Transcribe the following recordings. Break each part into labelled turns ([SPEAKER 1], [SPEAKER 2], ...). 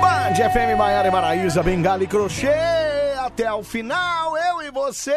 [SPEAKER 1] Band FM Maiara e Maraísa, Bengala e Crochê. Até o final, eu e você.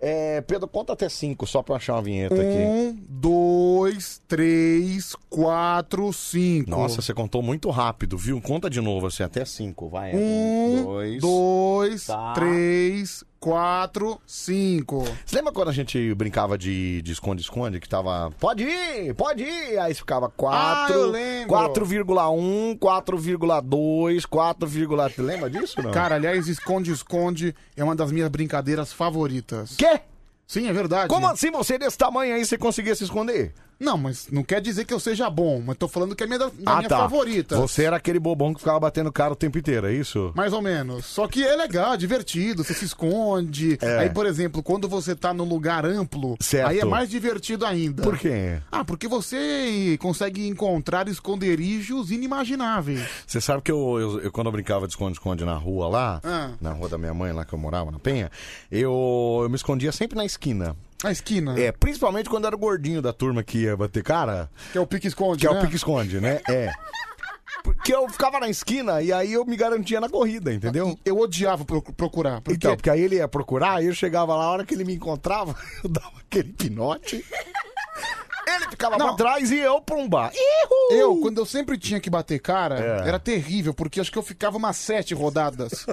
[SPEAKER 1] É, Pedro, conta até cinco, só pra eu achar uma vinheta aqui.
[SPEAKER 2] Um, dois, três, quatro, cinco.
[SPEAKER 1] Nossa, você contou muito rápido, viu? Conta de novo, assim, até cinco. Vai.
[SPEAKER 2] Um,
[SPEAKER 1] dois,
[SPEAKER 2] dois,
[SPEAKER 1] tá.
[SPEAKER 2] três, quatro, cinco.
[SPEAKER 1] Você lembra quando a gente brincava de de esconde-esconde? que tava. Pode ir, pode ir! Aí ficava
[SPEAKER 2] Ah, eu
[SPEAKER 1] 4,
[SPEAKER 2] lembro.
[SPEAKER 1] 4,1, 4,2, 4,3. Lembra disso? Não?
[SPEAKER 2] Cara, aliás, esconde-esconde é uma das minhas brincadeiras favoritas.
[SPEAKER 1] Quê?
[SPEAKER 2] Sim, é verdade.
[SPEAKER 1] Como assim você desse tamanho aí você conseguia se esconder?
[SPEAKER 2] Não, mas não quer dizer que eu seja bom, mas tô falando que é minha, da, da
[SPEAKER 1] Ah,
[SPEAKER 2] minha
[SPEAKER 1] tá.
[SPEAKER 2] favorita.
[SPEAKER 1] Você era aquele bobão que ficava batendo cara o tempo inteiro, é isso?
[SPEAKER 2] Mais ou menos. Só que é legal, é divertido, você se esconde.
[SPEAKER 1] É.
[SPEAKER 2] Aí, por exemplo, quando você tá num lugar amplo,
[SPEAKER 1] Certo.
[SPEAKER 2] aí é mais divertido ainda.
[SPEAKER 1] Por quê?
[SPEAKER 2] Ah, porque você consegue encontrar esconderijos inimagináveis.
[SPEAKER 1] Você sabe que eu, eu- eu, quando eu brincava de esconde-esconde na rua lá,
[SPEAKER 2] Ah.
[SPEAKER 1] na rua da minha mãe, lá que eu morava, na Penha, eu, eu me escondia sempre na esquina.
[SPEAKER 2] Na esquina, né?
[SPEAKER 1] É, principalmente quando era o gordinho da turma que ia bater cara,
[SPEAKER 2] que é o pique-esconde,
[SPEAKER 1] que é
[SPEAKER 2] né?
[SPEAKER 1] o pique-esconde, né? É. Porque eu ficava na esquina e aí eu me garantia na corrida, entendeu?
[SPEAKER 2] Eu odiava pro- procurar. Porque...
[SPEAKER 1] Então, porque aí ele ia procurar, aí eu chegava lá, a hora que ele me encontrava, eu dava aquele pinote. Ele ficava
[SPEAKER 2] Não.
[SPEAKER 1] pra trás e eu pumba. Ihu!
[SPEAKER 2] Eu, quando eu sempre tinha que bater cara,
[SPEAKER 1] É.
[SPEAKER 2] era terrível, porque acho que eu ficava umas sete rodadas.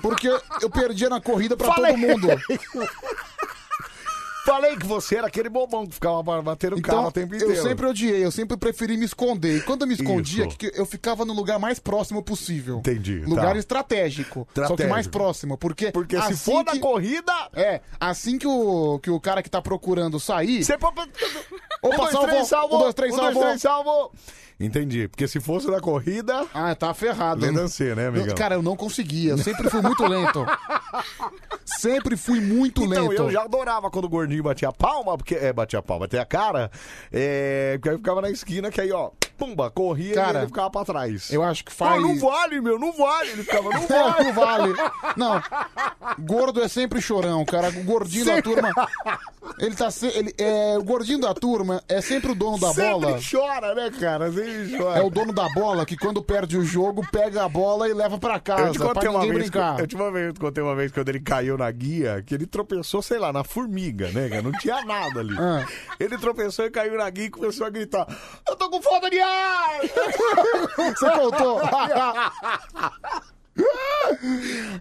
[SPEAKER 2] Porque eu perdia na corrida pra
[SPEAKER 1] Falei.
[SPEAKER 2] todo mundo.
[SPEAKER 1] Falei que você era aquele bobão que ficava batendo o carro
[SPEAKER 2] Então,
[SPEAKER 1] o tempo inteiro.
[SPEAKER 2] eu sempre odiei, eu sempre preferi me esconder. E quando eu me escondia,
[SPEAKER 1] Isso.
[SPEAKER 2] que eu ficava no lugar mais próximo possível.
[SPEAKER 1] Entendi,
[SPEAKER 2] Lugar
[SPEAKER 1] tá.
[SPEAKER 2] estratégico, Só que
[SPEAKER 1] Estratégico.
[SPEAKER 2] mais próximo. Porque,
[SPEAKER 1] Porque se
[SPEAKER 2] assim
[SPEAKER 1] for
[SPEAKER 2] que...
[SPEAKER 1] na corrida,
[SPEAKER 2] É, assim que o, que o cara que tá procurando sair.
[SPEAKER 1] você
[SPEAKER 2] Opa, salvou! Um, dois, três, salvou!
[SPEAKER 1] salvo. Entendi, porque se fosse na corrida,
[SPEAKER 2] Ah, tá ferrado.
[SPEAKER 1] Lê dancer, né, amigão?
[SPEAKER 2] Eu- Cara, eu não conseguia. Eu sempre fui muito lento. sempre fui muito
[SPEAKER 1] então
[SPEAKER 2] lento.
[SPEAKER 1] eu já adorava quando o gordinho batia a palma, porque é, batia a palma, batia a cara, é, porque aí ficava na esquina, que aí, ó, pumba, corria e
[SPEAKER 2] Cara,
[SPEAKER 1] ele ficava pra trás.
[SPEAKER 2] Eu acho que
[SPEAKER 1] Ah,
[SPEAKER 2] faz. É,
[SPEAKER 1] não vale, meu, não vale. Ele ficava, não vale.
[SPEAKER 2] Não, não vale. Não. Gordo é sempre chorão, cara. O gordinho da turma. Ele tá se... ele é O gordinho da turma é sempre o dono da
[SPEAKER 1] Sempre
[SPEAKER 2] bola.
[SPEAKER 1] chora, né, cara? Sempre chora.
[SPEAKER 2] É o dono da bola que quando perde o jogo, pega a bola e leva pra
[SPEAKER 1] Eu te
[SPEAKER 2] casa pra
[SPEAKER 1] contei uma
[SPEAKER 2] ninguém
[SPEAKER 1] vez.
[SPEAKER 2] brincar.
[SPEAKER 1] Eu te uma vez- contei uma vez quando ele caiu na guia, que ele tropeçou, sei lá, na formiga, né, cara? Não tinha nada ali.
[SPEAKER 2] Ah.
[SPEAKER 1] Ele tropeçou e caiu na guia e começou a gritar: Eu tô com falta de ar!
[SPEAKER 2] Você contou?
[SPEAKER 1] A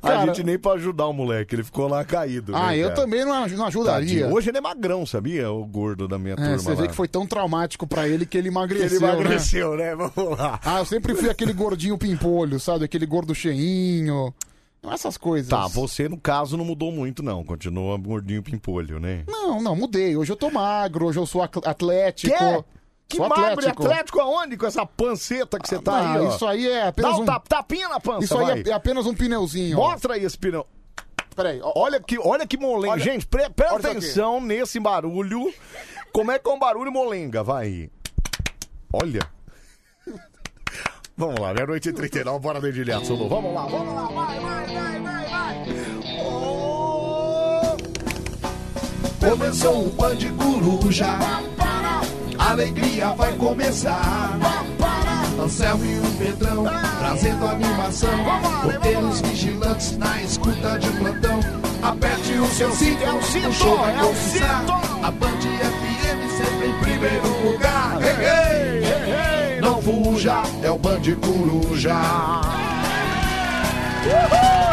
[SPEAKER 2] Cara-
[SPEAKER 1] gente nem pra ajudar o moleque, ele ficou lá caído. né,
[SPEAKER 2] Ah, eu
[SPEAKER 1] cara?
[SPEAKER 2] também não, aj- não ajudaria.
[SPEAKER 1] Tadinho. Hoje ele é magrão, sabia? O gordo da minha
[SPEAKER 2] É,
[SPEAKER 1] turma.
[SPEAKER 2] você vê
[SPEAKER 1] lá.
[SPEAKER 2] que foi tão traumático pra ele que ele emagreceu.
[SPEAKER 1] Ele
[SPEAKER 2] né?
[SPEAKER 1] emagreceu, né? Vamos lá.
[SPEAKER 2] Ah, eu sempre fui aquele gordinho pimpolho, sabe? Aquele gordo cheinho. Não, Essas coisas.
[SPEAKER 1] Tá, você no caso não mudou muito, não. Continua gordinho pimpolho, né?
[SPEAKER 2] Não, não, mudei. Hoje eu tô magro, hoje eu sou atl- atlético.
[SPEAKER 1] Que
[SPEAKER 2] sou
[SPEAKER 1] magro e atlético aonde? Com essa panceta que você tá
[SPEAKER 2] Não,
[SPEAKER 1] aí, ó.
[SPEAKER 2] isso aí é
[SPEAKER 1] Dá
[SPEAKER 2] apenas
[SPEAKER 1] um
[SPEAKER 2] um...
[SPEAKER 1] tap- tapinha na pança,
[SPEAKER 2] Isso
[SPEAKER 1] vai.
[SPEAKER 2] aí é- é apenas um pneuzinho. ó.
[SPEAKER 1] Mostra aí esse pirão.
[SPEAKER 2] Peraí, ó,
[SPEAKER 1] Olha que, olha que molenga.
[SPEAKER 2] Olha-
[SPEAKER 1] Gente, pre- presta
[SPEAKER 2] olha isso aqui.
[SPEAKER 1] atenção nesse barulho. Como é que é um barulho molenga? Vai. Olha. Vamos lá, meia-noite e 39, bora dedilhar, Sulu. Vamos lá, vamos lá, vai, vai, vai, vai, vai. Oh!
[SPEAKER 3] Começou o Band Coruja. A alegria vai começar. Anselmo e o Pedrão trazendo animação. Roteiros vigilantes na escuta de plantão. Aperte o seu cinto,
[SPEAKER 1] é o cinto,
[SPEAKER 3] show vai
[SPEAKER 1] é o
[SPEAKER 3] começar.
[SPEAKER 1] cinto.
[SPEAKER 3] A Band FM sempre em primeiro lugar. Hey, hey,
[SPEAKER 1] Ei, ei,
[SPEAKER 3] Não fuja, é o Band Coruja.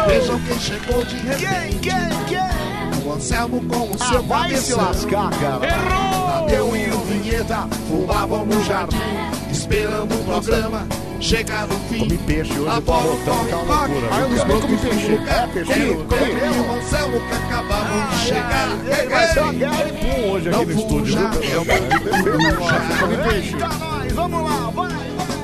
[SPEAKER 3] Vejam quem chegou de
[SPEAKER 1] Quem,
[SPEAKER 3] repente.
[SPEAKER 1] quem, quem?
[SPEAKER 3] O Anselmo com o
[SPEAKER 1] Ah,
[SPEAKER 3] seu
[SPEAKER 1] vai se
[SPEAKER 3] cabeção.
[SPEAKER 1] lascar, cara.
[SPEAKER 3] Eu e o Vinheta fumavam no jardim, esperando o programa chegar no fim.
[SPEAKER 1] Comi peixe hoje,
[SPEAKER 3] A
[SPEAKER 1] tô
[SPEAKER 3] bola
[SPEAKER 1] voltando,
[SPEAKER 3] corre,
[SPEAKER 1] tá uma
[SPEAKER 3] corre,
[SPEAKER 1] loucura.
[SPEAKER 2] Ah, eu não
[SPEAKER 1] viu, cara?
[SPEAKER 2] sei como peixe.
[SPEAKER 3] É,
[SPEAKER 1] peixeiro,
[SPEAKER 3] peixeiro,
[SPEAKER 1] comi mesmo.
[SPEAKER 3] o Anselmo que acabamos de chegar.
[SPEAKER 1] Ele vai ser
[SPEAKER 3] Ei,
[SPEAKER 1] uma guerra de pum hoje aqui
[SPEAKER 3] Não
[SPEAKER 1] no estúdio, viu,
[SPEAKER 3] fuja,
[SPEAKER 1] Pedro?
[SPEAKER 3] é o Band Coruja.
[SPEAKER 1] Eita, nós, vamos lá, vai, vai.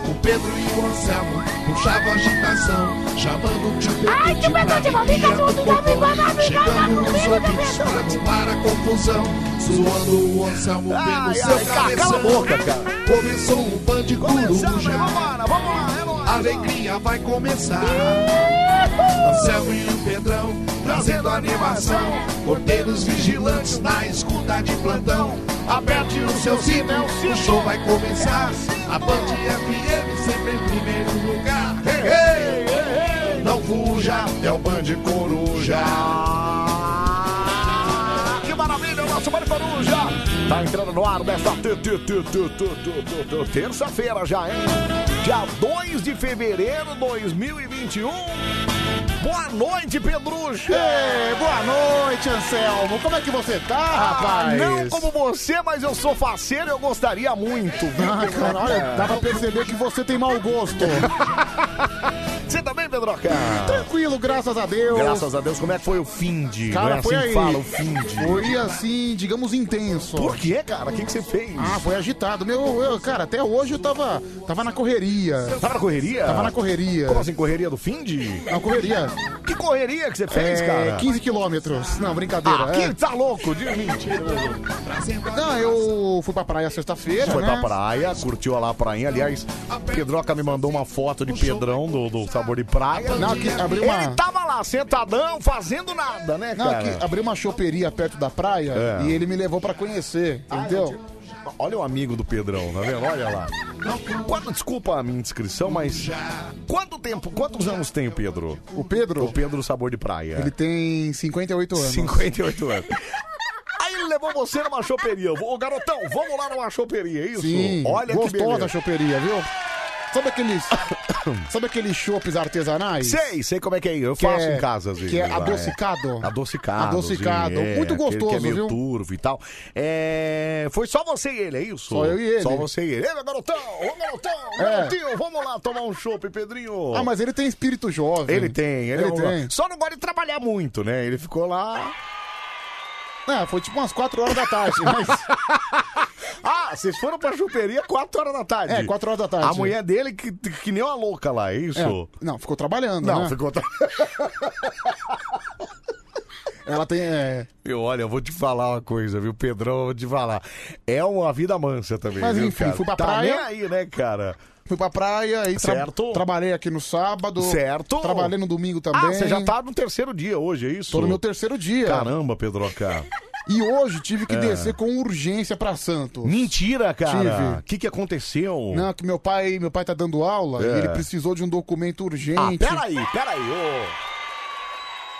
[SPEAKER 3] O Pedro e o Anselmo puxavam agitação, chamando o tio Pedro
[SPEAKER 4] Ai, tio Pedro de volta, fica junto, já me guarda, me guarda
[SPEAKER 3] Chegando os
[SPEAKER 4] comigo,
[SPEAKER 3] ouvintes
[SPEAKER 4] Pedro.
[SPEAKER 3] pra arrumar a confusão, zoando o Anselmo
[SPEAKER 1] Ai,
[SPEAKER 3] pelo
[SPEAKER 1] ai,
[SPEAKER 3] seu
[SPEAKER 1] cara, cala a
[SPEAKER 3] cabeção.
[SPEAKER 1] boca, cara.
[SPEAKER 3] Começou o Band
[SPEAKER 1] Começando,
[SPEAKER 3] Coruja.
[SPEAKER 1] vamos lá, vamos lá, é nóis.
[SPEAKER 3] A alegria vai começar. Anselmo e o Pedrão trazendo animação. Porteiros vigilantes na escuta de plantão. Aperte o seu cinto, o show vai começar. A Band FM sempre em primeiro lugar. Hey, é hey!
[SPEAKER 1] Tá claro, desta tu- tu- tu- tu- tu- tu- tu- tu- terça-feira já, hein? Dia 2 de fevereiro de 2021. Boa noite, Pedrucho!
[SPEAKER 2] boa noite, Anselmo! Como é que você tá, rapaz?
[SPEAKER 1] Ah, não como você, mas eu sou faceiro e eu gostaria muito, viu? É.
[SPEAKER 2] Ah, cara, olha, dá pra perceber que você tem mau gosto.
[SPEAKER 1] Você também, Pedroca?
[SPEAKER 2] Tranquilo, graças a Deus.
[SPEAKER 1] Graças a Deus, como é que foi o fim de?
[SPEAKER 2] Cara,
[SPEAKER 1] não é
[SPEAKER 2] foi
[SPEAKER 1] assim
[SPEAKER 2] aí.
[SPEAKER 1] que fala, o fim de.
[SPEAKER 2] Foi assim, digamos, intenso.
[SPEAKER 1] Por quê, cara? O que, que você fez?
[SPEAKER 2] Ah, foi agitado. Meu, eu, cara, até hoje eu tava, tava na correria.
[SPEAKER 1] Tava na correria?
[SPEAKER 2] Tava na correria.
[SPEAKER 1] Como assim, correria do fim de?
[SPEAKER 2] Na correria.
[SPEAKER 1] Que correria que você fez,
[SPEAKER 2] é,
[SPEAKER 1] cara?
[SPEAKER 2] 15 quilômetros. Não, brincadeira.
[SPEAKER 1] Ah,
[SPEAKER 2] é.
[SPEAKER 1] que tá louco, de mentira.
[SPEAKER 2] Não, eu fui pra praia sexta-feira,
[SPEAKER 1] Foi
[SPEAKER 2] né?
[SPEAKER 1] pra praia, curtiu lá a prainha. Aliás, Pedroca me mandou uma foto de Pedrão do, do Sabor de Praia.
[SPEAKER 2] Não, aqui, abriu uma...
[SPEAKER 1] Ele tava lá, sentadão, fazendo nada, né,
[SPEAKER 2] Não,
[SPEAKER 1] cara?
[SPEAKER 2] aqui, abriu uma choperia perto da praia
[SPEAKER 1] É. Ah,
[SPEAKER 2] e ele me levou pra conhecer, entendeu?
[SPEAKER 1] Olha o amigo do Pedrão, tá vendo? Olha lá. Quando, desculpa a minha inscrição, mas quanto tempo, quantos anos tem o Pedro?
[SPEAKER 2] O Pedro,
[SPEAKER 1] O Pedro Sabor de Praia.
[SPEAKER 2] ele tem 58 anos.
[SPEAKER 1] 58 anos. Aí ele levou você numa choperia. Ô, garotão, vamos lá numa choperia, é isso?
[SPEAKER 2] Sim,
[SPEAKER 1] Olha que
[SPEAKER 2] gostou da
[SPEAKER 1] beleza.
[SPEAKER 2] choperia, viu? Sabe aqueles... Sabe aqueles chopes artesanais?
[SPEAKER 1] Sei, sei como é que é. Eu
[SPEAKER 2] Que
[SPEAKER 1] faço
[SPEAKER 2] é-
[SPEAKER 1] em casa, às vezes.
[SPEAKER 2] que é
[SPEAKER 1] lá,
[SPEAKER 2] adocicado?
[SPEAKER 1] Adocicado.
[SPEAKER 2] Adocicado.
[SPEAKER 1] sim, é,
[SPEAKER 2] Muito
[SPEAKER 1] aquele que é
[SPEAKER 2] gostoso,
[SPEAKER 1] meio
[SPEAKER 2] viu?
[SPEAKER 1] turvo e tal. É, Foi só você e ele, é isso?
[SPEAKER 2] Só eu e ele. Ah,
[SPEAKER 1] Só você e ele. é Ei, meu garotão, ô garotão,
[SPEAKER 2] É.
[SPEAKER 1] garotinho, vamos lá tomar um chopp, Pedrinho.
[SPEAKER 2] Ah, mas ele tem espírito jovem.
[SPEAKER 1] Ele tem, ele,
[SPEAKER 2] Ele
[SPEAKER 1] é um-
[SPEAKER 2] tem.
[SPEAKER 1] Só não gosta de trabalhar muito, né? Ele ficou lá.
[SPEAKER 2] É, foi tipo umas 4 horas da tarde, mas...
[SPEAKER 1] Ah, vocês foram pra choperia 4 horas da tarde.
[SPEAKER 2] É, 4 horas da tarde.
[SPEAKER 1] A mulher dele que, que nem uma louca lá, é
[SPEAKER 2] É,
[SPEAKER 1] isso?
[SPEAKER 2] não, ficou trabalhando,
[SPEAKER 1] Não,
[SPEAKER 2] né?
[SPEAKER 1] ficou. tra-
[SPEAKER 2] Ela tem... é,
[SPEAKER 1] Eu, olha, eu vou te falar uma coisa, viu, Pedrão? Eu vou te falar. É uma vida mansa também.
[SPEAKER 2] Mas,
[SPEAKER 1] viu,
[SPEAKER 2] enfim,
[SPEAKER 1] cara?
[SPEAKER 2] fui pra
[SPEAKER 1] tá
[SPEAKER 2] praia.
[SPEAKER 1] Nem aí, né, cara?
[SPEAKER 2] Fui pra praia e tra-
[SPEAKER 1] Certo.
[SPEAKER 2] trabalhei aqui no sábado.
[SPEAKER 1] Certo.
[SPEAKER 2] Trabalhei no domingo
[SPEAKER 1] Ah,
[SPEAKER 2] também.
[SPEAKER 1] você já tá no terceiro dia hoje, é isso?
[SPEAKER 2] Tô no meu terceiro dia.
[SPEAKER 1] Caramba, Pedroca.
[SPEAKER 2] E hoje tive que descer com urgência pra Santos.
[SPEAKER 1] É. Mentira, cara.
[SPEAKER 2] Tive.
[SPEAKER 1] O que, que aconteceu?
[SPEAKER 2] Não, que meu pai, meu pai tá dando aula
[SPEAKER 1] É.
[SPEAKER 2] e ele precisou de um documento
[SPEAKER 1] Ah,
[SPEAKER 2] urgente.
[SPEAKER 1] peraí, peraí, ô.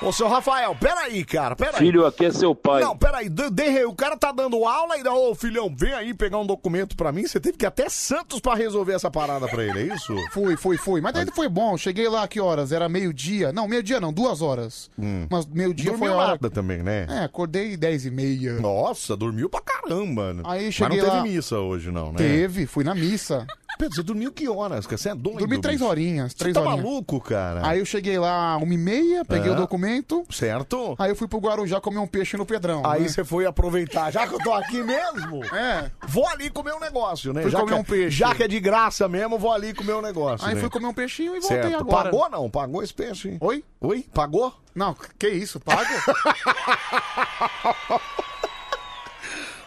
[SPEAKER 1] Ô, seu Rafael, peraí, cara, peraí.
[SPEAKER 3] Filho, aqui é seu pai.
[SPEAKER 1] Não, peraí, de, de- o cara tá dando aula e dá, ô filhão, vem aí pegar um documento pra mim. Você teve que ir até Santos pra resolver essa parada pra ele, é isso?
[SPEAKER 2] Foi, foi, foi. Mas daí foi bom. Cheguei lá que horas? Era meio-dia. Não, meio-dia não, duas horas. Mas meio-dia foi
[SPEAKER 1] Dormiu
[SPEAKER 2] a hora.
[SPEAKER 1] Hum. nada também, né?
[SPEAKER 2] É, acordei dez e meia.
[SPEAKER 1] Nossa, dormiu pra caramba. né?
[SPEAKER 2] Aí
[SPEAKER 1] Mas não
[SPEAKER 2] cheguei
[SPEAKER 1] teve
[SPEAKER 2] lá-
[SPEAKER 1] missa hoje, não, né?
[SPEAKER 2] Teve, fui na missa.
[SPEAKER 1] Pedro, você dormiu que horas? cara? Você é doido?
[SPEAKER 2] Dormi três
[SPEAKER 1] bicho?
[SPEAKER 2] horinhas,
[SPEAKER 1] Você
[SPEAKER 2] três
[SPEAKER 1] tá
[SPEAKER 2] horinhas.
[SPEAKER 1] maluco, cara?
[SPEAKER 2] Aí eu cheguei lá uma e meia, peguei
[SPEAKER 1] É.
[SPEAKER 2] o documento.
[SPEAKER 1] Certo?
[SPEAKER 2] Aí eu fui pro Guarujá comer um peixe no Pedrão.
[SPEAKER 1] Aí
[SPEAKER 2] né?
[SPEAKER 1] você foi aproveitar. Já que eu tô aqui mesmo,
[SPEAKER 2] É.
[SPEAKER 1] vou ali comer um negócio, né?
[SPEAKER 2] Fui
[SPEAKER 1] Já
[SPEAKER 2] comer
[SPEAKER 1] que, é-
[SPEAKER 2] um peixe.
[SPEAKER 1] Já que é de graça mesmo, vou ali comer um negócio.
[SPEAKER 2] Aí
[SPEAKER 1] né?
[SPEAKER 2] fui comer um peixinho e voltei
[SPEAKER 1] Certo.
[SPEAKER 2] agora.
[SPEAKER 1] Pagou não? Pagou esse peixe? hein?
[SPEAKER 2] Oi?
[SPEAKER 1] Oi? Pagou?
[SPEAKER 2] Não, que isso, pago?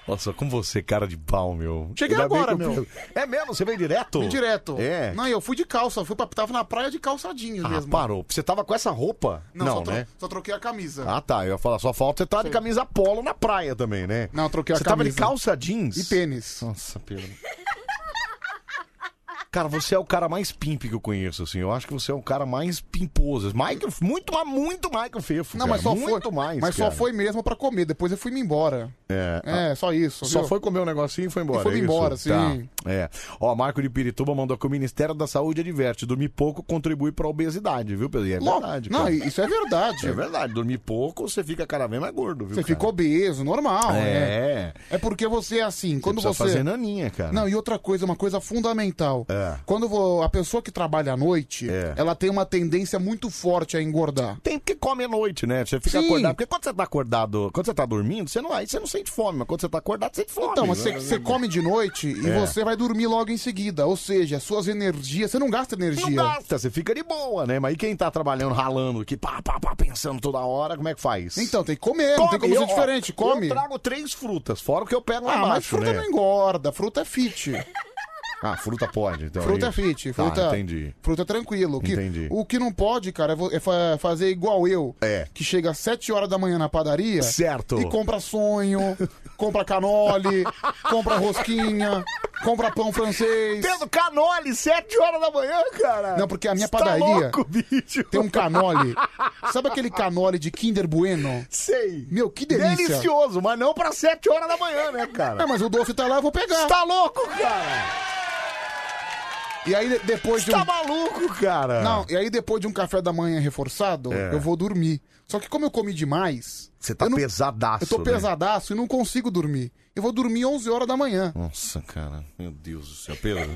[SPEAKER 1] Nossa, com você, é cara de pau, meu.
[SPEAKER 2] Cheguei
[SPEAKER 1] Ainda bem
[SPEAKER 2] agora,
[SPEAKER 1] que eu-
[SPEAKER 2] meu.
[SPEAKER 1] É mesmo? Você veio direto?
[SPEAKER 2] Fui direto.
[SPEAKER 1] É.
[SPEAKER 2] Não, eu fui de calça, fui pra, tava na praia de calçadinho
[SPEAKER 1] Ah,
[SPEAKER 2] mesmo.
[SPEAKER 1] parou. Você tava com essa roupa?
[SPEAKER 2] Não, só, tro-
[SPEAKER 1] né?
[SPEAKER 2] só troquei a camisa.
[SPEAKER 1] Ah, tá. Eu ia falar, só falta você tá de camisa polo na praia também, né?
[SPEAKER 2] Não, eu troquei a
[SPEAKER 1] Você tava de
[SPEAKER 2] camisa.
[SPEAKER 1] calça jeans?
[SPEAKER 2] E tênis.
[SPEAKER 1] Nossa, Pedro. Cara, você é o cara mais pimp que eu conheço, assim. Eu acho que você é o cara mais pimposo. Michael, muito, mas muito Michael Fefo.
[SPEAKER 2] Não,
[SPEAKER 1] cara.
[SPEAKER 2] mas só
[SPEAKER 1] é muito
[SPEAKER 2] foi.
[SPEAKER 1] mais.
[SPEAKER 2] mas
[SPEAKER 1] cara.
[SPEAKER 2] só foi mesmo pra comer, depois eu fui me embora.
[SPEAKER 1] É.
[SPEAKER 2] É, só isso.
[SPEAKER 1] Só
[SPEAKER 2] viu?
[SPEAKER 1] foi comer um negocinho e foi embora.
[SPEAKER 2] E foi
[SPEAKER 1] é isso?
[SPEAKER 2] embora, sim.
[SPEAKER 1] Tá. É. Ó, Marco de Pirituba mandou que o Ministério da Saúde adverte: dormir pouco contribui pra obesidade, viu, Pedro? E é
[SPEAKER 2] Ló-
[SPEAKER 1] verdade.
[SPEAKER 2] Não,
[SPEAKER 1] cara.
[SPEAKER 2] isso é verdade.
[SPEAKER 1] É verdade. Dormir pouco, você fica cada vez mais gordo, viu?
[SPEAKER 2] Você
[SPEAKER 1] cara?
[SPEAKER 2] fica obeso, normal. É. é.
[SPEAKER 1] É.
[SPEAKER 2] porque você é assim, quando
[SPEAKER 1] Precisa
[SPEAKER 2] você.
[SPEAKER 1] fazer naninha, cara.
[SPEAKER 2] Não, e outra coisa, uma coisa fundamental.
[SPEAKER 1] É.
[SPEAKER 2] Quando vo- a pessoa que trabalha à noite,
[SPEAKER 1] É.
[SPEAKER 2] ela tem uma tendência muito forte a engordar.
[SPEAKER 1] Tem que comer à noite, né? Você fica
[SPEAKER 2] Sim.
[SPEAKER 1] acordado. Porque quando você tá acordado, quando você tá dormindo, você não, aí você não sente fome, mas quando você tá acordado, você sente fome. né?
[SPEAKER 2] Então, mas você, você come de noite e
[SPEAKER 1] É.
[SPEAKER 2] você vai dormir logo em seguida. Ou seja, é suas energias, você não gasta energia.
[SPEAKER 1] não gasta, você fica de boa, né? Mas e quem tá trabalhando, ralando aqui, pá, pá, pá, pensando toda hora, como é que faz?
[SPEAKER 2] Então, tem que comer, não tem como
[SPEAKER 1] eu-
[SPEAKER 2] ser diferente.
[SPEAKER 1] ó,
[SPEAKER 2] Come.
[SPEAKER 1] Eu trago três frutas, fora o que eu pego lá
[SPEAKER 2] Ah, mas
[SPEAKER 1] embaixo,
[SPEAKER 2] fruta
[SPEAKER 1] né?
[SPEAKER 2] não engorda, fruta é fit.
[SPEAKER 1] Ah, fruta pode, então.
[SPEAKER 2] Fruta
[SPEAKER 1] aí-
[SPEAKER 2] é fit, fruta,
[SPEAKER 1] Tá, entendi.
[SPEAKER 2] fruta tranquilo. O que,
[SPEAKER 1] Entendi. É.
[SPEAKER 2] o que não pode, cara, é vo- é fa- fazer igual eu, que chega às 7 horas da manhã na padaria
[SPEAKER 1] Certo.
[SPEAKER 2] e compra sonho, compra canole, compra rosquinha, compra pão francês.
[SPEAKER 1] Pedro, canole, 7 horas da manhã, cara.
[SPEAKER 2] Não, porque a minha
[SPEAKER 1] Você tá
[SPEAKER 2] padaria
[SPEAKER 1] louco, bicho?
[SPEAKER 2] tem um canole. Sabe aquele canole de Kinder Bueno?
[SPEAKER 1] Sei.
[SPEAKER 2] Meu, que delícia.
[SPEAKER 1] Delicioso, mas não pra 7 horas da manhã, né, cara?
[SPEAKER 2] É, mas o doce tá lá, eu vou pegar.
[SPEAKER 1] Tá louco, cara?
[SPEAKER 2] E aí de- depois de um...
[SPEAKER 1] Tá maluco, cara?
[SPEAKER 2] Não, e aí depois de um café da manhã reforçado,
[SPEAKER 1] É.
[SPEAKER 2] eu vou dormir. Só que como eu comi demais...
[SPEAKER 1] Você tá
[SPEAKER 2] eu não-
[SPEAKER 1] pesadaço.
[SPEAKER 2] Eu tô
[SPEAKER 1] né?
[SPEAKER 2] pesadaço e não consigo dormir. Eu vou dormir 11 horas da manhã.
[SPEAKER 1] Nossa, cara. Meu Deus do céu, Pedro.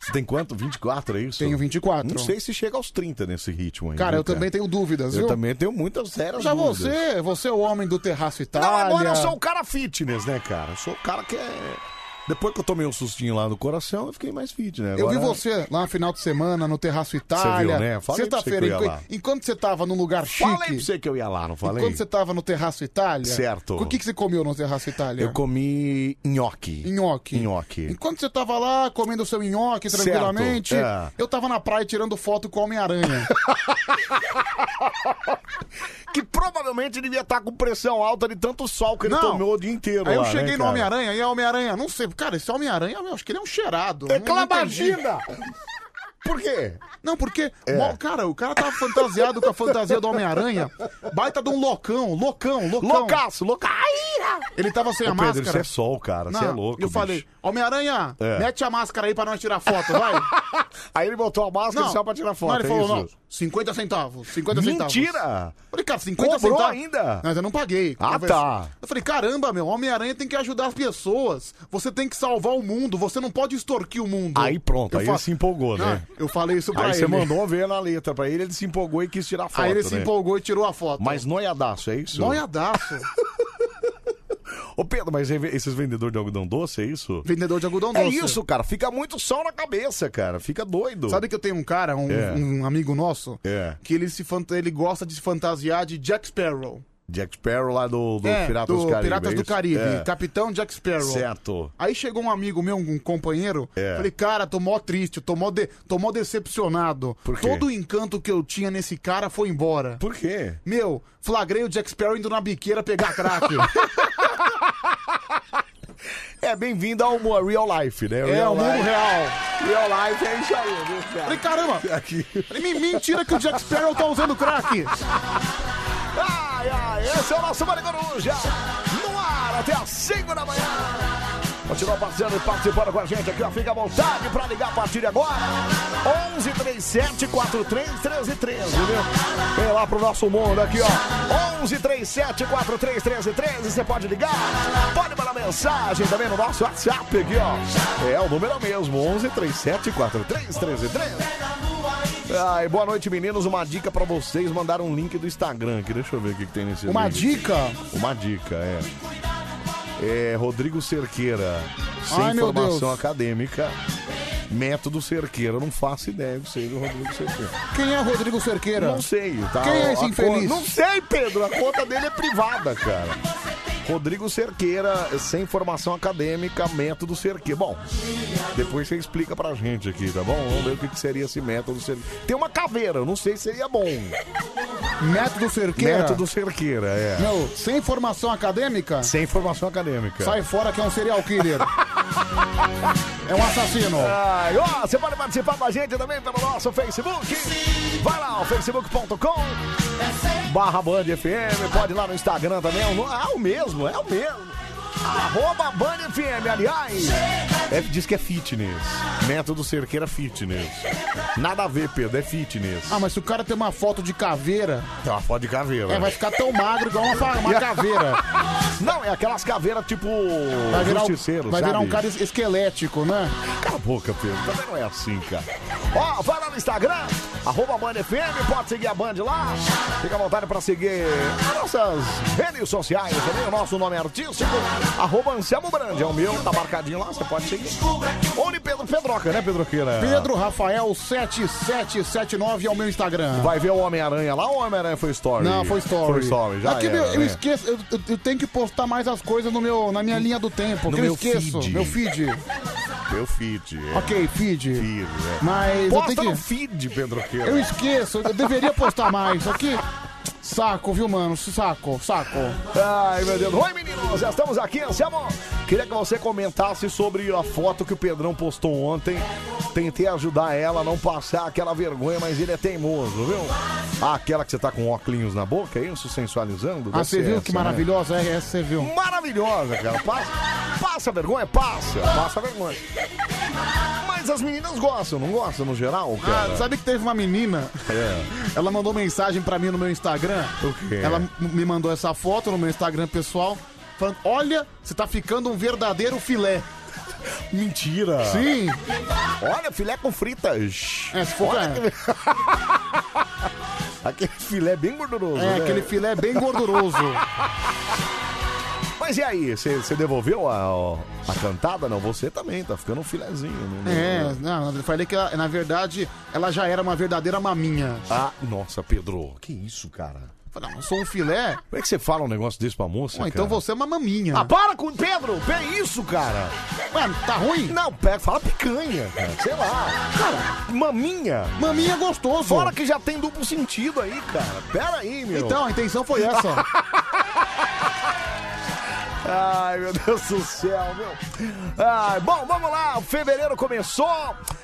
[SPEAKER 1] Você tem quanto? 24, é isso?
[SPEAKER 2] Tenho 24.
[SPEAKER 1] Não sei se chega aos 30 nesse ritmo aí.
[SPEAKER 2] Cara,
[SPEAKER 1] viu,
[SPEAKER 2] eu também tenho dúvidas,
[SPEAKER 1] Eu
[SPEAKER 2] viu?
[SPEAKER 1] também tenho muitas sérias
[SPEAKER 2] Já
[SPEAKER 1] dúvidas.
[SPEAKER 2] você, você é o homem do terraço Itália.
[SPEAKER 1] Não, agora eu sou o cara fitness, né, cara? Eu sou o cara que é... Depois que eu tomei um sustinho lá no coração, eu fiquei mais fit, né?
[SPEAKER 2] Eu vi
[SPEAKER 1] Agora-
[SPEAKER 2] você lá no final de semana, no Terraço Itália.
[SPEAKER 1] Você viu, né? Falei
[SPEAKER 2] Sexta-feira,
[SPEAKER 1] pra você que eu ia
[SPEAKER 2] enqu-
[SPEAKER 1] lá.
[SPEAKER 2] enquanto você tava num lugar chique.
[SPEAKER 1] Falei pra você que eu ia lá, não falei?
[SPEAKER 2] Enquanto você tava no Terraço Itália.
[SPEAKER 1] Certo.
[SPEAKER 2] O que, que você comeu no Terraço Itália?
[SPEAKER 1] Eu comi nhoque.
[SPEAKER 2] Nhoque.
[SPEAKER 1] Nhoque.
[SPEAKER 2] Enquanto você tava lá comendo seu nhoque
[SPEAKER 1] Certo,
[SPEAKER 2] tranquilamente,
[SPEAKER 1] é.
[SPEAKER 2] eu tava na praia tirando foto com o Homem-Aranha.
[SPEAKER 1] Que provavelmente devia estar com pressão alta de tanto sol que ele
[SPEAKER 2] Não.
[SPEAKER 1] tomou o dia inteiro.
[SPEAKER 2] Aí eu
[SPEAKER 1] lá,
[SPEAKER 2] cheguei
[SPEAKER 1] né,
[SPEAKER 2] no
[SPEAKER 1] cara?
[SPEAKER 2] Homem-Aranha e é Homem-Aranha. Não sei, cara, esse Homem-Aranha, eu acho que ele é um cheirado.
[SPEAKER 1] É
[SPEAKER 2] Não- não entendi.
[SPEAKER 1] clamagina! Por quê? É.
[SPEAKER 2] Não, porque, mó- cara, o cara tava fantasiado com a fantasia do Homem-Aranha. Baita de um loucão, loucão, loucão.
[SPEAKER 1] Loucaço, loucaço.
[SPEAKER 2] Ele tava sem
[SPEAKER 1] Ô,
[SPEAKER 2] a
[SPEAKER 1] Pedro,
[SPEAKER 2] máscara.
[SPEAKER 1] isso é sol, cara, você é louco,
[SPEAKER 2] Eu
[SPEAKER 1] bicho.
[SPEAKER 2] falei, Homem-Aranha,
[SPEAKER 1] É.
[SPEAKER 2] mete a máscara aí pra nós tirar foto, vai.
[SPEAKER 1] Aí ele botou a máscara e saiu pra tirar foto.
[SPEAKER 2] Não, ele
[SPEAKER 1] é
[SPEAKER 2] falou,
[SPEAKER 1] isso?
[SPEAKER 2] não, 50 centavos, 50 centavos.
[SPEAKER 1] Mentira!
[SPEAKER 2] Falei, cara, 50
[SPEAKER 1] Cobrou
[SPEAKER 2] centavos.
[SPEAKER 1] ainda?
[SPEAKER 2] Mas eu não paguei.
[SPEAKER 1] Ah,
[SPEAKER 2] Eu
[SPEAKER 1] tá.
[SPEAKER 2] Eu falei, caramba, meu, Homem-Aranha tem que ajudar as pessoas. Você tem que salvar o mundo, você não pode extorquir o mundo.
[SPEAKER 1] Aí pronto,
[SPEAKER 2] Eu Ah.
[SPEAKER 1] aí
[SPEAKER 2] fa-
[SPEAKER 1] ele se empolgou,
[SPEAKER 2] Não,
[SPEAKER 1] né?
[SPEAKER 2] Eu falei isso pra
[SPEAKER 1] Aí
[SPEAKER 2] ele.
[SPEAKER 1] você mandou ver na letra pra ele, ele se empolgou e quis tirar foto.
[SPEAKER 2] Aí ele se
[SPEAKER 1] né?
[SPEAKER 2] empolgou e tirou a foto.
[SPEAKER 1] Mas noiadaço, é isso?
[SPEAKER 2] Noiadaço.
[SPEAKER 1] Ô Pedro, mas é- esses vendedores de algodão doce, é isso?
[SPEAKER 2] Vendedor de algodão
[SPEAKER 1] É
[SPEAKER 2] doce.
[SPEAKER 1] isso, cara. Fica muito sol na cabeça, cara. Fica doido.
[SPEAKER 2] Sabe que eu tenho um cara, um,
[SPEAKER 1] É.
[SPEAKER 2] um amigo nosso,
[SPEAKER 1] É.
[SPEAKER 2] que ele, se fanta- ele gosta de se fantasiar de Jack Sparrow.
[SPEAKER 1] Jack Sparrow lá do, do
[SPEAKER 2] É,
[SPEAKER 1] Piratas do Caribe.
[SPEAKER 2] Piratas
[SPEAKER 1] é
[SPEAKER 2] do
[SPEAKER 1] isso?
[SPEAKER 2] Caribe.
[SPEAKER 1] É.
[SPEAKER 2] Capitão Jack Sparrow.
[SPEAKER 1] Certo.
[SPEAKER 2] Aí chegou um amigo meu, um companheiro,
[SPEAKER 1] É.
[SPEAKER 2] falei, cara, tô mó triste, tô mó, de- tô mó decepcionado.
[SPEAKER 1] Por quê?
[SPEAKER 2] Todo o encanto que eu tinha nesse cara foi embora.
[SPEAKER 1] Por quê?
[SPEAKER 2] Meu, flagrei o Jack Sparrow indo na biqueira pegar crack.
[SPEAKER 1] É bem-vindo ao mu- real life, né?
[SPEAKER 2] é, o mundo real.
[SPEAKER 1] Real life é isso aí, viu, cara?
[SPEAKER 2] Falei, caramba,
[SPEAKER 1] Aqui.
[SPEAKER 2] falei, "Me- mentira que o Jack Sparrow tá usando crack.
[SPEAKER 1] Ai, ai, esse é o nosso Maringá Coruja. No ar até às 5 da manhã. Continua participando e participando com a gente aqui, ó. Fica à vontade pra ligar a partir de agora. 11 37 43 13 13, viu? Vem lá pro nosso mundo aqui, ó. 11 37 43 13 13. Você pode ligar, pode mandar mensagem também no nosso WhatsApp aqui, ó. É o número mesmo, 11 37 43 13 13. Ai, boa noite, meninos. Uma dica pra vocês. Mandaram um link do Instagram aqui. Deixa eu ver o que, que tem nesse
[SPEAKER 2] Uma
[SPEAKER 1] link.
[SPEAKER 2] dica?
[SPEAKER 1] Uma dica, é. É Rodrigo Cerqueira. Sem
[SPEAKER 2] Ai, meu
[SPEAKER 1] formação
[SPEAKER 2] Deus.
[SPEAKER 1] acadêmica. Método Cerqueira. Eu não faço ideia que seja o Rodrigo Cerqueira.
[SPEAKER 2] Quem é Rodrigo Cerqueira?
[SPEAKER 1] Não sei, tá?
[SPEAKER 2] Quem é
[SPEAKER 1] A
[SPEAKER 2] esse
[SPEAKER 1] co-
[SPEAKER 2] infeliz?
[SPEAKER 1] Não sei, Pedro. A conta dele é privada, cara. Rodrigo Cerqueira, sem formação acadêmica, método Cerqueira. Bom, depois você explica pra gente aqui, tá bom? Vamos ver o que, que seria esse método Cerqueira. Tem uma caveira, eu não sei se seria bom.
[SPEAKER 2] Método Cerqueira?
[SPEAKER 1] Método Cerqueira, é.
[SPEAKER 2] Meu, sem formação acadêmica,
[SPEAKER 1] Sem formação acadêmica.
[SPEAKER 2] sai fora que é um serial killer. é um assassino.
[SPEAKER 1] Ai, ó, você pode participar com a gente também pelo nosso Facebook. Vai lá, o facebook.com barra Band FM, pode ir lá no Instagram também. é o- Ah, o mesmo, é o mesmo. Arroba Band FM, aliás. É, diz que é fitness. Método Cerqueira Fitness. Nada a ver, Pedro, é fitness.
[SPEAKER 2] Ah, mas se o cara tem uma foto de caveira,
[SPEAKER 1] Tem uma foto de caveira. né?
[SPEAKER 2] é, vai ficar tão magro igual uma, fa- uma caveira.
[SPEAKER 1] Não, é aquelas caveiras tipo
[SPEAKER 2] Vai virar, um,
[SPEAKER 1] justiceiro,
[SPEAKER 2] vai
[SPEAKER 1] sabe?
[SPEAKER 2] virar um cara es- esquelético, né?
[SPEAKER 1] Cala a boca, Pedro. Também não é assim, cara. Ó, vai lá no Instagram, arroba Band FM, pode seguir a Band lá. Fica à vontade pra seguir as nossas redes sociais também. O nosso nome é artístico, arroba Anselmo Brand. É o meu, tá marcadinho lá, você pode seguir. Ou de Pedro Pedroca, né, Pedroqueira?
[SPEAKER 2] Pedro Rafael 7779 é o meu Instagram.
[SPEAKER 1] Vai ver o Homem-Aranha lá ou o Homem-Aranha foi story?
[SPEAKER 2] Não, foi story.
[SPEAKER 1] Foi story, já
[SPEAKER 2] Aqui,
[SPEAKER 1] era,
[SPEAKER 2] meu, eu
[SPEAKER 1] né?
[SPEAKER 2] esqueço, eu, eu- eu tenho que postar mais as coisas no meu, na minha linha do tempo,
[SPEAKER 1] No
[SPEAKER 2] que eu
[SPEAKER 1] meu
[SPEAKER 2] esqueço.
[SPEAKER 1] feed.
[SPEAKER 2] Meu feed.
[SPEAKER 5] Teu feed. é.
[SPEAKER 2] Ok, feed.
[SPEAKER 5] Feed, é.
[SPEAKER 2] Mas eu
[SPEAKER 5] Posta
[SPEAKER 2] tenho que-
[SPEAKER 5] no feed, Pedro Queira.
[SPEAKER 2] Eu esqueço, eu deveria postar mais, só que. Saco, viu, mano? Saco, saco.
[SPEAKER 1] Ai, meu Deus. Oi, meninos, já estamos aqui, Anselmo. Queria que você comentasse sobre a foto que o Pedrão postou ontem. Tentei ajudar ela a não passar aquela vergonha, mas ele é teimoso, viu? Ah, aquela que você tá com óculos na boca, é isso? Sensualizando?
[SPEAKER 2] Ah,
[SPEAKER 1] Deve
[SPEAKER 2] você
[SPEAKER 1] ser
[SPEAKER 2] viu
[SPEAKER 1] essa,
[SPEAKER 2] que
[SPEAKER 1] né?
[SPEAKER 2] maravilhosa é essa, você viu?
[SPEAKER 1] Maravilhosa, cara. Passa, passa vergonha? Passa, passa vergonha. Mas as meninas gostam, não gostam no geral, cara? É.
[SPEAKER 2] Ah, sabe que teve uma menina? Ela mandou mensagem pra mim no meu Instagram.
[SPEAKER 5] quê?
[SPEAKER 2] Ela m- me mandou essa foto no meu Instagram pessoal, falando: Olha, você tá ficando um verdadeiro filé.
[SPEAKER 5] Mentira!
[SPEAKER 2] Sim!
[SPEAKER 1] Olha, filé com fritas.
[SPEAKER 2] É, se for, é,
[SPEAKER 1] Aquele filé bem gorduroso,
[SPEAKER 2] é,
[SPEAKER 1] né?
[SPEAKER 2] aquele filé bem gorduroso.
[SPEAKER 1] Mas e aí, você você devolveu a, a cantada? Não, você também, tá ficando um né? filezinho. Não,
[SPEAKER 2] É, não, eu falei que ela- na verdade ela já era uma verdadeira maminha.
[SPEAKER 1] Ah, nossa, Pedro, que isso, cara?
[SPEAKER 2] Falei, não, eu sou um filé?
[SPEAKER 1] Como é que você fala um negócio desse pra moça,
[SPEAKER 2] Bom, então
[SPEAKER 1] cara?
[SPEAKER 2] você é uma maminha.
[SPEAKER 1] Ah, para com o Pedro! Que isso, cara?
[SPEAKER 2] Mano, tá ruim?
[SPEAKER 1] Não, pega, fala picanha, cara. Sei lá. Cara, maminha.
[SPEAKER 2] Maminha é gostoso.
[SPEAKER 1] Fora que já tem duplo sentido aí, cara. Pera aí, meu.
[SPEAKER 2] Então, a intenção foi essa.
[SPEAKER 1] Ai, meu Deus do céu, meu. Ai, bom, vamos lá. Fevereiro começou,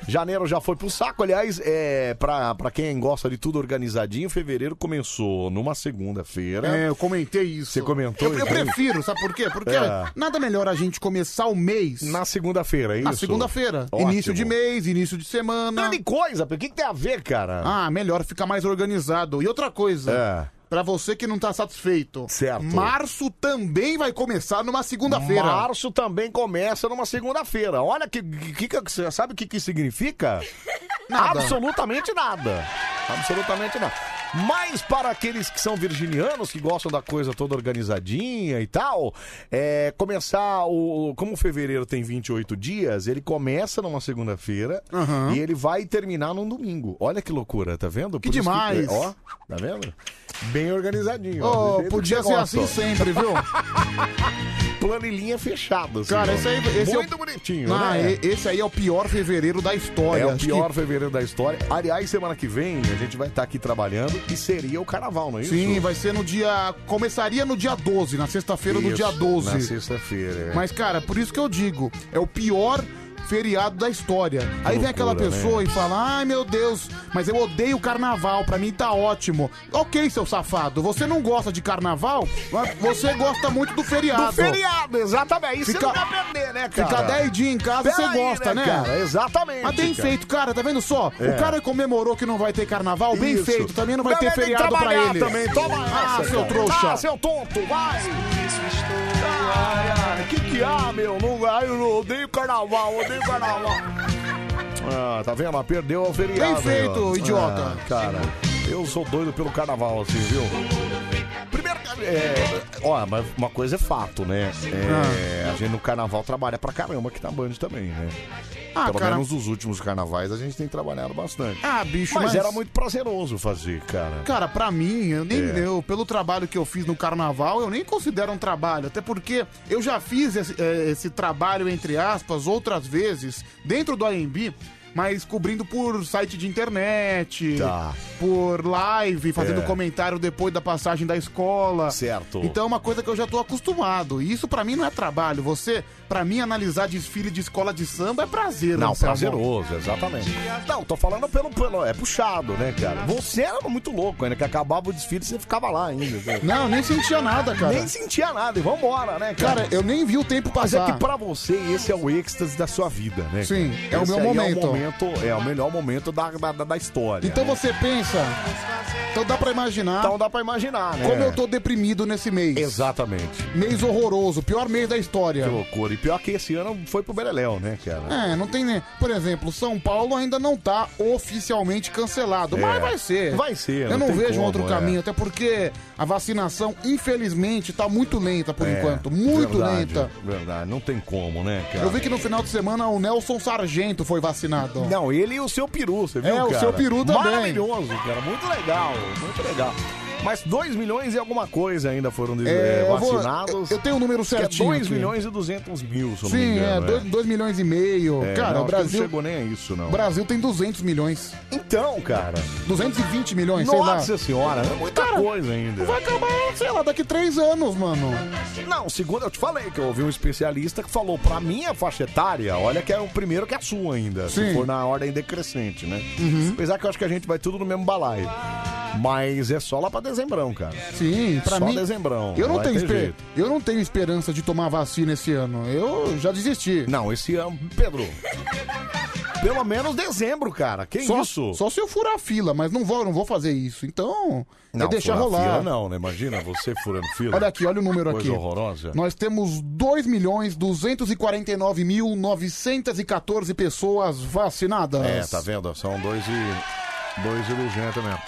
[SPEAKER 1] janeiro já foi pro saco. Aliás, é, pra, pra quem gosta de tudo organizadinho, fevereiro começou numa segunda-feira.
[SPEAKER 2] É, eu comentei isso.
[SPEAKER 1] Você comentou
[SPEAKER 2] Eu, eu
[SPEAKER 1] isso?
[SPEAKER 2] prefiro, sabe por quê? Porque
[SPEAKER 1] É.
[SPEAKER 2] nada melhor a gente começar o mês
[SPEAKER 1] Na segunda-feira, é isso?
[SPEAKER 2] na segunda-feira.
[SPEAKER 1] Ótimo.
[SPEAKER 2] Início de mês, início de semana.
[SPEAKER 1] Grande coisa, Pedro. o que, que tem a ver, cara?
[SPEAKER 2] Ah, melhor ficar mais organizado. E outra coisa.
[SPEAKER 1] É.
[SPEAKER 2] Pra você que não tá satisfeito,
[SPEAKER 1] Certo.
[SPEAKER 2] março também vai começar numa segunda-feira.
[SPEAKER 1] Março também começa numa segunda-feira. Olha que, que, que- que- você sabe o que que significa?
[SPEAKER 2] Nada.
[SPEAKER 1] Absolutamente nada. Absolutamente nada. Mas para aqueles que são virginianos, que gostam da coisa toda organizadinha e tal, é, começar o. Como fevereiro tem 28 dias, ele começa numa segunda-feira
[SPEAKER 2] Aham.
[SPEAKER 1] e ele vai terminar num domingo. Olha que loucura, tá vendo?
[SPEAKER 2] Que
[SPEAKER 1] Por isso
[SPEAKER 2] demais.
[SPEAKER 1] ó, tá vendo? Bem organizadinho. ó, do
[SPEAKER 2] Oh,
[SPEAKER 1] jeito
[SPEAKER 2] podia
[SPEAKER 1] que você
[SPEAKER 2] ser
[SPEAKER 1] gosta,
[SPEAKER 2] assim
[SPEAKER 1] ó
[SPEAKER 2] sempre, viu?
[SPEAKER 1] planilhinha fechada. assim,
[SPEAKER 2] Cara,
[SPEAKER 1] ó.
[SPEAKER 2] esse aí. Esse
[SPEAKER 1] Muito
[SPEAKER 2] é o...
[SPEAKER 1] bonitinho,
[SPEAKER 2] Ah,
[SPEAKER 1] né?
[SPEAKER 2] e- Esse aí é o pior fevereiro da história.
[SPEAKER 1] É o
[SPEAKER 2] Acho que-
[SPEAKER 1] pior fevereiro da história. Aliás, semana que vem a gente vai estar aqui trabalhando e seria o carnaval, não é isso?
[SPEAKER 2] Sim, vai ser no dia. Começaria no dia 12, na sexta-feira do
[SPEAKER 1] Isso,
[SPEAKER 2] dia 12.
[SPEAKER 1] Na sexta-feira. é.
[SPEAKER 2] Mas, cara, por isso que eu digo, é o pior feriado da história. Aí vem
[SPEAKER 1] loucura,
[SPEAKER 2] aquela pessoa
[SPEAKER 1] né?
[SPEAKER 2] e fala: ai meu Deus, mas eu odeio carnaval, pra mim tá ótimo. Ok, seu safado, você não gosta de carnaval, mas você gosta muito do feriado.
[SPEAKER 1] Do feriado, exatamente. Aí
[SPEAKER 2] Fica-
[SPEAKER 1] você não vai perder, né, cara?
[SPEAKER 2] Ficar 10 dias em casa
[SPEAKER 1] Pera
[SPEAKER 2] você
[SPEAKER 1] aí,
[SPEAKER 2] gosta, né?
[SPEAKER 1] Cara? Exatamente.
[SPEAKER 2] Mas bem
[SPEAKER 1] cara.
[SPEAKER 2] feito, cara, tá vendo só?
[SPEAKER 1] É.
[SPEAKER 2] O cara comemorou que não vai ter carnaval, é bem
[SPEAKER 1] Isso.
[SPEAKER 2] feito, também não vai ter
[SPEAKER 1] tem que
[SPEAKER 2] feriado pra
[SPEAKER 1] trabalhar
[SPEAKER 2] ele.
[SPEAKER 1] Também. Toma
[SPEAKER 2] Ah,
[SPEAKER 1] essa,
[SPEAKER 2] seu
[SPEAKER 1] cara.
[SPEAKER 2] trouxa.
[SPEAKER 1] Ah, seu tonto, vai. Ai, ai, que que há, meu? Não, ai, eu odeio carnaval, odeio carnaval. Ah, tá vendo? Ela Perdeu o feriado.
[SPEAKER 2] Bem feito,
[SPEAKER 1] ó.
[SPEAKER 2] idiota.
[SPEAKER 1] Ah, cara, eu sou doido pelo carnaval, assim, viu? Primeiro, é, ó, mas uma coisa é fato, né? É, A gente no carnaval trabalha pra caramba aqui na Band também, né?
[SPEAKER 2] Ah,
[SPEAKER 1] Pelo
[SPEAKER 2] cara.
[SPEAKER 1] menos nos últimos carnavais a gente tem trabalhado bastante.
[SPEAKER 2] Ah, bicho,
[SPEAKER 1] Mas,
[SPEAKER 2] mas,
[SPEAKER 1] era muito prazeroso fazer, cara.
[SPEAKER 2] Cara, pra mim, eu nem
[SPEAKER 1] É.
[SPEAKER 2] eu, pelo trabalho que eu fiz no carnaval, eu nem considero um trabalho. Até porque eu já fiz esse, eh, esse trabalho, entre aspas, outras vezes, dentro do AMB, mas cobrindo por site de internet,
[SPEAKER 1] Tá.
[SPEAKER 2] por live, fazendo
[SPEAKER 1] É.
[SPEAKER 2] comentário depois da passagem da escola.
[SPEAKER 1] Certo.
[SPEAKER 2] Então é uma coisa que eu já tô acostumado. E isso pra mim não é trabalho. Você, pra mim, analisar desfile de escola de samba é prazer,
[SPEAKER 1] não,
[SPEAKER 2] Anselmo.
[SPEAKER 1] prazeroso, exatamente. Não, tô falando pelo, pelo. É puxado, né, cara? Você era muito louco ainda, que acabava o desfile e você ficava lá ainda. né?
[SPEAKER 2] Não, nem sentia nada, cara.
[SPEAKER 1] Nem sentia nada, e vambora, né, cara?
[SPEAKER 2] Cara, eu nem vi o tempo
[SPEAKER 1] mas
[SPEAKER 2] passar.
[SPEAKER 1] é que pra você esse é o êxtase da sua vida, né?
[SPEAKER 2] Sim,
[SPEAKER 1] cara?
[SPEAKER 2] é o
[SPEAKER 1] Esse
[SPEAKER 2] meu
[SPEAKER 1] aí
[SPEAKER 2] momento.
[SPEAKER 1] É o, momento- é o melhor momento da, da, da- da história.
[SPEAKER 2] Então
[SPEAKER 1] né?
[SPEAKER 2] você pensa. Então dá pra imaginar
[SPEAKER 1] Então dá pra imaginar, né?
[SPEAKER 2] como eu tô deprimido nesse Então, mês.
[SPEAKER 1] Exatamente.
[SPEAKER 2] Mês horroroso, pior mês da história.
[SPEAKER 1] Que loucura. E pior que esse ano foi pro Beleléu, né, cara?
[SPEAKER 2] É, não tem nem. Por exemplo, São Paulo ainda não tá oficialmente cancelado,
[SPEAKER 1] É.
[SPEAKER 2] mas vai ser.
[SPEAKER 1] Vai ser,
[SPEAKER 2] Eu não,
[SPEAKER 1] não tem
[SPEAKER 2] vejo um
[SPEAKER 1] como,
[SPEAKER 2] outro
[SPEAKER 1] é.
[SPEAKER 2] caminho, até porque a vacinação, infelizmente, tá muito lenta por enquanto. Muito
[SPEAKER 1] É, verdade,
[SPEAKER 2] lenta.
[SPEAKER 1] Verdade, não tem como, né, cara?
[SPEAKER 2] Eu vi que no final de semana o Nelson Sargento foi vacinado.
[SPEAKER 1] Não, ele e o seu peru, você viu,
[SPEAKER 2] É, o
[SPEAKER 1] cara?
[SPEAKER 2] seu peru também.
[SPEAKER 1] Maravilhoso, cara. Muito legal, muito legal. Mas 2 milhões e alguma coisa ainda foram des-
[SPEAKER 2] É,
[SPEAKER 1] eh,
[SPEAKER 2] eu vou-
[SPEAKER 1] vacinados.
[SPEAKER 2] eu tenho o número certinho
[SPEAKER 1] Que é 2
[SPEAKER 2] aqui.
[SPEAKER 1] milhões e 200 mil, se eu não me
[SPEAKER 2] Sim, é,
[SPEAKER 1] engano.
[SPEAKER 2] 2 milhões e meio.
[SPEAKER 1] É,
[SPEAKER 2] cara,
[SPEAKER 1] não,
[SPEAKER 2] o
[SPEAKER 1] acho que
[SPEAKER 2] Brasil.
[SPEAKER 1] Não chegou nem a isso, não.
[SPEAKER 2] O Brasil tem 200 milhões.
[SPEAKER 1] Então, cara.
[SPEAKER 2] 220 milhões, sei lá.
[SPEAKER 1] Nossa senhora, é muita coisa ainda.
[SPEAKER 2] Vai acabar, sei lá, daqui três anos, mano.
[SPEAKER 1] Não, segundo eu te falei, que eu ouvi um especialista que falou pra minha faixa etária, olha que é o primeiro que a sua ainda, se
[SPEAKER 6] Sim.
[SPEAKER 1] for na ordem decrescente, né?
[SPEAKER 2] Uhum.
[SPEAKER 1] Apesar que eu acho que a gente vai tudo no mesmo balaio. Mas é só lá pra dezembrão, cara.
[SPEAKER 2] Sim, pra
[SPEAKER 1] só
[SPEAKER 2] mim.
[SPEAKER 1] dezembrão.
[SPEAKER 2] Eu não,
[SPEAKER 1] vai
[SPEAKER 2] tenho
[SPEAKER 1] ter
[SPEAKER 2] esper-
[SPEAKER 1] jeito.
[SPEAKER 2] eu não tenho esperança de tomar vacina esse ano. Eu já desisti.
[SPEAKER 1] Não, esse ano, Pedro. Pelo menos dezembro, cara. Que
[SPEAKER 2] só,
[SPEAKER 1] isso?
[SPEAKER 2] Só se eu furar a fila, mas não vou, não vou fazer isso. Então, é deixar
[SPEAKER 1] furar
[SPEAKER 2] rolar.
[SPEAKER 1] Fila, não, né? Imagina você furando fila.
[SPEAKER 2] Olha aqui, olha o número
[SPEAKER 1] Coisa
[SPEAKER 2] aqui.
[SPEAKER 1] horrorosa.
[SPEAKER 2] Nós temos 2.249.914 pessoas vacinadas.
[SPEAKER 1] É, tá vendo? São dois e. dois e 200 mesmo.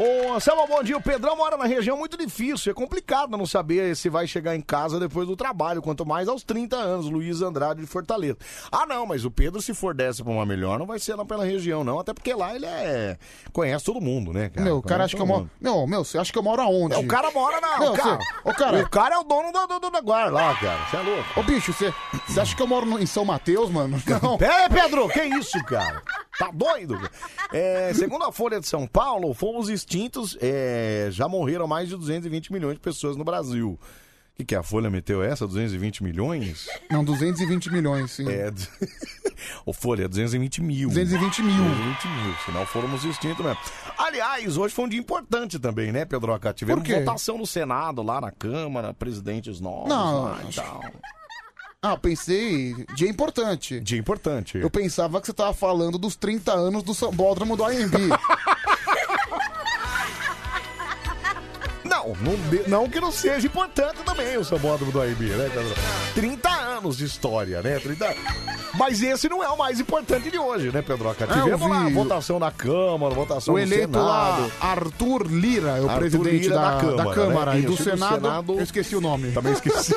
[SPEAKER 1] Ô, Anselmo, bom dia. O Pedrão mora na região muito difícil. É complicado não saber se vai chegar em casa depois do trabalho, quanto mais aos 30 anos. Luiz Andrade de Fortaleza. Ah, não, mas o Pedro, se for dessa pra uma melhor, não vai ser lá pela região, não. Até porque lá ele é. Conhece todo mundo, né, cara?
[SPEAKER 2] Meu, o cara
[SPEAKER 1] Conhece
[SPEAKER 2] acha que eu
[SPEAKER 1] todo
[SPEAKER 2] moro.
[SPEAKER 1] mundo.
[SPEAKER 2] Meu, meu, você acha que eu moro aonde?
[SPEAKER 1] Não, É, o cara mora na.
[SPEAKER 2] Não,
[SPEAKER 1] o, cara,
[SPEAKER 2] cê- ô, cara-
[SPEAKER 1] o cara é o dono do, do, do negócio lá, cara. Você é louco.
[SPEAKER 2] Ô, bicho, você você acha que eu moro no- em São Mateus, mano? Não.
[SPEAKER 1] É, Pedro, que isso, cara? Tá doido? cara? É, segundo a Folha de São Paulo, fomos extintos, é, já morreram mais de 220 milhões de pessoas no Brasil. O que, que a Folha meteu essa? 220 milhões?
[SPEAKER 2] Não, 220 milhões, sim.
[SPEAKER 1] É. du- Ô, Folha, 220 mil.
[SPEAKER 2] 220 mil.
[SPEAKER 1] 220 mil, senão fomos extintos mesmo. Aliás, hoje foi um dia importante também, né, Pedro? Tiveram
[SPEAKER 2] Por quê?
[SPEAKER 1] votação no Senado, lá na Câmara, presidentes novos
[SPEAKER 2] Não,
[SPEAKER 1] lá e
[SPEAKER 2] acho-
[SPEAKER 1] tal.
[SPEAKER 2] Ah, pensei. Dia importante.
[SPEAKER 1] Dia importante.
[SPEAKER 2] Eu pensava que você tava falando dos 30 anos do sambódromo do AMB.
[SPEAKER 1] Não, não, de- não que não seja importante também o sambódromo do AIB, né, Pedro? 30 anos de história, né? 30... Mas esse não é o mais importante de hoje, né, Pedro?
[SPEAKER 2] É, eu
[SPEAKER 1] Tivemos
[SPEAKER 2] vi.
[SPEAKER 1] lá a votação na Câmara, votação
[SPEAKER 2] o
[SPEAKER 1] no
[SPEAKER 2] eleito
[SPEAKER 1] Senado.
[SPEAKER 2] lá, Arthur Lira, é o
[SPEAKER 1] Arthur
[SPEAKER 2] presidente
[SPEAKER 1] Lira
[SPEAKER 2] da,
[SPEAKER 1] da
[SPEAKER 2] da
[SPEAKER 1] Câmara,
[SPEAKER 2] Câmara,
[SPEAKER 1] né?
[SPEAKER 2] e do
[SPEAKER 1] Isso, do
[SPEAKER 2] Senado,
[SPEAKER 1] Senado-
[SPEAKER 2] Eu esqueci o nome.
[SPEAKER 1] Também esqueci.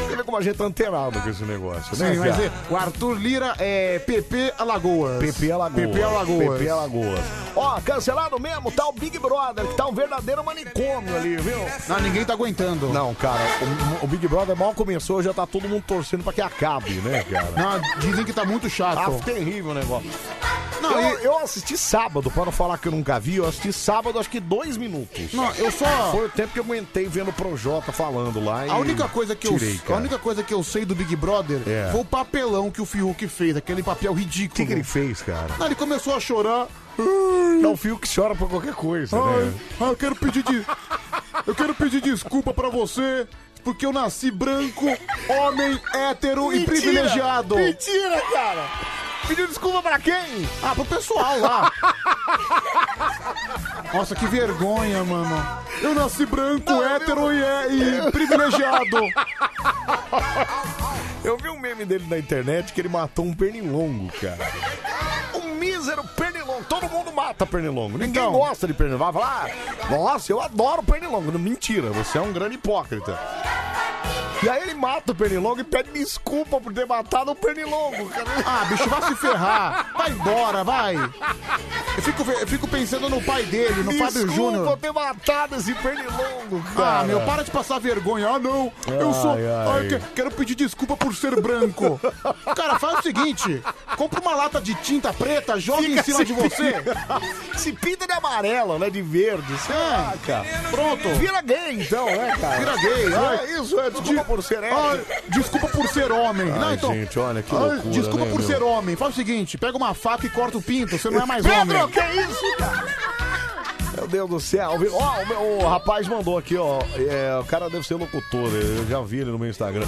[SPEAKER 1] Você vê como a gente tá antenado com esse negócio, né,
[SPEAKER 2] Sim, mas
[SPEAKER 1] cara?
[SPEAKER 2] é, o Arthur Lira é PP Alagoas.
[SPEAKER 1] PP Alagoas.
[SPEAKER 2] PP Alagoas.
[SPEAKER 1] PP Alagoas. Ó, Ah, cancelado mesmo, tá o Big Brother, que tá um verdadeiro manicômio ali, viu?
[SPEAKER 2] Não, ninguém tá aguentando.
[SPEAKER 1] Não, cara, o, o Big Brother mal começou, já tá todo mundo torcendo pra que acabe, né, cara?
[SPEAKER 2] Não, dizem que tá muito
[SPEAKER 1] Ah,
[SPEAKER 2] chato.
[SPEAKER 1] terrível o negócio. Não, eu, eu assisti sábado, pra não falar que eu nunca vi, eu assisti sábado acho que dois minutos.
[SPEAKER 2] Não, eu só-
[SPEAKER 1] Foi o tempo que eu aguentei vendo o Projota falando lá. e
[SPEAKER 2] A única, coisa que eu,
[SPEAKER 1] tirei,
[SPEAKER 2] a
[SPEAKER 1] cara.
[SPEAKER 2] única coisa que eu sei do Big Brother
[SPEAKER 1] É.
[SPEAKER 2] foi o papelão que o Fiuk fez, aquele papel ridículo.
[SPEAKER 1] O que, que ele fez, cara?
[SPEAKER 2] Não, ele começou a chorar.
[SPEAKER 1] Não, o Fio que chora por qualquer coisa,
[SPEAKER 2] Ai,
[SPEAKER 1] né?
[SPEAKER 2] ai, eu quero pedir de... eu quero pedir desculpa pra você, porque eu nasci branco, homem, hétero e um privilegiado.
[SPEAKER 1] Mentira, cara! Pediu desculpa pra quem?
[SPEAKER 2] Ah, pro pessoal lá. Nossa, que vergonha, mano. Eu nasci branco, hétero e, é- e privilegiado.
[SPEAKER 1] Eu vi um meme dele na internet que ele matou um pernilongo, cara. Um mísero pernilongo. Todo mundo mata pernilongo. Ninguém
[SPEAKER 2] Então.
[SPEAKER 1] gosta de pernilongo. Vai falar, "Ah, nossa, eu adoro pernilongo. Não, Mentira, você é um grande hipócrita. E aí ele mata o pernilongo e pede desculpa por ter matado o pernilongo, cara.
[SPEAKER 2] Ah, bicho, vai se ferrar. Vai embora, vai. Eu fico, ve- eu fico pensando no pai dele, no Fábio
[SPEAKER 1] Desculpa
[SPEAKER 2] Júnior.
[SPEAKER 1] por ter matado esse pernilongo, cara.
[SPEAKER 2] Ah, meu, para de passar vergonha. Ah, não,
[SPEAKER 1] Ai,
[SPEAKER 2] eu sou.
[SPEAKER 1] ai.
[SPEAKER 2] Ah, eu que- quero pedir desculpa por ser branco. Cara, faz o seguinte: compra uma lata de tinta preta, joga em cima de você.
[SPEAKER 1] Se pinta de amarelo, né? De verde, sei lá, cara.
[SPEAKER 2] Ah, Pronto.
[SPEAKER 1] Vira gay, então, né, cara?
[SPEAKER 2] Vira gay, né? ai.
[SPEAKER 1] É isso, é desculpa por ser hétero.
[SPEAKER 2] Ai, Ah, desculpa por ser homem. não, então,
[SPEAKER 1] gente, olha que
[SPEAKER 2] ai,
[SPEAKER 1] loucura,
[SPEAKER 2] desculpa
[SPEAKER 1] né,
[SPEAKER 2] por
[SPEAKER 1] meu?
[SPEAKER 2] ser homem. Faz o seguinte, pega uma faca e corta o pinto, você não é mais
[SPEAKER 1] Pedro,
[SPEAKER 2] homem.
[SPEAKER 1] que isso, cara? Meu Deus do céu. viu? Ó, o, meu- o rapaz mandou aqui, ó. é, o cara deve ser locutor, né? eu já vi ele no meu Instagram.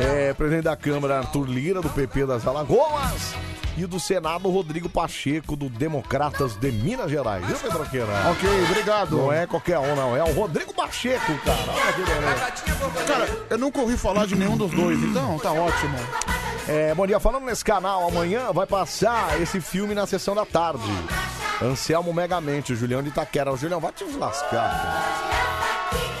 [SPEAKER 1] É, presidente da Câmara, Arthur Lira, do PP das Alagoas. E do Senado, Rodrigo Pacheco, do Democratas de Minas Gerais. Viu, Pedroqueira?
[SPEAKER 2] Ok, obrigado.
[SPEAKER 1] Não é qualquer um, não. É o Rodrigo Pacheco, cara. Olha que beleza.
[SPEAKER 2] Cara, eu nunca ouvi falar de nenhum dos dois, então tá ótimo.
[SPEAKER 1] É, bom dia. Falando nesse canal, amanhã vai passar esse filme na sessão da tarde. Anselmo Megamente, o Julião de Itaquera. O Julião, vai te lascar, cara.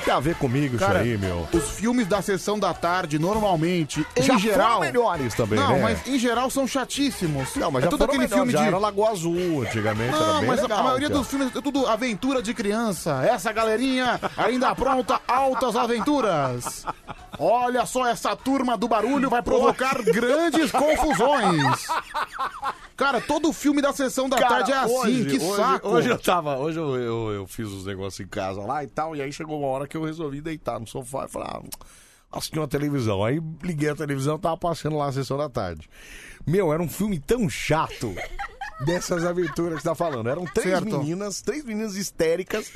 [SPEAKER 1] tem a ver comigo
[SPEAKER 2] Cara,
[SPEAKER 1] isso aí, meu?
[SPEAKER 2] Os filmes da sessão da tarde, normalmente, em
[SPEAKER 1] Já foram
[SPEAKER 2] geral.
[SPEAKER 1] melhores também,
[SPEAKER 2] Não,
[SPEAKER 1] né?
[SPEAKER 2] mas em geral são chatíssimos.
[SPEAKER 1] Não, mas
[SPEAKER 2] é
[SPEAKER 1] já
[SPEAKER 2] tudo
[SPEAKER 1] foram
[SPEAKER 2] aquele
[SPEAKER 1] melhores,
[SPEAKER 2] filme
[SPEAKER 1] já
[SPEAKER 2] de.
[SPEAKER 1] era Lagoa Azul, antigamente era
[SPEAKER 2] Não,
[SPEAKER 1] bem
[SPEAKER 2] mas
[SPEAKER 1] legal,
[SPEAKER 2] a maioria
[SPEAKER 1] cara.
[SPEAKER 2] dos filmes é tudo aventura de criança. Essa galerinha ainda apronta altas aventuras. Olha só, essa turma do barulho vai provocar grandes confusões. Cara, todo filme da sessão da tarde é assim, que
[SPEAKER 1] hoje,
[SPEAKER 2] saco.
[SPEAKER 1] Hoje eu tava, hoje eu, eu, eu fiz os negócios em casa lá e tal, e aí chegou uma hora que eu resolvi deitar no sofá e falar, ah, assistir uma televisão. Aí liguei a televisão, tava passando lá a sessão da tarde. Meu, era um filme tão chato. Dessas aventuras que você tá falando. Eram três
[SPEAKER 3] Certo.
[SPEAKER 1] meninas, três meninas histéricas.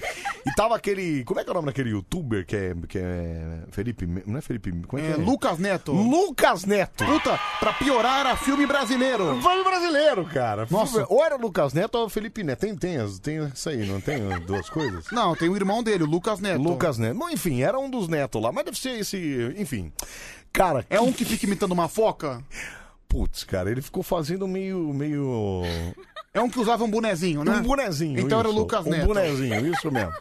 [SPEAKER 1] E tava aquele. Como é que é o nome daquele youtuber que é. Que é Felipe. Me- Não é Felipe. Me- Como é,
[SPEAKER 2] É,
[SPEAKER 1] que é?
[SPEAKER 2] Lucas Neto.
[SPEAKER 1] Lucas Neto.
[SPEAKER 2] Puta, pra piorar era filme brasileiro.
[SPEAKER 1] Filme brasileiro, cara.
[SPEAKER 2] Nossa.
[SPEAKER 1] Ou era Lucas Neto ou Felipe Neto. Tem, tem, as- tem isso aí, não tem as duas coisas?
[SPEAKER 2] Não, tem o irmão dele, o Lucas Neto.
[SPEAKER 1] Lucas Neto. Bom, enfim, era um dos netos lá, mas deve ser esse. Enfim. Cara.
[SPEAKER 2] É um que fica imitando uma foca?
[SPEAKER 1] Putz, cara, ele ficou fazendo meio. meio.
[SPEAKER 2] É um que usava um bonezinho, né?
[SPEAKER 1] Um bonezinho.
[SPEAKER 2] Então era o
[SPEAKER 1] isso.
[SPEAKER 2] Lucas
[SPEAKER 1] um
[SPEAKER 2] Neto.
[SPEAKER 1] bonezinho, isso mesmo.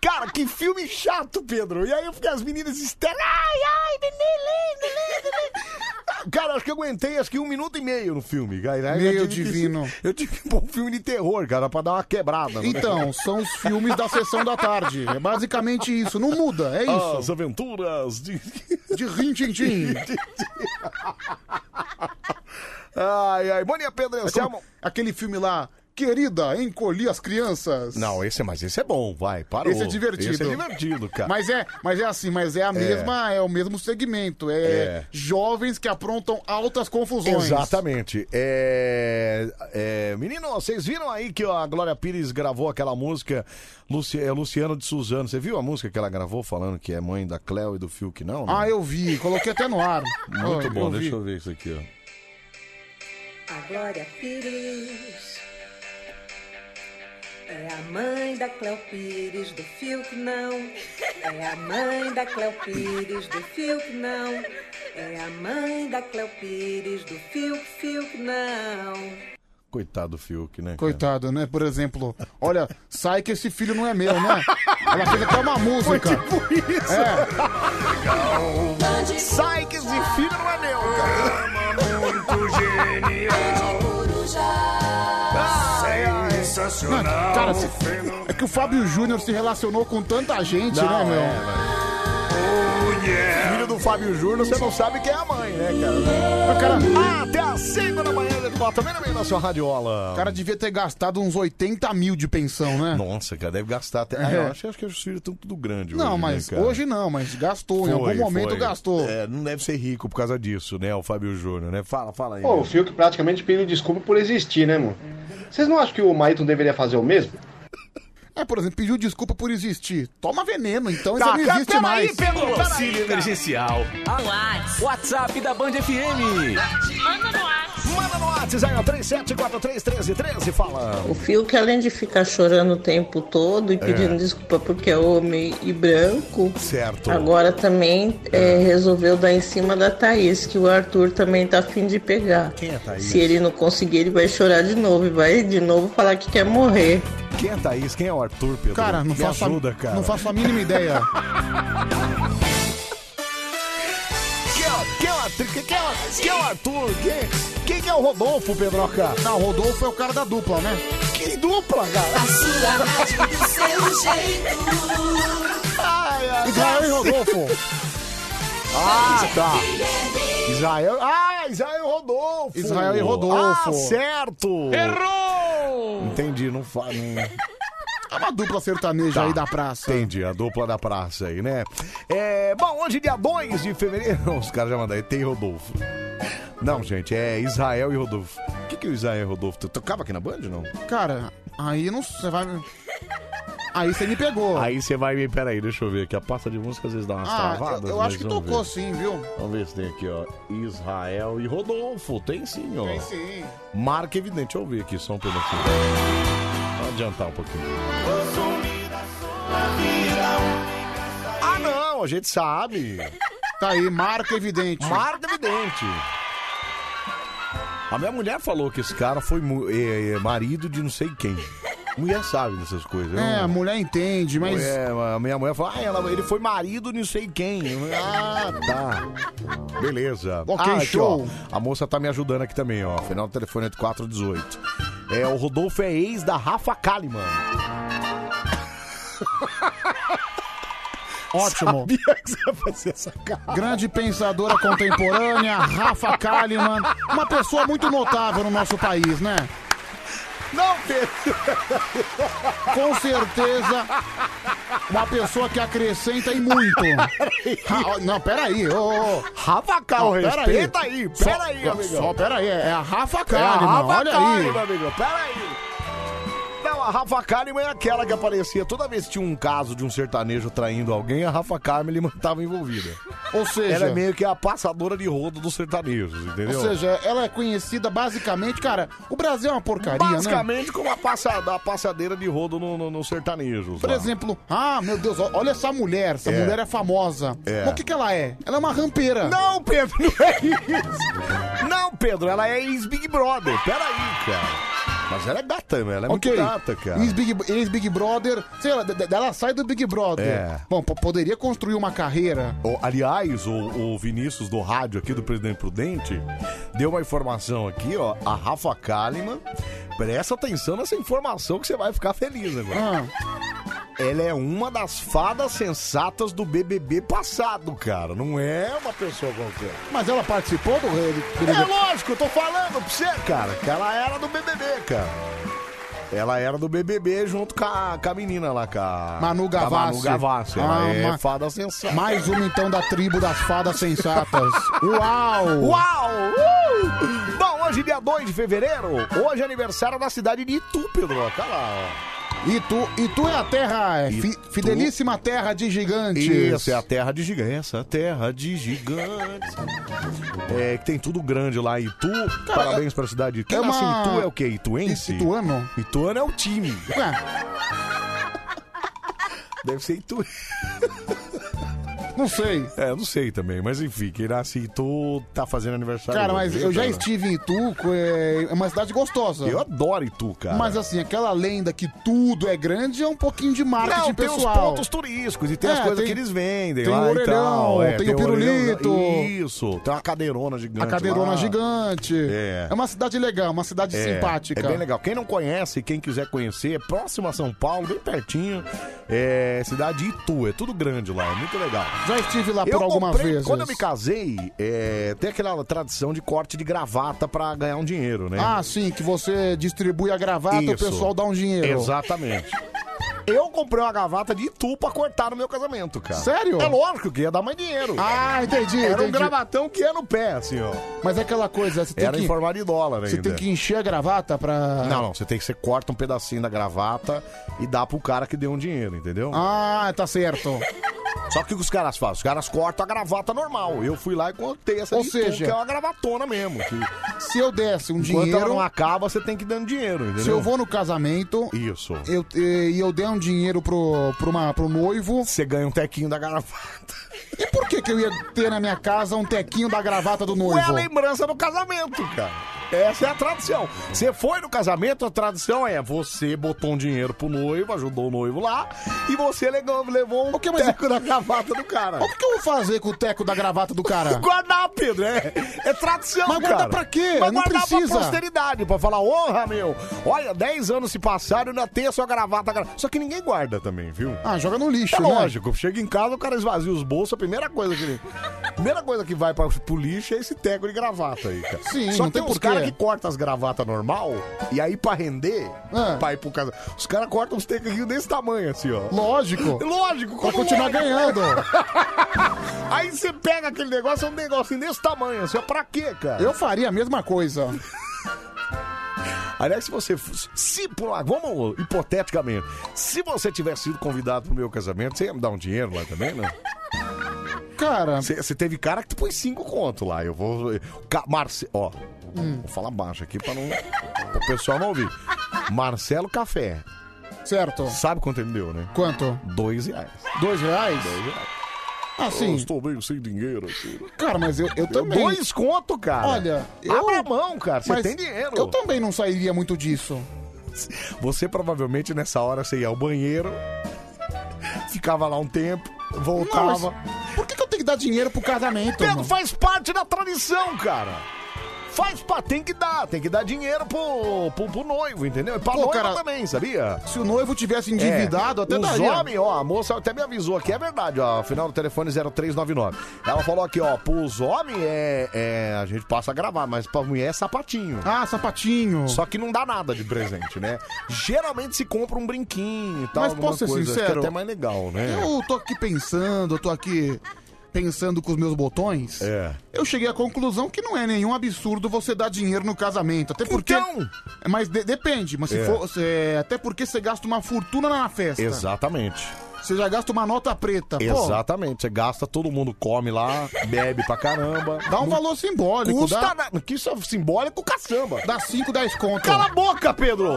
[SPEAKER 1] Cara, que filme chato, Pedro. E aí eu fiquei as meninas histéricas. Ai, ai, menino, menino, menino. Cara, acho que eu aguentei acho que um minuto e meio no filme. cara. Aí eu
[SPEAKER 2] Meu
[SPEAKER 1] tive que-
[SPEAKER 2] divino.
[SPEAKER 1] eu tive que pôr um filme de terror, cara, pra dar uma quebrada. no
[SPEAKER 2] Então, são os filmes da sessão da tarde. É basicamente isso. Não muda, é isso.
[SPEAKER 1] Ah, As aventuras de.
[SPEAKER 2] De rim tim tim.
[SPEAKER 1] Ai, ai. Bom dia, Pedro
[SPEAKER 2] É
[SPEAKER 1] Anselmo.
[SPEAKER 2] como aquele filme lá, Querida, encolhi as crianças.
[SPEAKER 1] Não, esse é, mas esse é bom, vai. Parou.
[SPEAKER 2] Esse é divertido.
[SPEAKER 1] Esse é divertido, cara.
[SPEAKER 2] Mas é, mas é assim, mas é a mesma, é, o mesmo segmento. É,
[SPEAKER 1] É.
[SPEAKER 2] jovens que aprontam altas confusões.
[SPEAKER 1] Exatamente. É... é, Menino, vocês viram aí que a Glória Pires gravou aquela música Luci... é, Luciano de Suzano. Você viu a música que ela gravou falando que é mãe da Cléo e do Phil que não? né?
[SPEAKER 2] Ah, eu vi, coloquei até no ar.
[SPEAKER 1] Muito
[SPEAKER 2] Ah,
[SPEAKER 1] bom,
[SPEAKER 2] vi.
[SPEAKER 1] deixa eu ver isso aqui, ó.
[SPEAKER 7] A Glória Pires é a mãe da Cléo Pires do fio que não. É a mãe da Cléo Pires do fio que não. É a mãe da Cléo Pires do fio que fio que não.
[SPEAKER 1] Coitado do Fiuk, né? cara?
[SPEAKER 2] Coitado, né? Por exemplo, olha, sai que esse filho não é meu, né? Ela fez até uma música.
[SPEAKER 1] tipo isso.
[SPEAKER 2] É,
[SPEAKER 1] Sai que esse filho não é meu, cara.
[SPEAKER 2] Não, cara, se- é que o Fábio Júnior se relacionou com tanta gente, né, meu?
[SPEAKER 1] é, Filho do Fábio Júnior, você não sabe quem é a mãe, né, cara?
[SPEAKER 2] Mas, cara,
[SPEAKER 1] Até às 5 da manhã, ele bota bem no meio da sua radiola.
[SPEAKER 2] o cara devia ter gastado uns 80 mil de pensão, né?
[SPEAKER 1] Nossa, cara, deve gastar até. Ah, eu acho, acho que os filhos estão tudo grande
[SPEAKER 2] É. Não,
[SPEAKER 1] hoje,
[SPEAKER 2] mas
[SPEAKER 1] né, cara?
[SPEAKER 2] hoje não, mas gastou, em
[SPEAKER 1] Foi,
[SPEAKER 2] algum momento
[SPEAKER 1] foi.
[SPEAKER 2] gastou.
[SPEAKER 1] É, não deve ser rico por causa disso, né, o Fábio Júnior, né? Fala, fala aí.
[SPEAKER 8] Pô, o Fiuk praticamente pediu desculpa por existir, né, mano? Vocês não acham que o Maíton deveria fazer o mesmo?
[SPEAKER 2] É, por exemplo, pediu desculpa por existir. Toma veneno, então
[SPEAKER 9] Tá,
[SPEAKER 2] isso não existe mais.
[SPEAKER 9] Pelo auxílio emergencial. WhatsApp da Band FM.
[SPEAKER 1] Manda no WhatsApp aí, ó, 37431313, fala.
[SPEAKER 10] O fio que além de ficar chorando o tempo
[SPEAKER 1] É.
[SPEAKER 10] todo e pedindo desculpa porque é homem e branco,
[SPEAKER 1] Certo.
[SPEAKER 10] agora também é, resolveu dar em cima da Thaís, que o Arthur também tá afim de pegar.
[SPEAKER 1] Quem é
[SPEAKER 3] Tá
[SPEAKER 1] Thaís?
[SPEAKER 10] Se ele não conseguir, ele vai chorar de novo e vai de novo falar que quer morrer.
[SPEAKER 1] Quem é Thaís? Quem é o Arthur, Pedro?
[SPEAKER 2] Cara, não
[SPEAKER 1] Me
[SPEAKER 2] faço,
[SPEAKER 1] ajuda,
[SPEAKER 2] a,
[SPEAKER 1] cara.
[SPEAKER 2] não faço a mínima ideia.
[SPEAKER 1] Quem é, quem é o Arthur? Quem é, o- quem é o Arthur? Quem, quem que é o Rodolfo, Pedroca?
[SPEAKER 2] Não, o Rodolfo é o cara da dupla, né?
[SPEAKER 1] Que dupla, cara. Ai, ai,
[SPEAKER 2] Israel e
[SPEAKER 1] ai.
[SPEAKER 2] Rodolfo.
[SPEAKER 1] Ah, tá. Israel. Ah, Israel e Rodolfo.
[SPEAKER 2] Israel e Rodolfo.
[SPEAKER 1] Ah, certo. Errou! Entendi, não fala. Não...
[SPEAKER 2] É uma dupla sertaneja
[SPEAKER 1] Tá.
[SPEAKER 2] aí da praça.
[SPEAKER 1] Entendi, a dupla da praça aí, né? É, bom, hoje, dia 2 de fevereiro. Os caras já mandaram. Tem Rodolfo. Não, gente, é Israel e Rodolfo. O que, que o Israel e Rodolfo? Tu Tocava aqui na Band, não?
[SPEAKER 2] Cara, aí não. Você vai. Aí você me pegou.
[SPEAKER 1] Aí você vai me. Peraí, deixa eu ver aqui. A pasta de música às vezes dá umas
[SPEAKER 2] ah,
[SPEAKER 1] travadas.
[SPEAKER 2] eu, eu
[SPEAKER 1] mas
[SPEAKER 2] acho que
[SPEAKER 1] vamos
[SPEAKER 2] tocou
[SPEAKER 1] ver.
[SPEAKER 2] sim, viu?
[SPEAKER 1] Vamos ver se tem aqui, ó. Israel e Rodolfo. Tem sim, ó.
[SPEAKER 2] Tem sim.
[SPEAKER 1] Marca evidente. Deixa eu ouvir aqui só um pedacinho. Vou adiantar um pouquinho. Ah, não, a gente sabe.
[SPEAKER 2] Tá aí, marca evidente.
[SPEAKER 1] Marca evidente. A minha mulher falou que esse cara foi mu- é, é, marido de não sei quem. Mulher sabe dessas coisas.
[SPEAKER 2] É, a mulher entende, mas.
[SPEAKER 1] É, a minha mulher fala, ah, ela- ele foi marido, não sei quem. Ah, tá. Beleza.
[SPEAKER 2] Ok,
[SPEAKER 1] Ah, aqui,
[SPEAKER 2] show.
[SPEAKER 1] ó, a moça tá me ajudando aqui também, ó. Final do telefone é 418. É, o Rodolfo é ex da Rafa Kalimann.
[SPEAKER 2] Ótimo.
[SPEAKER 1] Sabia que você ia fazer essa cara.
[SPEAKER 2] Grande pensadora contemporânea, Rafa Kalimann. Uma pessoa muito notável no nosso país, né?
[SPEAKER 1] Não, Pedro.
[SPEAKER 2] Com certeza, uma pessoa que acrescenta e muito. Ra- não, peraí. Ô, ô.
[SPEAKER 1] Rafa Kalimann, respeita aí, peraí,
[SPEAKER 2] Tá, só,
[SPEAKER 1] amigão.
[SPEAKER 2] Só peraí, é a Rafa
[SPEAKER 1] É a
[SPEAKER 2] Kalimann,
[SPEAKER 1] Rafa
[SPEAKER 2] olha
[SPEAKER 1] Kalimann,
[SPEAKER 2] aí.
[SPEAKER 1] amigo. Pera aí. Não, a Rafa Kalimann é aquela que aparecia. Toda vez que tinha um caso de um sertanejo traindo alguém, a Rafa Kalimann estava envolvida.
[SPEAKER 2] Ou seja-
[SPEAKER 1] Ela é meio que a passadora de rodo dos sertanejos, entendeu?
[SPEAKER 2] Ou seja, ela é conhecida basicamente, cara, o Brasil é uma porcaria, né?
[SPEAKER 1] basicamente como a, passada, a passadeira de rodo no, no, no sertanejo.
[SPEAKER 2] Por exemplo, ah, meu Deus, ó, olha essa mulher, essa
[SPEAKER 1] É.
[SPEAKER 2] mulher é famosa.
[SPEAKER 1] É.
[SPEAKER 2] Mas O que que ela é? Ela é uma rampeira.
[SPEAKER 1] Não, Pedro, não é isso. Não, Pedro, ela é ex-Big Brother. Pera aí, cara. Mas ela é gata, ela é
[SPEAKER 2] Ok.
[SPEAKER 1] muito gata, cara.
[SPEAKER 2] Ex-Big ex -Big Brother, sei lá, d- d- ela sai do Big Brother.
[SPEAKER 1] É.
[SPEAKER 2] Bom, po- poderia construir uma carreira.
[SPEAKER 1] O- aliás, o, o Vinícius do rádio aqui do Presidente Prudente deu uma informação aqui, ó. A Rafa Kalimann, presta atenção nessa informação que você vai ficar feliz agora. Ela é uma das fadas sensatas do BBB passado, cara. Não é uma pessoa qualquer.
[SPEAKER 2] Mas ela participou do do-
[SPEAKER 1] É lógico, eu tô falando pra você, cara, que ela era do BBB, cara. Ela era do BBB junto com a, com a menina lá, com a
[SPEAKER 2] Manu
[SPEAKER 1] com a
[SPEAKER 2] Gavassi.
[SPEAKER 1] Manu Gavassi. Ela
[SPEAKER 2] Ah,
[SPEAKER 1] é
[SPEAKER 2] ma-
[SPEAKER 1] fada sensata.
[SPEAKER 2] Mais uma então da tribo das fadas sensatas. Uau!
[SPEAKER 1] Uau! Uh! Bom, hoje, dia 2 de fevereiro, hoje é aniversário da cidade de Itu, Pedro. Olha lá,
[SPEAKER 2] E tu, e tu é a terra, é fi-
[SPEAKER 1] Itu.
[SPEAKER 2] fidelíssima terra de
[SPEAKER 1] ó.
[SPEAKER 2] gigantes.
[SPEAKER 1] Isso, é a terra de gigantes. Essa é a terra de gigantes. É, que tem tudo grande lá em Itu. Parabéns pra cidade. Quem
[SPEAKER 2] é
[SPEAKER 1] nasce
[SPEAKER 2] uma-
[SPEAKER 1] em Itu é o quê? Ituense?
[SPEAKER 2] Ituano?
[SPEAKER 1] Ituano é o time.
[SPEAKER 2] Ué,
[SPEAKER 1] Deve ser Itu.
[SPEAKER 2] não sei.
[SPEAKER 1] É, eu não sei também, mas enfim, quem nasce em Itu tá fazendo aniversário.
[SPEAKER 2] Cara,
[SPEAKER 1] hoje,
[SPEAKER 2] mas
[SPEAKER 1] viu,
[SPEAKER 2] eu já
[SPEAKER 1] cara?
[SPEAKER 2] estive em Itu, é é uma cidade gostosa.
[SPEAKER 1] Eu adoro Itu, cara.
[SPEAKER 2] Mas assim, aquela lenda que tudo é grande é um pouquinho de marketing
[SPEAKER 1] Não, tem os
[SPEAKER 2] pessoal.
[SPEAKER 1] pontos turísticos e tem
[SPEAKER 2] É,
[SPEAKER 1] as coisas
[SPEAKER 2] tem-
[SPEAKER 1] que eles vendem
[SPEAKER 2] tem
[SPEAKER 1] lá
[SPEAKER 2] o orelhão,
[SPEAKER 1] e tal. é,
[SPEAKER 2] tem o
[SPEAKER 1] orelhão,
[SPEAKER 2] pirulito.
[SPEAKER 1] Isso, tem uma cadeirona gigante
[SPEAKER 2] A cadeirona
[SPEAKER 1] lá.
[SPEAKER 2] gigante.
[SPEAKER 1] É.
[SPEAKER 2] É. uma cidade legal, uma cidade
[SPEAKER 1] É,
[SPEAKER 2] simpática.
[SPEAKER 1] É bem legal. Quem não conhece, quem quiser conhecer, é próximo a São Paulo, bem pertinho. É cidade de Itu, é tudo grande lá, é muito legal.
[SPEAKER 2] Já estive lá
[SPEAKER 1] Eu
[SPEAKER 2] por algumas
[SPEAKER 1] comprei-
[SPEAKER 2] vezes.
[SPEAKER 1] Quando eu me casei, é, tem aquela tradição de corte de gravata pra ganhar um dinheiro, né?
[SPEAKER 2] Ah, sim, que você distribui a gravata, o
[SPEAKER 1] Isso.
[SPEAKER 2] pessoal dá um dinheiro.
[SPEAKER 1] Exatamente. Eu comprei uma gravata de Itu pra cortar no meu casamento, cara.
[SPEAKER 2] Sério?
[SPEAKER 1] É lógico que ia dar mais dinheiro.
[SPEAKER 2] Ah, entendi.
[SPEAKER 1] Era um
[SPEAKER 2] entendi.
[SPEAKER 1] gravatão que ia no pé, assim, ó.
[SPEAKER 2] Mas é aquela coisa, você tem
[SPEAKER 1] Era
[SPEAKER 2] que
[SPEAKER 1] em formato de dólar
[SPEAKER 2] você
[SPEAKER 1] ainda.
[SPEAKER 2] tem que encher a gravata pra
[SPEAKER 1] Não, não, você tem que você corta um pedacinho da gravata e dá pro cara que deu um dinheiro, entendeu?
[SPEAKER 2] Ah, tá certo.
[SPEAKER 1] Só que o que os caras fazem? Os caras cortam a gravata normal. Eu fui lá e cortei essa
[SPEAKER 2] Ou
[SPEAKER 1] de Itu,
[SPEAKER 2] seja-
[SPEAKER 1] que é uma gravatona mesmo. que enquanto
[SPEAKER 2] Se eu desse um
[SPEAKER 1] ela
[SPEAKER 2] dinheiro,
[SPEAKER 1] não acaba, você tem que ir dando dinheiro, entendeu?
[SPEAKER 2] se eu vou no casamento
[SPEAKER 1] Isso.
[SPEAKER 2] eu, e eu der um dinheiro pro, pro, uma, pro noivo,
[SPEAKER 1] Você ganha um tequinho da gravata.
[SPEAKER 2] e por que que eu ia ter na minha casa um tequinho da gravata do noivo?
[SPEAKER 1] É a lembrança do casamento, cara. Essa é a tradição. Você foi no casamento, a tradição é você botou um dinheiro pro noivo, ajudou o noivo lá, e você legou- levou um
[SPEAKER 2] O que, mas- é
[SPEAKER 1] teco da gravata do cara.
[SPEAKER 2] O que, que eu vou fazer com o teco da gravata do cara?
[SPEAKER 1] Guardar, Pedro, é, é tradição,
[SPEAKER 2] Mas
[SPEAKER 1] cara.
[SPEAKER 2] guardar pra quê?
[SPEAKER 1] Mas
[SPEAKER 2] Não
[SPEAKER 1] guardar
[SPEAKER 2] precisa.
[SPEAKER 1] pra posteridade, pra falar, honra, meu. Olha, 10 anos se passaram, ainda tem a sua gravata. gra-". Só que ninguém guarda também, viu?
[SPEAKER 2] Ah, joga no
[SPEAKER 1] É
[SPEAKER 2] lixo, né?
[SPEAKER 1] lógico, chega em casa, o cara esvazia os bolsos, a primeira coisa que ele... a primeira coisa que vai pra, pro lixo é esse teco de gravata aí, cara.
[SPEAKER 2] Sim,
[SPEAKER 1] Só
[SPEAKER 2] não
[SPEAKER 1] que
[SPEAKER 2] tem
[SPEAKER 1] tem uns
[SPEAKER 2] porquê.
[SPEAKER 1] caras que cortam as gravatas normal, e aí pra render,
[SPEAKER 2] Ah.
[SPEAKER 1] pra ir pro casa, os caras cortam uns tequinhos desse tamanho, assim, ó.
[SPEAKER 2] Lógico.
[SPEAKER 1] Lógico,
[SPEAKER 2] Pra
[SPEAKER 1] como é?
[SPEAKER 2] continuar
[SPEAKER 1] né, lógico.
[SPEAKER 2] ganhando.
[SPEAKER 1] Aí você pega aquele negócio, é um negócio desse tamanho, assim, ó, pra quê, cara?
[SPEAKER 2] Eu faria a mesma coisa.
[SPEAKER 1] Aliás, se você. fosse- Se por lá, vamos hipoteticamente. Se você tivesse sido convidado pro meu casamento, você ia me dar um dinheiro lá também, né?
[SPEAKER 2] Cara,
[SPEAKER 1] Você você teve cara que tu põe cinco conto lá. Eu vou. Ca- Marce... Ó,
[SPEAKER 2] Hum.
[SPEAKER 1] vou falar baixo aqui pra não. o pessoal não ouvir. Marcelo Café.
[SPEAKER 2] certo.
[SPEAKER 1] Sabe quanto ele deu, né?
[SPEAKER 2] Quanto?
[SPEAKER 1] Dois reais.
[SPEAKER 2] Dois reais?
[SPEAKER 1] Eu
[SPEAKER 2] Assim,
[SPEAKER 1] estou meio sem dinheiro aqui.
[SPEAKER 2] cara, mas eu, eu também.
[SPEAKER 1] Dois conto, cara.
[SPEAKER 2] Olha, eu-
[SPEAKER 1] Abra a mão, cara. Você
[SPEAKER 2] mas
[SPEAKER 1] tem dinheiro.
[SPEAKER 2] Eu também não sairia muito disso.
[SPEAKER 1] Você provavelmente nessa hora você ia ao banheiro, ficava lá um tempo, voltava.
[SPEAKER 2] por que, eu tenho que dar dinheiro pro casamento?
[SPEAKER 1] Pedro, faz parte da tradição, cara. Faz parte, tem que dar, tem que dar dinheiro pro, pro, pro noivo, entendeu? E pra
[SPEAKER 2] Pô,
[SPEAKER 1] noiva
[SPEAKER 2] cara,
[SPEAKER 1] também, sabia? É,
[SPEAKER 2] Se o noivo tivesse endividado, até
[SPEAKER 1] os
[SPEAKER 2] daria.
[SPEAKER 1] homens, ó, a moça até me avisou aqui, é verdade, ó, final do telefone 0399. Ela falou aqui, ó, pros homens é, é, a gente passa a gravar, mas pra mulher é sapatinho.
[SPEAKER 2] Ah, sapatinho.
[SPEAKER 1] Só que não dá nada de presente, né? Geralmente se compra um brinquinho e tal,
[SPEAKER 2] Mas
[SPEAKER 1] alguma
[SPEAKER 2] posso ser
[SPEAKER 1] coisa, acho que
[SPEAKER 2] sincero?
[SPEAKER 1] é até mais legal, né?
[SPEAKER 2] Eu tô aqui pensando, eu tô aqui pensando com os meus botões.
[SPEAKER 1] É.
[SPEAKER 2] Eu cheguei à conclusão que não é nenhum absurdo você dar dinheiro no casamento. Até porque. Mas de- depende, mas se
[SPEAKER 1] Então! É.
[SPEAKER 2] for. é, até porque você gasta uma fortuna na festa.
[SPEAKER 1] Exatamente.
[SPEAKER 2] Você já gasta uma nota preta. Pô,
[SPEAKER 1] Exatamente. Você gasta, todo mundo come lá, bebe pra caramba.
[SPEAKER 2] Dá um valor simbólico.
[SPEAKER 1] Custa
[SPEAKER 2] dá...
[SPEAKER 1] na- Que isso é simbólico, caçamba.
[SPEAKER 2] Dá 5, 10 conto.
[SPEAKER 1] Cala a boca, Pedro!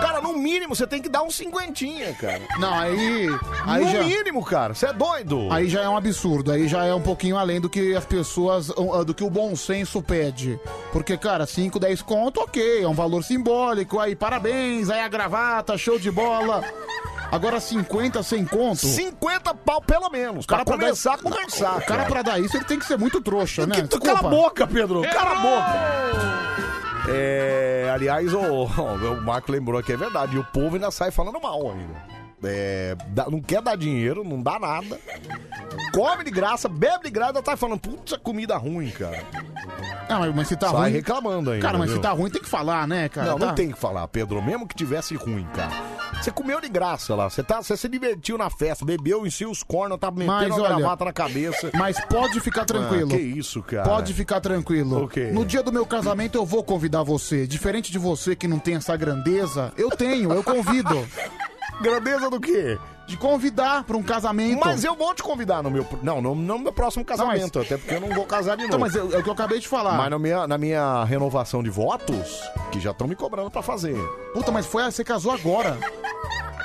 [SPEAKER 1] Cara, no mínimo você tem que dar um cinquentinha, cara.
[SPEAKER 2] Não, aí. aí
[SPEAKER 1] no
[SPEAKER 2] já...
[SPEAKER 1] mínimo, cara. Você é doido.
[SPEAKER 2] Aí já é um absurdo, aí já é um pouquinho além do que as pessoas, uh, do que o bom senso pede. Porque, cara, 5, 10 conto, ok, é um valor simbólico, aí parabéns, aí a gravata, show de bola. Agora 50, 100 conto. Tá
[SPEAKER 1] 50 pau pelo menos. Pra
[SPEAKER 2] pra dar-
[SPEAKER 1] começar a conversar.
[SPEAKER 2] O cara pra dar isso, ele tem que ser muito trouxa, né?
[SPEAKER 1] Tu Cala a
[SPEAKER 2] Desculpa.
[SPEAKER 1] boca, Pedro! Cala a boca! É, aliás, o, o Marco lembrou que é verdade. E o povo ainda sai falando mal ainda. É, dá- não quer dar dinheiro, não dá nada. Come de graça, bebe de graça, tá falando, puta comida ruim, cara.
[SPEAKER 2] Não, mas- mas se tá
[SPEAKER 1] Sai
[SPEAKER 2] ruim.
[SPEAKER 1] reclamando ainda,
[SPEAKER 2] Cara, mas
[SPEAKER 1] viu?
[SPEAKER 2] se tá ruim, tem que falar, né, cara?
[SPEAKER 1] não,
[SPEAKER 2] tá...
[SPEAKER 1] não tem o que falar, Pedro. Mesmo que tivesse ruim, cara. Você comeu de graça lá, você, tá, você se divertiu na festa, bebeu, encheu os cornos, tá metendo
[SPEAKER 2] Mas,
[SPEAKER 1] a
[SPEAKER 2] olha,
[SPEAKER 1] gravata na cabeça.
[SPEAKER 2] Mas pode ficar tranquilo.
[SPEAKER 1] Ah, que isso, cara.
[SPEAKER 2] Pode ficar tranquilo.
[SPEAKER 1] O quê?
[SPEAKER 2] No dia do meu casamento eu vou convidar você. Diferente de você que não tem essa grandeza, eu tenho, eu convido.
[SPEAKER 1] Grandeza do quê?
[SPEAKER 2] De convidar pra um casamento.
[SPEAKER 1] Mas eu vou te convidar no meu. Não, não, não no meu próximo casamento,
[SPEAKER 2] Não,
[SPEAKER 1] até porque eu não vou casar de novo.
[SPEAKER 2] Então, mas é é o que eu acabei de falar.
[SPEAKER 1] Mas na minha, na minha renovação de votos, que já estão me cobrando pra fazer.
[SPEAKER 2] Puta, mas foi você casou agora.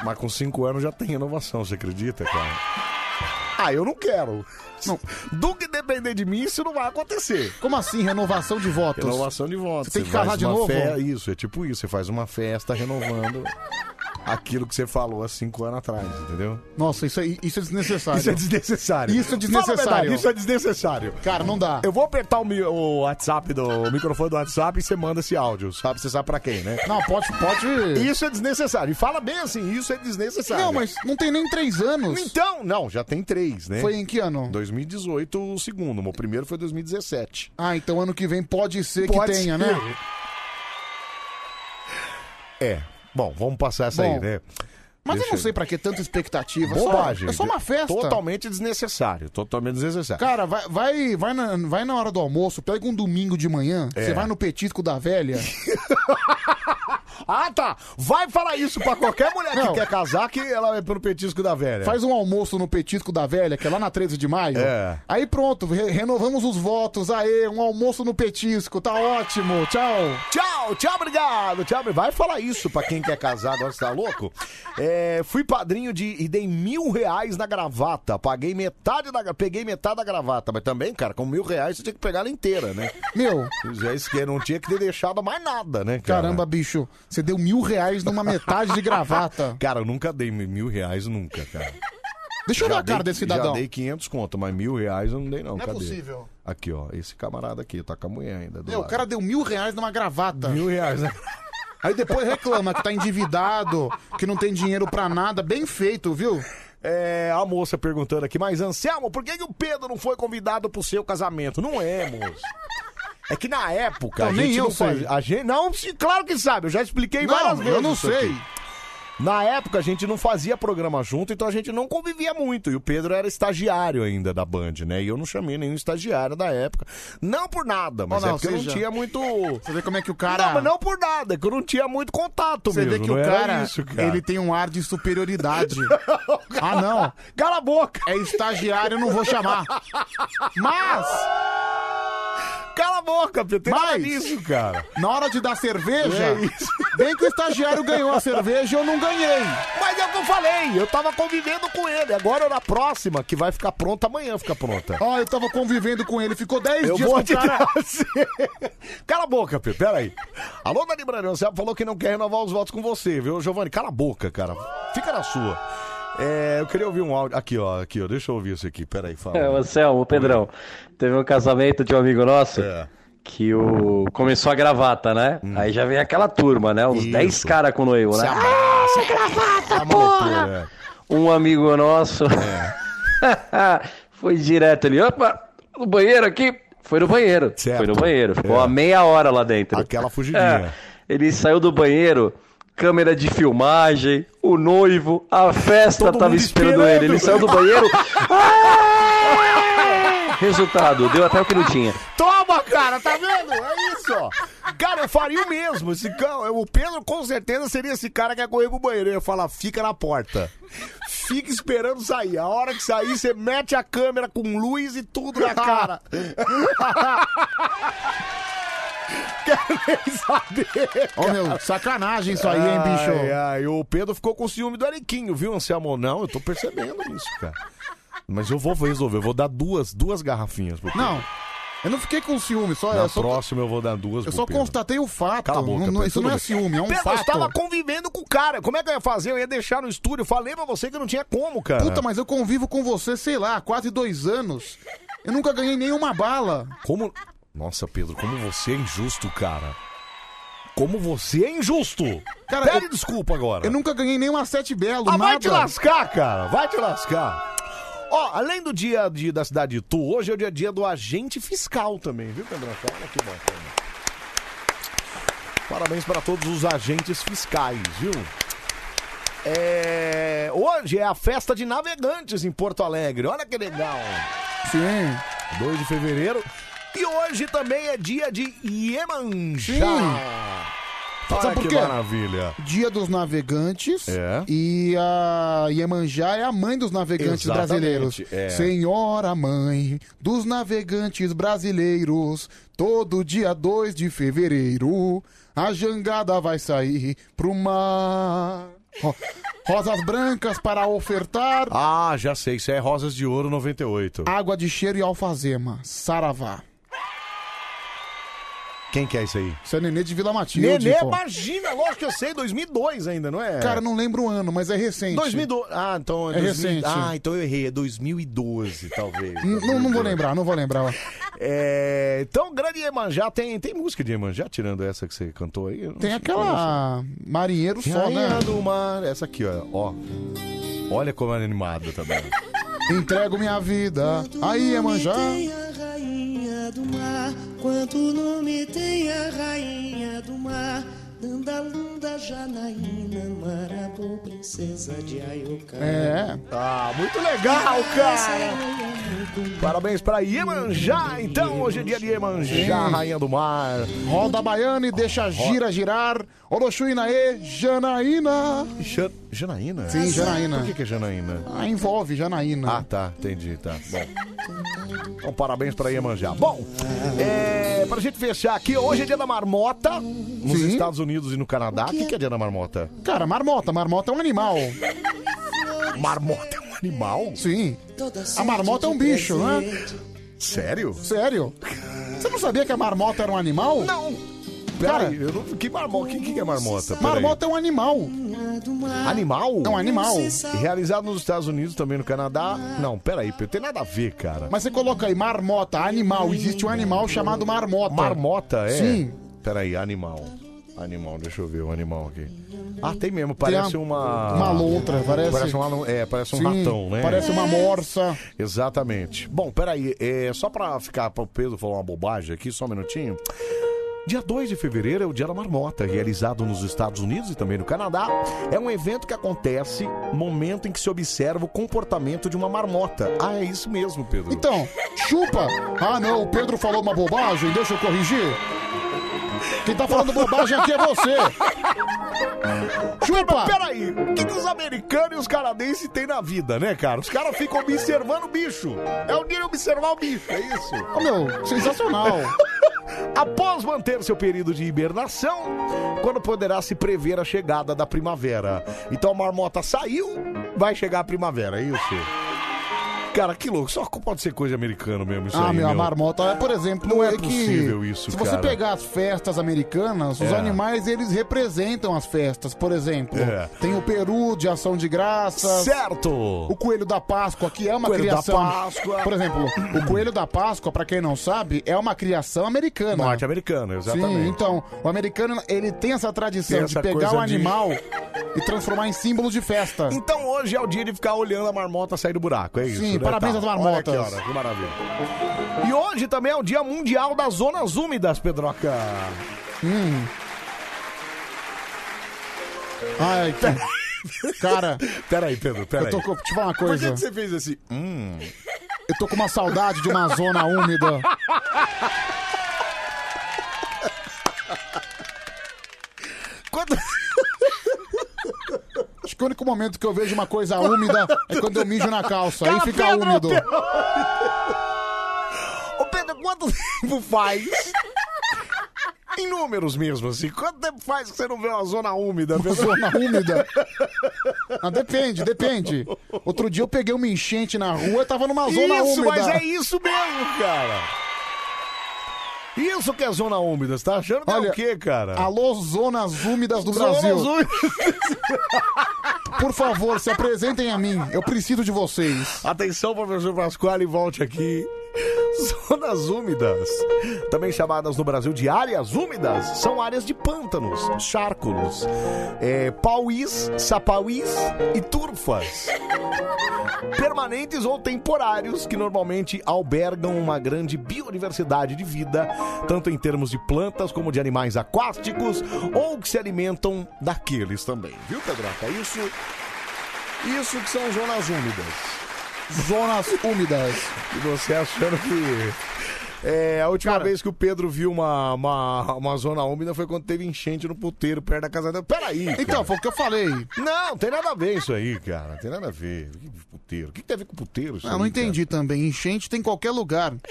[SPEAKER 1] Mas com cinco anos já tem renovação, você acredita, cara? Ah, eu não quero. Do que depender de mim, isso não vai acontecer.
[SPEAKER 2] Como assim, renovação de votos?
[SPEAKER 1] Renovação de votos.
[SPEAKER 2] Você tem que
[SPEAKER 1] faz
[SPEAKER 2] casar de
[SPEAKER 1] uma
[SPEAKER 2] novo?
[SPEAKER 1] fe- Isso, é tipo isso. Você faz uma festa renovando aquilo que você falou há cinco anos atrás, entendeu?
[SPEAKER 2] Nossa, isso é, isso é desnecessário.
[SPEAKER 1] Isso é desnecessário.
[SPEAKER 2] Isso é
[SPEAKER 1] Fala a
[SPEAKER 2] desnecessário.
[SPEAKER 1] verdade, isso é desnecessário.
[SPEAKER 2] Cara, não dá.
[SPEAKER 1] Eu vou apertar o, mi- o WhatsApp do o microfone do WhatsApp e você manda esse áudio, sabe? Você sabe pra quem, né?
[SPEAKER 2] Não, pode, pode...
[SPEAKER 1] Isso é desnecessário. E fala bem assim, isso é desnecessário.
[SPEAKER 2] Não, mas não tem nem três anos.
[SPEAKER 1] Então, não, já tem três, né?
[SPEAKER 2] Foi em que ano?
[SPEAKER 1] 2018 o segundo, o primeiro foi 2017.
[SPEAKER 2] Ah, então ano que vem pode ser
[SPEAKER 1] Pode
[SPEAKER 2] que tenha,
[SPEAKER 1] ser.
[SPEAKER 2] né?
[SPEAKER 1] É. Bom, vamos passar essa
[SPEAKER 2] Bom,
[SPEAKER 1] aí, né?
[SPEAKER 2] Mas
[SPEAKER 1] Deixa
[SPEAKER 2] eu não sei pra que tanta expectativa. É só-
[SPEAKER 1] Bobagem.
[SPEAKER 2] É só uma festa.
[SPEAKER 1] Totalmente desnecessário. Totalmente desnecessário.
[SPEAKER 2] Cara, vai, vai, vai, na, vai na hora do almoço, pega um domingo de manhã,
[SPEAKER 1] É.
[SPEAKER 2] você vai no petisco da velha.
[SPEAKER 1] Ah, tá. Vai falar isso pra qualquer mulher
[SPEAKER 2] Não.
[SPEAKER 1] que quer casar que ela é pelo petisco da velha.
[SPEAKER 2] Faz um almoço no petisco da velha, que é lá na 13 de maio.
[SPEAKER 1] É.
[SPEAKER 2] Aí pronto, re- renovamos os votos. Aê, um almoço no petisco, tá ótimo, tchau.
[SPEAKER 1] Tchau, tchau, obrigado, tchau. obri- Vai falar isso pra quem quer casar agora, você tá louco? É, fui padrinho de e dei mil reais na gravata. Paguei metade da. gra- Peguei metade da gravata. Mas também, cara, com mil reais você tinha que pegar ela inteira, né?
[SPEAKER 2] Meu,
[SPEAKER 1] Já isso que não tinha que ter deixado mais nada, né, cara?
[SPEAKER 2] caramba, bicho, você deu mil reais numa metade de gravata.
[SPEAKER 1] Cara, eu nunca dei mi- mil reais, nunca, cara.
[SPEAKER 2] Deixa eu ver a cara
[SPEAKER 1] dei,
[SPEAKER 2] desse cidadão.
[SPEAKER 1] Já dei 500 conto, mas mil reais eu não dei, não.
[SPEAKER 2] Não é
[SPEAKER 1] Cadê?
[SPEAKER 2] possível. É
[SPEAKER 1] Aqui, ó, esse camarada aqui, tá com a mulher ainda. do
[SPEAKER 2] Meu, o
[SPEAKER 1] lado.
[SPEAKER 2] cara deu mil reais numa gravata.
[SPEAKER 1] Mil reais, né?
[SPEAKER 2] Aí depois reclama que tá endividado, que não tem dinheiro pra nada. Bem feito, viu?
[SPEAKER 1] É, a moça perguntando aqui, mas Anselmo, "Ah, por que, que o Pedro não foi convidado pro seu casamento? Não é, moço. É que na época
[SPEAKER 2] Então,
[SPEAKER 1] a
[SPEAKER 2] nem
[SPEAKER 1] gente
[SPEAKER 2] eu
[SPEAKER 1] não faz-
[SPEAKER 2] sei.
[SPEAKER 1] a gente não, se- claro que sabe, eu já expliquei várias
[SPEAKER 2] Não,
[SPEAKER 1] vezes.
[SPEAKER 2] eu não
[SPEAKER 1] isso
[SPEAKER 2] sei.
[SPEAKER 1] aqui. Na época a gente não fazia programa junto, então a gente não convivia muito. E o Pedro era estagiário ainda da Band, né? E eu não chamei nenhum estagiário da época. Não por nada, mas
[SPEAKER 2] Ó,
[SPEAKER 1] é
[SPEAKER 2] não,
[SPEAKER 1] porque eu não
[SPEAKER 2] seja-
[SPEAKER 1] tinha muito.
[SPEAKER 2] Você vê como é que o
[SPEAKER 1] Não,
[SPEAKER 2] cara.
[SPEAKER 1] mas não por nada, é que eu não tinha muito contato
[SPEAKER 2] Você
[SPEAKER 1] mesmo.
[SPEAKER 2] vê que
[SPEAKER 1] não
[SPEAKER 2] o
[SPEAKER 1] era
[SPEAKER 2] cara,
[SPEAKER 1] isso, cara.
[SPEAKER 2] ele tem um ar de superioridade. ah, não.
[SPEAKER 1] Cala a boca!
[SPEAKER 2] É estagiário, eu não vou chamar. Mas,
[SPEAKER 1] Cala a boca, Pedro! Tem nada
[SPEAKER 2] Mas-
[SPEAKER 1] disso, cara.
[SPEAKER 2] na hora de dar cerveja,
[SPEAKER 1] É isso.
[SPEAKER 2] bem que o estagiário ganhou a cerveja, eu não ganhei.
[SPEAKER 1] Mas é o que eu falei, eu tava convivendo com ele. Agora na próxima, que vai ficar pronta amanhã, fica pronta.
[SPEAKER 2] Ó, eu tava convivendo com ele, ficou 10
[SPEAKER 1] Eu
[SPEAKER 2] dias
[SPEAKER 1] vou
[SPEAKER 2] com o
[SPEAKER 1] te
[SPEAKER 2] cara.
[SPEAKER 1] dar. Cala a boca, Pedro, peraí. Alô, Dani Brandão, você falou que não quer renovar os votos com você, viu? Giovanni, cala a boca, cara. Fica na sua. É, eu queria ouvir um áudio. Aqui, ó, aqui, ó. Deixa eu ouvir isso aqui. Peraí, fala. né?
[SPEAKER 11] É, o Anselmo, o Pedrão, teve um casamento de um amigo nosso que o começou a gravata, né? Aí já vem aquela turma, né? Uns 10 caras com noivo, né?
[SPEAKER 12] Ah, gravata, porra!
[SPEAKER 11] Um amigo nosso
[SPEAKER 1] É.
[SPEAKER 11] foi direto ali, opa, no banheiro aqui, foi no banheiro, foi no banheiro, ficou uma meia hora lá dentro. Aquela
[SPEAKER 1] É. fugidinha.
[SPEAKER 11] Ele saiu do banheiro, câmera de filmagem, o noivo, a festa tava esperando, ele, ele saiu do banheiro. Ah! Resultado, deu até o que não tinha.
[SPEAKER 1] Toma, cara, tá vendo? É isso, ó. Cara, eu faria o mesmo. Esse cão, o Pedro com certeza seria esse cara que ia correr pro banheiro. Eu ia falar, fica na porta. Fica esperando sair. A hora que sair, você mete a câmera com luz e tudo na cara. Quero nem saber.
[SPEAKER 2] Ô, meu, sacanagem isso aí, hein, bicho?
[SPEAKER 1] Ai, ai, o Pedro ficou com ciúme do Ariquinho, viu, Anselmo? Não, eu tô percebendo isso, cara. Mas eu vou resolver, eu vou dar duas, duas garrafinhas pro Pedro.
[SPEAKER 2] Não. Eu não fiquei com ciúme, só.
[SPEAKER 1] Na
[SPEAKER 2] eu só
[SPEAKER 1] próxima eu vou dar duas
[SPEAKER 2] eu
[SPEAKER 1] pro
[SPEAKER 2] só
[SPEAKER 1] Pedro.
[SPEAKER 2] constatei o fato.
[SPEAKER 1] Cala a boca,
[SPEAKER 2] Não- não-
[SPEAKER 1] Pedro,
[SPEAKER 2] isso não
[SPEAKER 1] tudo
[SPEAKER 2] é
[SPEAKER 1] bem.
[SPEAKER 2] ciúme, é um
[SPEAKER 1] Pedro,
[SPEAKER 2] fato.
[SPEAKER 1] eu estava convivendo com o cara. Como é que eu ia fazer? Eu ia deixar no estúdio. Falei pra você que não tinha como, cara.
[SPEAKER 2] Puta, mas eu convivo com você, sei lá, há quase dois anos. Eu nunca ganhei nenhuma bala.
[SPEAKER 1] Como. Nossa, Pedro, como você é injusto, cara. Como você é injusto.
[SPEAKER 2] Cara,
[SPEAKER 1] Pede
[SPEAKER 2] eu-
[SPEAKER 1] desculpa agora.
[SPEAKER 2] Eu nunca ganhei nenhuma sete belo,
[SPEAKER 1] Ah,
[SPEAKER 2] nada.
[SPEAKER 1] vai te lascar, cara. Vai te lascar. Ó, além do dia de- da cidade de Tu, hoje é o dia a dia do agente fiscal também, viu, Pedro? Olha que bacana. Parabéns para todos os agentes fiscais, viu? É, Hoje é a festa de navegantes em Porto Alegre. Olha que legal.
[SPEAKER 2] Sim.
[SPEAKER 1] 2 de fevereiro. E hoje também é dia de Iemanjá. Olha
[SPEAKER 2] Sabe por
[SPEAKER 1] que
[SPEAKER 2] quê?
[SPEAKER 1] maravilha.
[SPEAKER 2] Dia dos Navegantes
[SPEAKER 1] É.
[SPEAKER 2] e a Iemanjá é a mãe dos navegantes
[SPEAKER 1] Exatamente,
[SPEAKER 2] brasileiros.
[SPEAKER 1] é.
[SPEAKER 2] Senhora mãe dos navegantes brasileiros, todo dia 2 de fevereiro a jangada vai sair pro mar. Ro- Rosas brancas para ofertar,
[SPEAKER 1] Ah, já sei. Isso é Rosas de Ouro 98.
[SPEAKER 2] água de cheiro e alfazema. Saravá.
[SPEAKER 1] Quem que é isso aí?
[SPEAKER 2] Isso é Nenê de Vila Matilde.
[SPEAKER 1] Nenê,
[SPEAKER 2] pô.
[SPEAKER 1] imagina, lógico que eu sei, 2002 ainda, não é?
[SPEAKER 2] Cara, não lembro o ano, mas é recente.
[SPEAKER 1] 2002. Ah, então
[SPEAKER 2] É
[SPEAKER 1] 2000
[SPEAKER 2] recente.
[SPEAKER 1] Ah, então eu errei, é 2012, talvez.
[SPEAKER 2] N- Não, não vou lembrar, não vou lembrar.
[SPEAKER 1] É, então, grande Iemanjá, tem, tem música de Iemanjá, tirando essa que você cantou aí? Eu não
[SPEAKER 2] Tem
[SPEAKER 1] sei,
[SPEAKER 2] aquela marinheiro
[SPEAKER 1] conheço.
[SPEAKER 2] só, né?
[SPEAKER 1] Rainha do mar, essa aqui, ó. ó. Olha como é animada também.
[SPEAKER 2] Entrego minha vida. Aí é manjar.
[SPEAKER 3] Tem a rainha do mar, quanto nome tem a rainha do mar. Nanda Lunda Janaína, Marabô, princesa de Aioká.
[SPEAKER 2] É.
[SPEAKER 1] Ah, muito legal, cara. Parabéns pra Iemanjá, então. Hoje é dia de Iemanjá,
[SPEAKER 2] Sim.
[SPEAKER 1] Rainha do Mar.
[SPEAKER 2] Roda a baiana e deixa a gira girar. Orochuinaê, Janaína.
[SPEAKER 1] Ja- Janaína?
[SPEAKER 2] Sim, Janaína.
[SPEAKER 1] Por que, que é Janaína?
[SPEAKER 2] Ah, envolve Janaína.
[SPEAKER 1] Ah, tá, entendi, tá. Bom. Então, parabéns pra Iemanjá. Bom, é, pra gente fechar aqui, hoje é dia da marmota nos
[SPEAKER 2] Sim.
[SPEAKER 1] Estados Unidos e no Canadá. O que, que é dia da marmota?
[SPEAKER 2] Cara, marmota. Marmota é um animal.
[SPEAKER 1] Marmota é um animal?
[SPEAKER 2] Sim. A marmota é um bicho, né?
[SPEAKER 1] Sério?
[SPEAKER 2] Sério. Você não sabia que a marmota era um animal?
[SPEAKER 1] Não.
[SPEAKER 2] Cara,
[SPEAKER 1] Peraí, eu não... que marmota? O que, que é marmota? Peraí.
[SPEAKER 2] marmota é um animal.
[SPEAKER 1] Animal?
[SPEAKER 2] É um animal.
[SPEAKER 1] Realizado nos Estados Unidos, também no Canadá. Não, peraí, Pedro, tem nada a ver, cara.
[SPEAKER 2] Mas você coloca aí marmota, animal. Existe um animal chamado marmota.
[SPEAKER 1] Marmota é?
[SPEAKER 2] Sim.
[SPEAKER 1] Peraí, animal. Animal, deixa eu ver o animal aqui. Ah, tem mesmo, parece
[SPEAKER 2] Tem a-
[SPEAKER 1] uma.
[SPEAKER 2] Uma lontra, parece.
[SPEAKER 1] uma, é, parece um
[SPEAKER 2] Sim,
[SPEAKER 1] ratão, né?
[SPEAKER 2] Parece uma morsa.
[SPEAKER 1] Exatamente. Bom, peraí, é, só pra ficar pro Pedro falar uma bobagem aqui, só um minutinho. Dia 2 de fevereiro é o Dia da Marmota, realizado nos Estados Unidos e também no Canadá. É um evento que acontece no momento em que se observa o comportamento de uma marmota. Ah, é isso mesmo, Pedro.
[SPEAKER 2] Então, chupa! Ah não, o Pedro falou uma bobagem, deixa eu corrigir. Quem tá falando bobagem aqui é você! Chupa!
[SPEAKER 1] Peraí, o que, que os americanos e os canadenses têm na vida, né, cara? Os caras ficam observando o bicho. É o dia de observar o bicho, é isso.
[SPEAKER 2] Ô, meu, sensacional!
[SPEAKER 1] Após manter seu período de hibernação, quando poderá se prever a chegada da primavera. Então a marmota saiu, vai chegar a primavera, é isso. Cara, que louco. Só pode ser coisa americana mesmo isso
[SPEAKER 2] ah,
[SPEAKER 1] aí,
[SPEAKER 2] meu, a
[SPEAKER 1] meu.
[SPEAKER 2] marmota, por exemplo,
[SPEAKER 1] Não é
[SPEAKER 2] que
[SPEAKER 1] possível isso,
[SPEAKER 2] Se você
[SPEAKER 1] cara.
[SPEAKER 2] pegar as festas americanas, os
[SPEAKER 1] É.
[SPEAKER 2] animais eles representam as festas. Por exemplo,
[SPEAKER 1] É.
[SPEAKER 2] tem o peru de ação de graças.
[SPEAKER 1] Certo.
[SPEAKER 2] O coelho da Páscoa, que é uma
[SPEAKER 1] Coelho da
[SPEAKER 2] criação.
[SPEAKER 1] Páscoa.
[SPEAKER 2] Por exemplo, o coelho da Páscoa, pra quem não sabe, é uma criação americana.
[SPEAKER 1] Norte-americano, exatamente.
[SPEAKER 2] Sim, então, o americano, ele tem essa tradição
[SPEAKER 1] Tem essa
[SPEAKER 2] de pegar
[SPEAKER 1] coisa
[SPEAKER 2] o
[SPEAKER 1] de-
[SPEAKER 2] animal e transformar em símbolo de festa.
[SPEAKER 1] Então hoje é o dia de ficar olhando a marmota sair do buraco, é isso?
[SPEAKER 2] Sim,
[SPEAKER 1] né?
[SPEAKER 2] parabéns às
[SPEAKER 1] Olha
[SPEAKER 2] marmotas.
[SPEAKER 1] que hora, que maravilha. E hoje também é o dia mundial das zonas úmidas, Pedroca.
[SPEAKER 2] Hum. Ai, Cara.
[SPEAKER 1] Peraí, Pedro, peraí.
[SPEAKER 2] Eu tô com- deixa eu falar uma
[SPEAKER 1] Por que
[SPEAKER 2] coisa.
[SPEAKER 1] que você fez assim? Hum.
[SPEAKER 2] Eu tô com uma saudade de uma zona úmida.
[SPEAKER 1] Quando-
[SPEAKER 2] Acho que o único momento que eu vejo uma coisa úmida é quando eu mijo na calça.
[SPEAKER 1] Cala,
[SPEAKER 2] aí fica
[SPEAKER 1] Pedro,
[SPEAKER 2] úmido.
[SPEAKER 1] Pedro. Ô, Pedro, quanto tempo faz? Em números mesmo, assim. Quanto tempo faz que você não vê uma zona úmida?
[SPEAKER 2] Uma
[SPEAKER 1] Pedro?
[SPEAKER 2] zona úmida. Ah, depende, depende. Outro dia eu peguei uma enchente na rua, eu tava numa zona
[SPEAKER 1] isso,
[SPEAKER 2] úmida.
[SPEAKER 1] mas é isso mesmo, cara. Isso que é zona úmida. Você tá achando que é o quê, cara?
[SPEAKER 2] Alô, zonas úmidas do
[SPEAKER 1] Zonas
[SPEAKER 2] Brasil.
[SPEAKER 1] úmidas.
[SPEAKER 2] Por favor, se apresentem a mim. Eu preciso de vocês.
[SPEAKER 1] Atenção, professor Pasquale, volte aqui. Zonas úmidas, também chamadas no Brasil de áreas úmidas, são áreas de pântanos, charcos, é, pauís, sapauís e turfas. Permanentes ou temporários que normalmente albergam uma grande biodiversidade de vida, tanto em termos de plantas como de animais aquáticos ou que se alimentam daqueles também. Viu, Pedroca? Isso, isso que são zonas úmidas.
[SPEAKER 2] Zonas úmidas.
[SPEAKER 1] E você achando que. É, a última vez que o Pedro viu uma, uma, uma zona úmida foi quando teve enchente no puteiro perto da casa dela. Peraí! cara.
[SPEAKER 2] Então, foi o que eu falei.
[SPEAKER 1] Não, tem nada a ver isso aí, cara. Tem nada a ver. Que é puteiro? O que tem a ver com puteiro? Isso
[SPEAKER 2] Ah, não
[SPEAKER 1] aí,
[SPEAKER 2] entendi também. Enchente tem em qualquer lugar.
[SPEAKER 1] cara?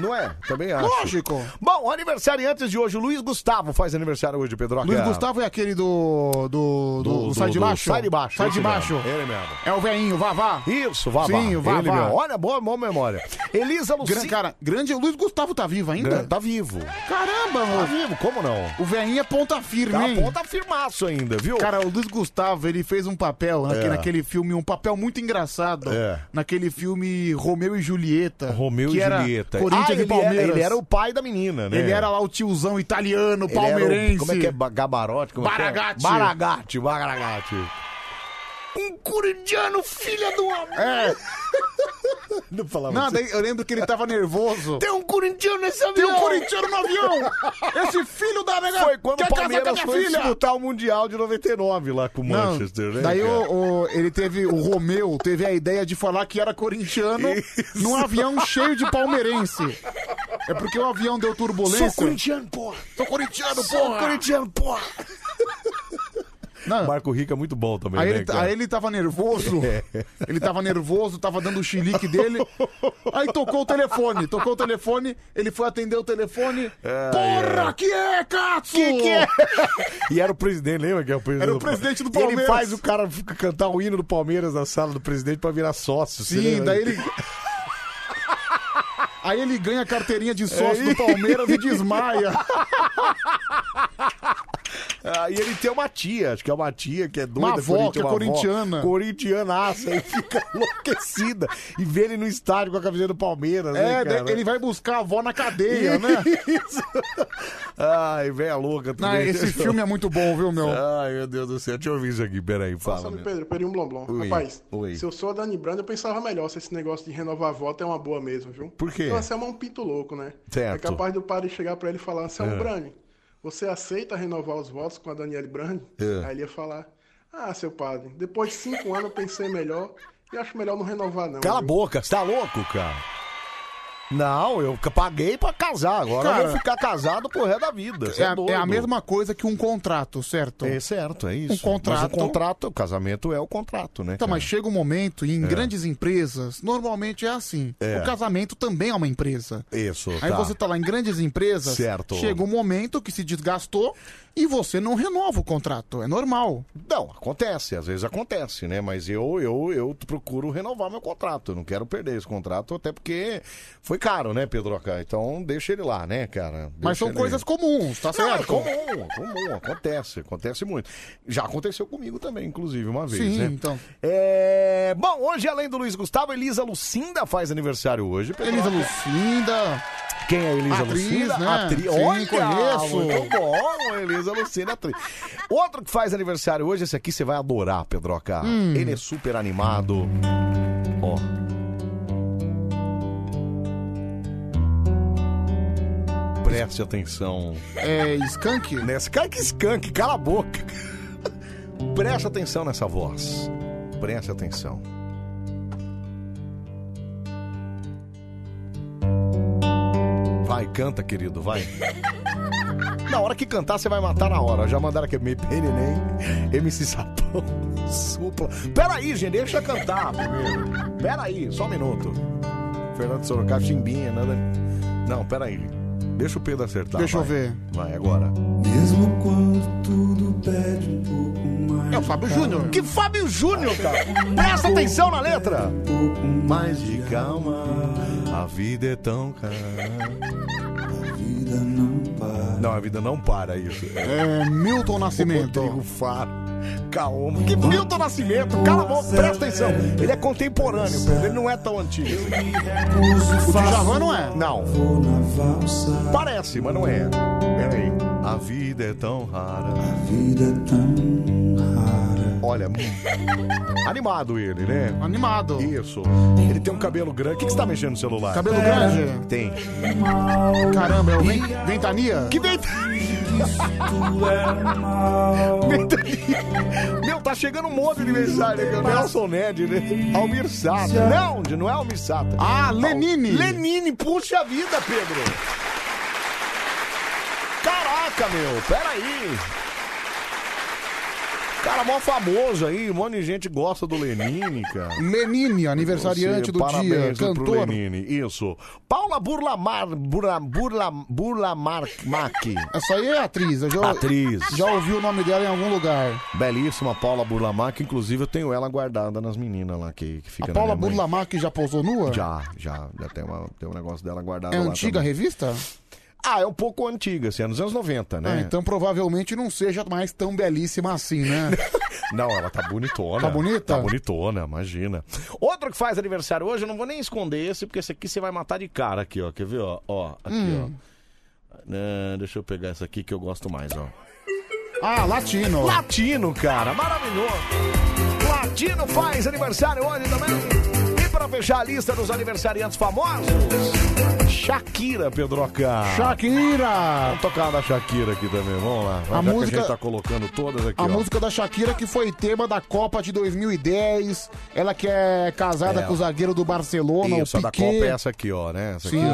[SPEAKER 1] Não é? Também acho.
[SPEAKER 2] Lógico.
[SPEAKER 1] Bom, aniversariantes de hoje, o Luiz Gustavo faz aniversário hoje, Pedro.
[SPEAKER 2] Luiz Gustavo é aquele do. do. do, do sai de baixo?
[SPEAKER 1] Sai de baixo.
[SPEAKER 2] Sai de
[SPEAKER 1] esse
[SPEAKER 2] baixo.
[SPEAKER 1] mesmo, Ele mesmo.
[SPEAKER 2] É o veinho, Vavá.
[SPEAKER 1] Isso, Vavá.
[SPEAKER 2] Sim, o Vavá.
[SPEAKER 1] Ele mesmo. Olha, boa, boa memória. Elisa Lucinda.
[SPEAKER 2] Gran- cara, grande. O Luiz Gustavo tá vivo ainda?
[SPEAKER 1] Tá vivo.
[SPEAKER 2] Caramba,
[SPEAKER 1] Tá
[SPEAKER 2] mano.
[SPEAKER 1] vivo, como não?
[SPEAKER 2] O veinho é ponta firme,
[SPEAKER 1] Tá
[SPEAKER 2] hein?
[SPEAKER 1] ponta firmaço ainda, Né, viu?
[SPEAKER 2] Cara, o Luiz Gustavo, ele fez um papel naque-
[SPEAKER 1] É.
[SPEAKER 2] naquele filme, um papel muito engraçado.
[SPEAKER 1] É.
[SPEAKER 2] Naquele filme Romeu e Julieta.
[SPEAKER 1] Romeu
[SPEAKER 2] que
[SPEAKER 1] e
[SPEAKER 2] era
[SPEAKER 1] Julieta.
[SPEAKER 2] Corinthians
[SPEAKER 1] Ah,
[SPEAKER 2] e
[SPEAKER 1] ele era-
[SPEAKER 2] Palmeiras.
[SPEAKER 1] ele era o pai da menina, né?
[SPEAKER 2] Ele era lá o tiozão italiano,
[SPEAKER 1] Ele era o-
[SPEAKER 2] palmeirense.
[SPEAKER 1] como é que é? Ba- Gabarote? Como é que é?
[SPEAKER 2] Baragatti.
[SPEAKER 1] Baragatti, Baragatti. Um corintiano, filha do amor.
[SPEAKER 2] É.
[SPEAKER 1] Não falava
[SPEAKER 2] Não,
[SPEAKER 1] assim.
[SPEAKER 2] daí eu lembro que ele tava nervoso.
[SPEAKER 1] Tem um corintiano nesse avião.
[SPEAKER 2] Tem um corintiano no avião! Esse filho da nega
[SPEAKER 1] Foi quando
[SPEAKER 2] quer
[SPEAKER 1] o
[SPEAKER 2] casar com a
[SPEAKER 1] Palmeiras
[SPEAKER 2] minha
[SPEAKER 1] foi
[SPEAKER 2] filha!
[SPEAKER 1] disputar o Mundial de 99 lá com o
[SPEAKER 2] Não,
[SPEAKER 1] Manchester, né?
[SPEAKER 2] daí
[SPEAKER 1] cara?
[SPEAKER 2] o, o- ele teve, o Romeu teve a ideia de falar que era corintiano num avião cheio de palmeirense. É porque o avião deu turbulência.
[SPEAKER 1] Sou corintiano, porra.
[SPEAKER 2] Sou corintiano,
[SPEAKER 1] Sou
[SPEAKER 2] porra!
[SPEAKER 1] corintiano, porra.
[SPEAKER 2] Não.
[SPEAKER 1] Marco Rico é muito bom também,
[SPEAKER 2] Aí
[SPEAKER 1] né,
[SPEAKER 2] ele, tá-
[SPEAKER 1] cara? É.
[SPEAKER 2] aí ele tava nervoso, ele tava nervoso, tava dando o chilique dele. Aí tocou o telefone, tocou o telefone, ele foi atender o telefone. Porra, que é, Katsu?
[SPEAKER 1] Que que é? E era o presidente, lembra que é o presidente?
[SPEAKER 2] Era o presidente do
[SPEAKER 1] E Ele
[SPEAKER 2] Palmeiras.
[SPEAKER 1] faz o cara f- cantar o hino do Palmeiras na sala do presidente pra virar sócio. você
[SPEAKER 2] Sim,
[SPEAKER 1] lembra?
[SPEAKER 2] daí ele. Aí ele ganha a carteirinha de sócio
[SPEAKER 1] É.
[SPEAKER 2] do Palmeiras e desmaia.
[SPEAKER 1] Ah, e ele tem uma tia, acho que é uma tia que é doida.
[SPEAKER 2] Uma avó,
[SPEAKER 1] corinti-
[SPEAKER 2] que é
[SPEAKER 1] avó,
[SPEAKER 2] corintiana.
[SPEAKER 1] Corintianaça, e fica enlouquecida. E vê ele no estádio com a camiseta do Palmeiras, né,
[SPEAKER 2] É,
[SPEAKER 1] cara?
[SPEAKER 2] daí ele vai buscar a avó na cadeia, né?
[SPEAKER 1] Isso. Ai, velha louca
[SPEAKER 2] Não,
[SPEAKER 1] também.
[SPEAKER 2] esse filme é muito bom, viu, meu?
[SPEAKER 1] Ai, meu Deus do céu. Deixa eu ouvir isso aqui, peraí, fala.
[SPEAKER 13] Sabe,
[SPEAKER 1] meu.
[SPEAKER 13] Pedro, Pedrinho Blom Blom.
[SPEAKER 1] Oi,
[SPEAKER 13] Rapaz,
[SPEAKER 1] oi.
[SPEAKER 13] se eu sou a Dani Brand, eu pensava melhor se esse negócio de renovar a volta é uma boa mesmo, viu?
[SPEAKER 1] Por quê?
[SPEAKER 13] Então, Anselmo é um pito louco, né?
[SPEAKER 1] Certo.
[SPEAKER 13] É capaz do padre chegar pra ele e falar, Anselmo
[SPEAKER 1] É.
[SPEAKER 13] Brand, você aceita renovar os votos com a Daniele Brand?
[SPEAKER 1] É.
[SPEAKER 13] Aí ele ia falar, ah, seu padre, depois de cinco anos eu pensei melhor e acho melhor não renovar não.
[SPEAKER 1] Cala a
[SPEAKER 13] viu?"
[SPEAKER 1] boca, você tá louco, cara? Não, eu paguei pra casar. Agora eu vou
[SPEAKER 2] Cara,
[SPEAKER 1] ficar casado pro resto da vida. Cê
[SPEAKER 2] É, a-
[SPEAKER 1] doido.
[SPEAKER 2] é a mesma coisa que um contrato, certo?
[SPEAKER 1] É certo, é isso.
[SPEAKER 2] Um contrato.
[SPEAKER 1] Mas o contrato, o casamento é o contrato, né?
[SPEAKER 2] Então,
[SPEAKER 1] cara?
[SPEAKER 2] mas chega um momento, e em
[SPEAKER 1] É.
[SPEAKER 2] grandes empresas, normalmente é assim.
[SPEAKER 1] É.
[SPEAKER 2] O casamento também é uma empresa.
[SPEAKER 1] Isso,
[SPEAKER 2] Aí
[SPEAKER 1] tá.
[SPEAKER 2] você tá lá em grandes empresas,
[SPEAKER 1] Certo.
[SPEAKER 2] chega um momento que se desgastou e você não renova o contrato. É normal.
[SPEAKER 1] Não, acontece, às vezes acontece, né? Mas eu, eu, eu procuro renovar meu contrato. Eu não quero perder esse contrato, até porque foi caro, né, Pedro Então deixa ele lá, né, cara?
[SPEAKER 2] Mas
[SPEAKER 1] Deixa
[SPEAKER 2] são
[SPEAKER 1] ele.
[SPEAKER 2] coisas comuns, tá
[SPEAKER 1] Não,
[SPEAKER 2] certo?
[SPEAKER 1] é comum, é comum, acontece, acontece muito. Já aconteceu comigo também, inclusive, uma vez,
[SPEAKER 2] Sim,
[SPEAKER 1] né?
[SPEAKER 2] então.
[SPEAKER 1] É... Bom, hoje, além do Luiz Gustavo, Elisa Lucinda faz aniversário hoje.
[SPEAKER 2] Elisa Lucinda.
[SPEAKER 1] Quem é Elisa
[SPEAKER 2] Atriz,
[SPEAKER 1] Lucinda?
[SPEAKER 2] né?
[SPEAKER 1] Atri...
[SPEAKER 2] Sim,
[SPEAKER 1] Olha,
[SPEAKER 2] conheço.
[SPEAKER 1] muito bom, Elisa Lucinda, atriz. Outro que faz aniversário hoje, esse aqui você vai adorar, Pedroca.
[SPEAKER 14] Hum.
[SPEAKER 1] Ele é super animado. Ó. Preste atenção.
[SPEAKER 2] É skunk?
[SPEAKER 1] Nessa cara que Né, skunk, cala a boca. Preste atenção nessa voz. Preste atenção. Vai, canta, querido, vai. Na hora que cantar, você vai matar na hora. Já mandaram aqui me né, Neném, MC Sapão, Supla. Peraí, gente, deixa eu cantar primeiro. Peraí, só um minucaba. Fernando Sorocaba, Chimbinha, nada. Não, peraí. Deixa o Pedro acertar.
[SPEAKER 2] Deixa eu
[SPEAKER 1] vai.
[SPEAKER 2] ver.
[SPEAKER 1] Vai, agora.
[SPEAKER 15] Mesmo quando tudo pede um pouco mais.
[SPEAKER 1] É o Fábio Júnior. Que Fábio Júnior, cara? Presta atenção na letra. Um Mais de calma, a vida é tão cara. A vida não para. Não, a vida não para, isso.
[SPEAKER 2] É Milton Nascimento. Hum.
[SPEAKER 1] Rodrigo Faro. Calma. Que tipo Milton Nascimento, cala a boca, presta atenção. Ele é contemporâneo, Pedro, ele não é tão antigo. O Djavan não é? Não. Parece, mas não é. Peraí. A vida é tão rara. A vida é tão rara. Olha, animado ele, né?
[SPEAKER 2] Animado.
[SPEAKER 1] Isso. Ele tem um cabelo grande. O que, que você tá mexendo no celular?
[SPEAKER 2] Cabelo grande?
[SPEAKER 1] Tem.
[SPEAKER 2] Caramba, é o ven- Ventania?
[SPEAKER 1] Que
[SPEAKER 15] é
[SPEAKER 1] Ventania. Meu, tá chegando um monte de mensagem aqui. é Nelson Ned, né? Almir Sata. Não, não é Almir Sata.
[SPEAKER 2] Ah,
[SPEAKER 1] Al-
[SPEAKER 2] Lenine.
[SPEAKER 1] Lenine, puxa vida, Pedro. Caraca, meu, peraí. Cara, mó famoso aí, um monte de gente gosta do Lenine, cara.
[SPEAKER 2] Lenine, aniversariante do
[SPEAKER 1] Você,
[SPEAKER 2] dia,
[SPEAKER 1] parabéns pro
[SPEAKER 2] cantor.
[SPEAKER 1] Lenine, isso. Paula Burlamar, Burla, Burla, Burlamar, Mac.
[SPEAKER 2] Essa aí é atriz, eu já,
[SPEAKER 1] Atriz.
[SPEAKER 2] já ouvi o nome dela É em algum lugar.
[SPEAKER 1] Belíssima Paula Burlamar, que inclusive eu tenho ela guardada nas meninas lá que, que fica
[SPEAKER 2] A
[SPEAKER 1] na
[SPEAKER 2] Paula
[SPEAKER 1] minha mãe.
[SPEAKER 2] Burlamar que já pousou nua?
[SPEAKER 1] Já, já, já tem, uma, tem um negócio dela guardado
[SPEAKER 2] É
[SPEAKER 1] lá
[SPEAKER 2] antiga a
[SPEAKER 1] também.
[SPEAKER 2] revista?
[SPEAKER 1] Ah, é um pouco antiga, assim, é nos anos 90, né?
[SPEAKER 2] Ah, então provavelmente não seja mais tão belíssima assim, né?
[SPEAKER 1] Não, ela tá bonitona.
[SPEAKER 2] Tá bonita?
[SPEAKER 1] Tá bonitona, imagina. Outro que faz aniversário hoje, eu não vou nem esconder esse, porque esse aqui você vai matar de cara aqui, ó. Quer ver, ó? Ó, aqui,
[SPEAKER 2] Hum.
[SPEAKER 1] ó. Ah, deixa eu pegar essa aqui que eu gosto mais, ó.
[SPEAKER 2] Ah, latino.
[SPEAKER 1] Latino, cara, maravilhoso. Latino faz aniversário hoje também. E pra fechar a lista dos aniversariantes famosos, Shakira, Pedroca.
[SPEAKER 2] Shakira!
[SPEAKER 1] Vamos tocar uma da Shakira aqui também, vamos lá. Já
[SPEAKER 2] A
[SPEAKER 1] que
[SPEAKER 2] música-
[SPEAKER 1] a gente tá colocando todas aqui,
[SPEAKER 2] A
[SPEAKER 1] ó.
[SPEAKER 2] música da Shakira que foi tema da Copa de 2010. Ela que é casada
[SPEAKER 1] É.
[SPEAKER 2] com o zagueiro do Barcelona,
[SPEAKER 1] Isso, a
[SPEAKER 2] o
[SPEAKER 1] da
[SPEAKER 2] Piqué.
[SPEAKER 1] Copa é essa aqui, ó, né? Essa
[SPEAKER 2] Sim.
[SPEAKER 1] aqui,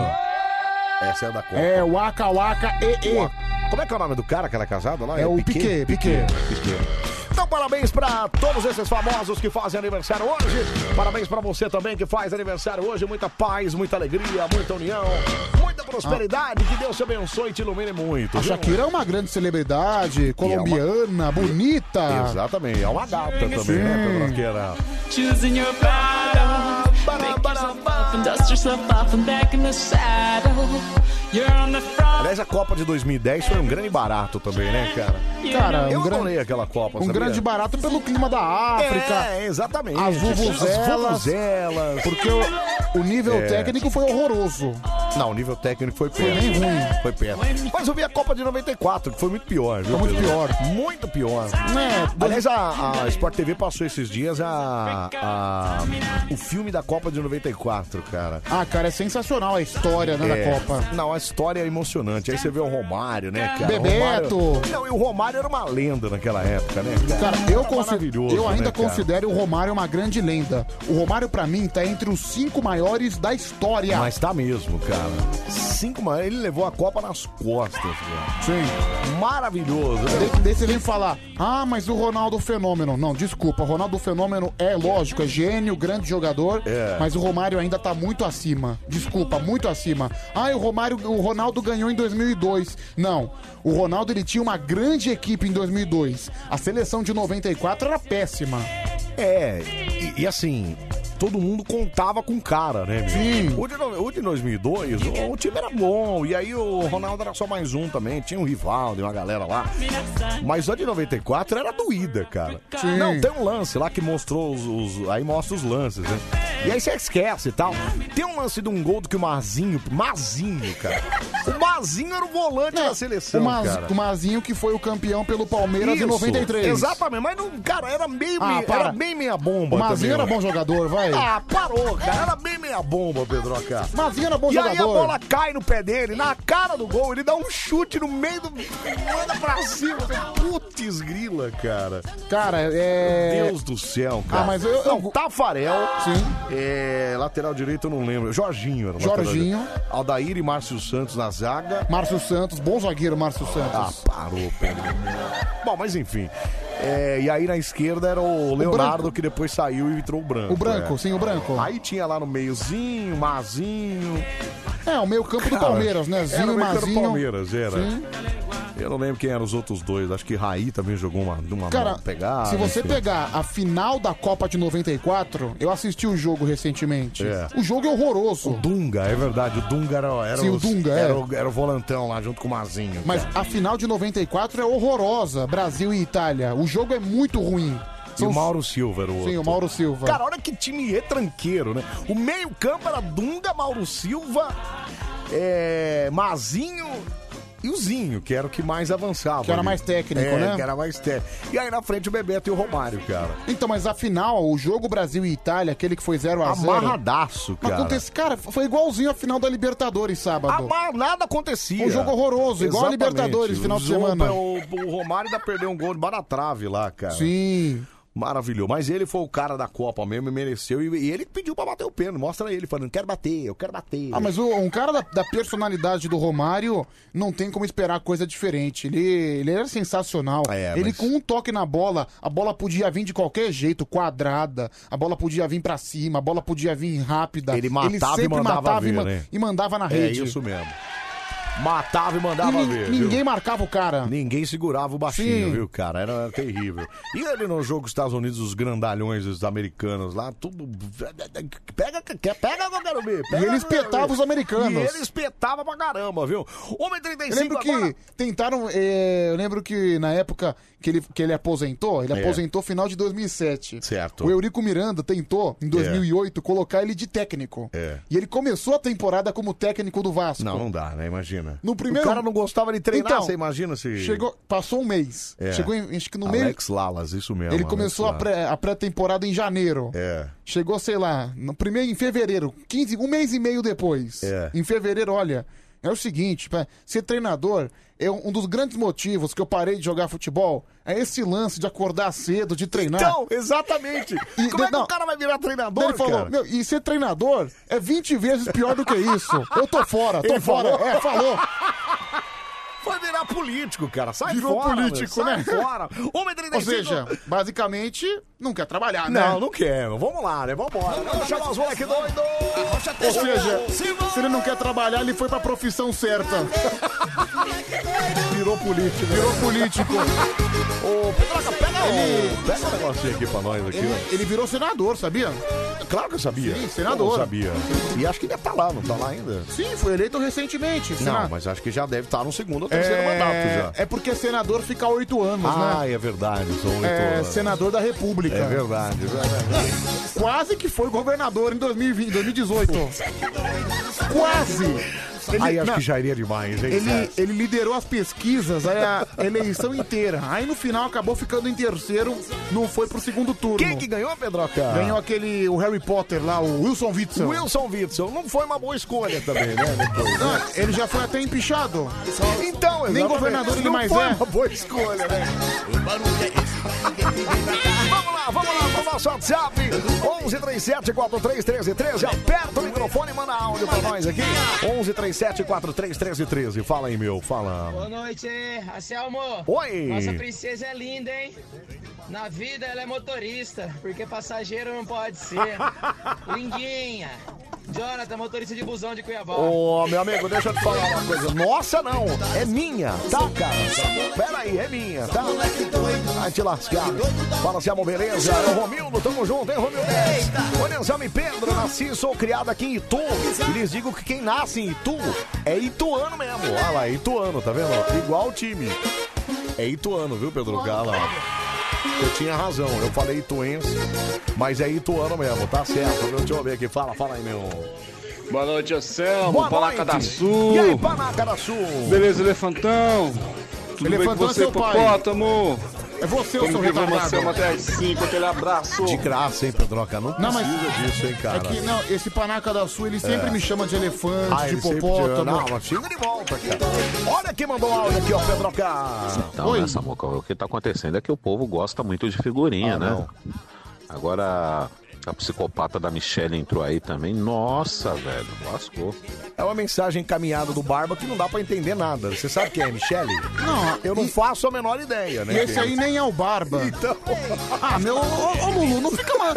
[SPEAKER 1] ó. Essa é a da Copa.
[SPEAKER 2] É, Waka Waka E E.
[SPEAKER 1] Como é que é o nome do cara que era casado lá?
[SPEAKER 2] É o Piquet, Piquet.
[SPEAKER 1] Piquet. Então, parabéns pra todos esses famosos que fazem aniversário hoje. Parabéns pra você também que faz aniversário hoje. Muita paz, muita alegria, muita união, muita prosperidade. Que Deus te abençoe e te ilumine muito.
[SPEAKER 2] A
[SPEAKER 1] viu?
[SPEAKER 2] Shakira é uma grande celebridade, colombiana, bonita.
[SPEAKER 1] é Exatamente, é uma gata também, né,
[SPEAKER 2] Sim.
[SPEAKER 1] Pedro Arqueira?
[SPEAKER 3] Choosing your battle. Pick yourself up and dust yourself off and back in the saddle. You're on the front.
[SPEAKER 1] Aliás, a Copa de 2010 foi um grande barato também, né, cara?
[SPEAKER 2] Cara, um
[SPEAKER 1] eu
[SPEAKER 2] grande-
[SPEAKER 1] adorei aquela Copa,
[SPEAKER 2] Um
[SPEAKER 1] sabia?
[SPEAKER 2] grande barato pelo clima da África.
[SPEAKER 1] É, exatamente.
[SPEAKER 2] As vuvuzelas.
[SPEAKER 1] As vuvuzelas.
[SPEAKER 2] Porque o, o nível
[SPEAKER 1] É.
[SPEAKER 2] técnico foi horroroso.
[SPEAKER 1] Não, o nível técnico foi
[SPEAKER 3] Foi
[SPEAKER 1] péssimo.
[SPEAKER 3] bem ruim.
[SPEAKER 1] Foi péssimo. Mas eu vi a Copa de 94, que foi muito pior, viu?
[SPEAKER 3] Foi muito
[SPEAKER 1] Pedro?
[SPEAKER 3] pior.
[SPEAKER 1] Muito pior.
[SPEAKER 2] Né,
[SPEAKER 1] Aliás, a, a Sport TV passou esses dias a, a- o filme da Copa de 94, cara.
[SPEAKER 2] Ah, cara, é sensacional a história né,
[SPEAKER 1] É.
[SPEAKER 2] da Copa.
[SPEAKER 1] Não, a história é emocionante. Aí você vê o Romário, né, cara?
[SPEAKER 2] Bebeto.
[SPEAKER 1] O Romário... Não, e o Romário era uma lenda naquela época, né?
[SPEAKER 2] Cara, eu,
[SPEAKER 1] Era
[SPEAKER 2] consi-
[SPEAKER 1] maravilhoso,
[SPEAKER 2] eu ainda
[SPEAKER 1] né, cara?
[SPEAKER 2] considero o Romário uma grande lenda. O Romário, pra mim, tá entre os cinco maiores da história.
[SPEAKER 1] Mas tá mesmo, cara. Cinco maiores. Ele levou a Copa nas costas, cara.
[SPEAKER 2] Sim.
[SPEAKER 1] Maravilhoso. né?
[SPEAKER 2] Daí- Daí você vem falar, ah, mas o Ronaldo Fenômeno. Não, desculpa, o Ronaldo Fenômeno é lógico, é gênio, grande jogador,
[SPEAKER 1] É.
[SPEAKER 2] mas o Romário ainda tá muito acima. Desculpa, muito acima. Ah, e o Romário, o Ronaldo ganhou em 2002. Não, o Ronaldo ele tinha uma grande equipe em 2002. A seleção de 94 era péssima.
[SPEAKER 1] É, e, e assim, todo mundo contava com o cara, né? meu?
[SPEAKER 2] Sim.
[SPEAKER 1] O de, no- o de 2002, o, o time era bom, e aí o Ronaldo era só mais um também, tinha um Rivaldo e uma galera lá. Mas a de 94 era doída, cara. Não, tem um lance lá que mostrou os, os- Aí mostra os lances, né? E aí você esquece e tal. Tem um lance de um gol do que o Mazinho. Mazinho, cara. O Mazinho era o volante da seleção.
[SPEAKER 2] É, o, Maz-
[SPEAKER 1] cara.
[SPEAKER 2] o Mazinho que foi o campeão pelo Palmeiras
[SPEAKER 1] Isso,
[SPEAKER 2] em 93.
[SPEAKER 1] Exatamente, mas não, cara, era meio,
[SPEAKER 2] Ah,
[SPEAKER 1] meio-
[SPEAKER 2] para.
[SPEAKER 1] era bem meia bomba.
[SPEAKER 2] O Mazinho era
[SPEAKER 1] também, ó.
[SPEAKER 2] bom jogador, vai.
[SPEAKER 1] Ah, parou, cara. Era bem meia bomba, Pedroca.
[SPEAKER 2] Mazinho era bom
[SPEAKER 1] e aí a
[SPEAKER 2] jogador.
[SPEAKER 1] bola cai no pé dele, na cara do gol, ele dá um chute no meio do. manda pra cima. Putz, grila, cara.
[SPEAKER 2] Cara, é.
[SPEAKER 1] Deus do céu, cara.
[SPEAKER 2] Ah, mas eu-
[SPEAKER 1] Não, Tafarel. Sim. É, lateral direito, eu não lembro. Jorginho era o lateral
[SPEAKER 2] Jorginho.
[SPEAKER 1] direito. Aldair e Márcio Santos na zaga.
[SPEAKER 2] Márcio Santos, bom zagueiro Márcio Santos.
[SPEAKER 1] Ah, parou, Pedro. Bom, mas enfim. É, e aí na esquerda era o Leonardo que depois saiu e entrou o branco.
[SPEAKER 2] O branco, sim, o branco.
[SPEAKER 1] Aí tinha lá no meiozinho, Mazinho.
[SPEAKER 2] É, o meio campo do
[SPEAKER 1] Cara,
[SPEAKER 2] Palmeiras, né?
[SPEAKER 1] era
[SPEAKER 2] Zinho
[SPEAKER 1] o
[SPEAKER 2] e
[SPEAKER 1] meio campo do
[SPEAKER 2] Mazinho.
[SPEAKER 1] Palmeiras, era.
[SPEAKER 2] Sim.
[SPEAKER 1] Eu não lembro quem eram os outros dois. Acho que Raí também jogou uma, uma
[SPEAKER 2] Cara,
[SPEAKER 1] pegada.
[SPEAKER 2] se você
[SPEAKER 1] enfim.
[SPEAKER 2] pegar a final da Copa de 94, eu assisti o jogo recentemente.
[SPEAKER 1] É.
[SPEAKER 2] O jogo é horroroso.
[SPEAKER 1] O Dunga, é verdade. O Dunga era, era,
[SPEAKER 2] Sim, o
[SPEAKER 1] os-
[SPEAKER 2] Dunga, é.
[SPEAKER 1] era, o, era o volantão lá junto com o Mazinho.
[SPEAKER 2] Mas
[SPEAKER 1] cara.
[SPEAKER 2] a final de 94 é horrorosa, Brasil e Itália. O jogo é muito ruim.
[SPEAKER 1] E o
[SPEAKER 2] São-
[SPEAKER 1] Mauro Silva era o outro.
[SPEAKER 2] Sim, o Mauro Silva.
[SPEAKER 1] Cara, olha que time retranqueiro, né? O meio-campo era Dunga, Mauro Silva, é, Mazinho e o Zinho, que era o que mais avançava.
[SPEAKER 2] Que era
[SPEAKER 1] ali.
[SPEAKER 2] mais técnico,
[SPEAKER 1] É,
[SPEAKER 2] né?
[SPEAKER 1] Que era mais técnico. E aí na frente o Bebeto e o Romário, cara.
[SPEAKER 2] Então, mas afinal, o jogo Brasil e Itália, aquele que foi 0 a 0
[SPEAKER 1] Amarradaço,
[SPEAKER 2] né? Mas
[SPEAKER 1] cara.
[SPEAKER 2] acontece, cara, foi igualzinho a final da Libertadores sábado.
[SPEAKER 1] Amar- nada acontecia.
[SPEAKER 2] Um jogo horroroso, igual a Libertadores, final de
[SPEAKER 1] Zomba,
[SPEAKER 2] semana.
[SPEAKER 1] é O, o Romário ainda perdeu um gol de na trave lá, cara.
[SPEAKER 2] Sim.
[SPEAKER 1] Maravilhoso. Mas ele foi o cara da Copa mesmo e mereceu. E, e ele pediu pra bater o pênalti. Mostra ele falando, quero bater, eu quero bater.
[SPEAKER 2] Ah, mas o- um cara da, da personalidade do Romário não tem como esperar coisa diferente. Ele, ele era sensacional.
[SPEAKER 1] É,
[SPEAKER 2] ele com um toque na bola, a bola podia vir de qualquer jeito, quadrada, a bola podia vir pra cima, a bola podia vir rápida.
[SPEAKER 1] Ele matava e
[SPEAKER 2] sempre
[SPEAKER 1] mandava
[SPEAKER 2] e,
[SPEAKER 1] ver,
[SPEAKER 2] ma-
[SPEAKER 1] né?
[SPEAKER 2] e mandava na
[SPEAKER 1] É
[SPEAKER 2] rede.
[SPEAKER 1] isso mesmo. Matava e mandava
[SPEAKER 2] E nin-
[SPEAKER 1] ver.
[SPEAKER 2] ninguém
[SPEAKER 1] viu?
[SPEAKER 2] marcava o cara.
[SPEAKER 1] Ninguém segurava o baixinho,
[SPEAKER 2] Sim.
[SPEAKER 1] viu, cara? Era, era terrível. E ele no jogo dos Estados Unidos, os grandalhões os americanos lá, tudo. Pega, quer- pega que eu quero ver.
[SPEAKER 2] E ele
[SPEAKER 1] pega que eu quero
[SPEAKER 2] espetava
[SPEAKER 1] ver.
[SPEAKER 2] os americanos.
[SPEAKER 1] E ele espetava pra caramba, viu? Homem 35
[SPEAKER 2] Eu lembro que
[SPEAKER 1] agora.
[SPEAKER 2] tentaram. eh, eu lembro que na época que ele, que ele aposentou, ele
[SPEAKER 1] É.
[SPEAKER 2] aposentou final de 2007.
[SPEAKER 1] Certo.
[SPEAKER 2] O Eurico Miranda tentou, em 2008, colocar ele de técnico.
[SPEAKER 1] É.
[SPEAKER 2] E ele começou a temporada como técnico do Vasco.
[SPEAKER 1] Não, não dá, né? Imagina.
[SPEAKER 2] No primeiro...
[SPEAKER 1] O cara não gostava de treinar,
[SPEAKER 2] Então,
[SPEAKER 1] você imagina se.
[SPEAKER 2] Chegou, passou um mês.
[SPEAKER 1] É.
[SPEAKER 2] Chegou, em, acho que no meio.
[SPEAKER 1] Alex Lalas, isso mesmo.
[SPEAKER 2] Ele
[SPEAKER 1] Alex
[SPEAKER 2] começou a
[SPEAKER 1] Lalas.
[SPEAKER 2] pré- né? a pré-temporada em janeiro.
[SPEAKER 1] É.
[SPEAKER 2] Chegou, sei lá, no primeiro em fevereiro, 15, um mês e meio depois.
[SPEAKER 1] É.
[SPEAKER 2] Em fevereiro, olha, é o seguinte, pra ser treinador é um um dos grandes motivos que eu parei de jogar futebol, é esse lance de acordar cedo, de treinar.
[SPEAKER 1] Então, exatamente. Como é que o cara vai virar treinador,
[SPEAKER 2] Ele falou,
[SPEAKER 1] cara?
[SPEAKER 2] meu, e ser treinador é 20 vezes pior do que isso. Eu tô fora, tô
[SPEAKER 1] Ele
[SPEAKER 2] fora.
[SPEAKER 1] falou?
[SPEAKER 2] É, falou.
[SPEAKER 1] Foi virar político, cara. Sai
[SPEAKER 2] Virou
[SPEAKER 1] fora.
[SPEAKER 2] político,
[SPEAKER 1] meu.
[SPEAKER 2] né?
[SPEAKER 1] Sai fora. Homem 35.
[SPEAKER 2] Ou seja, basicamente, não quer trabalhar, né?
[SPEAKER 1] Não, não quero. Vamos lá, né? Vambora. Vamos chamar os moleque doido.
[SPEAKER 2] Ou seja, se ele não quer trabalhar, ele foi pra profissão certa.
[SPEAKER 1] Virou político.
[SPEAKER 2] Virou político.
[SPEAKER 1] Ô, Pedroca, pega o... Pega um negocinho aqui pra nós, aqui, ó.
[SPEAKER 2] Ele virou senador, sabia?
[SPEAKER 1] Claro que eu sabia.
[SPEAKER 2] É. Sim, senador.
[SPEAKER 1] Eu sabia. E acho que ainda tá lá, não tá lá ainda?
[SPEAKER 2] Sim, foi eleito recentemente.
[SPEAKER 1] Não,
[SPEAKER 2] Sena-
[SPEAKER 1] mas acho que já deve estar no segundo ou terceiro
[SPEAKER 2] é...
[SPEAKER 1] mandato já.
[SPEAKER 2] é porque senador fica oito anos,
[SPEAKER 1] Ah,
[SPEAKER 2] né?
[SPEAKER 1] é verdade. São oito
[SPEAKER 2] É,
[SPEAKER 1] anos.
[SPEAKER 2] senador da República.
[SPEAKER 1] É verdade. é verdade.
[SPEAKER 2] Quase que foi governador em 2020, 2018. Quase!
[SPEAKER 16] Nossa, aí acho que já iria demais, hein?
[SPEAKER 2] Ele,
[SPEAKER 16] É.
[SPEAKER 2] ele liderou as pesquisas aí a eleição inteira. Aí no final acabou ficando em terceiro, não foi pro segundo turno. Quem que
[SPEAKER 1] é ganhou, Pedroca?
[SPEAKER 2] Ganhou aquele o Harry Potter lá, o Wilson Witzel.
[SPEAKER 1] Wilson Witzel, não foi uma boa escolha também, né?
[SPEAKER 2] Não, ele já foi até empichado.
[SPEAKER 1] Então,
[SPEAKER 2] Nem
[SPEAKER 1] exatamente.
[SPEAKER 2] governador ele
[SPEAKER 1] Não
[SPEAKER 2] mais
[SPEAKER 1] foi
[SPEAKER 2] é.
[SPEAKER 1] uma boa escolha, né? é vamos lá, vamos lá pro nosso WhatsApp. 1137-431313. Aperta o microfone e manda áudio pra nós aqui. 1137-431313. Fala aí, meu. Fala.
[SPEAKER 17] Boa noite, Anselmo.
[SPEAKER 1] Oi.
[SPEAKER 17] Nossa princesa é linda, hein? Na vida ela é motorista, porque passageiro não pode ser. Lindinha. Jonathan, motorista de busão de Cuiabá.
[SPEAKER 1] Ô, meu amigo, deixa eu te falar uma coisa. Nossa, não. É minha, tá, cara? Pera aí, é minha, tá? Vai te lascar. Fala, Selmo, beleza? É o Romildo, tamo junto, hein, Romildo? Olha, Anselmo e Pedro, nasci e sou criado aqui em Itu. E lhes digo que quem nasce em Itu é ituano mesmo. Olha lá, é ituano, tá vendo? Igual o time. É ituano, viu, Pedro? Gala, eu tinha razão, eu falei ituense, mas é ituano mesmo, tá certo, viu? Deixa eu ver aqui, fala, fala aí, meu.
[SPEAKER 8] Boa noite, Anselmo.
[SPEAKER 1] Boa
[SPEAKER 8] Palaca
[SPEAKER 1] noite.
[SPEAKER 8] da Sul.
[SPEAKER 1] E aí, Palaca da Sul?
[SPEAKER 8] Beleza, Elefantão? Tudo
[SPEAKER 1] Elefantão
[SPEAKER 8] bem com
[SPEAKER 1] é
[SPEAKER 8] você,
[SPEAKER 1] seu pai.
[SPEAKER 8] Popótamo?
[SPEAKER 2] É você,
[SPEAKER 8] Como
[SPEAKER 2] seu
[SPEAKER 8] que vamos,
[SPEAKER 2] retardado.
[SPEAKER 8] Anselmo, até as 5. Aquele abraço.
[SPEAKER 1] De graça, hein, Pedroca? Não
[SPEAKER 2] Não,
[SPEAKER 1] precisa
[SPEAKER 2] mas-
[SPEAKER 1] disso, hein, cara?
[SPEAKER 2] É que, não, esse panaca da Sul, ele sempre
[SPEAKER 1] É.
[SPEAKER 2] me chama de elefante,
[SPEAKER 1] Ah,
[SPEAKER 2] de
[SPEAKER 1] ele sempre te-
[SPEAKER 2] hipopótamo.
[SPEAKER 1] Não, mas chega de volta, cara. Olha quem mandou áudio aqui, ó, Pedroca.
[SPEAKER 18] Então, né, Samuca, o que tá acontecendo é que o povo gosta muito de figurinha,
[SPEAKER 3] Ah,
[SPEAKER 18] né? Agora, a psicopata da Michelle entrou aí também. Nossa, velho, lascou.
[SPEAKER 1] É uma mensagem encaminhada do Barba que não dá pra entender nada. Você sabe quem é, Michele? Não, eu não faço a menor ideia, né?
[SPEAKER 2] E esse aí nem é o Barba.
[SPEAKER 1] Então.
[SPEAKER 2] Ah, meu, ô, ô Lulu, não fica mais.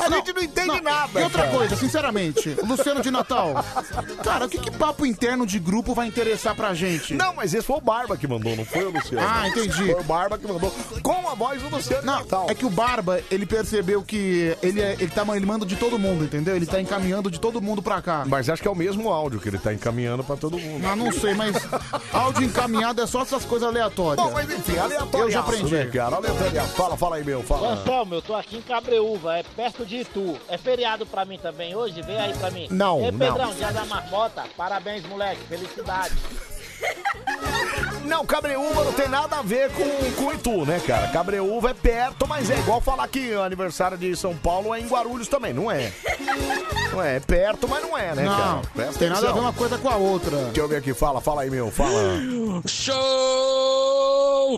[SPEAKER 2] A gente
[SPEAKER 1] não entende nada,
[SPEAKER 2] E outra
[SPEAKER 1] cara.
[SPEAKER 2] coisa, sinceramente, Luciano de Natal, cara, o que, que papo interno de grupo vai interessar pra gente?
[SPEAKER 1] Não, mas esse foi o Barba que mandou, não foi o Luciano.
[SPEAKER 2] Ah, entendi.
[SPEAKER 1] Foi o Barba que mandou. Com a voz do Luciano
[SPEAKER 2] não, É que o Barba, ele percebeu que ele, é- ele tá mandando de todo mundo, entendeu? Ele tá encaminhando de todo mundo pra cá.
[SPEAKER 1] Mas acho que é o mesmo áudio que ele tá encaminhando pra todo mundo.
[SPEAKER 2] Ah, não sei, mas áudio encaminhado é só essas coisas aleatórias.
[SPEAKER 1] Bom, mas enfim,
[SPEAKER 2] Eu já aprendi.
[SPEAKER 1] Né, cara? Aleatoriaço. Fala, fala aí, meu. Fala.
[SPEAKER 3] Anselmo, eu tô aqui em Cabreúva, é perto de Itu. É feriado pra mim também hoje? Vem aí pra mim.
[SPEAKER 1] Não,
[SPEAKER 3] Ei,
[SPEAKER 1] não.
[SPEAKER 3] Pedrão, dia da marmota. Parabéns, moleque. Felicidade.
[SPEAKER 1] Não, Cabreúva não tem nada a ver com, com Itu, né, cara? Cabreúva é perto, mas é igual falar que o aniversário de São Paulo é em Guarulhos também, não é? Não é, é perto, mas não é, né,
[SPEAKER 2] Não,
[SPEAKER 1] cara?
[SPEAKER 2] tem nada a ver uma
[SPEAKER 1] coisa com a outra. Deixa eu ver aqui, fala, fala aí, meu, fala.
[SPEAKER 7] Show,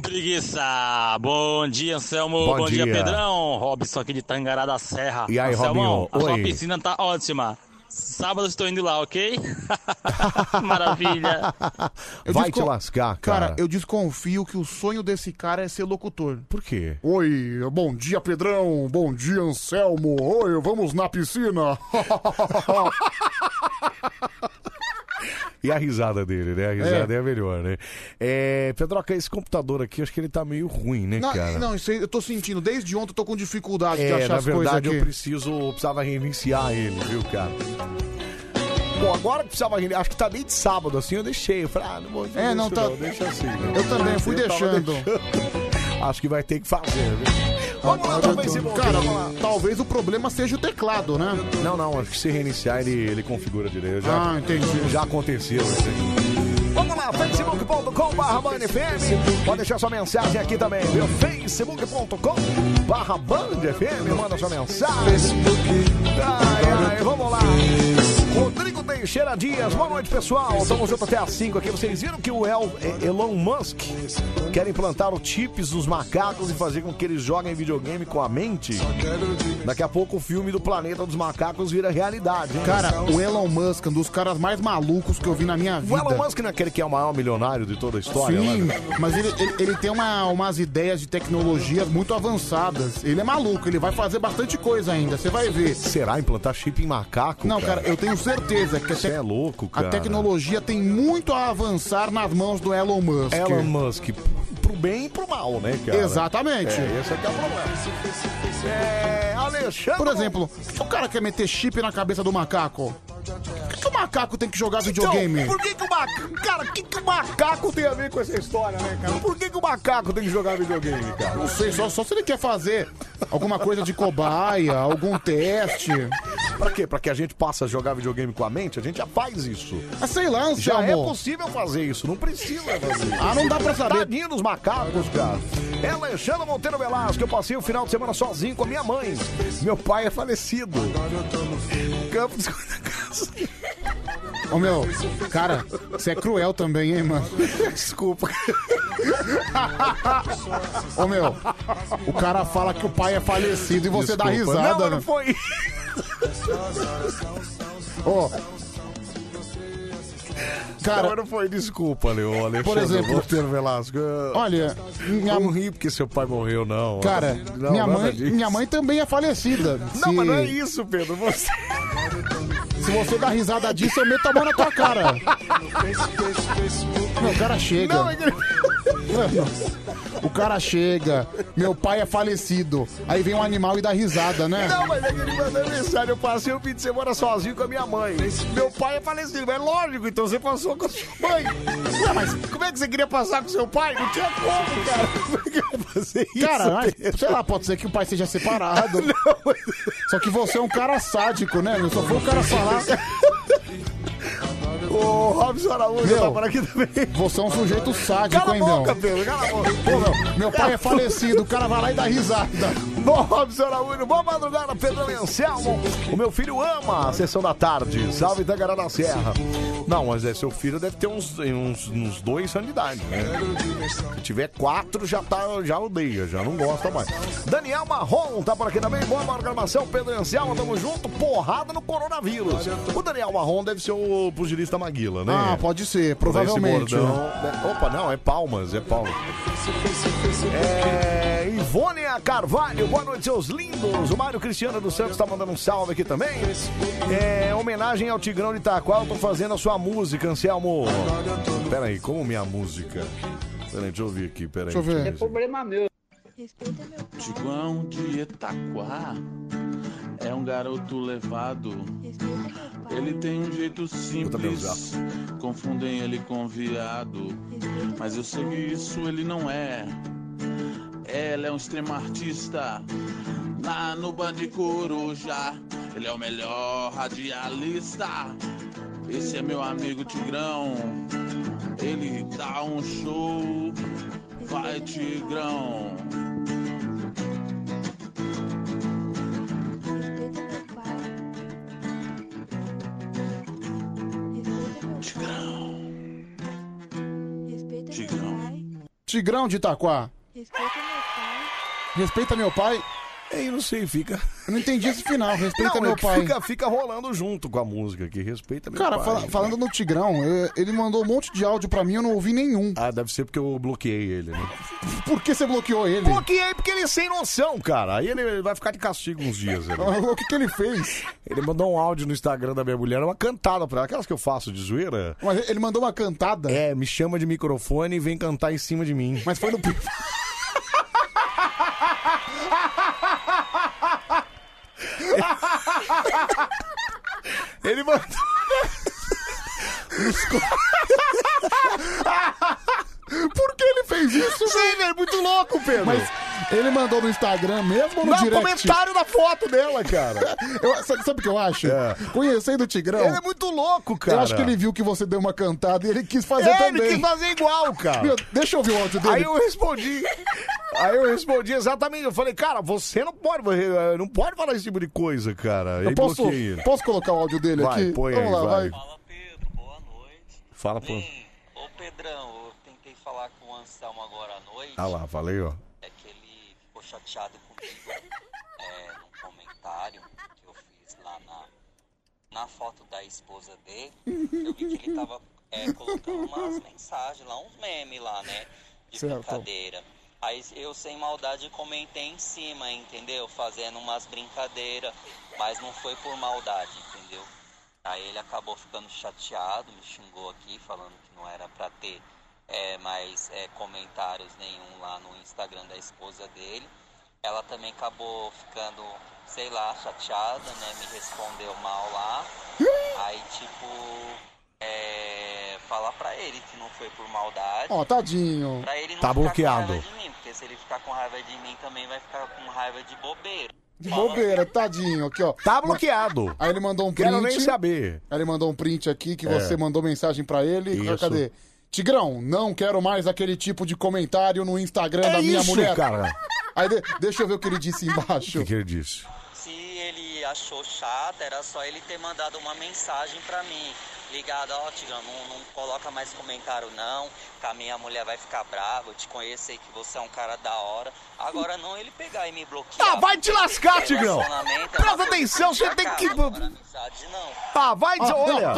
[SPEAKER 7] preguiça! Bom dia, Anselmo.
[SPEAKER 1] Bom
[SPEAKER 7] Bom, dia.
[SPEAKER 1] dia.
[SPEAKER 7] Pedrão. Robson aqui de Tangará da Serra.
[SPEAKER 1] E aí,
[SPEAKER 7] Anselmão,
[SPEAKER 1] Robinho?
[SPEAKER 7] a sua
[SPEAKER 1] Oi.
[SPEAKER 7] piscina tá ótima. Sábado estou indo lá, ok? Maravilha.
[SPEAKER 1] Vai
[SPEAKER 2] descon-
[SPEAKER 1] te lascar, cara.
[SPEAKER 2] eu desconfio que o sonho desse cara é ser locutor.
[SPEAKER 1] Por quê?
[SPEAKER 2] Oi, bom dia, Pedrão. Bom dia, Anselmo. Oi, vamos na piscina.
[SPEAKER 16] E a risada dele, né? A risada é, a melhor, né?
[SPEAKER 1] É, Pedroca, esse computador aqui, acho que ele tá meio ruim, né,
[SPEAKER 2] não,
[SPEAKER 1] cara?
[SPEAKER 2] não, isso aí eu tô sentindo. Desde ontem eu tô com dificuldade de
[SPEAKER 1] É,
[SPEAKER 2] achar
[SPEAKER 1] na
[SPEAKER 2] as coisas
[SPEAKER 1] verdade
[SPEAKER 2] aqui.
[SPEAKER 1] eu preciso, eu precisava reiniciar ele, viu, cara? Bom, agora que precisava reiniciar, acho que tá meio de sábado assim, eu deixei. Eu falei, ah, não vou fazer
[SPEAKER 2] É, não,
[SPEAKER 1] isso
[SPEAKER 2] tá-
[SPEAKER 1] deixa assim.
[SPEAKER 2] Eu também fui
[SPEAKER 1] Eu tava
[SPEAKER 2] deixando. Ah,
[SPEAKER 1] Acho que vai ter que fazer, viu? Vamos lá pro Facebook.
[SPEAKER 2] tá, Cara,
[SPEAKER 1] vamos lá.
[SPEAKER 2] talvez o problema seja o teclado, né?
[SPEAKER 1] Não, não, acho que se reiniciar ele, ele configura direito. Já,
[SPEAKER 2] Ah, entendi.
[SPEAKER 1] Já aconteceu, né? Vamos lá, facebook.com.br BandFM. Pode deixar sua mensagem aqui também, viu? facebook.com.br BandFM. Manda sua mensagem. Ai, ai, vamos lá. Rodrigo Teixeira Dias, boa noite pessoal. Tamo junto até às 5 aqui. Vocês viram que o El- eh, Elon Musk quer implantar o chips nos macacos e fazer com que eles joguem videogame com a mente? Daqui a pouco o filme do Planeta dos Macacos vira realidade, hein?
[SPEAKER 2] Cara, o Elon Musk é um dos caras mais malucos que eu vi na minha vida.
[SPEAKER 1] O Elon Musk não é aquele que é o maior milionário de toda a história?
[SPEAKER 2] Sim,
[SPEAKER 1] lá, né?
[SPEAKER 2] mas ele, ele, ele tem uma, umas ideias de tecnologias muito avançadas. Ele é maluco, ele vai fazer bastante coisa ainda, você vai ver.
[SPEAKER 1] Será implantar chip em macaco?
[SPEAKER 2] Não, cara, eu tenho certeza que a,
[SPEAKER 1] Você é louco,
[SPEAKER 2] a
[SPEAKER 1] cara.
[SPEAKER 2] tecnologia tem muito a avançar nas mãos do Elon Musk.
[SPEAKER 1] Elon Musk, pro bem e pro mal, né, cara?
[SPEAKER 2] Exatamente.
[SPEAKER 1] É, esse aqui é o problema. É, Alexandre.
[SPEAKER 2] Por exemplo, se o cara quer meter chip na cabeça do macaco, por que, que o macaco tem que jogar videogame?
[SPEAKER 1] Então, por que, que o macaco. Cara, o que, que o macaco tem a ver com essa história, né, cara? Por que, que o macaco tem que jogar videogame, cara?
[SPEAKER 2] Não sei, só, só se ele quer fazer alguma coisa de cobaia, algum teste.
[SPEAKER 1] Pra quê? Pra que a gente possa jogar videogame com a mente? A gente já faz isso.
[SPEAKER 2] Ah, sei lá, Anselmo.
[SPEAKER 1] Já é possível fazer isso, não precisa fazer isso.
[SPEAKER 2] Ah, não dá pra saber.
[SPEAKER 1] Tadinho dos macacos, cara. É Alexandre Monteiro Velasco, eu passei o final de semana sozinho com a minha mãe. Meu pai é falecido. Campos
[SPEAKER 2] Ô meu, cara, você é cruel também, hein, mano? Desculpa. Ô meu, o cara fala que o pai é falecido e você dá
[SPEAKER 1] Desculpa.
[SPEAKER 2] risada.
[SPEAKER 1] Não,
[SPEAKER 2] né?
[SPEAKER 1] não foi.
[SPEAKER 2] Ô,
[SPEAKER 1] Cara, não, não foi desculpa, Leo, Alexandre.
[SPEAKER 2] Por exemplo-
[SPEAKER 1] Monteiro Velasco.
[SPEAKER 2] Olha, minha-
[SPEAKER 1] não ri porque seu pai morreu, não.
[SPEAKER 2] cara,
[SPEAKER 1] né? Não,
[SPEAKER 2] minha,
[SPEAKER 1] nada
[SPEAKER 2] mãe,
[SPEAKER 1] disso.
[SPEAKER 2] minha mãe também é falecida.
[SPEAKER 1] Não, mas não é isso, Pedro. Você.
[SPEAKER 2] Se você dá risada disso, eu meto a mão na tua cara. Não, o cara chega.
[SPEAKER 19] Não, é
[SPEAKER 2] O cara chega, meu pai é falecido. Aí vem um animal e dá risada, né?
[SPEAKER 1] Não, mas é que ele mandou mensagem. Eu passei o fim de semana sozinho com a minha mãe. Meu pai é falecido. É lógico, então você passou com a sua mãe. Não, mas como é que você queria passar com seu pai? Não tinha como, cara. Como é que eu ia fazer isso?
[SPEAKER 2] Cara, ai,
[SPEAKER 1] Pedro?
[SPEAKER 2] sei lá, pode ser que o pai seja separado. Só que você é um cara sádico, né? meu? Só foi o cara falar.
[SPEAKER 1] Ô, Robson Araújo, tá por aqui também.
[SPEAKER 2] Você é um sujeito sádico,
[SPEAKER 1] Cala a
[SPEAKER 2] hein, meu?
[SPEAKER 1] boca, Pedro, cala a boca.
[SPEAKER 2] Pô, meu, meu pai é falecido, o cara vai lá e dá risada.
[SPEAKER 1] Bom, Robson Araújo, boa madrugada, Pedro e Anselmo. O meu filho ama a sessão da tarde. Salve Itagará da Serra. Não, mas é, seu filho deve ter uns, uns, uns dois anos de idade, né? Se tiver quatro, já, tá, já odeia, já não gosta mais. Daniel Marrom tá por aqui também. Boa programação, Pedro e Anselmo. Tamo junto, porrada no coronavírus. O Daniel Marrom deve ser o pugilista Maguila, né?
[SPEAKER 2] Ah, pode ser, provavelmente. né?
[SPEAKER 1] Esse bordão- Opa, não, é palmas, é palmas. É, Ivônia Carvalho, boa noite, seus lindos. O Mário Cristiano dos Santos tá mandando um salve aqui também. É, homenagem ao Tigrão de Itaquá, eu tô fazendo a sua música, Anselmo. Pera aí, como minha música? Pera aí, deixa eu ouvir aqui, pera aí.
[SPEAKER 9] Deixa eu ver.
[SPEAKER 1] deixa
[SPEAKER 9] É
[SPEAKER 17] problema meu.
[SPEAKER 9] Tigrão de Itaquá é um garoto levado. Ele tem um jeito simples, confundem ele com viado. Mas eu sei que isso ele não é. Ela é um extremo artista na nuba de coruja. Ele é o melhor radialista. Esse é meu amigo Tigrão. Ele dá um show. Vai, Tigrão. Tigrão. Tigrão.
[SPEAKER 2] Tigrão de Itaquá. Respeita meu pai.
[SPEAKER 1] Ei, não sei, fica.
[SPEAKER 2] Eu não entendi esse final, respeita
[SPEAKER 1] Não, é
[SPEAKER 2] meu
[SPEAKER 1] que
[SPEAKER 2] pai.
[SPEAKER 1] Fica, fica rolando junto com a música aqui, respeita meu
[SPEAKER 2] Cara,
[SPEAKER 1] pai.
[SPEAKER 2] fala- falando no Tigrão, eu- ele mandou um monte de áudio pra mim, eu não ouvi nenhum.
[SPEAKER 1] Ah, deve ser porque eu bloqueei ele, né?
[SPEAKER 2] Por que você bloqueou ele?
[SPEAKER 1] Bloqueei porque ele é sem noção, cara. Aí ele vai ficar de castigo uns dias. ele.
[SPEAKER 2] o que, que ele fez?
[SPEAKER 1] Ele mandou um áudio no Instagram da minha mulher, uma cantada pra ela, aquelas que eu faço de zoeira.
[SPEAKER 2] Mas ele mandou uma cantada?
[SPEAKER 1] É, me chama de microfone e vem cantar em cima de mim.
[SPEAKER 2] Mas foi no.
[SPEAKER 1] Ele mandou. Nos co-
[SPEAKER 2] Por que ele fez isso?
[SPEAKER 1] Sim, é muito louco, Pedro.
[SPEAKER 2] Mas ele mandou no Instagram mesmo ou no
[SPEAKER 1] Não,
[SPEAKER 2] direct?
[SPEAKER 1] comentário da foto dela, cara. É.
[SPEAKER 2] Eu- sabe, sabe o que eu acho? Conhecendo o Tigrão.
[SPEAKER 1] Ele é muito louco, cara.
[SPEAKER 2] Eu acho que ele viu que você deu uma cantada e ele quis fazer
[SPEAKER 1] É,
[SPEAKER 2] também.
[SPEAKER 1] Ele quis fazer igual, cara.
[SPEAKER 2] Meu, deixa eu ouvir o áudio dele.
[SPEAKER 1] Aí eu respondi. Aí eu respondi exatamente. Eu falei, cara, você não pode, eh, não pode falar esse tipo de coisa, cara.
[SPEAKER 2] Eu
[SPEAKER 1] E
[SPEAKER 2] posso,
[SPEAKER 1] bloqueei ele.
[SPEAKER 2] posso colocar o áudio dele
[SPEAKER 1] Vai,
[SPEAKER 2] aqui?
[SPEAKER 1] põe
[SPEAKER 2] Vamos
[SPEAKER 1] aí,
[SPEAKER 2] lá,
[SPEAKER 1] vai.
[SPEAKER 2] vai.
[SPEAKER 1] Fala, pô.
[SPEAKER 20] Ô Pedrão, eu tentei falar com o Anselmo agora à noite.
[SPEAKER 1] Ah lá, falei, ó.
[SPEAKER 20] É que ele ficou chateado comigo é, num comentário que eu fiz lá na, na foto da esposa dele. Eu vi que ele tava é, colocando umas mensagens lá, uns memes lá, né? De
[SPEAKER 19] Certo.
[SPEAKER 20] brincadeira. Aí eu, sem maldade, comentei em cima, entendeu? Fazendo umas brincadeiras, mas não foi por maldade, entendeu? Aí ele acabou ficando chateado, me xingou aqui, falando que não era pra ter é, mais é, comentários nenhum lá no Instagram da esposa dele. Ela também acabou ficando, sei lá, chateada, né? Me respondeu mal lá. Aí, tipo, é, falar pra ele que não foi por maldade.
[SPEAKER 2] Ó, tadinho.
[SPEAKER 20] Pra ele não
[SPEAKER 1] Tá
[SPEAKER 20] ficar
[SPEAKER 1] bloqueado.
[SPEAKER 20] com raiva de mim, porque se ele ficar com raiva de mim, também vai ficar com raiva de bobeiro.
[SPEAKER 2] De bobeira, tadinho, aqui, ó.
[SPEAKER 1] Tá bloqueado.
[SPEAKER 2] Aí ele mandou um print.
[SPEAKER 1] Quero nem saber.
[SPEAKER 2] Aí ele mandou um print aqui que
[SPEAKER 1] É.
[SPEAKER 2] você mandou mensagem pra ele.
[SPEAKER 1] Isso.
[SPEAKER 2] Cadê? Tigrão, não quero mais aquele tipo de comentário no Instagram
[SPEAKER 1] É
[SPEAKER 2] da minha
[SPEAKER 1] isso,
[SPEAKER 2] mulher.
[SPEAKER 1] cara.
[SPEAKER 2] Aí de- deixa eu ver o que ele disse embaixo. O
[SPEAKER 1] que ele disse?
[SPEAKER 20] Se ele achou chato, era só ele ter mandado uma mensagem pra mim. Ligado, ó, Tigrão, não, não coloca mais comentário não, que a minha mulher vai ficar brava, eu te conheço aí que você é um cara da hora. Agora não ele pegar e me bloquear.
[SPEAKER 1] Ah, vai te lascar, Tigrão.
[SPEAKER 20] Relacionamento é uma
[SPEAKER 1] Presta
[SPEAKER 20] coisa
[SPEAKER 1] atenção,
[SPEAKER 20] que
[SPEAKER 1] você
[SPEAKER 20] já
[SPEAKER 1] tem que...
[SPEAKER 20] acaba, agora amizade não.
[SPEAKER 1] Ah, vai,
[SPEAKER 2] Ah, não,
[SPEAKER 1] olha.
[SPEAKER 2] pera-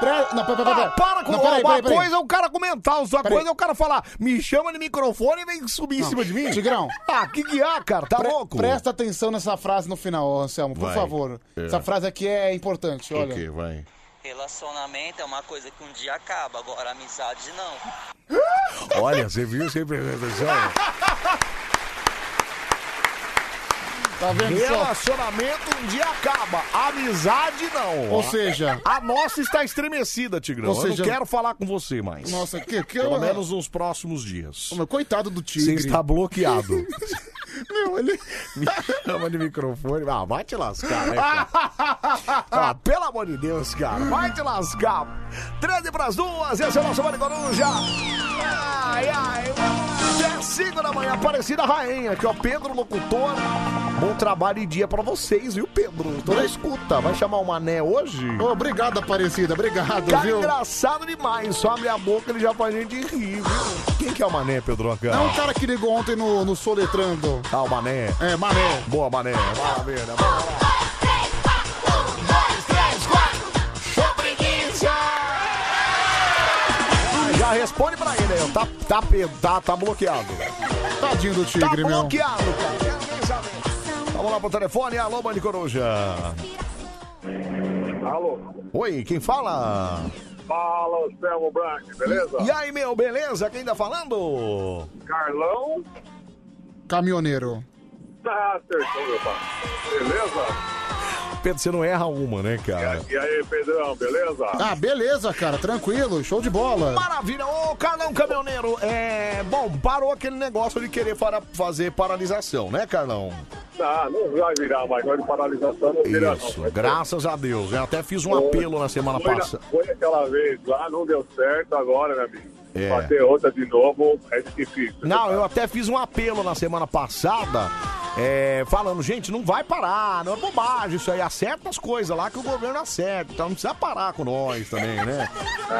[SPEAKER 2] pera- não, pera- pera-
[SPEAKER 1] Ah,
[SPEAKER 2] pera.
[SPEAKER 1] para com
[SPEAKER 2] Não, peraí,
[SPEAKER 1] uma
[SPEAKER 2] peraí, peraí.
[SPEAKER 1] coisa é o cara comentar, outra
[SPEAKER 2] Peraí.
[SPEAKER 1] coisa é o cara falar, me chama de microfone e vem subir em
[SPEAKER 2] Não,
[SPEAKER 1] cima de mim.
[SPEAKER 2] Tigrão.
[SPEAKER 1] Ah, que que há, cara? Tá
[SPEAKER 2] Pre-
[SPEAKER 1] louco?
[SPEAKER 2] Presta atenção nessa frase no final, ó, Anselmo, por
[SPEAKER 1] Vai.
[SPEAKER 2] favor.
[SPEAKER 1] É.
[SPEAKER 2] Essa frase aqui é importante, olha.
[SPEAKER 1] Ok,
[SPEAKER 3] vai.
[SPEAKER 20] Relacionamento é uma coisa que um dia acaba, agora amizade não.
[SPEAKER 3] Olha, você viu, você presta atenção?
[SPEAKER 2] Tá vendo só?
[SPEAKER 1] Relacionamento um dia acaba, amizade não.
[SPEAKER 2] Ou seja-
[SPEAKER 1] A nossa está estremecida, Tigrão.
[SPEAKER 2] Ou
[SPEAKER 1] Eu
[SPEAKER 2] seja-
[SPEAKER 1] não quero falar com você mais.
[SPEAKER 2] Nossa, que- que-
[SPEAKER 1] Pelo menos nos próximos dias.
[SPEAKER 2] Ô, meu, coitado do
[SPEAKER 1] Você
[SPEAKER 2] tigre.
[SPEAKER 1] está bloqueado.
[SPEAKER 2] Meu, ele...
[SPEAKER 1] Me chama de microfone. Ah, vai te lascar, né, cara? Ah, pelo amor de Deus, cara. Vai te lascar. 13 pras duas, esse é o nosso Vale Coruja. Ai, ai. Até 5 É da manhã, Aparecida Rainha, aqui, ó. Pedro Locutor. Bom trabalho e dia pra vocês, viu, Pedro? Tô na escuta. Vai chamar o Mané hoje?
[SPEAKER 2] Obrigado, Aparecida. Obrigado,
[SPEAKER 1] Cara,
[SPEAKER 2] viu?
[SPEAKER 1] engraçado demais. Só abre a boca, ele já faz gente rir, viu? Quem que é o Mané, Pedro?
[SPEAKER 2] É um cara que ligou ontem no, no Soletrando.
[SPEAKER 1] Ah, o Mané.
[SPEAKER 2] É, Mané.
[SPEAKER 1] Boa, Mané. Maravilha. Um, Ah, Já responde pra ele aí, ó. tá, tá, pe- tá, tá bloqueado.
[SPEAKER 2] Tadinho do
[SPEAKER 1] tá
[SPEAKER 2] tigre, meu.
[SPEAKER 1] bloqueado, cara. Quero nem saber. Vamos lá pro telefone, alô, Bande Coruja.
[SPEAKER 21] Alô?
[SPEAKER 1] Oi, quem fala?
[SPEAKER 21] Fala, Anselmo Braque, beleza?
[SPEAKER 1] E aí, meu, beleza? Quem tá falando?
[SPEAKER 21] Carlão?
[SPEAKER 2] Caminhoneiro.
[SPEAKER 21] Tá, acertou, meu pai. Beleza?
[SPEAKER 1] Pedro, você não erra uma, né, cara?
[SPEAKER 21] E aí, Pedrão, beleza?
[SPEAKER 1] Tá.
[SPEAKER 2] Ah, beleza, cara. Tranquilo. Show de bola.
[SPEAKER 1] Maravilha, ô Carlão Caminhoneiro, é. Bom, parou aquele negócio de querer para, fazer paralisação, né, Carlão?
[SPEAKER 21] Tá, não vai virar mais, vai de paralisação, não vira
[SPEAKER 1] Isso,
[SPEAKER 21] não.
[SPEAKER 1] graças a Deus. Eu até fiz um apelo na semana
[SPEAKER 21] Foi na-
[SPEAKER 1] passada.
[SPEAKER 21] Foi aquela vez lá, não deu certo, agora, né, meu amigo.
[SPEAKER 1] É.
[SPEAKER 21] Fazer outra de novo é difícil.
[SPEAKER 1] Não, eu até fiz um apelo na semana passada, é, falando, gente, não vai parar, não é bobagem isso aí, acerta as coisas lá que o governo acerta, então não precisa parar com nós também, né?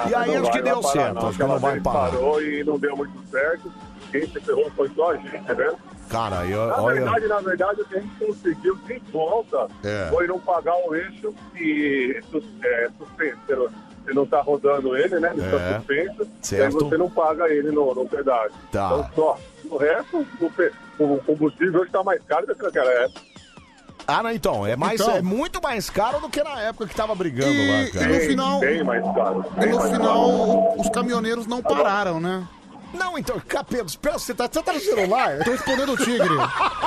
[SPEAKER 1] e aí
[SPEAKER 21] Ah, Não
[SPEAKER 1] acho
[SPEAKER 21] vai,
[SPEAKER 1] que deu
[SPEAKER 21] vai parar,
[SPEAKER 1] certo,
[SPEAKER 21] não.
[SPEAKER 1] acho que não
[SPEAKER 21] Aquela
[SPEAKER 1] vai
[SPEAKER 21] vez
[SPEAKER 1] parar.
[SPEAKER 21] Parou e não deu muito certo. Quem se ferrou foi só a gente, tá vendo?
[SPEAKER 1] Cara, eu,
[SPEAKER 21] Na
[SPEAKER 1] olha...
[SPEAKER 21] verdade, na verdade, o que a gente conseguiu de volta
[SPEAKER 1] É.
[SPEAKER 21] foi não pagar o eixo que sus- é, suspenso. Você não- Você não está rodando ele, né? Ele está
[SPEAKER 1] É.
[SPEAKER 21] suspenso. E aí
[SPEAKER 1] Certo.
[SPEAKER 21] você não paga ele no, no pedágio.
[SPEAKER 1] Tá.
[SPEAKER 21] Então só. O resto, o, pe- o combustível hoje está mais caro do que naquela época.
[SPEAKER 1] Ah, não, então, é, mais,
[SPEAKER 21] Então.
[SPEAKER 1] é muito mais caro do que na época que tava brigando lá, cara.
[SPEAKER 2] no final-
[SPEAKER 21] Bem mais caro. bem
[SPEAKER 2] No
[SPEAKER 21] mais
[SPEAKER 2] final, os caminhoneiros não pararam, né?
[SPEAKER 1] Não, então, capetos, pera, você tá, você tá no celular?
[SPEAKER 2] Tô respondendo o tigre.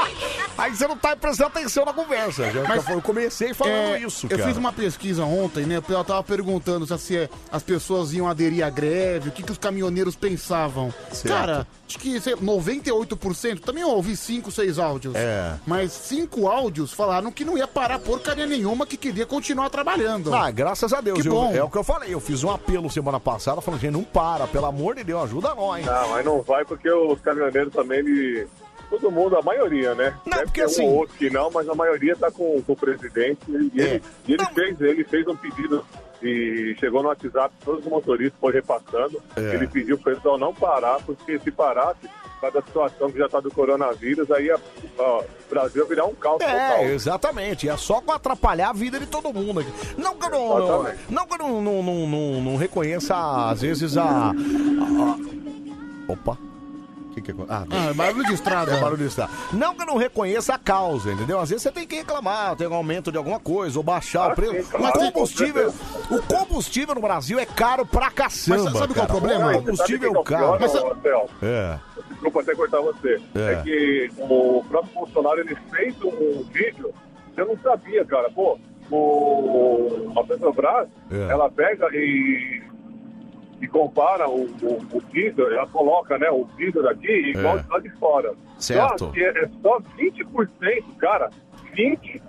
[SPEAKER 1] Aí você não tá prestando atenção na conversa. Já
[SPEAKER 2] Mas-
[SPEAKER 1] eu comecei falando
[SPEAKER 2] É,
[SPEAKER 1] isso,
[SPEAKER 2] eu
[SPEAKER 1] cara.
[SPEAKER 2] fiz uma pesquisa ontem, né? Eu tava perguntando se assim, é, as pessoas iam aderir à greve, o que, que os caminhoneiros pensavam.
[SPEAKER 1] Certo.
[SPEAKER 2] Cara, acho que sei, 98%, também eu ouvi 5, 6 áudios.
[SPEAKER 1] É.
[SPEAKER 2] Mas cinco áudios falaram que não ia parar porcaria nenhuma, que queria continuar trabalhando.
[SPEAKER 1] Ah, graças a Deus.
[SPEAKER 2] Que
[SPEAKER 1] eu-
[SPEAKER 2] bom.
[SPEAKER 1] é o que eu falei. Eu fiz um apelo semana passada falando, gente, não para, pelo amor de Deus, ajuda nós.
[SPEAKER 21] Não, mas não vai porque os caminhoneiros também, ele- todo mundo, a maioria, né? Não,
[SPEAKER 1] porque
[SPEAKER 21] um
[SPEAKER 1] assim-
[SPEAKER 21] ou outro que não, mas a maioria tá com, com o presidente e
[SPEAKER 1] É.
[SPEAKER 21] ele, e ele fez, ele fez um pedido e chegou no WhatsApp, todos os motoristas foram repassando,
[SPEAKER 1] É.
[SPEAKER 21] ele pediu pro pessoal não parar, porque se parasse, por causa da situação que já tá do coronavírus, aí a- ó, o Brasil ia virar um caos total.
[SPEAKER 1] É, exatamente. É só pra atrapalhar a vida de todo mundo aqui. Não que eu não, não, não que eu não, não, não, não- não reconheça, às vezes, a. a- Opa. O que que acon- Ah,
[SPEAKER 2] Ah, é barulho de estrada.
[SPEAKER 1] É barulho de estrada. Não que eu não reconheça a causa, entendeu? Às vezes você tem que reclamar, tem um aumento de alguma coisa, ou baixar o preço.
[SPEAKER 21] sim,
[SPEAKER 1] Mas
[SPEAKER 21] claro,
[SPEAKER 1] combustível, o combustível no Brasil é caro pra caçamba.
[SPEAKER 2] Mas sabe qual é o
[SPEAKER 1] cara.
[SPEAKER 2] problema?
[SPEAKER 1] O combustível
[SPEAKER 21] Sabe quem
[SPEAKER 1] é
[SPEAKER 21] que é o
[SPEAKER 1] caro.
[SPEAKER 21] pior, Marcelo?
[SPEAKER 1] É.
[SPEAKER 21] Desculpa até cortar você.
[SPEAKER 1] É.
[SPEAKER 21] É, que o próprio Bolsonaro ele fez um vídeo, eu não sabia, cara. Pô, o, a Petrobras,
[SPEAKER 1] É.
[SPEAKER 21] ela pega e, e compara o, o, o diesel, ela coloca né, o diesel daqui igual
[SPEAKER 1] É.
[SPEAKER 21] de lá de fora.
[SPEAKER 1] Certo.
[SPEAKER 21] Só que é só 20%, cara. 20%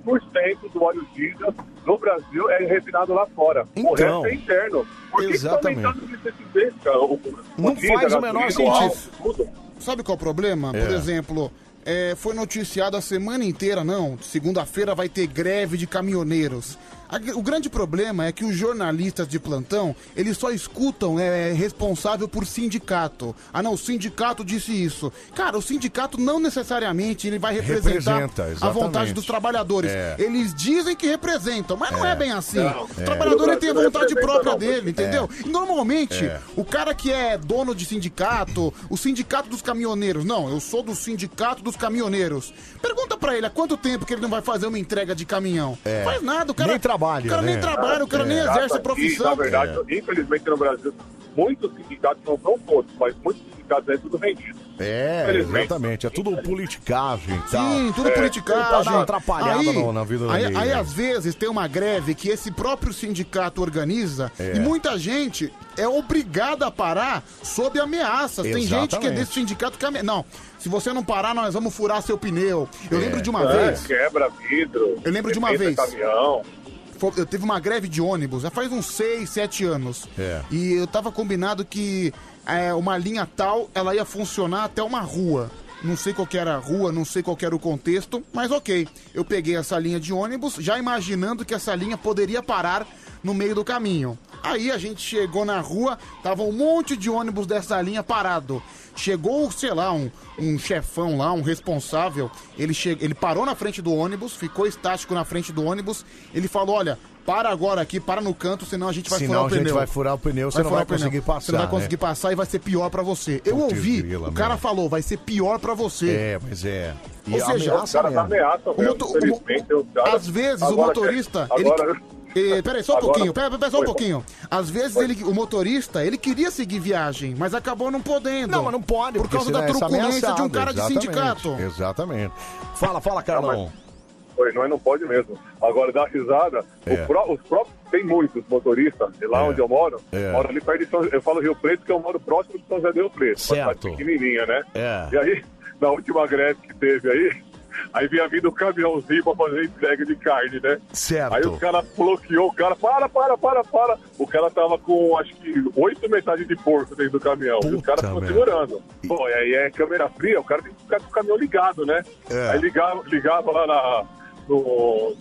[SPEAKER 21] do óleo diesel no Brasil é refinado lá fora. o
[SPEAKER 1] Então.
[SPEAKER 21] resto é interno. Por que que tá
[SPEAKER 1] Exatamente.
[SPEAKER 21] aumentando o ICTB, cara? O-
[SPEAKER 2] Não
[SPEAKER 21] diesel, é
[SPEAKER 2] faz o
[SPEAKER 21] gasolina,
[SPEAKER 2] menor
[SPEAKER 21] álcool,
[SPEAKER 2] sentido. Sabe qual é o problema?
[SPEAKER 1] É.
[SPEAKER 2] Por exemplo, é, foi noticiado a semana inteira, não. Segunda-feira vai ter greve de caminhoneiros. A gr- o grande problema é que os jornalistas de plantão, eles só escutam é, responsável por sindicato. Ah não, o sindicato disse isso. Cara, o sindicato não necessariamente ele vai representar
[SPEAKER 1] Representa,
[SPEAKER 2] a
[SPEAKER 1] exatamente.
[SPEAKER 2] vontade dos trabalhadores.
[SPEAKER 1] É.
[SPEAKER 2] Eles dizem que representam, mas não é,
[SPEAKER 1] É.
[SPEAKER 2] bem assim.
[SPEAKER 1] Não.
[SPEAKER 2] O
[SPEAKER 1] É.
[SPEAKER 2] trabalhador ele tem a
[SPEAKER 1] Não
[SPEAKER 2] vontade
[SPEAKER 1] representa,
[SPEAKER 2] própria
[SPEAKER 1] não,
[SPEAKER 2] dele,
[SPEAKER 1] porque-
[SPEAKER 2] entendeu? E Normalmente,
[SPEAKER 1] É.
[SPEAKER 2] o cara que é dono de sindicato, o sindicato dos caminhoneiros, não, eu sou do sindicato dos caminhoneiros. Pergunta pra ele há quanto tempo que ele não vai fazer uma entrega de caminhão.
[SPEAKER 1] É.
[SPEAKER 2] Faz nada, o cara
[SPEAKER 1] Nem trabalha,
[SPEAKER 2] O cara nem
[SPEAKER 1] né?
[SPEAKER 2] trabalha, o cara
[SPEAKER 1] É.
[SPEAKER 2] nem exerce a
[SPEAKER 21] Aqui,
[SPEAKER 2] profissão.
[SPEAKER 21] na verdade, infelizmente no Brasil, muitos sindicatos, não são todos, mas muitos sindicatos é tudo vendido.
[SPEAKER 1] É, exatamente. É tudo politicagem e tal.
[SPEAKER 2] Sim, tudo
[SPEAKER 1] É, Dá
[SPEAKER 2] politicagem.
[SPEAKER 1] uma atrapalhada no- na vida né? do
[SPEAKER 2] aí,
[SPEAKER 1] amigo.
[SPEAKER 2] aí, às vezes, tem uma greve que esse próprio sindicato organiza
[SPEAKER 1] É.
[SPEAKER 2] e muita gente é obrigada a parar sob ameaças. Tem gente que é
[SPEAKER 1] Exatamente.
[SPEAKER 2] desse sindicato que... ame- Não, se você não parar, nós vamos furar seu pneu. Eu lembro de uma
[SPEAKER 21] É,
[SPEAKER 2] vez...
[SPEAKER 21] Quebra vidro.
[SPEAKER 2] Eu lembro de uma
[SPEAKER 21] arrebenta
[SPEAKER 2] vez.
[SPEAKER 21] caminhão.
[SPEAKER 2] Foi- Eu teve uma greve de ônibus, já faz uns 6, 7 anos.
[SPEAKER 1] É.
[SPEAKER 2] E eu tava combinado que é, uma linha tal, ela ia funcionar até uma rua. Não sei qual que era a rua, não sei qual que era o contexto, mas ok. Eu peguei essa linha de ônibus, já imaginando que essa linha poderia parar no meio do caminho. Aí a gente chegou na rua, tava um monte de ônibus dessa linha parado. Chegou, sei lá, um, um chefão lá, um responsável. Ele, che... ele parou na frente do ônibus, ficou estático na frente do ônibus. Ele falou: Olha, para agora aqui, para no canto, senão a gente vai
[SPEAKER 1] Senão
[SPEAKER 2] furar o
[SPEAKER 1] a
[SPEAKER 2] pneu.
[SPEAKER 1] gente vai furar o pneu, você não
[SPEAKER 2] furar
[SPEAKER 1] vai
[SPEAKER 2] o pneu.
[SPEAKER 1] conseguir
[SPEAKER 2] Você não vai
[SPEAKER 1] passar,
[SPEAKER 2] conseguir
[SPEAKER 1] né?
[SPEAKER 2] passar e vai ser pior pra você. Eu
[SPEAKER 1] Putz,
[SPEAKER 2] ouvi,
[SPEAKER 1] grila,
[SPEAKER 2] o cara
[SPEAKER 1] meu.
[SPEAKER 2] falou: Vai ser pior pra você.
[SPEAKER 1] É, mas é.
[SPEAKER 2] Ou seja, tá
[SPEAKER 21] os caras ameaçam mesmo, infelizmente. os caras-
[SPEAKER 2] Às vezes o
[SPEAKER 21] Agora,
[SPEAKER 2] motorista.
[SPEAKER 21] Agora,
[SPEAKER 2] ele- Eh, peraí, só um
[SPEAKER 21] Agora-
[SPEAKER 2] pouquinho, peraí, peraí, só um
[SPEAKER 21] Oi.
[SPEAKER 2] pouquinho. Às vezes ele, o motorista, ele queria seguir viagem, mas acabou não podendo. Não, mas não pode. Por
[SPEAKER 1] Porque
[SPEAKER 2] causa
[SPEAKER 1] senão
[SPEAKER 2] da
[SPEAKER 1] é
[SPEAKER 2] truculência de um
[SPEAKER 1] ameaçado,
[SPEAKER 2] cara de
[SPEAKER 1] exatamente,
[SPEAKER 2] sindicato.
[SPEAKER 1] Exatamente. Fala, fala, Carlão.
[SPEAKER 21] Pois nós não pode mesmo. Agora dá risada. o
[SPEAKER 1] É.
[SPEAKER 21] pró- os próprios, tem muitos motoristas de lá onde eu moro.
[SPEAKER 1] É.
[SPEAKER 21] Moro ali perto de São, Eu falo Rio Preto porque eu moro próximo de São José do Rio Preto. uma cidade
[SPEAKER 1] Certo.
[SPEAKER 21] Pequenininha, né?
[SPEAKER 1] É.
[SPEAKER 21] E aí, na última greve que teve aí, aí vinha vindo um caminhãozinho pra fazer entrega de carne, né?
[SPEAKER 1] Certo.
[SPEAKER 21] Aí os caras bloqueou o cara, para, para, para, para. O cara tava com, acho que, oito metades de porco dentro do caminhão. e os caras ficam
[SPEAKER 1] merda.
[SPEAKER 21] segurando. Pô, e aí é câmera fria, o cara tem que ficar com o caminhão ligado, né?
[SPEAKER 1] É.
[SPEAKER 21] Aí ligava, ligava lá na- no,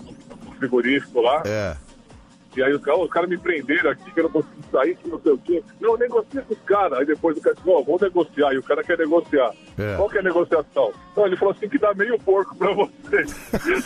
[SPEAKER 21] no frigorífico lá.
[SPEAKER 1] É.
[SPEAKER 21] E aí os caras os caras me prenderam aqui, que eu não consegui sair, que não sei o quê. Não, negocia com os caras. Aí depois o cara disse, ó, vou negociar. E o cara quer negociar.
[SPEAKER 1] É.
[SPEAKER 21] Qual que é a negociação? Não, ele falou assim que dá meio porco pra você.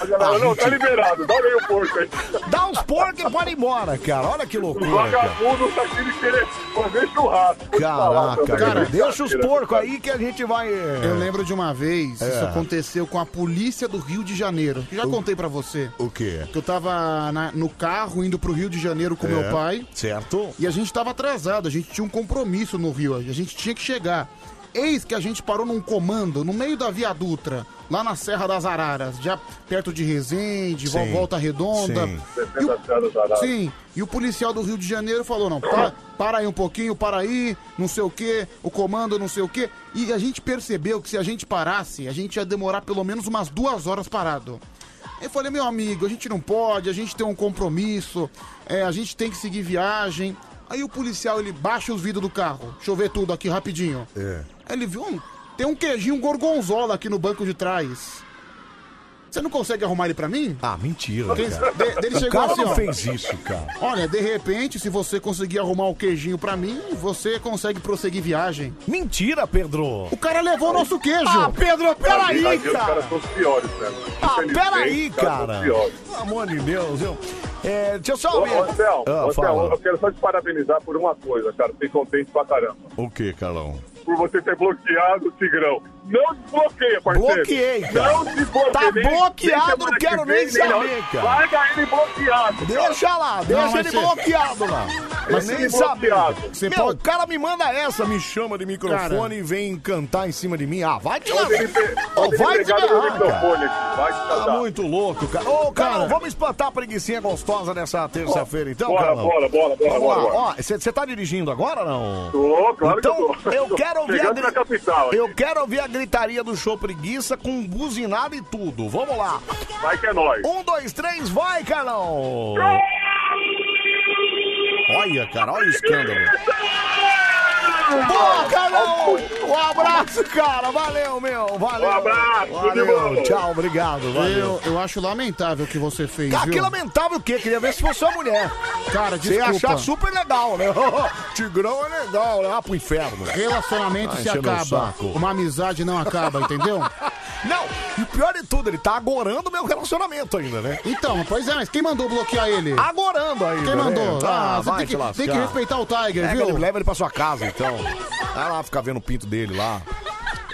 [SPEAKER 21] A galera, não, tá liberado, dá meio porco aí.
[SPEAKER 1] Dá uns porcos e bora embora, cara. Olha que
[SPEAKER 21] O
[SPEAKER 1] loucura. Cara.
[SPEAKER 21] vagabundo tá aqui de querer fazer churrasco. Vou te falar,
[SPEAKER 1] Caraca,
[SPEAKER 21] meu
[SPEAKER 1] cara,
[SPEAKER 2] né?
[SPEAKER 21] amigo.
[SPEAKER 1] deixa os porcos aí que a gente vai. eh,
[SPEAKER 2] Eu lembro de uma vez,
[SPEAKER 1] É.
[SPEAKER 2] isso aconteceu com a polícia do Rio de Janeiro. Já contei pra você.
[SPEAKER 1] O quê?
[SPEAKER 2] Que eu tava na- no carro indo pro Rio de Janeiro com meu
[SPEAKER 1] É,
[SPEAKER 2] pai.
[SPEAKER 1] Certo?
[SPEAKER 2] E a gente tava atrasado, a gente tinha um compromisso no Rio, a gente tinha que chegar. Eis que a gente parou num comando no meio da Via Dutra, lá na Serra das Araras, já perto de Resende,
[SPEAKER 21] Sim.
[SPEAKER 2] Volta Redonda.
[SPEAKER 21] Sim. Defenda a Serra das Araras.
[SPEAKER 2] Sim, e o policial do Rio de Janeiro falou: não, pa- para aí um pouquinho, para aí, não sei o quê, o comando, não sei o quê. E a gente percebeu que se a gente parasse, a gente ia demorar pelo menos umas duas horas parado. Eu falei, meu amigo, a gente não pode, a gente tem um compromisso, é, a gente tem que seguir viagem. Aí o policial ele baixa os vidros do carro, deixa eu ver tudo aqui rapidinho.
[SPEAKER 1] É.
[SPEAKER 2] Aí ele viu, "Hum, tem um queijinho gorgonzola aqui no banco de trás. Você não consegue arrumar ele pra mim?
[SPEAKER 1] Ah, mentira.
[SPEAKER 2] Quem-
[SPEAKER 1] Cara.
[SPEAKER 2] de- dele
[SPEAKER 1] o
[SPEAKER 2] chegou
[SPEAKER 1] cara
[SPEAKER 2] assim,
[SPEAKER 1] não
[SPEAKER 2] ó.
[SPEAKER 1] fez isso, cara.
[SPEAKER 2] Olha, de repente, se você conseguir arrumar o queijinho pra mim, você consegue prosseguir viagem.
[SPEAKER 1] Mentira, Pedro!
[SPEAKER 2] O cara levou o nosso queijo!
[SPEAKER 1] Ah, Pedro, peraí,
[SPEAKER 21] Aqui os
[SPEAKER 1] cara.
[SPEAKER 21] caras são os piores, velho.
[SPEAKER 1] Ah,
[SPEAKER 21] Infelizmente,
[SPEAKER 1] peraí,
[SPEAKER 21] os caras são os
[SPEAKER 1] cara.
[SPEAKER 21] piores.
[SPEAKER 1] Pelo amor de Deus, eu. É, deixa eu só
[SPEAKER 21] Ô,
[SPEAKER 1] ouvir.
[SPEAKER 21] ô, Celso,
[SPEAKER 1] Ah,
[SPEAKER 21] ô,
[SPEAKER 1] fala.
[SPEAKER 21] Celso, eu quero só te parabenizar por uma coisa, cara. Fiquei contente pra caramba.
[SPEAKER 1] O que, Carlão?
[SPEAKER 21] Por você ter bloqueado o Tigrão. Não desbloqueia, parceiro.
[SPEAKER 1] Bloqueei, cara.
[SPEAKER 21] Não desbloqueia.
[SPEAKER 1] Tá
[SPEAKER 21] nem- nem
[SPEAKER 1] bloqueado,
[SPEAKER 21] semana
[SPEAKER 1] não quero
[SPEAKER 21] que vem,
[SPEAKER 1] nem
[SPEAKER 21] na
[SPEAKER 1] saber,
[SPEAKER 21] outra.
[SPEAKER 1] cara.
[SPEAKER 21] Larga ele bloqueado.
[SPEAKER 1] Deixa lá,
[SPEAKER 21] Não,
[SPEAKER 1] deixa
[SPEAKER 21] vai
[SPEAKER 1] ele
[SPEAKER 21] ser.
[SPEAKER 1] bloqueado lá. Mas
[SPEAKER 21] Eu
[SPEAKER 1] você
[SPEAKER 21] nem
[SPEAKER 1] sabe,
[SPEAKER 21] vou,
[SPEAKER 1] Thiago.
[SPEAKER 21] Você
[SPEAKER 1] Meu,
[SPEAKER 21] pode-
[SPEAKER 1] o cara me manda essa, me chama de microfone
[SPEAKER 21] Cara.
[SPEAKER 1] e vem cantar em cima de mim. Ah, vai te
[SPEAKER 21] Pode ele pe-
[SPEAKER 1] lavar.
[SPEAKER 21] pode
[SPEAKER 1] Oh,
[SPEAKER 21] ele
[SPEAKER 1] vai te
[SPEAKER 21] pegar meu
[SPEAKER 1] lavar,
[SPEAKER 21] microfone
[SPEAKER 1] cara.
[SPEAKER 21] aqui, vai te
[SPEAKER 1] Tá
[SPEAKER 21] catar.
[SPEAKER 1] muito louco, cara. Ô, cara,
[SPEAKER 21] Cara.
[SPEAKER 1] vamos espantar a preguicinha gostosa nessa terça-feira, então,
[SPEAKER 21] Bora,
[SPEAKER 1] Carlão?
[SPEAKER 21] bora, bora, bora,
[SPEAKER 1] Vamos
[SPEAKER 21] bora,
[SPEAKER 1] lá.
[SPEAKER 21] bora.
[SPEAKER 1] Ó, você tá dirigindo agora ou não?
[SPEAKER 22] Tô, claro que
[SPEAKER 1] então,
[SPEAKER 22] eu tô.
[SPEAKER 1] eu quero ouvir
[SPEAKER 22] Chegando na capital aqui.
[SPEAKER 1] Eu quero ouvir a gritaria do show preguiça com buzinada e tudo. Vamos lá.
[SPEAKER 22] Vai que é nóis.
[SPEAKER 1] Um, dois, três, vai, Carlão! Olha, cara, olha o escândalo. Boa, Carlão! Um abraço, cara. Valeu, meu. Valeu.
[SPEAKER 2] Um abraço,
[SPEAKER 1] Valeu.
[SPEAKER 2] tudo de bom.
[SPEAKER 1] Tchau, obrigado. Valeu.
[SPEAKER 2] Eu, eu acho lamentável o que você fez,
[SPEAKER 1] Cara,
[SPEAKER 2] viu?
[SPEAKER 1] que lamentável o quê? Queria ver se fosse uma mulher.
[SPEAKER 2] Cara,
[SPEAKER 1] Você ia
[SPEAKER 2] desculpa.
[SPEAKER 1] achar super legal, né? Tigrão é legal, né? Ah, pro inferno.
[SPEAKER 2] Relacionamento
[SPEAKER 1] Ai,
[SPEAKER 2] se
[SPEAKER 1] encheu meu
[SPEAKER 2] acaba,
[SPEAKER 1] saco.
[SPEAKER 2] uma amizade não acaba, entendeu?
[SPEAKER 1] Não, e o pior de tudo, ele tá agorando meu relacionamento ainda, né?
[SPEAKER 2] Então, pois é, mas quem mandou bloquear ele?
[SPEAKER 1] Agorando ainda.
[SPEAKER 2] Quem
[SPEAKER 1] né?
[SPEAKER 2] mandou? Ah,
[SPEAKER 1] Ah,
[SPEAKER 2] você
[SPEAKER 1] vai
[SPEAKER 2] tem
[SPEAKER 1] te
[SPEAKER 2] que,
[SPEAKER 1] lascar.
[SPEAKER 2] tem que respeitar o Tiger,
[SPEAKER 1] Pega
[SPEAKER 2] viu?
[SPEAKER 1] ele, leva ele pra sua casa, então. Vai lá ficar vendo o pinto dele lá.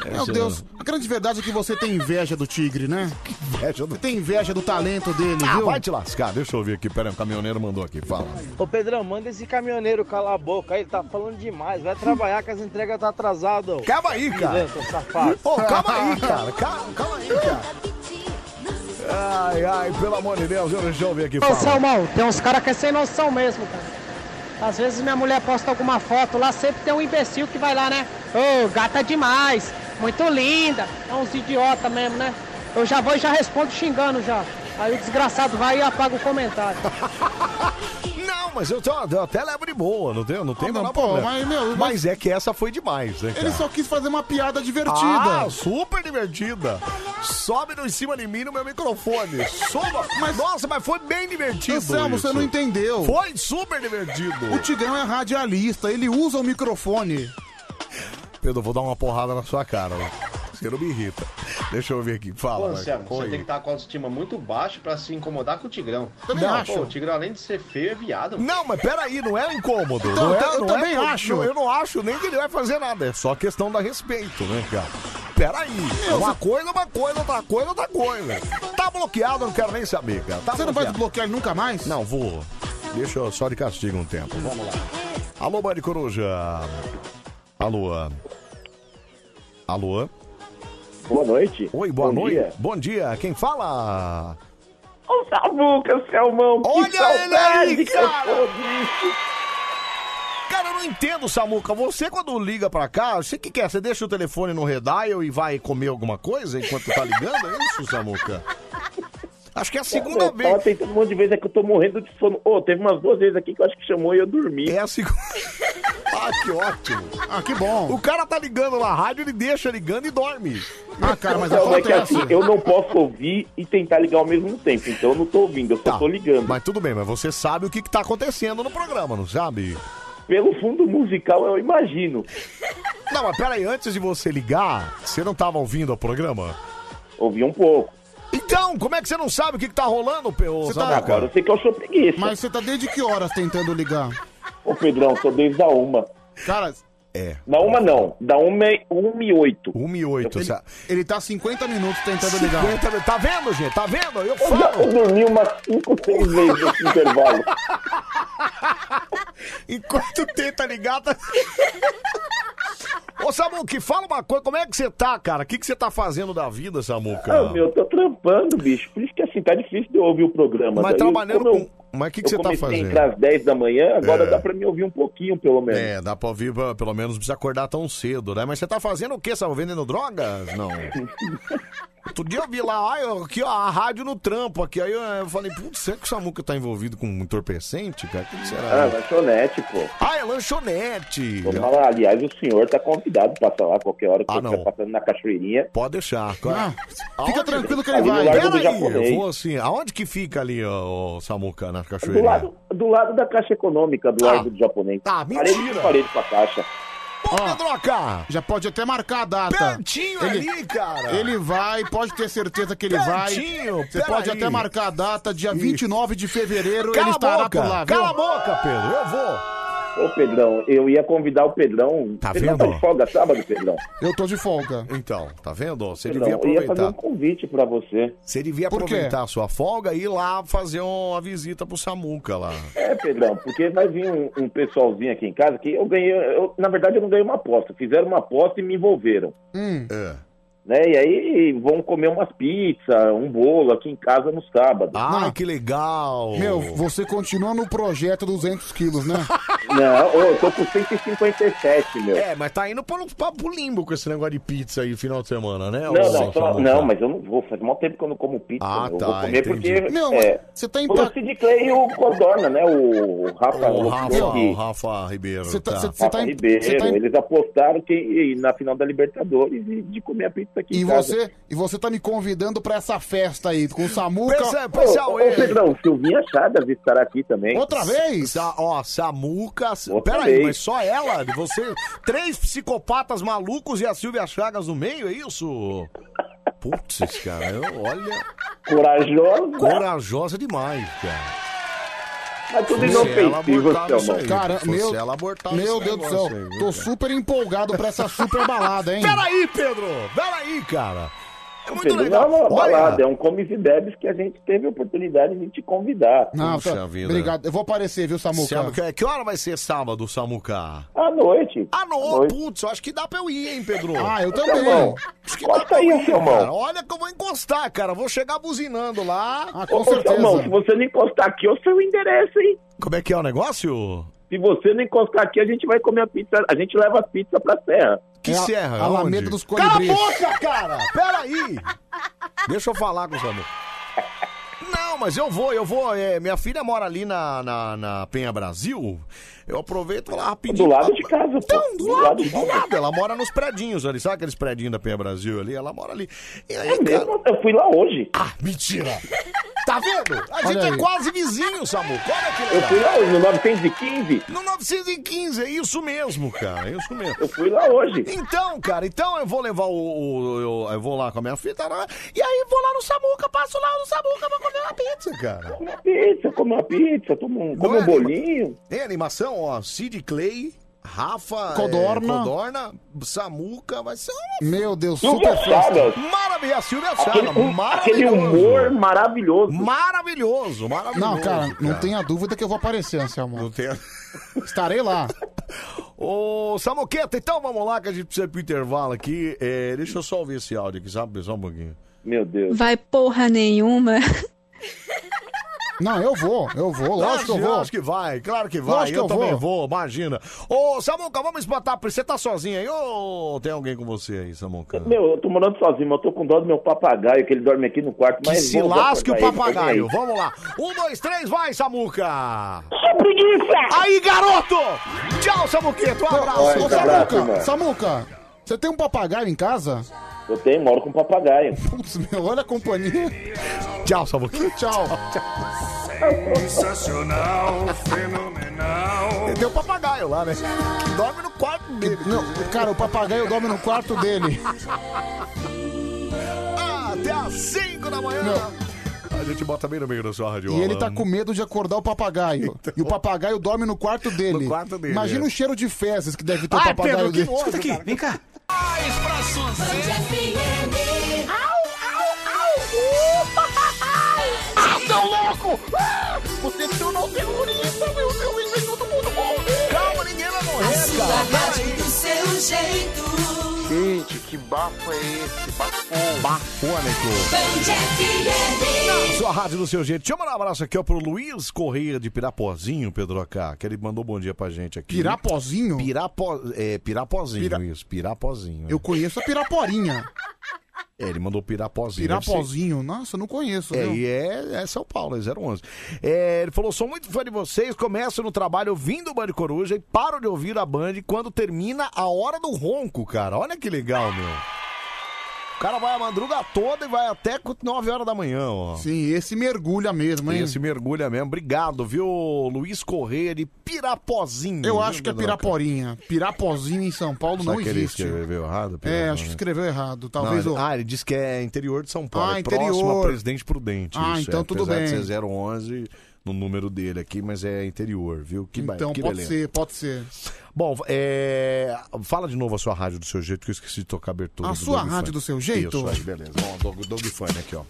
[SPEAKER 2] Meu Deus, a grande verdade é que você tem inveja do Tigre, né?
[SPEAKER 1] Inveja do...
[SPEAKER 2] Tem inveja do talento dele,
[SPEAKER 1] Ah,
[SPEAKER 2] viu?
[SPEAKER 1] vai te lascar, deixa eu ouvir aqui. Pera aí, o caminhoneiro mandou aqui, fala.
[SPEAKER 3] Ô Pedrão, manda esse caminhoneiro calar a boca aí, ele tá falando demais. Vai trabalhar que as entregas tá atrasado.
[SPEAKER 1] Calma aí, cara.
[SPEAKER 3] Pilantra, safado.
[SPEAKER 1] Ô, calma aí, cara. Calma, calma aí, cara. Ai, ai, pelo amor de Deus, eu- deixa eu ver aqui,
[SPEAKER 19] Ô,
[SPEAKER 1] fala.
[SPEAKER 19] Salmão, tem uns caras que é sem noção mesmo, cara. Às vezes minha mulher posta alguma foto lá, sempre tem um imbecil que vai lá, né? Ô, gata demais, muito linda. É uns idiota mesmo, né? Eu já vou e já respondo xingando já. Aí o desgraçado vai e apaga o comentário.
[SPEAKER 1] Não, mas eu, tô, eu até levo de boa, não tem, não tem
[SPEAKER 2] Ah, não,
[SPEAKER 1] menor
[SPEAKER 2] pô,
[SPEAKER 1] problema.
[SPEAKER 2] mas, meu, mas-
[SPEAKER 1] Mas é que essa foi demais, né, cara?
[SPEAKER 2] Ele só quis fazer uma piada
[SPEAKER 1] Ah,
[SPEAKER 2] divertida.
[SPEAKER 1] super divertida. Sobe no em cima de mim no meu microfone. Soba. Mas, Nossa, mas foi bem divertido.
[SPEAKER 2] Anselmo,
[SPEAKER 1] isso.
[SPEAKER 2] você não entendeu.
[SPEAKER 1] Foi super divertido.
[SPEAKER 2] O Tigrão é radialista, ele usa o microfone.
[SPEAKER 1] Pedro, vou dar uma porrada na sua cara. né? Você não me irrita. Deixa eu ver aqui.
[SPEAKER 23] Pô,
[SPEAKER 1] Fala. vai.
[SPEAKER 23] Anselmo, você
[SPEAKER 1] Oi.
[SPEAKER 23] tem que estar com a autoestima muito baixa pra se incomodar com o Tigrão.
[SPEAKER 1] Também
[SPEAKER 23] não,
[SPEAKER 1] acho.
[SPEAKER 23] Pô, o Tigrão, além de ser feio, é viado. mano.
[SPEAKER 1] Não, mas peraí, não é incômodo.
[SPEAKER 23] Então,
[SPEAKER 1] não é,
[SPEAKER 23] eu
[SPEAKER 1] não
[SPEAKER 23] também
[SPEAKER 1] é, não-
[SPEAKER 23] acho.
[SPEAKER 1] eu não acho nem que ele vai fazer nada. É só questão da respeito, né, cara? Peraí. Uma coisa, é uma coisa, outra coisa, outra coisa. Tá bloqueado, eu não quero nem saber, cara. Tá
[SPEAKER 2] Você não vai desbloquear ele nunca mais?
[SPEAKER 1] Não, vou. Deixa eu só de castigo um tempo. Vamos lá. Alô, Bande Coruja. Alô. Alô.
[SPEAKER 24] Boa noite.
[SPEAKER 1] Oi, boa
[SPEAKER 24] Bom
[SPEAKER 1] noite.
[SPEAKER 24] dia.
[SPEAKER 1] Bom dia. Quem fala?
[SPEAKER 24] Ô, Sabuca, Selmão, que
[SPEAKER 1] Olha ele
[SPEAKER 24] saudade
[SPEAKER 1] aí,
[SPEAKER 24] que eu
[SPEAKER 1] cara!
[SPEAKER 24] tô
[SPEAKER 1] Cara, eu não entendo, Samuca. Você, quando liga pra cá, você que quer? Você deixa o telefone no redial e vai comer alguma coisa enquanto tá ligando? É isso, Samuca? Acho que é a segunda
[SPEAKER 24] eu
[SPEAKER 1] vez.
[SPEAKER 24] Tava tentando um monte de vezes é que eu tô morrendo de sono. Ô, teve umas duas vezes aqui que eu acho que chamou e eu dormi.
[SPEAKER 1] É a segunda. Ah, que ótimo.
[SPEAKER 2] Ah, que bom.
[SPEAKER 1] O cara tá ligando na rádio, ele deixa ligando e dorme.
[SPEAKER 2] Ah, cara,
[SPEAKER 24] Não, é que assim, eu não posso ouvir e tentar ligar ao mesmo tempo. Então eu não tô ouvindo, eu só tô ligando.
[SPEAKER 1] Tá. Mas tudo bem, mas você sabe o que, que tá acontecendo no programa, não sabe?
[SPEAKER 24] Pelo fundo musical, eu imagino.
[SPEAKER 1] Não, mas peraí, antes de você ligar, você não tava ouvindo o programa?
[SPEAKER 24] Ouvi um pouco.
[SPEAKER 1] Então, como é que você não sabe o que, que tá rolando, Pô?
[SPEAKER 2] Você
[SPEAKER 24] tá- Agora eu sei que eu sou preguiça.
[SPEAKER 2] Mas você tá desde que horas tentando ligar?
[SPEAKER 24] Ô, Pedrão, tô desde a uma.
[SPEAKER 2] Cara,
[SPEAKER 1] É.
[SPEAKER 24] Da uma não, da uma, e- uma e oito.
[SPEAKER 1] Uma e oito,
[SPEAKER 2] ele, ele tá 50 minutos tentando ligar.
[SPEAKER 1] 50 Tá vendo, gente? Tá vendo? Eu
[SPEAKER 24] Eu já eu
[SPEAKER 1] falo.
[SPEAKER 24] dormi umas cinco, seis vezes nesse intervalo.
[SPEAKER 1] Enquanto tenta ligar, tá... Ô, Samuca, fala uma coisa. Como é que você tá, cara? O que, que você tá fazendo da vida, Samuca?
[SPEAKER 24] Ah, meu, eu tô trampando, bicho. Por isso que assim, tá difícil de eu ouvir o programa.
[SPEAKER 1] Mas
[SPEAKER 24] Daí,
[SPEAKER 1] trabalhando
[SPEAKER 24] como eu-
[SPEAKER 1] com- mas o que que
[SPEAKER 24] eu
[SPEAKER 1] você tá
[SPEAKER 24] comecei a
[SPEAKER 1] fazendo?
[SPEAKER 24] entrar às 10 da manhã, agora
[SPEAKER 1] É.
[SPEAKER 24] dá pra me ouvir um pouquinho, pelo menos.
[SPEAKER 1] É, dá pra ouvir, pra- pelo menos não precisa acordar tão cedo, né? Mas você tá fazendo o quê? Você tá vendendo drogas? Não. Outro dia eu vi lá, ai, ó, aqui ó, a rádio no trampo aqui. Aí eu, eu falei, putz, será que o Samuca tá envolvido com um entorpecente, cara? O que que será?
[SPEAKER 24] Ah, lanchonete, pô.
[SPEAKER 1] Ah, é lanchonete. Ah,
[SPEAKER 24] Vou falar, aliás, o senhor tá convidado pra passar lá qualquer hora que você estiver passando na cachoeirinha.
[SPEAKER 1] Pode deixar.
[SPEAKER 24] fica tranquilo que ele vai. Ali
[SPEAKER 1] Peraí,
[SPEAKER 24] no Largo do Japonês. É
[SPEAKER 1] eu vou assim, aonde que fica ali, ó, o Samuca, na
[SPEAKER 24] do,
[SPEAKER 1] cachoeira?
[SPEAKER 24] lado, do lado da Caixa Econômica, do Largo do Japonês.
[SPEAKER 1] Ah,
[SPEAKER 24] Parede,
[SPEAKER 1] mentira.
[SPEAKER 24] com parede com a caixa.
[SPEAKER 1] Ô, Pedroca!
[SPEAKER 2] Já pode até marcar a data.
[SPEAKER 1] Pertinho ali, cara.
[SPEAKER 2] Ele vai, pode ter certeza que ele
[SPEAKER 1] Pertinho,
[SPEAKER 2] vai. Você
[SPEAKER 1] peraí.
[SPEAKER 2] pode até marcar a data, dia 29 de fevereiro,
[SPEAKER 1] Cala
[SPEAKER 2] ele
[SPEAKER 1] a
[SPEAKER 2] estará
[SPEAKER 1] boca,
[SPEAKER 2] por lá, viu?
[SPEAKER 1] cala a boca, Pedro, eu vou.
[SPEAKER 24] Ô, Pedrão, eu ia convidar o Pedrão.
[SPEAKER 1] Tá
[SPEAKER 24] Pedrão tá
[SPEAKER 1] vendo?
[SPEAKER 24] de folga sábado, Pedrão.
[SPEAKER 2] Eu tô de folga.
[SPEAKER 1] Então, tá vendo? Você
[SPEAKER 24] Pedrão,
[SPEAKER 1] devia
[SPEAKER 24] eu ia fazer um
[SPEAKER 1] aproveitar.
[SPEAKER 24] convite pra você.
[SPEAKER 1] Você devia aproveitar a sua folga e ir lá fazer um, uma visita pro Samuca lá.
[SPEAKER 24] É, Pedrão, porque vai vir um, um pessoalzinho aqui em casa que eu ganhei. eu- na verdade, eu não ganhei uma aposta. Fizeram uma aposta e me envolveram.
[SPEAKER 1] É.
[SPEAKER 24] Né? E aí vão comer umas pizzas, um bolo aqui em casa no sábado.
[SPEAKER 1] Ah, que legal!
[SPEAKER 2] Meu, você continua no projeto 200 quilos, né?
[SPEAKER 24] Não, ô, eu tô com 157, meu.
[SPEAKER 1] É, mas tá indo pro, pra- pro limbo com esse negócio de pizza aí final de semana, né?
[SPEAKER 24] Não,
[SPEAKER 1] ô,
[SPEAKER 24] não, só-
[SPEAKER 1] Samuca?
[SPEAKER 24] não, mas eu não vou. Faz mal tempo que eu não como pizza.
[SPEAKER 1] Ah,
[SPEAKER 24] eu
[SPEAKER 1] tá,
[SPEAKER 24] vou comer
[SPEAKER 1] entendi.
[SPEAKER 24] porque.
[SPEAKER 1] Não,
[SPEAKER 24] é,
[SPEAKER 1] mas você tá em
[SPEAKER 24] o
[SPEAKER 1] pa-
[SPEAKER 24] Lucy de Clay e o Codorna, né? O Rafa,
[SPEAKER 1] O
[SPEAKER 24] o
[SPEAKER 1] Rafa,
[SPEAKER 24] Lucy
[SPEAKER 1] o
[SPEAKER 24] de-
[SPEAKER 1] Rafa Ribeiro.
[SPEAKER 24] Rafa
[SPEAKER 1] tá.
[SPEAKER 24] Ribeiro, eles apostaram que e, na final da Libertadores e de comer a pizza aqui.
[SPEAKER 2] E
[SPEAKER 24] em casa.
[SPEAKER 2] você, e você tá me convidando pra essa festa aí, com o Samuca.
[SPEAKER 1] é
[SPEAKER 24] ô, ô, Pedrão, Silvinha Chagas estará aqui também.
[SPEAKER 2] Outra vez?
[SPEAKER 1] Sa ó, Samuca.
[SPEAKER 24] Outra
[SPEAKER 1] Peraí,
[SPEAKER 24] vez.
[SPEAKER 1] mas só ela? de Você. Três psicopatas malucos e a Silvia Chagas no meio, é isso? Putz, cara, eu- olha.
[SPEAKER 24] Corajosa.
[SPEAKER 1] Corajosa demais, cara.
[SPEAKER 24] Mas tudo
[SPEAKER 1] Se
[SPEAKER 2] é
[SPEAKER 24] inofensivo,
[SPEAKER 1] ela abortava
[SPEAKER 24] Selma.
[SPEAKER 1] isso aí,
[SPEAKER 2] Cara,
[SPEAKER 1] se
[SPEAKER 2] meu,
[SPEAKER 1] é ela abortava
[SPEAKER 2] meu
[SPEAKER 1] esse
[SPEAKER 2] Deus do céu,
[SPEAKER 1] negócio aí, viu,
[SPEAKER 2] tô
[SPEAKER 1] cara?
[SPEAKER 2] super empolgado pra essa super balada, hein?
[SPEAKER 1] Peraí, Pedro! Peraí, cara! É muito
[SPEAKER 24] Pedro,
[SPEAKER 1] legal.
[SPEAKER 24] não é uma
[SPEAKER 1] Olha.
[SPEAKER 24] balada, é um comes e bebes que a gente teve a oportunidade de te convidar.
[SPEAKER 2] Não, tá- Obrigado. Eu vou aparecer, viu, Samuca?
[SPEAKER 1] Samuca, que é hora vai ser sábado, Samuca?
[SPEAKER 24] À noite.
[SPEAKER 1] Ah, não, putz, eu acho que dá pra eu ir, hein, Pedro?
[SPEAKER 2] Ah, eu
[SPEAKER 1] Tá
[SPEAKER 2] também.
[SPEAKER 1] bom.
[SPEAKER 24] Bota aí, seu
[SPEAKER 1] tá Cara,
[SPEAKER 24] irmão.
[SPEAKER 1] olha que eu vou encostar, cara. Vou chegar buzinando lá.
[SPEAKER 2] Ah,
[SPEAKER 24] Ô, seu irmão, se você não encostar aqui, eu sei o endereço, hein?
[SPEAKER 1] Como é que é o negócio?
[SPEAKER 24] Se você não encostar aqui, a gente vai comer a pizza. A gente leva a pizza pra serra.
[SPEAKER 1] Que
[SPEAKER 24] É a-
[SPEAKER 1] serra?
[SPEAKER 24] a Alameda
[SPEAKER 1] Onde?
[SPEAKER 24] dos
[SPEAKER 1] Cala a
[SPEAKER 24] Colibris.
[SPEAKER 1] boca, cara! Ah, Peraí! Deixa eu falar com o Samu. Não, mas eu vou, eu vou. é, minha filha mora ali na, na, na Penha Brasil. Eu aproveito e vou lá rapidinho.
[SPEAKER 24] Do lado de casa, pô.
[SPEAKER 1] Então, do,
[SPEAKER 24] Do
[SPEAKER 1] lado,
[SPEAKER 24] lado de
[SPEAKER 1] do
[SPEAKER 24] casa.
[SPEAKER 1] lado. Ela mora nos predinhos ali. Sabe aqueles predinhos da Penha Brasil ali? Ela mora ali. E aí,
[SPEAKER 24] É mesmo, eu fui lá hoje.
[SPEAKER 1] Ah, mentira! Tá vendo? A
[SPEAKER 24] Olha
[SPEAKER 1] gente é
[SPEAKER 24] aí.
[SPEAKER 1] quase vizinho, Samu. Olha que
[SPEAKER 24] Eu
[SPEAKER 1] legal.
[SPEAKER 24] fui lá hoje, no 915.
[SPEAKER 1] No 915, é isso mesmo, cara. É isso mesmo.
[SPEAKER 24] Eu fui lá hoje.
[SPEAKER 1] Então, cara, então eu vou levar o. o- eu, eu vou lá com a minha fita, né? e aí vou lá no Samuca, passo lá no Samuca pra comer uma pizza, cara.
[SPEAKER 24] Come uma pizza, come uma pizza, toma um, come um bolinho.
[SPEAKER 1] é Tem animação, ó. Sid Clay, Rafa,
[SPEAKER 2] Codorna.
[SPEAKER 1] eh, Codorna Samuca, vai ser uma.
[SPEAKER 2] Meu Deus,
[SPEAKER 24] Silvia
[SPEAKER 2] super festa.
[SPEAKER 24] Chagas.
[SPEAKER 1] Maravilha, Silvia
[SPEAKER 24] Aquele, um-
[SPEAKER 1] Sala,
[SPEAKER 24] aquele
[SPEAKER 1] maravilhoso.
[SPEAKER 24] humor maravilhoso.
[SPEAKER 1] Maravilhoso, maravilhoso.
[SPEAKER 2] Não, cara, não tenha dúvida que eu vou aparecer, Anselmo. Não
[SPEAKER 1] tenha.
[SPEAKER 2] Estarei lá.
[SPEAKER 1] Ô, Samuqueta, então vamos lá que a gente precisa ir pro intervalo aqui. Eh, deixa eu só ouvir esse áudio aqui, sabe, pessoal, um pouquinho.
[SPEAKER 24] Meu Deus.
[SPEAKER 25] Vai porra nenhuma.
[SPEAKER 2] Não, eu vou, eu vou, lógico que eu vou.
[SPEAKER 1] Lógico que vai, claro que vai.
[SPEAKER 2] Lógico
[SPEAKER 1] eu
[SPEAKER 2] que eu
[SPEAKER 1] também
[SPEAKER 2] vou.
[SPEAKER 1] vou. imagina. Ô, Samuca, vamos espantar. pra- Você tá sozinho aí ou tem alguém com você aí, Samuca?
[SPEAKER 24] Meu, eu tô morando sozinho, mas eu tô com dó do meu papagaio, que ele dorme aqui no quarto.
[SPEAKER 1] Que
[SPEAKER 24] mas
[SPEAKER 1] se
[SPEAKER 24] vou- vou
[SPEAKER 1] lasque o
[SPEAKER 24] acordar ele,
[SPEAKER 1] papagaio.
[SPEAKER 24] tô nem aí.
[SPEAKER 1] Vamos lá. Um, dois, três, vai, Samuca!
[SPEAKER 24] Que preguiça!
[SPEAKER 1] Aí, garoto! Tchau, Samuqueto. Um abraço.
[SPEAKER 2] Ô,
[SPEAKER 24] Olha, abraço,
[SPEAKER 2] Samuca,
[SPEAKER 24] mano.
[SPEAKER 2] Samuca, você tem um papagaio em casa?
[SPEAKER 24] Eu tenho, moro com papagaio.
[SPEAKER 2] Putz, meu, olha a companhia.
[SPEAKER 1] Tchau, Samuca.
[SPEAKER 2] Tchau.
[SPEAKER 19] Sensacional, fenomenal.
[SPEAKER 1] Tem um papagaio lá, né? Que dorme no quarto dele.
[SPEAKER 2] Não, cara, o papagaio dorme no quarto dele.
[SPEAKER 1] Até às 5 da manhã. A gente bota bem no meio da sua rádio.
[SPEAKER 2] E ele tá com medo de acordar o papagaio. E o papagaio dorme no quarto dele.
[SPEAKER 1] dele,
[SPEAKER 2] Imagina
[SPEAKER 1] é.
[SPEAKER 2] o cheiro de fezes que deve ter o
[SPEAKER 1] Ai,
[SPEAKER 2] papagaio
[SPEAKER 1] Pedro, que
[SPEAKER 2] dele.
[SPEAKER 1] nojo, Escuta aqui, cara.
[SPEAKER 2] vem cá.
[SPEAKER 19] Mais pra Suzane.
[SPEAKER 1] Ah, seu louco! Você seu não terrorista, meu Deus, isso é todo mundo morrer! Calma, ninguém vai morrer, cara!
[SPEAKER 19] do seu jeito.
[SPEAKER 1] Gente, que bafo é esse? Bafo! Bafônico!
[SPEAKER 19] Band FM.
[SPEAKER 1] Sua rádio do seu jeito. Deixa eu mandar um abraço aqui ó, pro Luiz Correia de Pirapozinho, Pedro Acá, que ele mandou bom dia pra gente aqui.
[SPEAKER 2] Pirapozinho?
[SPEAKER 1] Pirapo... É, Pirapozinho, isso. Pirapozinho.
[SPEAKER 2] Eu conheço a Piraporinha.
[SPEAKER 1] É, ele mandou Pirapozinho. deve ser-
[SPEAKER 2] Pirapozinho. Nossa, eu não conheço.
[SPEAKER 1] É,
[SPEAKER 2] viu?
[SPEAKER 1] e é, é São Paulo, é 011. É, ele falou: sou muito fã de vocês, começo no trabalho ouvindo o Band Coruja e paro de ouvir a Band quando termina a hora do ronco, cara. Olha que legal, meu. O cara vai a madruga toda e vai até 9 horas da manhã, ó.
[SPEAKER 2] Sim, esse mergulha mesmo, hein?
[SPEAKER 1] Esse mergulha mesmo. Obrigado, viu, Luiz Correia de Pirapozinho.
[SPEAKER 2] Eu
[SPEAKER 1] viu,
[SPEAKER 2] acho que é
[SPEAKER 1] Pedroca?
[SPEAKER 2] Piraporinha. Pirapozinho em São Paulo
[SPEAKER 1] Será
[SPEAKER 2] não
[SPEAKER 1] que ele
[SPEAKER 2] existe.
[SPEAKER 1] escreveu errado?
[SPEAKER 2] É,
[SPEAKER 1] Pedroca,
[SPEAKER 2] acho que
[SPEAKER 1] né?
[SPEAKER 2] escreveu errado.
[SPEAKER 1] Não,
[SPEAKER 2] Talvez
[SPEAKER 1] ele-
[SPEAKER 2] o.
[SPEAKER 1] Ah, ele disse que é interior de São Paulo.
[SPEAKER 2] Ah,
[SPEAKER 1] é próximo
[SPEAKER 2] interior.
[SPEAKER 1] a Presidente Prudente.
[SPEAKER 2] Ah,
[SPEAKER 1] isso,
[SPEAKER 2] então
[SPEAKER 1] é.
[SPEAKER 2] tudo
[SPEAKER 1] Apesar
[SPEAKER 2] bem.
[SPEAKER 1] de ser 011, no número dele aqui, mas é interior, viu? Que ba-
[SPEAKER 2] Então
[SPEAKER 1] que
[SPEAKER 2] pode
[SPEAKER 1] beleza.
[SPEAKER 2] ser, pode ser.
[SPEAKER 1] Bom, é... fala de novo a sua rádio do seu jeito, que eu esqueci de tocar a abertura.
[SPEAKER 2] A
[SPEAKER 1] do
[SPEAKER 2] sua
[SPEAKER 1] Dog
[SPEAKER 2] rádio
[SPEAKER 1] Fun.
[SPEAKER 2] do seu jeito?
[SPEAKER 1] Isso aí, beleza. Bom, Dog, Dog Fun aqui, ó.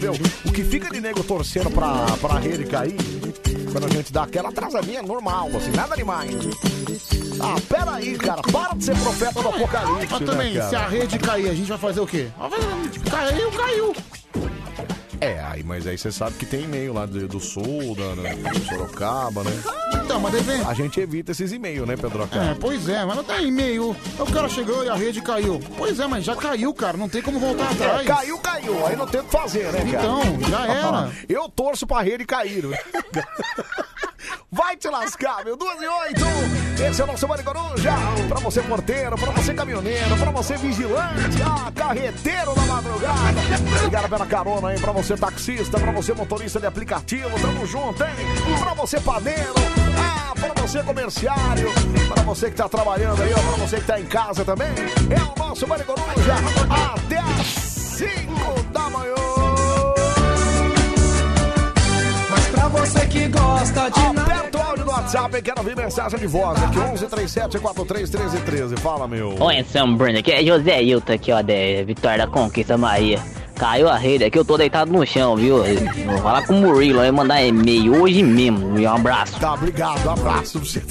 [SPEAKER 1] Meu, o que fica de nego torcendo pra, pra rede cair, quando a gente dá aquela atrasadinha normal, assim, nada demais. Ah, peraí, cara, para de ser profeta do apocalipse.
[SPEAKER 2] Mas também,
[SPEAKER 1] né, cara?
[SPEAKER 2] se a rede cair, a gente vai fazer o quê? Ah, vai- tipo, Caiu, caiu.
[SPEAKER 1] É, aí, mas aí você sabe que tem e-mail lá do, do Sul, da, da- do Sorocaba, né?
[SPEAKER 2] Então, mas deve...
[SPEAKER 1] A gente evita esses e-mails, né, Pedro?
[SPEAKER 2] É, pois é, mas não tem e-mail. O cara chegou e a rede caiu. Pois é, mas já caiu, cara. Não tem como voltar É, tá atrás.
[SPEAKER 1] É, caiu, caiu. Aí não tem o que fazer, né, cara?
[SPEAKER 2] Então, já era.
[SPEAKER 1] Eu torço pra rede cair. né? Vai te lascar, meu. 12 e 8. Esse é o nosso Mari Coruja. Pra você porteiro, pra você caminhoneiro, pra você vigilante, ah, carreteiro da madrugada. Obrigado pela carona, hein? Pra você taxista, pra você motorista de aplicativo. Tamo junto, hein? Pra você padeiro, ah, pra você comerciário, pra você que tá trabalhando aí, ó, pra você que tá em casa também. É o nosso Mari Coruja. Até as 5 da manhã.
[SPEAKER 3] Mas pra você que gosta de
[SPEAKER 1] Aperta o áudio do WhatsApp, hein? quero ouvir mensagem de voz aqui, 11 37 43 13 13. Fala, meu.
[SPEAKER 25] Oi, São Bruno, aqui é José Hilton aqui, ó, da Vitória da Conquista Maria. Caiu a rede aqui, eu tô deitado no chão, viu? Eu Vou falar com o Murilo, vai mandar e-mail hoje mesmo. E um abraço.
[SPEAKER 1] Tá, obrigado, um abraço pra você.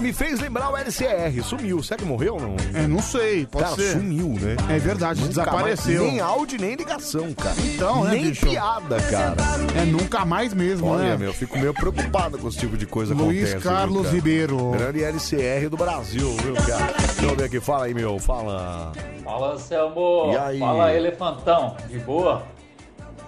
[SPEAKER 1] Me fez lembrar o LCR, sumiu. Será que morreu ou não?
[SPEAKER 2] É, não sei, pode
[SPEAKER 1] cara,
[SPEAKER 2] ser.
[SPEAKER 1] sumiu, né?
[SPEAKER 2] É verdade,
[SPEAKER 1] Nunca
[SPEAKER 2] desapareceu.
[SPEAKER 1] mais- nem áudio, nem ligação, cara.
[SPEAKER 2] Então, né,
[SPEAKER 1] nem
[SPEAKER 2] bicho?
[SPEAKER 1] piada, cara.
[SPEAKER 2] É nunca mais mesmo,
[SPEAKER 1] Olha,
[SPEAKER 2] né?
[SPEAKER 1] meu, eu fico meio preocupado com esse tipo de coisa
[SPEAKER 2] Luiz
[SPEAKER 1] acontece, viu,
[SPEAKER 2] Carlos
[SPEAKER 1] cara?
[SPEAKER 2] Ribeiro.
[SPEAKER 1] Grande LCR do Brasil, viu, cara? Deixa eu ver aqui, fala aí, meu, fala.
[SPEAKER 7] Fala, Anselmo.
[SPEAKER 1] E aí?
[SPEAKER 7] Fala, elefantão. De boa?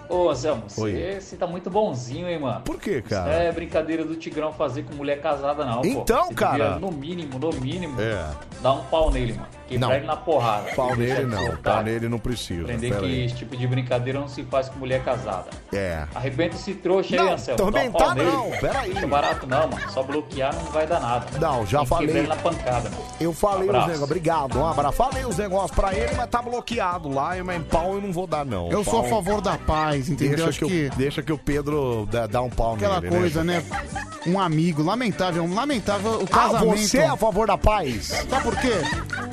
[SPEAKER 7] Ô, Anselmo,
[SPEAKER 1] Oi.
[SPEAKER 7] você você tá muito bonzinho, hein, mano?
[SPEAKER 1] Por quê,
[SPEAKER 7] Isso
[SPEAKER 1] cara?
[SPEAKER 7] não é brincadeira do Tigrão fazer com mulher casada, não. pô.
[SPEAKER 1] Então,
[SPEAKER 7] Você
[SPEAKER 1] cara.
[SPEAKER 7] devia, No mínimo, no mínimo,
[SPEAKER 1] É.
[SPEAKER 7] dar um pau nele, mano. Quebrar
[SPEAKER 1] Não.
[SPEAKER 7] ele na porrada.
[SPEAKER 1] Pau
[SPEAKER 7] Ah, Deixa
[SPEAKER 1] nele
[SPEAKER 7] ele
[SPEAKER 1] não,
[SPEAKER 7] soltar.
[SPEAKER 1] pau nele não precisa.
[SPEAKER 7] tá? Aprender
[SPEAKER 1] pera
[SPEAKER 7] que
[SPEAKER 1] aí.
[SPEAKER 7] esse tipo de brincadeira não se faz com mulher casada.
[SPEAKER 1] É.
[SPEAKER 7] Arrebenta esse trouxa aí,
[SPEAKER 1] Não,
[SPEAKER 7] Anselmo. Dá um
[SPEAKER 1] tormentar
[SPEAKER 7] pau nele.
[SPEAKER 1] não, peraí.
[SPEAKER 7] Não é barato não, mano. Só bloquear não vai dar nada.
[SPEAKER 1] Não, já
[SPEAKER 7] Tem que
[SPEAKER 1] falei.
[SPEAKER 7] Quebrar ele na pancada, mano.
[SPEAKER 1] Eu falei os
[SPEAKER 7] Abraço.
[SPEAKER 1] negócios, obrigado, um abraço. Falei os negócios pra ele, mas tá bloqueado lá, e mas em pau eu não vou dar, não.
[SPEAKER 2] Eu sou a
[SPEAKER 1] Pau-
[SPEAKER 2] favor da paz, entendeu?
[SPEAKER 1] Deixa
[SPEAKER 2] Acho
[SPEAKER 1] que, o- deixa que o Pedro dá, dá um pau
[SPEAKER 2] Aquela
[SPEAKER 1] nele.
[SPEAKER 2] coisa, né? Um amigo, lamentável, um lamentável o
[SPEAKER 1] Ah,
[SPEAKER 2] casamento.
[SPEAKER 1] você é a favor da paz?
[SPEAKER 2] Sabe por quê?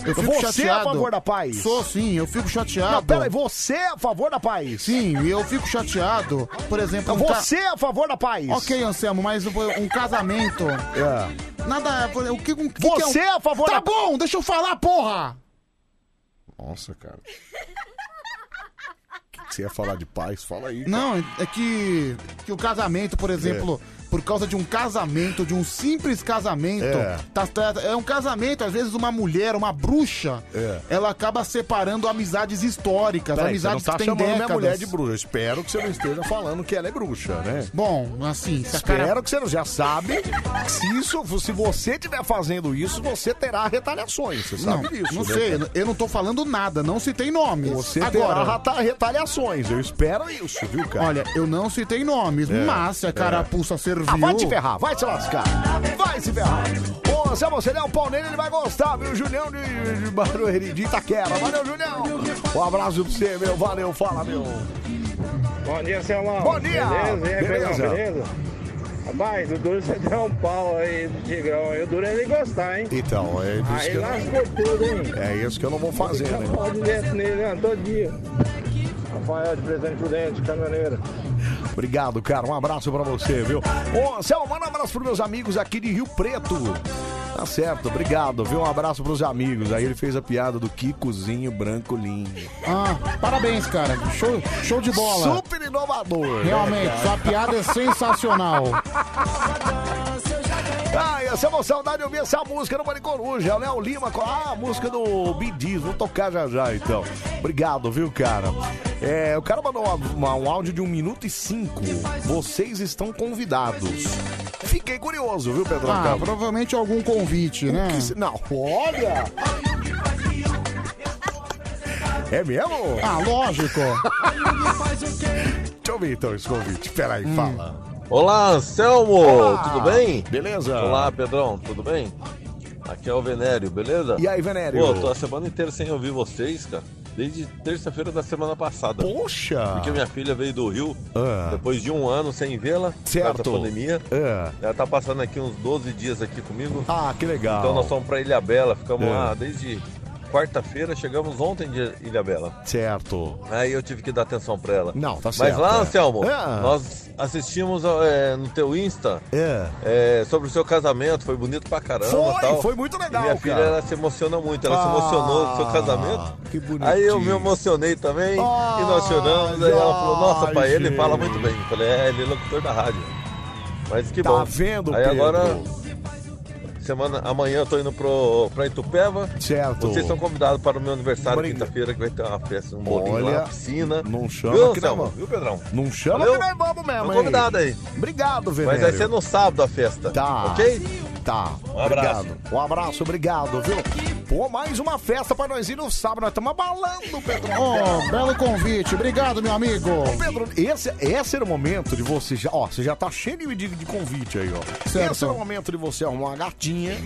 [SPEAKER 2] Eu fico
[SPEAKER 1] Você é a
[SPEAKER 2] chateado.
[SPEAKER 1] favor da paz?
[SPEAKER 2] Sou sim, eu fico chateado.
[SPEAKER 1] Não, peraí, você é a favor da paz?
[SPEAKER 2] Sim, e eu fico chateado. Por exemplo, um
[SPEAKER 1] Não, você é a favor da paz.
[SPEAKER 2] Ok, Anselmo, mas um- um casamento.
[SPEAKER 1] É.
[SPEAKER 2] Nada. O que, o que
[SPEAKER 1] Você
[SPEAKER 2] que
[SPEAKER 1] é a favor
[SPEAKER 2] Tá
[SPEAKER 1] da-
[SPEAKER 2] bom, deixa eu falar, porra!
[SPEAKER 1] Nossa, cara. O que Você ia falar de paz? Fala aí.
[SPEAKER 2] Não, é que, que o casamento, por exemplo, por causa de um casamento, de um simples casamento,
[SPEAKER 1] É.
[SPEAKER 2] tá- tá- é um casamento, às vezes uma mulher, uma bruxa,
[SPEAKER 1] É.
[SPEAKER 2] ela acaba separando amizades históricas,
[SPEAKER 1] Peraí, você não
[SPEAKER 2] amizades
[SPEAKER 1] tá
[SPEAKER 2] que têm
[SPEAKER 1] chamando
[SPEAKER 2] décadas.
[SPEAKER 1] minha mulher de bruxa. Eu espero que você não esteja falando que ela é bruxa, né?
[SPEAKER 2] Bom, assim, se a
[SPEAKER 1] Espero
[SPEAKER 2] cara-
[SPEAKER 1] que você não já sabe que se isso, se você estiver fazendo isso, você terá retaliações. Você
[SPEAKER 2] Não,
[SPEAKER 1] sabe disso.
[SPEAKER 2] não
[SPEAKER 1] né,
[SPEAKER 2] sei,
[SPEAKER 1] cara?
[SPEAKER 2] eu não tô falando nada, não citei nomes.
[SPEAKER 1] Você terá
[SPEAKER 2] Agora,
[SPEAKER 1] reta- retaliações. Eu espero isso, viu, cara?
[SPEAKER 2] olha, eu não citei nomes,
[SPEAKER 1] É,
[SPEAKER 2] mas se a
[SPEAKER 1] é.
[SPEAKER 2] carapuça serviu...
[SPEAKER 1] Ah, vai te ferrar, vai te lascar. Vai se ferrar. Ô, se você der um pau nele, ele vai gostar, viu? Julião de, de Barueri, de Itaquera. É, Valeu, Julião. Um abraço pra você, meu. Valeu, fala, meu.
[SPEAKER 10] Bom dia, Celão.
[SPEAKER 1] Bom dia.
[SPEAKER 10] Beleza, e aí,
[SPEAKER 1] Beleza.
[SPEAKER 10] beleza. beleza? Rapaz, o Duro você deu um pau aí do Tigrão. aí. O Duro ele gostar, hein?
[SPEAKER 1] Então, é
[SPEAKER 26] Ah,
[SPEAKER 1] isso
[SPEAKER 10] Aí
[SPEAKER 1] que eu...
[SPEAKER 10] lascou tudo, hein?
[SPEAKER 1] É isso que eu não vou fazer, né?
[SPEAKER 10] Pau direto nele, né? Todo dia. Rafael de Presidente Prudente, caminhoneiro.
[SPEAKER 1] Obrigado, cara. Um abraço pra você, viu? Ô, Anselmo, manda um abraço pros meus amigos aqui de Rio Preto. Tá certo, obrigado, viu? Um abraço pros amigos. Aí ele fez a piada do Kikozinho Branco Lindo.
[SPEAKER 2] Ah, parabéns, cara, show, show de bola.
[SPEAKER 1] Super inovador.
[SPEAKER 2] Realmente,
[SPEAKER 1] né, cara?
[SPEAKER 2] sua piada é sensacional.
[SPEAKER 1] Ai, essa é uma saudade de ouvir essa música no Mari Coruja. Léo Lima, com ah, a música do Bidiz. Vou tocar já já, então. Obrigado, viu, cara? É, o cara mandou uma- uma- um áudio de 1 minuto e 5. Vocês estão convidados. Fiquei curioso, viu, Pedro?
[SPEAKER 2] Ah, provavelmente algum convite, né?
[SPEAKER 1] Não, olha! É mesmo?
[SPEAKER 2] Ah, lógico.
[SPEAKER 1] Deixa eu ver então esse convite. Peraí, fala.
[SPEAKER 26] Olá, Anselmo!
[SPEAKER 1] Olá,
[SPEAKER 26] Tudo bem?
[SPEAKER 1] beleza.
[SPEAKER 26] Olá, Pedrão, tudo bem? Aqui é o Venério, beleza?
[SPEAKER 1] E aí, Venério?
[SPEAKER 26] Pô, tô a semana inteira sem ouvir vocês, cara. Desde terça-feira da semana passada.
[SPEAKER 1] Poxa!
[SPEAKER 26] Porque minha filha veio do Rio,
[SPEAKER 1] Ah.
[SPEAKER 26] depois de um ano sem vê-la, tá
[SPEAKER 1] Certo.
[SPEAKER 26] da pandemia.
[SPEAKER 1] É.
[SPEAKER 26] Ela tá passando aqui uns 12 dias aqui comigo.
[SPEAKER 1] Ah, que legal.
[SPEAKER 26] Então nós fomos pra Ilhabela, ficamos
[SPEAKER 1] É.
[SPEAKER 26] lá desde quarta-feira, chegamos ontem de Ilhabela.
[SPEAKER 1] Certo.
[SPEAKER 26] Aí eu tive que dar atenção pra ela.
[SPEAKER 1] Não, tá
[SPEAKER 26] Mas
[SPEAKER 1] certo,
[SPEAKER 26] lá,
[SPEAKER 1] é.
[SPEAKER 26] Anselmo,
[SPEAKER 1] É.
[SPEAKER 26] nós assistimos é, no teu Insta
[SPEAKER 1] É.
[SPEAKER 26] é, sobre o seu casamento, foi bonito pra caramba.
[SPEAKER 1] Foi,
[SPEAKER 26] tal.
[SPEAKER 1] foi muito legal,
[SPEAKER 26] E minha filha
[SPEAKER 1] cara.
[SPEAKER 26] ela se emociona muito, Então, ela se
[SPEAKER 1] Ah,
[SPEAKER 26] emocionou no seu casamento.
[SPEAKER 1] que bonitinho.
[SPEAKER 26] Aí eu me emocionei também e nós choramos. Aí ela falou: Nossa, pai, ele fala muito bem. Eu falei: É, ele é locutor da rádio. Mas que
[SPEAKER 1] Tá
[SPEAKER 26] bom.
[SPEAKER 1] vendo,
[SPEAKER 26] Aí
[SPEAKER 1] Pedro?
[SPEAKER 26] agora, semana, amanhã eu tô indo pro, pra Itupeva.
[SPEAKER 1] Certo.
[SPEAKER 26] Vocês são convidados para o meu aniversário,
[SPEAKER 1] Obrigado.
[SPEAKER 26] quinta-feira, que vai ter uma festa, um bolinho
[SPEAKER 1] Olha,
[SPEAKER 26] lá, piscina.
[SPEAKER 1] não
[SPEAKER 26] viu,
[SPEAKER 1] chama que nós
[SPEAKER 26] Anselmo?
[SPEAKER 1] vamos.
[SPEAKER 26] Viu, Pedrão?
[SPEAKER 1] Não chama
[SPEAKER 26] Valeu?
[SPEAKER 1] que nós vamos mesmo,
[SPEAKER 26] Tô
[SPEAKER 1] hein?
[SPEAKER 26] convidado aí.
[SPEAKER 1] Obrigado,
[SPEAKER 26] Mas
[SPEAKER 1] Venério.
[SPEAKER 26] vai ser no sábado a festa.
[SPEAKER 1] Tá.
[SPEAKER 26] Ok?
[SPEAKER 1] Tá.
[SPEAKER 26] Um abraço.
[SPEAKER 1] Obrigado. Um abraço, obrigado, viu? Pô, mais uma festa pra nós ir no sábado. Nós estamos abalando, Pedro.
[SPEAKER 2] Ô, belo convite. Obrigado, meu amigo.
[SPEAKER 1] Ô, Pedro, esse, esse era o momento de você já. Ó, você já tá cheio de, de convite aí, ó.
[SPEAKER 2] Certo.
[SPEAKER 1] Esse era o momento de você arrumar uma gatinha,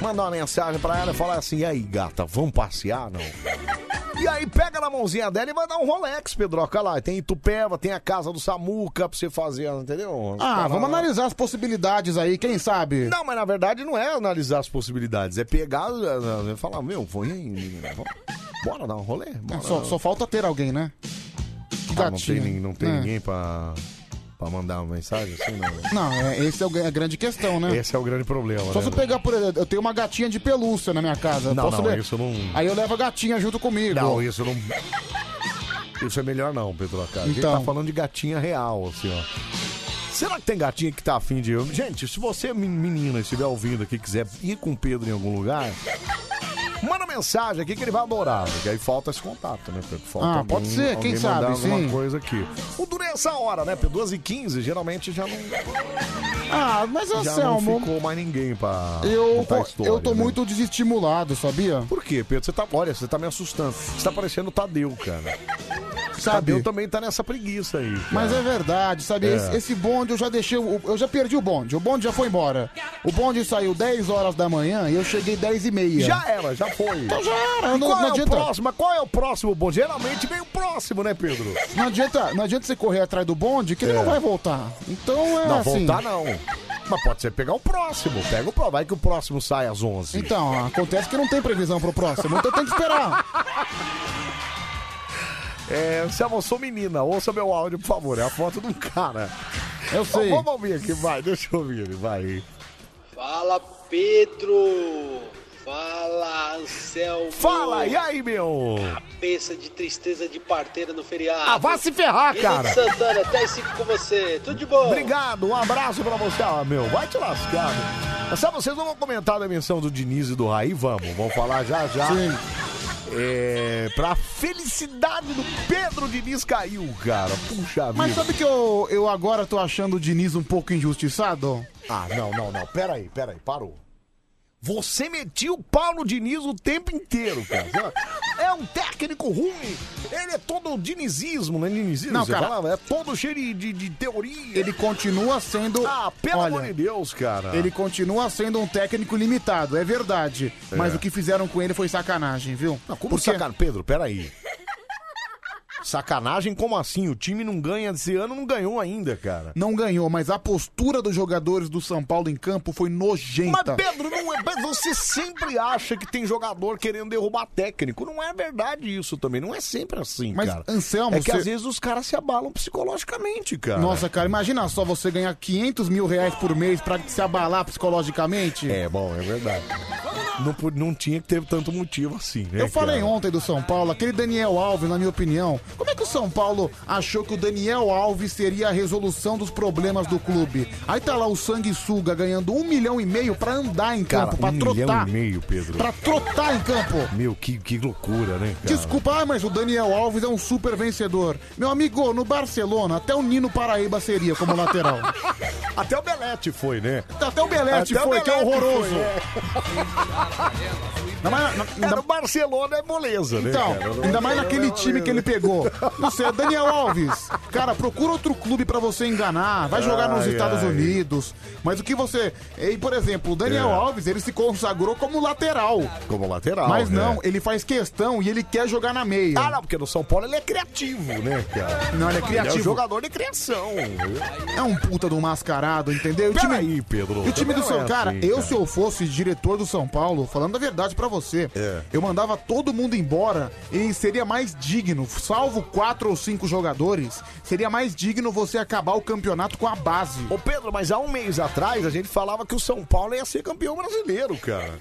[SPEAKER 1] mandar uma mensagem pra ela e falar assim: e aí, gata, vamos passear? Não. E aí, pega na mãozinha dela e vai dar um Rolex, Pedro. Olha lá, tem Itupeva, tem a casa do Samuca pra você fazer, entendeu?
[SPEAKER 2] Ah, vamos analisar as possibilidades aí, quem sabe?
[SPEAKER 1] Não, mas na verdade não é analisar as possibilidades, é pegar e falar, meu, foi aí, menina, vamos- bora dar um rolê? Bora.
[SPEAKER 2] Só, só falta ter alguém, né? Que
[SPEAKER 1] Ah, não tem,
[SPEAKER 2] gatinho.
[SPEAKER 1] nin- não tem
[SPEAKER 2] É.
[SPEAKER 1] ninguém pra, pra mandar uma mensagem assim, não.
[SPEAKER 2] Não, é, esse é o- é a grande questão, né?
[SPEAKER 1] Esse é o grande problema,
[SPEAKER 2] Só
[SPEAKER 1] né?
[SPEAKER 2] se eu pegar, por exemplo, eu tenho uma gatinha de pelúcia na minha casa. eu
[SPEAKER 1] Não,
[SPEAKER 2] posso
[SPEAKER 1] não,
[SPEAKER 2] le-
[SPEAKER 1] isso não-
[SPEAKER 2] Aí eu levo a gatinha junto comigo.
[SPEAKER 1] Não, isso não... Isso é melhor não, Pedro cara. A gente
[SPEAKER 2] Então.
[SPEAKER 1] tá falando de gatinha real, assim, ó. Será que tem gatinha que tá afim de... Gente, se você, men- menina, estiver ouvindo aqui, quiser ir com o Pedro em algum lugar... Manda mensagem aqui que ele vai adorar, porque aí falta esse contato, né, Pedro? Falta
[SPEAKER 2] Ah,
[SPEAKER 1] alguém-
[SPEAKER 2] pode ser, quem
[SPEAKER 1] alguém
[SPEAKER 2] sabe,
[SPEAKER 1] mandar alguma
[SPEAKER 2] sim.
[SPEAKER 1] coisa aqui. O duro é essa hora, né, Pedro? 2 e 15 geralmente já não...
[SPEAKER 2] Ah, mas
[SPEAKER 1] Já não
[SPEAKER 2] Anselmo,
[SPEAKER 1] ficou mais ninguém pra
[SPEAKER 2] eu,
[SPEAKER 1] contar a história,
[SPEAKER 2] eu tô
[SPEAKER 1] né?
[SPEAKER 2] muito desestimulado, sabia?
[SPEAKER 1] Por quê, Pedro? Você tá, olha, você tá me assustando. Você tá parecendo o Tadeu, cara.
[SPEAKER 2] Sabe?
[SPEAKER 1] Tadeu também tá nessa preguiça aí. cara.
[SPEAKER 2] Mas é verdade, sabe?
[SPEAKER 1] É.
[SPEAKER 2] Esse, esse bonde eu já deixei. o- Eu já perdi o bonde. O bonde já foi embora. O bonde saiu 10 horas da manhã e eu cheguei 10 e meia.
[SPEAKER 1] Já era, já foi.
[SPEAKER 2] Então já era.
[SPEAKER 1] E
[SPEAKER 2] Não,
[SPEAKER 1] qual
[SPEAKER 2] não
[SPEAKER 1] é
[SPEAKER 2] adianta.
[SPEAKER 1] o próximo? Mas Qual é o próximo bom? Geralmente vem o próximo, né, Pedro? É.
[SPEAKER 2] Não adianta, não adianta você correr atrás do bonde que ele não vai voltar. Então é
[SPEAKER 1] não,
[SPEAKER 2] assim.
[SPEAKER 1] voltar não. Mas pode ser pegar o próximo. Pega o próximo. Vai que o próximo sai às 11.
[SPEAKER 2] Então, acontece que não tem previsão pro próximo, então tem que esperar.
[SPEAKER 1] É, Anselmo, eu sou menina. Ouça meu áudio, por favor. É a foto de um cara.
[SPEAKER 2] Eu sei.
[SPEAKER 1] vamos ouvir aqui, vai. Deixa eu ouvir ele, vai.
[SPEAKER 3] Fala Pedro! Fala Anselmo!
[SPEAKER 1] Fala, e aí, meu?
[SPEAKER 3] Pensa de tristeza de parteira no feriado.
[SPEAKER 1] Ah, vá se ferrar,
[SPEAKER 3] Guilherme
[SPEAKER 1] cara.
[SPEAKER 3] de Santana, até as cinco com você. Tudo de bom?
[SPEAKER 1] Obrigado, um abraço pra você, ah, meu. Vai te lascar. meu. Sabe, vocês não vão comentar da menção do Diniz e do Raí? Vamos, vamos falar já já.
[SPEAKER 2] Sim.
[SPEAKER 1] É, pra felicidade do Pedro Diniz caiu, cara. Puxa
[SPEAKER 2] Mas
[SPEAKER 1] vida.
[SPEAKER 2] sabe que eu, eu agora tô achando o Diniz um pouco injustiçado?
[SPEAKER 1] Ah, não, não, não. Pera aí, pera aí, parou. Você metia o pau no Diniz o tempo inteiro, cara. É um técnico ruim. Ele é todo dinizismo, né? Dinizismo,
[SPEAKER 2] Não,
[SPEAKER 1] você
[SPEAKER 2] cara.
[SPEAKER 1] falava? É todo cheio de, de- de teoria.
[SPEAKER 2] Ele continua sendo.
[SPEAKER 1] Ah, pelo
[SPEAKER 2] Olha,
[SPEAKER 1] amor de Deus, cara.
[SPEAKER 2] Ele continua sendo um técnico limitado, é verdade.
[SPEAKER 1] É.
[SPEAKER 2] Mas o que fizeram com ele foi sacanagem, viu? Não,
[SPEAKER 1] Como sacanagem? Pedro, peraí. Sacanagem? Como assim? O time não ganha esse ano, não ganhou ainda, cara.
[SPEAKER 2] Não ganhou, mas a postura dos jogadores do São Paulo em campo foi nojenta.
[SPEAKER 1] Mas Pedro, não é, mas você sempre acha que tem jogador querendo derrubar técnico. Não é verdade isso também. Não é sempre assim,
[SPEAKER 2] Mas,
[SPEAKER 1] cara.
[SPEAKER 2] Anselmo,
[SPEAKER 1] é que
[SPEAKER 2] você-
[SPEAKER 1] às vezes os caras se abalam psicologicamente, cara.
[SPEAKER 2] Nossa, cara, imagina só você ganhar 500 mil reais por mês pra se abalar psicologicamente.
[SPEAKER 1] É, bom, é verdade. Não, pu- não tinha que ter tanto motivo assim, né?
[SPEAKER 2] Eu falei
[SPEAKER 1] cara?
[SPEAKER 2] ontem do São Paulo, aquele Daniel Alves, na minha opinião. Como é que o São Paulo achou que o Daniel Alves seria a resolução dos problemas do clube? Aí tá lá o sanguessuga ganhando um milhão e meio pra andar em
[SPEAKER 1] Cara,
[SPEAKER 2] campo, pra
[SPEAKER 1] um milhão
[SPEAKER 2] trotar.
[SPEAKER 1] e meio, Pedro.
[SPEAKER 2] Pra trotar em campo.
[SPEAKER 1] Meu, que, que loucura, né, cara?
[SPEAKER 2] Desculpa, ah, mas o Daniel Alves é um super vencedor. Meu amigo, no Barcelona, até o Nino Paraíba seria como lateral.
[SPEAKER 1] Até o Belete foi, né?
[SPEAKER 2] Até o Belete
[SPEAKER 1] Até o
[SPEAKER 2] foi, que é
[SPEAKER 1] Belete
[SPEAKER 2] horroroso.
[SPEAKER 1] foi, é.
[SPEAKER 2] Ainda mais na- na-
[SPEAKER 1] Cara, o Barcelona é moleza, né?
[SPEAKER 2] Então,
[SPEAKER 1] cara?
[SPEAKER 2] ainda mais naquele time que ele pegou. Não sei, é Daniel Alves, cara, procura outro clube pra você enganar. Vai jogar nos
[SPEAKER 1] Ai,
[SPEAKER 2] Estados
[SPEAKER 1] ai.
[SPEAKER 2] Unidos. Mas o que você. E, por exemplo, o Daniel
[SPEAKER 1] É.
[SPEAKER 2] Alves, ele se consagrou como lateral.
[SPEAKER 1] Como lateral.
[SPEAKER 2] Mas não,
[SPEAKER 1] né?
[SPEAKER 2] ele faz questão e ele quer jogar na meia.
[SPEAKER 1] Ah, não, porque no São Paulo ele é criativo, né, cara?
[SPEAKER 2] Não, ele é criativo.
[SPEAKER 1] um jogador de criação.
[SPEAKER 2] É um puta do mascarado, entendeu? O time,
[SPEAKER 1] Peraí, Pedro.
[SPEAKER 2] E o time do
[SPEAKER 1] Não
[SPEAKER 2] seu
[SPEAKER 1] é
[SPEAKER 2] cara,
[SPEAKER 1] assim,
[SPEAKER 2] eu
[SPEAKER 1] cara.
[SPEAKER 2] se eu fosse diretor do São Paulo, falando a verdade pra você,
[SPEAKER 1] É.
[SPEAKER 2] eu mandava todo mundo embora e seria mais digno, salvo quatro ou cinco jogadores, seria mais digno você acabar o campeonato com a base.
[SPEAKER 1] Ô Pedro, mas há um mês atrás a gente falava que o São Paulo ia ser campeão brasileiro, cara.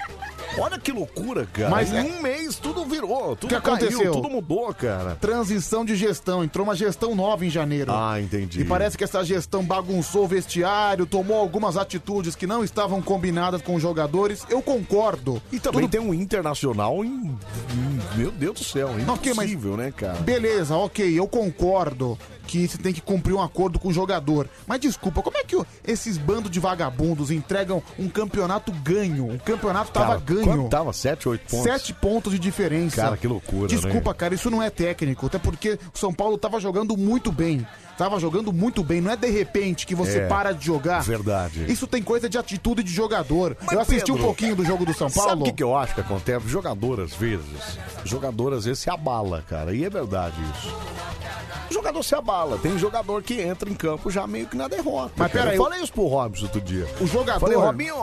[SPEAKER 1] Olha que loucura, cara.
[SPEAKER 2] Mas
[SPEAKER 1] Mas em
[SPEAKER 2] é-
[SPEAKER 1] um mês tudo virou, tudo
[SPEAKER 2] O que aconteceu?
[SPEAKER 1] caiu, tudo mudou, cara.
[SPEAKER 2] Transição de gestão, entrou uma gestão nova em janeiro.
[SPEAKER 1] Ah, entendi.
[SPEAKER 2] E parece que essa gestão bagunçou o vestiário, tomou algumas atitudes que não estavam combinadas com os jogadores. Eu concordo.
[SPEAKER 1] E também tem um internacional em. em- Meu Deus do céu, é
[SPEAKER 2] Não, que- mas-
[SPEAKER 1] impossível, né, cara?
[SPEAKER 2] Beleza, ok, eu concordo que você tem que cumprir um acordo com o jogador. Mas desculpa, como é que o- esses bandos de vagabundos entregam um campeonato ganho? O campeonato tava
[SPEAKER 1] Cara,
[SPEAKER 2] ganho.
[SPEAKER 1] quanto Tava 7, 8 pontos.
[SPEAKER 2] Sete pontos de diferença.
[SPEAKER 1] Cara, que loucura, né?
[SPEAKER 2] Desculpa, cara, isso não é técnico. Até porque o São Paulo tava jogando muito bem. Tava jogando muito bem. Não é de repente que você
[SPEAKER 1] É,
[SPEAKER 2] para de jogar.
[SPEAKER 1] verdade.
[SPEAKER 2] Isso tem coisa de atitude de jogador.
[SPEAKER 1] Mas,
[SPEAKER 2] eu assisti um
[SPEAKER 1] Pedro,
[SPEAKER 2] pouquinho do jogo do São
[SPEAKER 1] Sabe
[SPEAKER 2] Paulo.
[SPEAKER 1] o que, que eu acho que acontece? Jogador, às vezes, jogador, às vezes, se abala, cara. E é verdade isso. O jogador se abala. Tem jogador que entra em campo já meio que na derrota.
[SPEAKER 2] Mas
[SPEAKER 1] cara.
[SPEAKER 2] pera aí,
[SPEAKER 1] Eu
[SPEAKER 2] o-
[SPEAKER 1] falei isso pro Robson outro dia.
[SPEAKER 2] O jogador-
[SPEAKER 1] Falei, Robinho,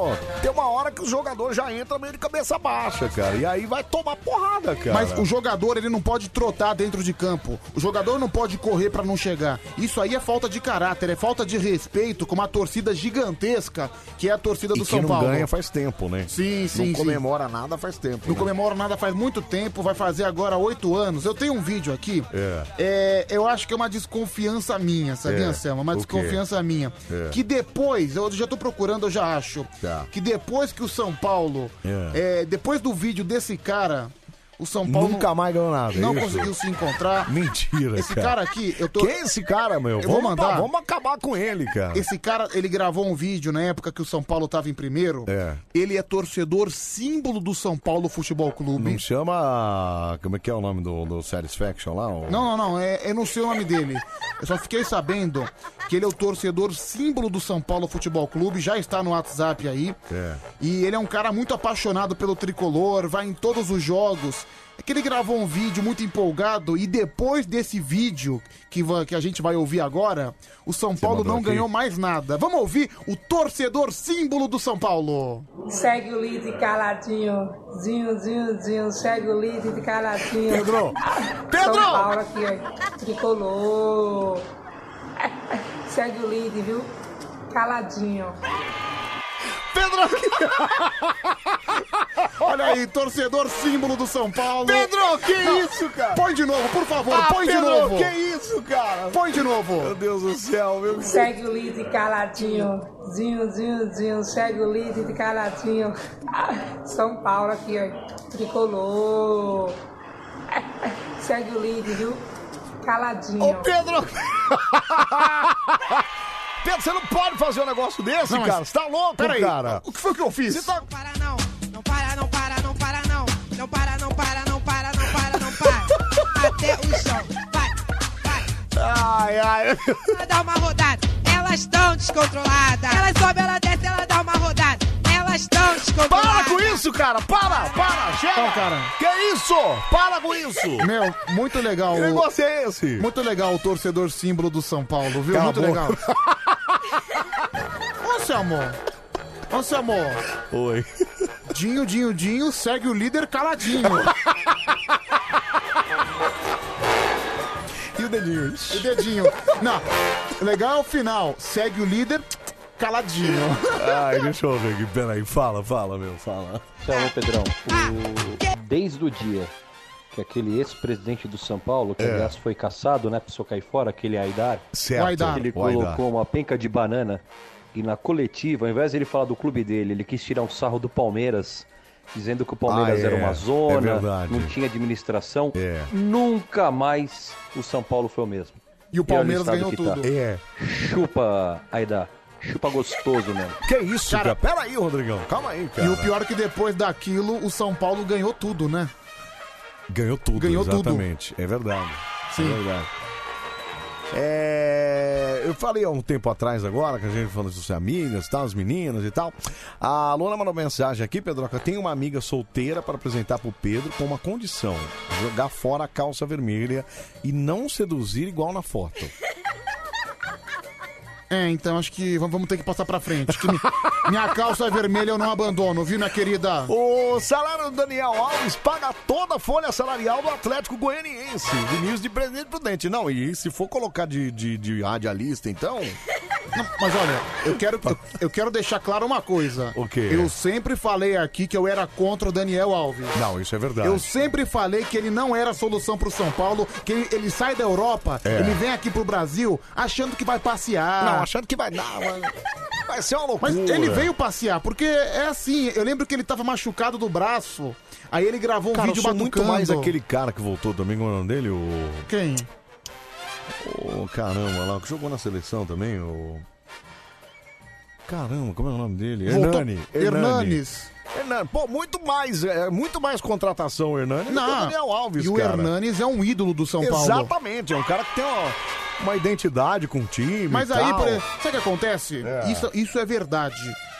[SPEAKER 1] tem uma hora que o jogador já entra meio de cabeça baixa, cara. E aí vai tomar porrada, cara.
[SPEAKER 2] Mas o jogador, ele não pode trotar dentro de campo. O jogador não pode correr pra não chegar. Isso aí é falta de caráter, é falta de respeito com uma torcida gigantesca, que é a torcida
[SPEAKER 1] E
[SPEAKER 2] do
[SPEAKER 1] que
[SPEAKER 2] São
[SPEAKER 1] não
[SPEAKER 2] Paulo.
[SPEAKER 1] ganha faz tempo, né?
[SPEAKER 2] Sim, sim,
[SPEAKER 1] Não
[SPEAKER 2] sim.
[SPEAKER 1] comemora nada faz tempo.
[SPEAKER 2] Não
[SPEAKER 1] né?
[SPEAKER 2] comemora nada faz muito tempo, vai fazer agora oito anos. Eu tenho um vídeo aqui.
[SPEAKER 1] É.
[SPEAKER 2] É, eu acho que é uma desconfiança minha, sabia,
[SPEAKER 1] É.
[SPEAKER 2] Anselmo? Uma
[SPEAKER 1] O quê?
[SPEAKER 2] desconfiança minha.
[SPEAKER 1] É. Tá.
[SPEAKER 2] Que depois, eu já tô procurando, eu já acho. Que depois que o São Paulo.
[SPEAKER 1] É.
[SPEAKER 2] é, depois do vídeo desse cara, o São Paulo.
[SPEAKER 1] Nunca mais ganhou nada. é
[SPEAKER 2] Não
[SPEAKER 1] isso?
[SPEAKER 2] conseguiu se encontrar.
[SPEAKER 1] Mentira,
[SPEAKER 2] Esse
[SPEAKER 1] cara
[SPEAKER 2] cara aqui, eu tô.
[SPEAKER 1] Quem é esse cara,
[SPEAKER 2] Eu
[SPEAKER 1] meu?
[SPEAKER 2] vou
[SPEAKER 1] Vamos-
[SPEAKER 2] mandar.
[SPEAKER 1] vamos acabar com ele, cara.
[SPEAKER 2] Esse cara, ele gravou um vídeo na época que o São Paulo tava em primeiro.
[SPEAKER 1] É.
[SPEAKER 2] Ele é torcedor símbolo do São Paulo Futebol Clube.
[SPEAKER 1] Não chama. Como é que é o nome do, do Satisfaction lá? O...
[SPEAKER 2] Não, não, não, é, eu não sei o nome dele. Eu só fiquei sabendo que ele é o torcedor símbolo do São Paulo Futebol Clube, já está no WhatsApp aí.
[SPEAKER 1] É.
[SPEAKER 2] E ele é um cara muito apaixonado pelo tricolor, vai em todos os jogos. É que ele gravou um vídeo muito empolgado e depois desse vídeo que, va- que a gente vai ouvir agora, o São Paulo
[SPEAKER 1] mandou
[SPEAKER 2] não
[SPEAKER 1] aqui?
[SPEAKER 2] ganhou mais nada. Vamos ouvir o torcedor símbolo do São Paulo.
[SPEAKER 27] Segue o líder caladinho. Zinho, zinho, zinho. Segue o líder de caladinho.
[SPEAKER 1] Pedro!
[SPEAKER 27] Pedro! São Paulo aqui, ó. Tricolor. Segue o líder, viu? Caladinho.
[SPEAKER 2] Olha aí, torcedor símbolo do São Paulo.
[SPEAKER 1] Pedro, que
[SPEAKER 2] Não,
[SPEAKER 1] isso, cara?
[SPEAKER 2] Põe de novo, por favor,
[SPEAKER 1] Ah,
[SPEAKER 2] põe de
[SPEAKER 1] Pedro,
[SPEAKER 2] novo.
[SPEAKER 1] que isso, cara?
[SPEAKER 2] Põe de novo.
[SPEAKER 1] Meu Deus do céu, meu
[SPEAKER 27] Segue o líder caladinho. Zinho, zinho, zinho. Segue o líder de caladinho. Ah, São Paulo aqui, ó. Tricolor. Segue o líder, viu? Caladinho.
[SPEAKER 1] Ô, Pedro! Pedro, você não pode fazer um negócio desse,
[SPEAKER 2] Não, mas-
[SPEAKER 1] cara. Você tá louco,
[SPEAKER 2] Peraí,
[SPEAKER 1] cara.
[SPEAKER 2] o que foi que eu fiz?
[SPEAKER 1] Você tá...
[SPEAKER 3] Não para, não para, não para, não. Não para, não para, não para, não para, não para. Até o chão. Vai,
[SPEAKER 1] vai. Ai, ai.
[SPEAKER 3] Ela dá uma rodada. Elas estão descontroladas. Ela sobe, ela desce, ela dá uma rodada. Elas estão descontroladas.
[SPEAKER 1] Para com isso, cara! Para! Para! Chega!
[SPEAKER 2] cara.
[SPEAKER 1] Que isso? Para com isso!
[SPEAKER 2] Meu, muito legal.
[SPEAKER 1] Que negócio é esse?
[SPEAKER 2] Muito legal o torcedor símbolo do São Paulo, viu?
[SPEAKER 1] Cala
[SPEAKER 2] muito
[SPEAKER 1] a boca.
[SPEAKER 2] legal. Ô, seu amor. Ô, seu amor.
[SPEAKER 1] Oi.
[SPEAKER 2] Dinho, Dinho, Dinho, segue o líder caladinho.
[SPEAKER 1] E o dedinho?
[SPEAKER 2] E o dedinho. Não, legal é o final. Segue o líder caladinho.
[SPEAKER 1] Ai, deixa eu ver aqui. Peraí, fala, fala, meu, fala.
[SPEAKER 11] Então, Pedrão, o- desde o dia que aquele ex-presidente do São Paulo, que
[SPEAKER 1] É.
[SPEAKER 11] aliás foi caçado, né, precisou cair fora, aquele Aidar,
[SPEAKER 1] Certo. O Aidar.
[SPEAKER 11] ele
[SPEAKER 1] O Aidar.
[SPEAKER 11] colocou uma penca de banana e na coletiva, ao invés de ele falar do clube dele, ele quis tirar um sarro do Palmeiras, dizendo que o Palmeiras
[SPEAKER 1] Ah, é.
[SPEAKER 11] era uma zona,
[SPEAKER 1] É verdade. É.
[SPEAKER 11] não tinha administração. Nunca mais o São Paulo foi o mesmo.
[SPEAKER 2] E o
[SPEAKER 11] olha
[SPEAKER 2] Palmeiras
[SPEAKER 11] estado
[SPEAKER 2] ganhou
[SPEAKER 11] que tá.
[SPEAKER 2] tudo.
[SPEAKER 1] É.
[SPEAKER 11] Chupa, Aidar.
[SPEAKER 28] Chupa gostoso, né?
[SPEAKER 1] Que isso, cara? Pera aí, Rodrigão. Calma aí, cara.
[SPEAKER 2] E o pior é que depois daquilo, o São Paulo ganhou tudo, né?
[SPEAKER 1] Ganhou tudo,
[SPEAKER 2] Ganhou tudo.
[SPEAKER 1] exatamente. É verdade.
[SPEAKER 2] Sim.
[SPEAKER 1] É verdade. É, eu falei há um tempo atrás agora, que a gente falou das amigas, tal, as meninas e tal. A Lona mandou mensagem aqui, Pedroca, tem uma amiga solteira para apresentar pro Pedro com uma condição: jogar fora a calça vermelha e não seduzir igual na foto.
[SPEAKER 2] É, então acho que vamos vamos ter que passar pra frente. Acho que mi- minha calça é vermelha, eu não abandono, viu, minha querida?
[SPEAKER 1] O salário do Daniel Alves paga toda a folha salarial do Atlético Goianiense. Vinícius de Presidente Prudente. Não, e se for colocar de, de, de radialista, então.
[SPEAKER 2] Mas olha, eu quero, eu, eu quero deixar claro uma coisa.
[SPEAKER 1] O quê?
[SPEAKER 2] Eu sempre falei aqui que eu era contra o Daniel Alves.
[SPEAKER 1] Não, isso é verdade.
[SPEAKER 2] Eu sempre falei que ele não era a solução pro São Paulo, que ele, ele sai da Europa,
[SPEAKER 1] É.
[SPEAKER 2] ele vem aqui pro Brasil achando que vai passear.
[SPEAKER 1] Não, achando que vai dar, mano. Vai ser uma loucura.
[SPEAKER 2] Mas ele veio passear, porque é assim, eu lembro que ele tava machucado do braço, aí ele gravou um
[SPEAKER 1] Cara, eu
[SPEAKER 2] vídeo
[SPEAKER 1] sou muito
[SPEAKER 2] batucando.
[SPEAKER 1] mais aquele cara que voltou também, como é o nome dele? O.
[SPEAKER 2] Quem?
[SPEAKER 1] o caramba, lá, que jogou na seleção também, o. Caramba, como é o nome dele?
[SPEAKER 2] Voltou-
[SPEAKER 1] Hernani.
[SPEAKER 2] Hernanes.
[SPEAKER 1] Hernani. Pô, muito mais, é muito mais contratação o Hernani do que o
[SPEAKER 2] Não,
[SPEAKER 1] Daniel Alves,
[SPEAKER 2] e o
[SPEAKER 1] cara.
[SPEAKER 2] Hernanes é um ídolo do São Paulo.
[SPEAKER 1] Exatamente, é um cara que tem uma, uma identidade com o time.
[SPEAKER 2] Mas
[SPEAKER 1] e
[SPEAKER 2] aí,
[SPEAKER 1] tal.
[SPEAKER 2] por exemplo, sabe o que acontece?
[SPEAKER 1] É.
[SPEAKER 2] Isso, isso é verdade.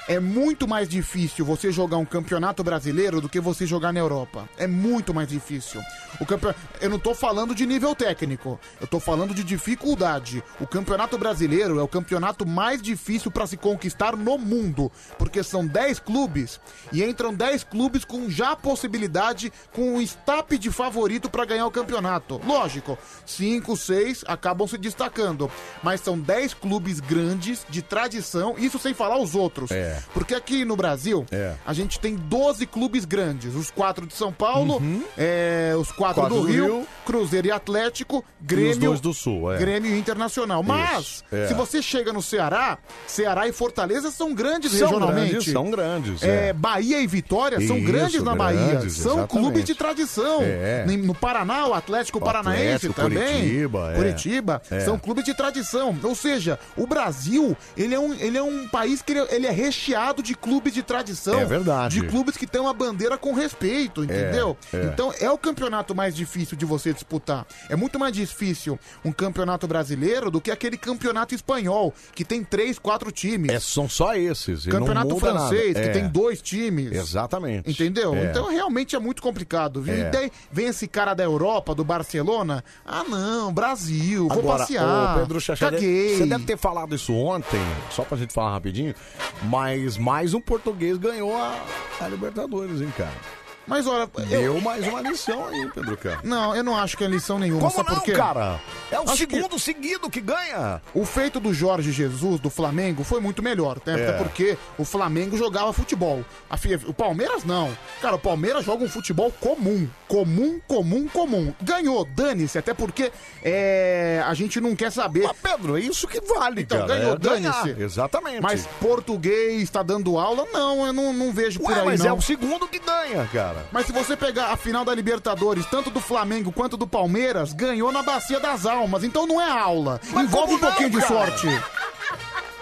[SPEAKER 2] É muito mais difícil você jogar um campeonato brasileiro do que você jogar na Europa. É muito mais difícil. O campe... Eu não tô falando de nível técnico, eu tô falando de dificuldade. O campeonato brasileiro é o campeonato mais difícil para se conquistar no mundo, porque são 10 clubes e entram 10 clubes com já a possibilidade, com o estape de favorito para ganhar o campeonato. Lógico, 5, 6 acabam se destacando, mas são 10 clubes grandes de tradição, isso sem falar os outros.
[SPEAKER 1] É.
[SPEAKER 2] Porque aqui no Brasil, a gente tem 12 clubes grandes, os quatro de São Paulo, é, os quatro,
[SPEAKER 1] Uhum. Quatro
[SPEAKER 2] do,
[SPEAKER 1] do
[SPEAKER 2] Rio,
[SPEAKER 1] Rio,
[SPEAKER 2] Cruzeiro e Atlético,
[SPEAKER 1] E
[SPEAKER 2] Grêmio
[SPEAKER 1] os dois do Sul, é.
[SPEAKER 2] Grêmio e Internacional. Mas,
[SPEAKER 1] Isso, é.
[SPEAKER 2] se você chega no Ceará, Ceará e Fortaleza são grandes
[SPEAKER 1] São
[SPEAKER 2] regionalmente.
[SPEAKER 1] grandes, são grandes,
[SPEAKER 2] É,
[SPEAKER 1] é.
[SPEAKER 2] Bahia e Vitória são
[SPEAKER 1] Isso,
[SPEAKER 2] grandes na Bahia.
[SPEAKER 1] grandes,
[SPEAKER 2] são
[SPEAKER 1] exatamente.
[SPEAKER 2] clubes de tradição.
[SPEAKER 1] É.
[SPEAKER 2] Nem- No Paraná, o Atlético Paranaense
[SPEAKER 1] Atlético,
[SPEAKER 2] também.
[SPEAKER 1] Curitiba, é.
[SPEAKER 2] Curitiba.
[SPEAKER 1] É.
[SPEAKER 2] São clubes de tradição. Ou seja, o Brasil, ele é um, ele é um país que ele, ele é recheado de clubes de tradição.
[SPEAKER 1] É verdade.
[SPEAKER 2] De clubes que têm uma bandeira com respeito, entendeu?
[SPEAKER 1] é.
[SPEAKER 2] Então, então é o campeonato mais difícil de você disputar. É muito mais difícil um campeonato brasileiro do que aquele campeonato espanhol, que tem três, quatro times.
[SPEAKER 1] É, são só esses. e não
[SPEAKER 2] campeonato
[SPEAKER 1] muda
[SPEAKER 2] francês,
[SPEAKER 1] nada.
[SPEAKER 2] que
[SPEAKER 1] É.
[SPEAKER 2] tem dois times.
[SPEAKER 1] Exatamente.
[SPEAKER 2] Entendeu?
[SPEAKER 1] É.
[SPEAKER 2] Então realmente é muito complicado. Viu?
[SPEAKER 1] É.
[SPEAKER 2] E daí vem esse cara da Europa, do Barcelona. Ah, não, Brasil, vou
[SPEAKER 1] Agora,
[SPEAKER 2] passear.
[SPEAKER 1] ô, Pedro Xaxá,
[SPEAKER 2] Caguei.
[SPEAKER 1] você deve ter falado isso ontem, só pra gente falar rapidinho, mas mais um português ganhou a, a Libertadores, hein, cara?
[SPEAKER 2] Mas olha,
[SPEAKER 1] deu mais uma lição aí, Pedro Cano.
[SPEAKER 2] Não, eu não acho que é lição nenhuma.
[SPEAKER 1] Como
[SPEAKER 2] sabe
[SPEAKER 1] não,
[SPEAKER 2] por quê?
[SPEAKER 1] cara? É o segundo
[SPEAKER 2] seguido
[SPEAKER 1] que ganha.
[SPEAKER 2] O feito do Jorge Jesus, do Flamengo, foi muito melhor, né?
[SPEAKER 1] É.
[SPEAKER 2] Até porque o Flamengo jogava futebol. A fi- O Palmeiras não. Cara, o Palmeiras joga um futebol comum. Comum, comum, comum. Ganhou, dane-se, até porque é, a gente não quer saber. Mas,
[SPEAKER 1] Pedro, é isso que vale,
[SPEAKER 2] Então,
[SPEAKER 1] cara,
[SPEAKER 2] ganhou,
[SPEAKER 1] é ganhar,
[SPEAKER 2] dane-se.
[SPEAKER 1] exatamente.
[SPEAKER 2] Mas português tá dando aula? Não, eu não, não vejo por
[SPEAKER 1] Ué,
[SPEAKER 2] aí,
[SPEAKER 1] mas
[SPEAKER 2] não.
[SPEAKER 1] é o segundo que ganha, cara.
[SPEAKER 2] Mas se você pegar a final da Libertadores, tanto do Flamengo quanto do Palmeiras, ganhou na Bacia das Almas. Então não é aula. Envolve um pouquinho de
[SPEAKER 1] cara?
[SPEAKER 2] sorte.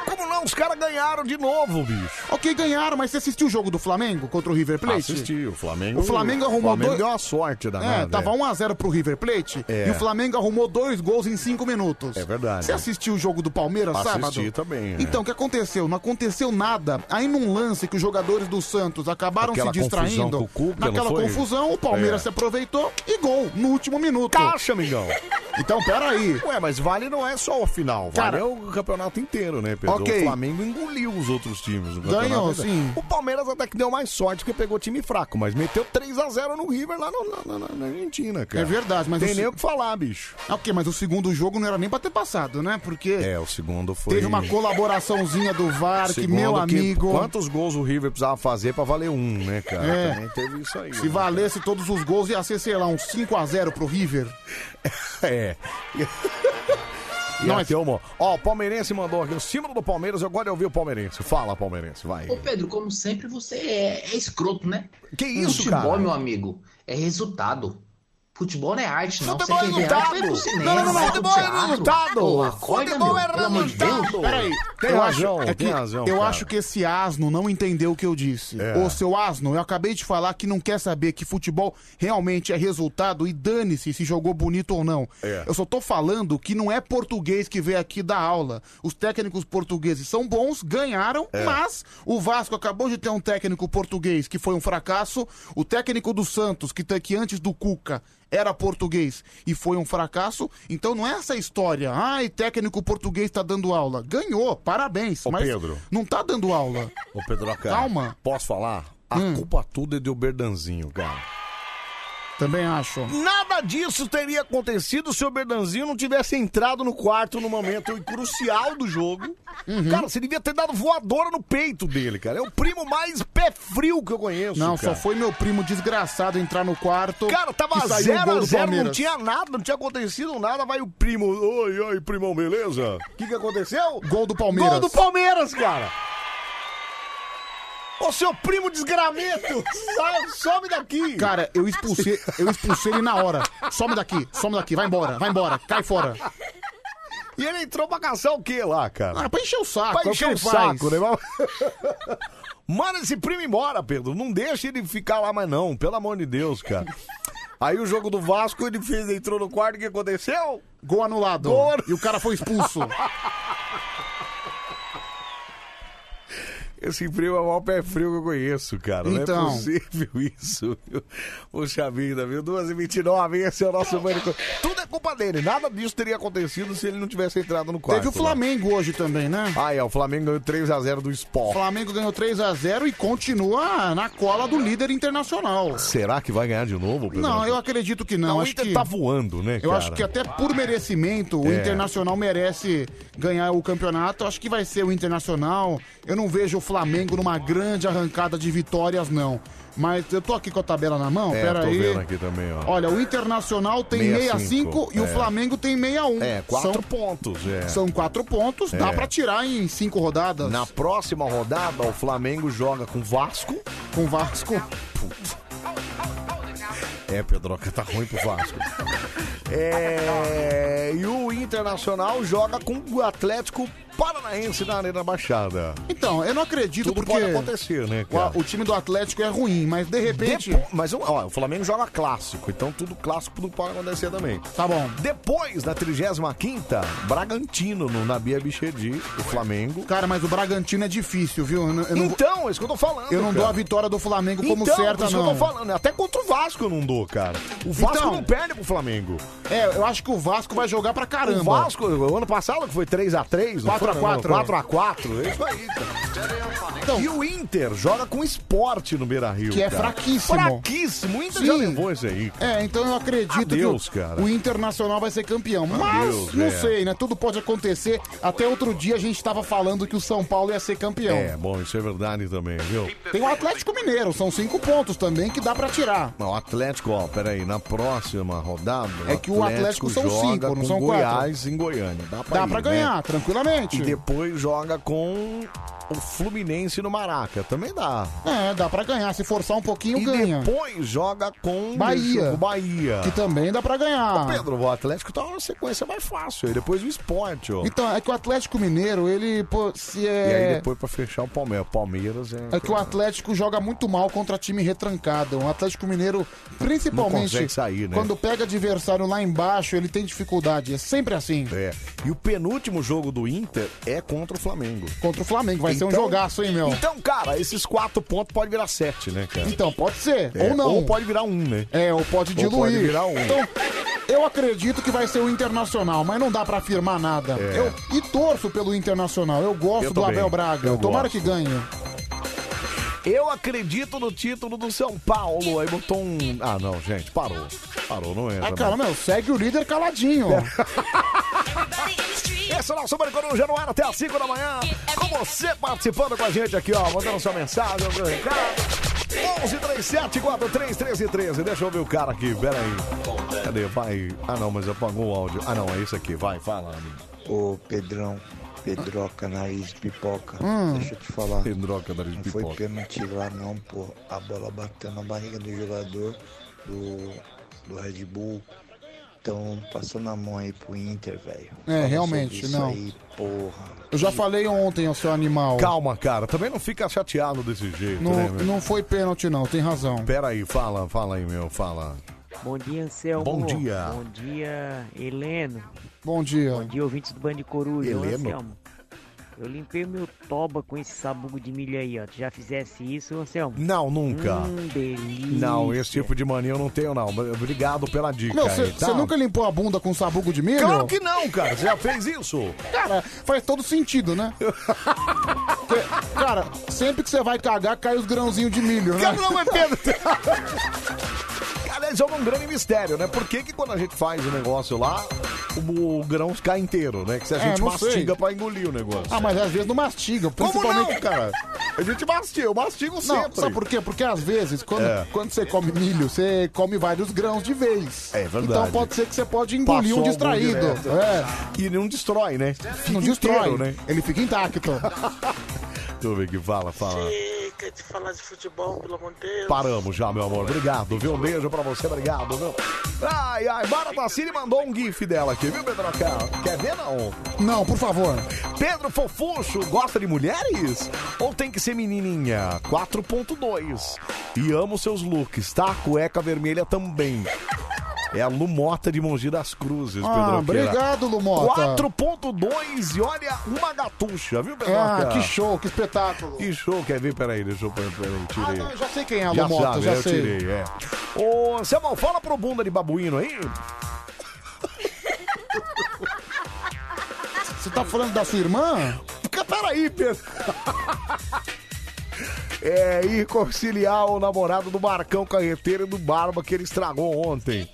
[SPEAKER 1] Como não? Os caras ganharam de novo, bicho.
[SPEAKER 2] Ok, ganharam, mas você assistiu o jogo do Flamengo contra o River Plate?
[SPEAKER 1] Assisti, o Flamengo.
[SPEAKER 2] O Flamengo arrumou
[SPEAKER 1] o Flamengo
[SPEAKER 2] dois-
[SPEAKER 1] deu uma sorte danada.
[SPEAKER 2] É, tava
[SPEAKER 1] é.
[SPEAKER 2] 1x0 pro River Plate
[SPEAKER 1] É.
[SPEAKER 2] e o Flamengo arrumou dois gols em cinco minutos.
[SPEAKER 1] É verdade.
[SPEAKER 2] Você assistiu o jogo do Palmeiras
[SPEAKER 1] Assisti
[SPEAKER 2] sábado?
[SPEAKER 1] também, é.
[SPEAKER 2] Então, o que aconteceu? Não aconteceu nada. Aí num lance que os jogadores do Santos acabaram
[SPEAKER 1] Aquela
[SPEAKER 2] se distraindo,
[SPEAKER 1] confusão com o Cuca, não
[SPEAKER 2] naquela
[SPEAKER 1] foi?
[SPEAKER 2] confusão, o Palmeiras
[SPEAKER 1] É.
[SPEAKER 2] se aproveitou e gol no último minuto.
[SPEAKER 1] Caixa, amigão.
[SPEAKER 2] Então, peraí.
[SPEAKER 1] Ué, mas vale não é só o final, vale
[SPEAKER 2] Cara-
[SPEAKER 1] é o campeonato inteiro, né, Pedro?
[SPEAKER 2] Ok.
[SPEAKER 1] O Flamengo engoliu os outros times. no
[SPEAKER 2] Ganhou,
[SPEAKER 1] campeonato.
[SPEAKER 2] sim.
[SPEAKER 1] O Palmeiras até que deu mais sorte, porque pegou time fraco, mas meteu 3x0 no River lá no- na, na- na Argentina, cara.
[SPEAKER 2] É verdade, mas...
[SPEAKER 1] Tem nem
[SPEAKER 2] o Ah,
[SPEAKER 1] o que falar, bicho.
[SPEAKER 2] Ok, mas o segundo jogo não era nem pra ter passado, né? Porque
[SPEAKER 1] É, o segundo foi...
[SPEAKER 2] teve uma colaboraçãozinha do VAR, que,
[SPEAKER 1] Segundo
[SPEAKER 2] meu
[SPEAKER 1] que
[SPEAKER 2] amigo...
[SPEAKER 1] Quantos gols o River precisava fazer pra valer um, né, cara?
[SPEAKER 2] É.
[SPEAKER 1] Também teve isso aí.
[SPEAKER 2] Se valesse todos os gols, ia ser, sei lá, um 5x0 pro River.
[SPEAKER 1] É.
[SPEAKER 2] Não,
[SPEAKER 1] Não, é uma... Ó, o palmeirense mandou aqui. O símbolo do Palmeiras, eu gosto de ouvir o palmeirense. Fala, palmeirense, vai.
[SPEAKER 14] Ô Pedro, como sempre, você é, é escroto, né?
[SPEAKER 1] Que isso,
[SPEAKER 14] Futebol,
[SPEAKER 1] cara?
[SPEAKER 14] meu amigo, é resultado. Futebol não é arte, não.
[SPEAKER 3] Futebol
[SPEAKER 14] Você quer
[SPEAKER 3] é
[SPEAKER 14] ver arte, vai pro
[SPEAKER 3] resultado.
[SPEAKER 14] cinema,
[SPEAKER 3] Não, não, não,
[SPEAKER 14] vai pro
[SPEAKER 3] futebol
[SPEAKER 2] Tá
[SPEAKER 3] é
[SPEAKER 14] teatro.
[SPEAKER 3] resultado.
[SPEAKER 14] Pô, acorda,
[SPEAKER 3] Futebol
[SPEAKER 14] meu,
[SPEAKER 3] é
[SPEAKER 14] pelo amor de
[SPEAKER 3] resultado.
[SPEAKER 14] Deus.
[SPEAKER 3] Peraí,
[SPEAKER 2] eu
[SPEAKER 3] razão,
[SPEAKER 2] acho, é que
[SPEAKER 3] tem razão,
[SPEAKER 2] eu
[SPEAKER 3] cara.
[SPEAKER 2] acho que esse asno não entendeu o que eu disse.
[SPEAKER 3] É.
[SPEAKER 2] Ô, seu asno, eu acabei de falar que não quer saber que futebol realmente é resultado e dane-se se jogou bonito ou não.
[SPEAKER 1] É.
[SPEAKER 2] Eu só tô falando que não é português que veio aqui dar aula. Os técnicos portugueses são bons, ganharam,
[SPEAKER 1] É.
[SPEAKER 2] mas o Vasco acabou de ter um técnico português que foi um fracasso, o técnico do Santos, que, tá- que antes do Cuca era português e foi um fracasso, então não é essa história, ai, técnico português tá dando aula. Ganhou, parabéns, mas
[SPEAKER 1] Pedro.
[SPEAKER 2] não tá dando aula.
[SPEAKER 1] Ô, Pedroca.
[SPEAKER 2] Calma. Hum.
[SPEAKER 1] Posso falar? A culpa toda é do Berdanzinho, cara.
[SPEAKER 2] Também acho.
[SPEAKER 3] Nada disso teria acontecido se o Berdanzinho não tivesse entrado no quarto no momento crucial do jogo.
[SPEAKER 2] Uhum.
[SPEAKER 3] Cara, você devia ter dado voadora no peito dele, cara. É o primo mais pé frio que eu conheço.
[SPEAKER 2] Não,
[SPEAKER 3] cara.
[SPEAKER 2] só foi meu primo desgraçado entrar no quarto.
[SPEAKER 3] Cara, tava
[SPEAKER 2] que saiu o
[SPEAKER 3] 0
[SPEAKER 2] gol
[SPEAKER 3] a
[SPEAKER 2] do
[SPEAKER 3] 0 não
[SPEAKER 2] Palmeiras.
[SPEAKER 3] tinha nada, não tinha acontecido nada. Vai o primo, oi, oi, primão, beleza? O que, que aconteceu?
[SPEAKER 2] Gol do Palmeiras.
[SPEAKER 3] Gol do Palmeiras, cara! Ô, seu primo desgrameto, sai, some daqui!
[SPEAKER 2] Cara, eu expulsei, eu expulsei ele na hora. Some daqui, some daqui, vai embora, vai embora, cai fora.
[SPEAKER 3] E ele entrou pra caçar o quê lá, cara?
[SPEAKER 2] Ah, pra encher o saco, é
[SPEAKER 3] Pra
[SPEAKER 2] o
[SPEAKER 3] encher
[SPEAKER 2] que
[SPEAKER 3] o,
[SPEAKER 2] ele faz.
[SPEAKER 3] saco, né? Manda esse primo embora, Pedro. Não deixa ele ficar lá mais não, pelo amor de Deus, cara. Aí o jogo do Vasco, ele fez, entrou no quarto, o que aconteceu?
[SPEAKER 2] Gol anulado. E o cara foi expulso.
[SPEAKER 1] Esse frio é o maior pé frio que eu conheço, cara. Não
[SPEAKER 3] Então.
[SPEAKER 1] é possível isso. Poxa vida, viu? 2h29, esse é o nosso pânico. Tudo é culpa dele. Nada disso teria acontecido se ele não tivesse entrado no quarto. né?
[SPEAKER 2] Teve o Flamengo hoje também, né?
[SPEAKER 1] Ah, é. O Flamengo ganhou 3x0 do
[SPEAKER 2] O
[SPEAKER 1] Sport.
[SPEAKER 2] Flamengo ganhou 3 a 0 e continua na cola do líder internacional.
[SPEAKER 1] Será que vai ganhar de novo, Pedro?
[SPEAKER 2] Não, eu acredito que não.
[SPEAKER 1] o
[SPEAKER 2] acho
[SPEAKER 1] Inter
[SPEAKER 2] que...
[SPEAKER 1] tá voando, né,
[SPEAKER 2] Eu
[SPEAKER 1] cara?
[SPEAKER 2] acho que até por merecimento o
[SPEAKER 1] É.
[SPEAKER 2] Internacional merece ganhar o campeonato. Eu Acho que vai ser o Internacional. Eu não vejo o Flamengo numa grande arrancada de vitórias, não. Mas eu tô aqui com a tabela na mão,
[SPEAKER 1] É, tô
[SPEAKER 2] peraí.
[SPEAKER 1] vendo aqui também, ó.
[SPEAKER 2] Olha, o Internacional tem 65,
[SPEAKER 1] 65,
[SPEAKER 2] e o
[SPEAKER 1] é.
[SPEAKER 2] Flamengo tem 61.
[SPEAKER 1] É, quatro
[SPEAKER 2] São-
[SPEAKER 1] pontos, é.
[SPEAKER 2] São quatro pontos, dá
[SPEAKER 1] É.
[SPEAKER 2] pra tirar em cinco rodadas.
[SPEAKER 1] Na próxima rodada, o Flamengo joga com o Vasco.
[SPEAKER 2] Com o Vasco.
[SPEAKER 1] É, Pedroca, tá ruim pro Vasco. É, E o Internacional joga com o Atlético Paranaense na Arena Baixada.
[SPEAKER 2] Então, eu não acredito
[SPEAKER 1] Tudo
[SPEAKER 2] porque
[SPEAKER 1] pode acontecer, né,
[SPEAKER 2] o,
[SPEAKER 1] cara?
[SPEAKER 2] o time do Atlético é ruim, mas de repente...
[SPEAKER 1] Depo- Mas um, ó, o Flamengo joga clássico, então tudo clássico tudo pode acontecer também.
[SPEAKER 2] Tá bom.
[SPEAKER 1] Depois da 35 Bragantino no Nabia Bichedi, o Flamengo.
[SPEAKER 2] Cara, mas o Bragantino é difícil, viu? Eu não- eu não-
[SPEAKER 1] Então, é isso que eu tô falando.
[SPEAKER 2] Eu não
[SPEAKER 1] cara.
[SPEAKER 2] dou a vitória do Flamengo como
[SPEAKER 1] então,
[SPEAKER 2] certa,
[SPEAKER 1] por isso
[SPEAKER 2] não.
[SPEAKER 1] que eu tô falando. Até contra o Vasco eu não dou, cara. O Vasco
[SPEAKER 2] Então.
[SPEAKER 1] não perde pro Flamengo.
[SPEAKER 2] É, eu acho que o Vasco vai jogar pra caramba.
[SPEAKER 1] O Vasco, o ano passado que foi 3x3,
[SPEAKER 2] 4x4.
[SPEAKER 1] 4x4, é isso aí. e o Inter joga com esporte no Beira Rio.
[SPEAKER 2] Então. Que é fraquíssimo.
[SPEAKER 1] Fraquíssimo. O Inter já
[SPEAKER 2] Sim.
[SPEAKER 1] levou isso aí. cara.
[SPEAKER 2] É, então eu acredito
[SPEAKER 1] Adeus,
[SPEAKER 2] que o-
[SPEAKER 1] cara.
[SPEAKER 2] o Internacional vai ser campeão. Mas
[SPEAKER 1] Adeus,
[SPEAKER 2] não
[SPEAKER 1] é.
[SPEAKER 2] sei, né? Tudo pode acontecer. Até outro dia a gente tava falando que o São Paulo ia ser campeão.
[SPEAKER 1] É, bom, isso é verdade também, viu?
[SPEAKER 2] Tem o Atlético Mineiro, são cinco pontos também que dá pra tirar.
[SPEAKER 1] Não, o Atlético, ó, peraí, na próxima rodada.
[SPEAKER 2] É que o Atlético são
[SPEAKER 1] joga
[SPEAKER 2] cinco, não
[SPEAKER 1] com
[SPEAKER 2] são quatro.
[SPEAKER 1] Goiás em Goiânia. Dá pra,
[SPEAKER 2] Dá
[SPEAKER 1] ir,
[SPEAKER 2] pra
[SPEAKER 1] né?
[SPEAKER 2] ganhar, tranquilamente.
[SPEAKER 1] E depois joga com o Fluminense no Maraca. Também dá.
[SPEAKER 2] É, dá pra ganhar. Se forçar um pouquinho,
[SPEAKER 1] E
[SPEAKER 2] ganha.
[SPEAKER 1] depois joga com
[SPEAKER 2] Bahia.
[SPEAKER 1] o Um Bahia.
[SPEAKER 2] Que também dá pra ganhar.
[SPEAKER 1] Ô, Pedro, o Atlético tá uma sequência mais fácil. E depois o esporte, ó.
[SPEAKER 2] Então, é que o Atlético Mineiro, ele, pô, se
[SPEAKER 1] E
[SPEAKER 2] é.
[SPEAKER 1] aí depois pra fechar o Palmeiras. Palmeiras é.
[SPEAKER 2] É que o Atlético joga muito mal contra time retrancado. O Atlético Mineiro,
[SPEAKER 1] Não
[SPEAKER 2] principalmente
[SPEAKER 1] consegue sair, né?
[SPEAKER 2] quando pega adversário lá embaixo, ele tem dificuldade. É sempre assim.
[SPEAKER 1] É. E o penúltimo jogo do Inter é contra o Flamengo.
[SPEAKER 2] Contra o Flamengo. Vai ser um
[SPEAKER 1] Então-
[SPEAKER 2] jogaço, hein, meu?
[SPEAKER 1] Então, cara, esses quatro pontos podem virar sete, né, cara?
[SPEAKER 2] Então, pode ser.
[SPEAKER 1] É,
[SPEAKER 2] ou não.
[SPEAKER 1] Ou pode virar um, né?
[SPEAKER 2] É, ou pode
[SPEAKER 1] Ou
[SPEAKER 2] diluir.
[SPEAKER 1] pode virar um.
[SPEAKER 2] Então, eu acredito que vai ser o Internacional, mas não dá pra afirmar nada. Eu, e torço pelo Internacional. Eu gosto
[SPEAKER 1] É. Eu
[SPEAKER 2] do
[SPEAKER 1] também.
[SPEAKER 2] Abel Braga.
[SPEAKER 1] Eu
[SPEAKER 2] Tomara
[SPEAKER 1] gosto.
[SPEAKER 2] que ganhe.
[SPEAKER 1] Eu acredito no título do São Paulo. Aí botou um. Ah, não, gente, parou. Parou, não entra.
[SPEAKER 2] Ah, cara, meu, segue o líder caladinho.
[SPEAKER 1] Esse é o nosso Maricoruja no ar até as 5 da manhã. Com você participando com a gente aqui, ó. Mandando sua mensagem, seu recado. 11 37 43 13 13. Deixa eu ver o cara aqui, peraí. Cadê? Vai. Ah, não, mas apagou o áudio. Ah, não, é isso aqui. Vai, fala.
[SPEAKER 11] Ô, Pedrão, Pedroca, nariz de pipoca.
[SPEAKER 1] Hum.
[SPEAKER 11] Deixa eu te falar.
[SPEAKER 1] Pedroca, nariz
[SPEAKER 11] não foi pênalti lá, não, pô. A bola bateu na barriga do jogador do do Red Bull estão passando a mão aí pro Inter, velho.
[SPEAKER 2] É,
[SPEAKER 11] Fala
[SPEAKER 2] realmente,
[SPEAKER 11] sobre isso
[SPEAKER 2] não.
[SPEAKER 11] Aí, porra.
[SPEAKER 2] Eu já falei ontem, ó, seu animal.
[SPEAKER 1] Calma, cara. Também não fica chateado desse jeito, né,
[SPEAKER 2] Não,
[SPEAKER 1] meu?
[SPEAKER 2] não foi pênalti, não, tem razão.
[SPEAKER 1] Pera aí, fala, fala aí, meu, fala.
[SPEAKER 17] Bom dia, Anselmo.
[SPEAKER 1] Bom dia.
[SPEAKER 17] Bom dia, Heleno.
[SPEAKER 2] Bom dia.
[SPEAKER 17] Bom dia, ouvintes do Band de Coruja. Ô,
[SPEAKER 2] Heleno?
[SPEAKER 17] Anselmo, eu limpei meu toba com esse sabugo de milho aí, ó. Tu já fizesse isso, Anselmo?
[SPEAKER 1] Não, nunca.
[SPEAKER 17] Hum, delícia.
[SPEAKER 1] Não, esse tipo de mania eu não tenho, não. Obrigado pela dica.
[SPEAKER 2] Meu,
[SPEAKER 1] aí,
[SPEAKER 2] você
[SPEAKER 1] tá?
[SPEAKER 2] nunca limpou a bunda com sabugo de milho?
[SPEAKER 1] Claro que não, cara. Você já fez isso?
[SPEAKER 2] Cara, faz todo sentido, né? Que- cara, sempre que você vai cagar, cai os grãozinhos de milho, né?
[SPEAKER 1] Cara, não é Pedro. Cara, esse é um grande mistério, né? Por que, que quando a gente faz o negócio lá, o, o grão cai inteiro, né? Que se a
[SPEAKER 2] É,
[SPEAKER 1] gente
[SPEAKER 2] não
[SPEAKER 1] mastiga
[SPEAKER 2] sei.
[SPEAKER 1] pra engolir o negócio.
[SPEAKER 2] Ah, mas às vezes não mastiga, principalmente...
[SPEAKER 1] não, cara? A gente mastiga, eu mastigo sempre.
[SPEAKER 2] Sabe por quê? Porque às vezes, quando,
[SPEAKER 1] É.
[SPEAKER 2] quando você come milho, você come vários grãos de vez.
[SPEAKER 1] É verdade.
[SPEAKER 2] Então pode ser que você pode engolir
[SPEAKER 1] Passou algum
[SPEAKER 2] um distraído. É.
[SPEAKER 1] direto. E não destrói, né?
[SPEAKER 2] não
[SPEAKER 1] Fica
[SPEAKER 2] destrói,
[SPEAKER 1] inteiro, né?
[SPEAKER 2] Ele fica intacto.
[SPEAKER 1] Deixa eu ver que fala, fala.
[SPEAKER 14] Fica de falar de futebol, pelo amor de Deus.
[SPEAKER 1] Paramos já, meu amor. Obrigado, viu? Um beijo pra você, obrigado, viu? Ai, ai, Mara Tassini mandou um gif dela aqui, viu, Pedro? Quer ver, não?
[SPEAKER 2] Não, por favor.
[SPEAKER 1] Pedro Fofuxo, gosta de mulheres? Ou tem que ser menininha? 4.2. E amo seus looks, tá? Cueca vermelha também. É a Lumota de Mongi das Cruzes,
[SPEAKER 2] Ah,
[SPEAKER 1] Pedro.
[SPEAKER 2] obrigado, Lumota.
[SPEAKER 1] 4.2 e olha, uma gatuxa, viu, Pedro?
[SPEAKER 2] Ah, que show, que espetáculo.
[SPEAKER 1] Que show, quer ver? Peraí, deixa eu pôr, peraí, tirei.
[SPEAKER 2] Eu já sei quem é a
[SPEAKER 1] já
[SPEAKER 2] Lumota,
[SPEAKER 1] sabe,
[SPEAKER 2] já
[SPEAKER 1] eu
[SPEAKER 2] sei.
[SPEAKER 1] tirei, é. Ô, Anselmo, fala pro bunda de babuíno aí.
[SPEAKER 2] Você tá falando da sua irmã?
[SPEAKER 1] Fica, peraí, Pedro. É, ir conciliar o namorado do Marcão Carreteiro e do Barba que ele estragou ontem.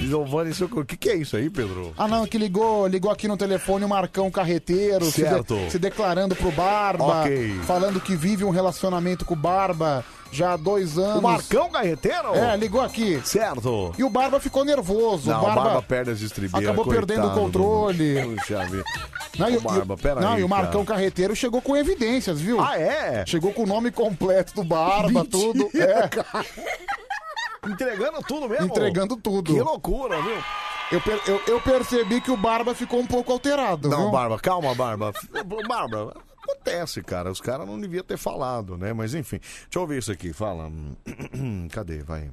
[SPEAKER 1] Giovanni, seu- o que, que é isso aí, Pedro?
[SPEAKER 2] Ah, não, que ligou, ligou aqui no telefone o Marcão Carreteiro, se de-
[SPEAKER 1] Certo.
[SPEAKER 2] Se, declarando pro Barba,
[SPEAKER 1] Ok.
[SPEAKER 2] falando que vive um relacionamento com o Barba já há dois anos.
[SPEAKER 1] O Marcão Carreteiro?
[SPEAKER 2] É, ligou aqui.
[SPEAKER 1] Certo.
[SPEAKER 2] E o Barba ficou nervoso.
[SPEAKER 1] Não,
[SPEAKER 2] o
[SPEAKER 1] o
[SPEAKER 2] Barba,
[SPEAKER 1] Barba perde as estribeiras.
[SPEAKER 2] acabou perdendo o controle.
[SPEAKER 1] Puxa vida.
[SPEAKER 2] Não, e
[SPEAKER 1] Ô,
[SPEAKER 2] o-
[SPEAKER 1] Barba, pera
[SPEAKER 2] não,
[SPEAKER 1] aí,
[SPEAKER 2] e o Marcão
[SPEAKER 1] cara.
[SPEAKER 2] Carreteiro chegou com evidências, viu?
[SPEAKER 1] Ah, é?
[SPEAKER 2] Chegou com o nome completo do Barba, tudo. É.
[SPEAKER 1] Entregando tudo mesmo?
[SPEAKER 2] Entregando tudo.
[SPEAKER 1] Que loucura, viu?
[SPEAKER 2] Eu, per- eu, eu percebi que o Barba ficou um pouco alterado.
[SPEAKER 1] Não,
[SPEAKER 2] viu?
[SPEAKER 1] Barba, calma, Barba. Barba, acontece, cara. Os caras não deviam ter falado, né? Mas enfim. Deixa eu ver isso aqui. Fala. Cadê? Vai.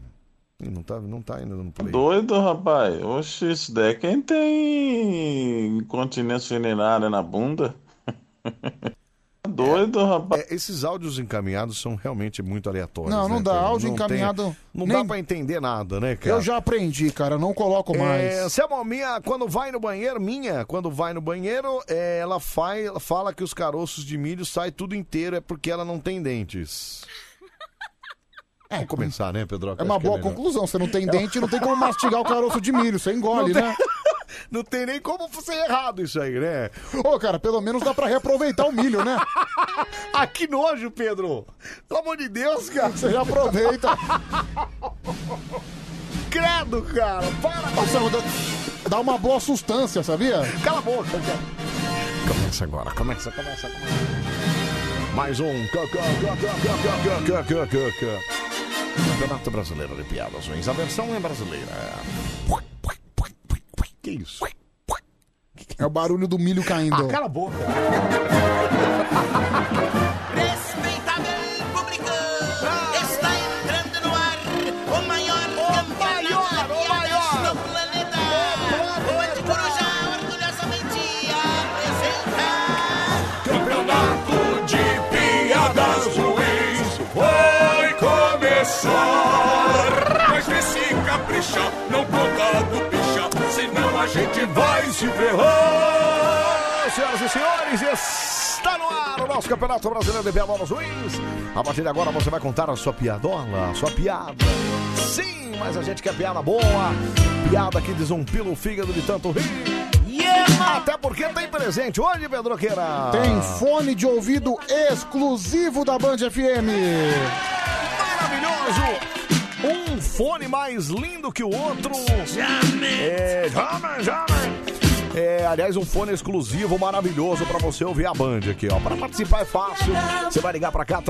[SPEAKER 1] Ih, Não tá, não tá ainda no play.
[SPEAKER 9] Doido, rapaz. Oxe, isso daí é quem tem incontinência urinária na bunda. Tá Doido, rapaz.
[SPEAKER 1] É, esses áudios encaminhados são realmente muito aleatórios.
[SPEAKER 2] Não, não
[SPEAKER 1] né,
[SPEAKER 2] dá.
[SPEAKER 1] cara?
[SPEAKER 2] Áudio
[SPEAKER 1] Não tem-
[SPEAKER 2] encaminhado,
[SPEAKER 1] não
[SPEAKER 2] nem-
[SPEAKER 1] dá pra entender nada, né, cara?
[SPEAKER 2] Eu já aprendi, cara, não coloco mais.
[SPEAKER 1] É, Selma, minha, quando vai no banheiro, minha, quando vai no banheiro, é, ela faz, ela fala que os caroços de milho saem tudo inteiro, é porque ela não tem dentes. Vamos começar, né, Pedro?
[SPEAKER 2] É uma boa conclusão. Você não tem dente, não tem como mastigar o caroço de milho. Você engole,
[SPEAKER 1] É Não tem-
[SPEAKER 2] né?
[SPEAKER 1] Não tem nem como ser errado isso aí, né?
[SPEAKER 2] Ô, cara, pelo menos dá pra reaproveitar o milho, né?
[SPEAKER 1] Ah, que nojo, Pedro! Pelo amor de Deus, cara!
[SPEAKER 2] Você já aproveita.
[SPEAKER 1] Credo, cara! Para!
[SPEAKER 2] Marcelo, dá- dá uma boa sustância, sabia?
[SPEAKER 1] Cala a boca, cara. Começa agora, começa, começa, começa. Mais um Cã, Cã, Cã, Cã, Cã, Cã, Cã, Cã, Cã. Campeonato Brasileiro de Piadas Ruins. A versão é brasileira. Que isso?
[SPEAKER 2] É o barulho do milho caindo.
[SPEAKER 1] Ah, cala a boca.
[SPEAKER 19] Respeitável público, está entrando no ar Ah. o maior campeonato de piadas do planeta. O de Coruja orgulhosamente apresenta Campeonato de Piadas Ruins vai começar. Mas vê se caprichar, não conta do pichar, senão a gente vai se ferrar.
[SPEAKER 1] Senhoras e senhores, está no ar o nosso Campeonato Brasileiro de Piadas Ruins. A partir de agora você vai contar a sua piadola, a sua piada. Sim, mas a gente quer piada boa, piada que desumpila o fígado de tanto rir. Até porque tem presente hoje, Pedroqueira.
[SPEAKER 2] Tem fone de ouvido exclusivo da Band FM.
[SPEAKER 1] maravilhoso. Um fone mais lindo que o outro. Jamais. É, jamais, jamais. É, aliás, um fone exclusivo maravilhoso pra você ouvir a Band aqui, ó. Pra participar é fácil. Você vai ligar pra cá,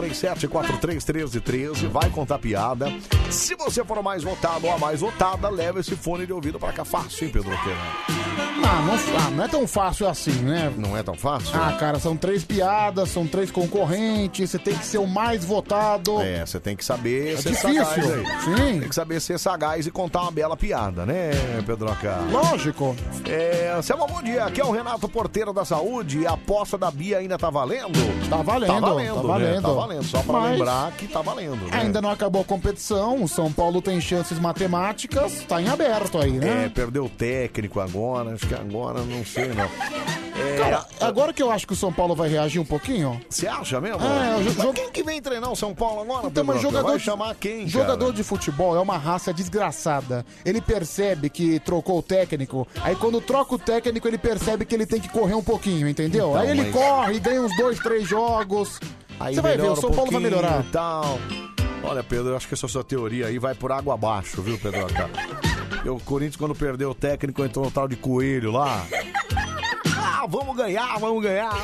[SPEAKER 1] 37431313, vai contar piada. Se você for o mais votado ou a mais votada, leva esse fone de ouvido pra cá. Fácil, hein, Pedro Queira?
[SPEAKER 2] Ah, não, ah, não é tão fácil assim, né?
[SPEAKER 1] Não é tão fácil?
[SPEAKER 2] Ah, cara, são três piadas, são três concorrentes, você tem que ser o mais votado.
[SPEAKER 1] É, você tem que saber
[SPEAKER 2] É
[SPEAKER 1] ser
[SPEAKER 2] difícil.
[SPEAKER 1] sagaz aí. Tem que saber ser sagaz e contar uma bela piada, né, Pedroca?
[SPEAKER 2] Lógico.
[SPEAKER 1] É, Selma, bom dia. Aqui é o Renato Porteiro da Saúde. A aposta da Bia ainda tá valendo?
[SPEAKER 2] Tá valendo,
[SPEAKER 1] Tá valendo,
[SPEAKER 2] tá
[SPEAKER 1] né?
[SPEAKER 2] valendo.
[SPEAKER 1] Tá valendo. Só pra
[SPEAKER 2] Mas-
[SPEAKER 1] lembrar que tá valendo, né?
[SPEAKER 2] Ainda não acabou a competição, o São Paulo tem chances matemáticas, tá em aberto aí, né?
[SPEAKER 1] É, perdeu o técnico agora. Acho que agora, não sei, não. É,
[SPEAKER 2] Cara, agora que eu acho que o São Paulo vai reagir um pouquinho.
[SPEAKER 1] Você acha mesmo?
[SPEAKER 2] É, o jo-
[SPEAKER 1] Mas
[SPEAKER 2] jo-
[SPEAKER 1] quem que vem treinar o São Paulo agora,
[SPEAKER 2] Então, mas
[SPEAKER 1] Pedroca?
[SPEAKER 2] jogador,
[SPEAKER 1] Vai
[SPEAKER 2] de-
[SPEAKER 1] chamar quem,
[SPEAKER 2] jogador
[SPEAKER 1] cara?
[SPEAKER 2] de futebol é uma raça desgraçada. Ele percebe que trocou o técnico. Aí quando troca o técnico, ele percebe que ele tem que correr um pouquinho, entendeu?
[SPEAKER 1] Então,
[SPEAKER 2] aí ele
[SPEAKER 1] mas-
[SPEAKER 2] corre e ganha uns dois, três jogos.
[SPEAKER 1] Aí
[SPEAKER 2] Você vai ver, o
[SPEAKER 1] melhora
[SPEAKER 2] São
[SPEAKER 1] um
[SPEAKER 2] Paulo vai
[SPEAKER 1] pouquinho
[SPEAKER 2] melhorar.
[SPEAKER 1] e Tal. Olha, Pedro, eu acho que essa sua teoria aí vai por água abaixo, viu, Pedro? Porque O Corinthians, quando perdeu o técnico, entrou no tal de coelho lá. Ah, vamos ganhar, vamos ganhar.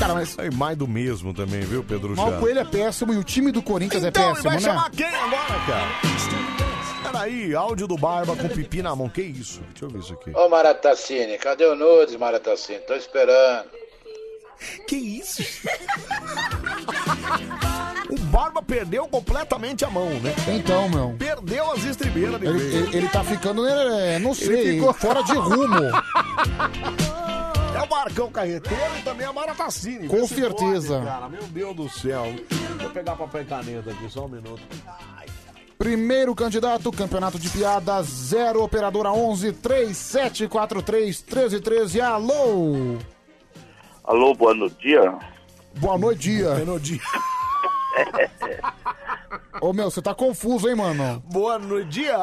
[SPEAKER 2] Cara, mas.
[SPEAKER 1] E mais do mesmo também, viu, Pedro?
[SPEAKER 2] Mas
[SPEAKER 1] Já.
[SPEAKER 2] o Coelho é péssimo e o time do Corinthians
[SPEAKER 1] Então,
[SPEAKER 2] é
[SPEAKER 1] ele
[SPEAKER 2] péssimo,
[SPEAKER 1] vai
[SPEAKER 2] né?
[SPEAKER 1] chamar quem agora, cara? Peraí, áudio do Barba com pipi na mão. Que isso? Deixa eu ver isso aqui.
[SPEAKER 10] Ô Maratacine, cadê o Nudes, Maratacine? Tô esperando.
[SPEAKER 1] Que isso? O Barba perdeu completamente a mão, né?
[SPEAKER 2] Então, meu.
[SPEAKER 1] Perdeu as estribeiras de
[SPEAKER 2] Ele,
[SPEAKER 1] vez.
[SPEAKER 2] ele- ele tá ficando, né, não
[SPEAKER 1] Ele
[SPEAKER 2] sei,
[SPEAKER 1] ficou-
[SPEAKER 2] fora de rumo.
[SPEAKER 1] É o Marcão Carreteiro e também a Maratacine.
[SPEAKER 2] Com
[SPEAKER 1] Vê se
[SPEAKER 2] certeza.
[SPEAKER 1] pode, cara. Meu Deus do céu. Vou pegar papel e caneta aqui, só um minuto.
[SPEAKER 2] Primeiro candidato, campeonato de piadas, 0, operadora 11, 3743, 1313, alô!
[SPEAKER 24] Alô, boa no- dia.
[SPEAKER 2] Boa noite, dia. Boa
[SPEAKER 1] dia.
[SPEAKER 2] Ô, meu, você tá confuso, hein, mano?
[SPEAKER 1] Boa noite, dia.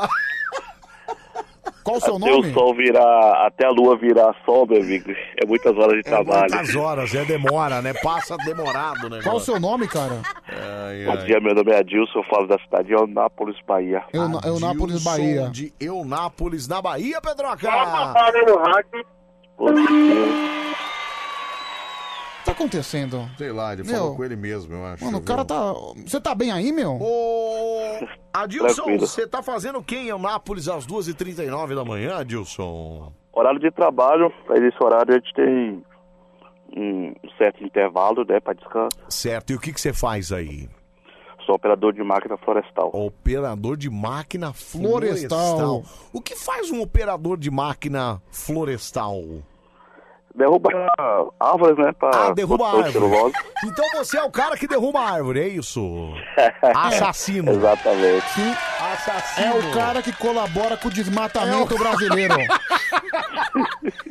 [SPEAKER 2] Qual o seu
[SPEAKER 24] até
[SPEAKER 2] nome?
[SPEAKER 24] o sol virar, até a lua virar sol, meu amigo. É muitas horas de trabalho.
[SPEAKER 1] Muitas horas, é demora, né? Passa demorado, né?
[SPEAKER 2] Qual o seu nome, cara?
[SPEAKER 24] Bom dia, meu nome é Adilson, eu falo da cidade de Anápolis, Bahia.
[SPEAKER 2] Eu, eu Nápoles, Bahia.
[SPEAKER 1] um De Eunápolis, na Bahia, Pedroca.
[SPEAKER 2] O que tá acontecendo?
[SPEAKER 1] Sei lá, ele
[SPEAKER 2] Meu.
[SPEAKER 1] falou com ele mesmo, eu acho.
[SPEAKER 2] Mano, o cara tá... Você tá bem aí, meu?
[SPEAKER 1] Adilson,
[SPEAKER 24] Tranquilo.
[SPEAKER 1] você tá fazendo quem em Eunápolis às 2h39 da manhã, Adilson?
[SPEAKER 24] Horário de trabalho, mas esse horário a gente tem um certo intervalo, né, pra descanso.
[SPEAKER 1] Certo, e o que, que você faz aí?
[SPEAKER 24] Sou operador de máquina florestal.
[SPEAKER 1] Operador de máquina florestal.
[SPEAKER 24] Florestal.
[SPEAKER 1] O que faz um operador de máquina florestal?
[SPEAKER 24] Derruba árvores, né, pra
[SPEAKER 1] Ah, derruba
[SPEAKER 24] produção de
[SPEAKER 1] árvore.
[SPEAKER 24] celulose.
[SPEAKER 1] Então você é o cara que derruba a árvore, é isso? Assassino.
[SPEAKER 24] Exatamente.
[SPEAKER 1] Assassino.
[SPEAKER 2] É o cara que colabora com o desmatamento brasileiro.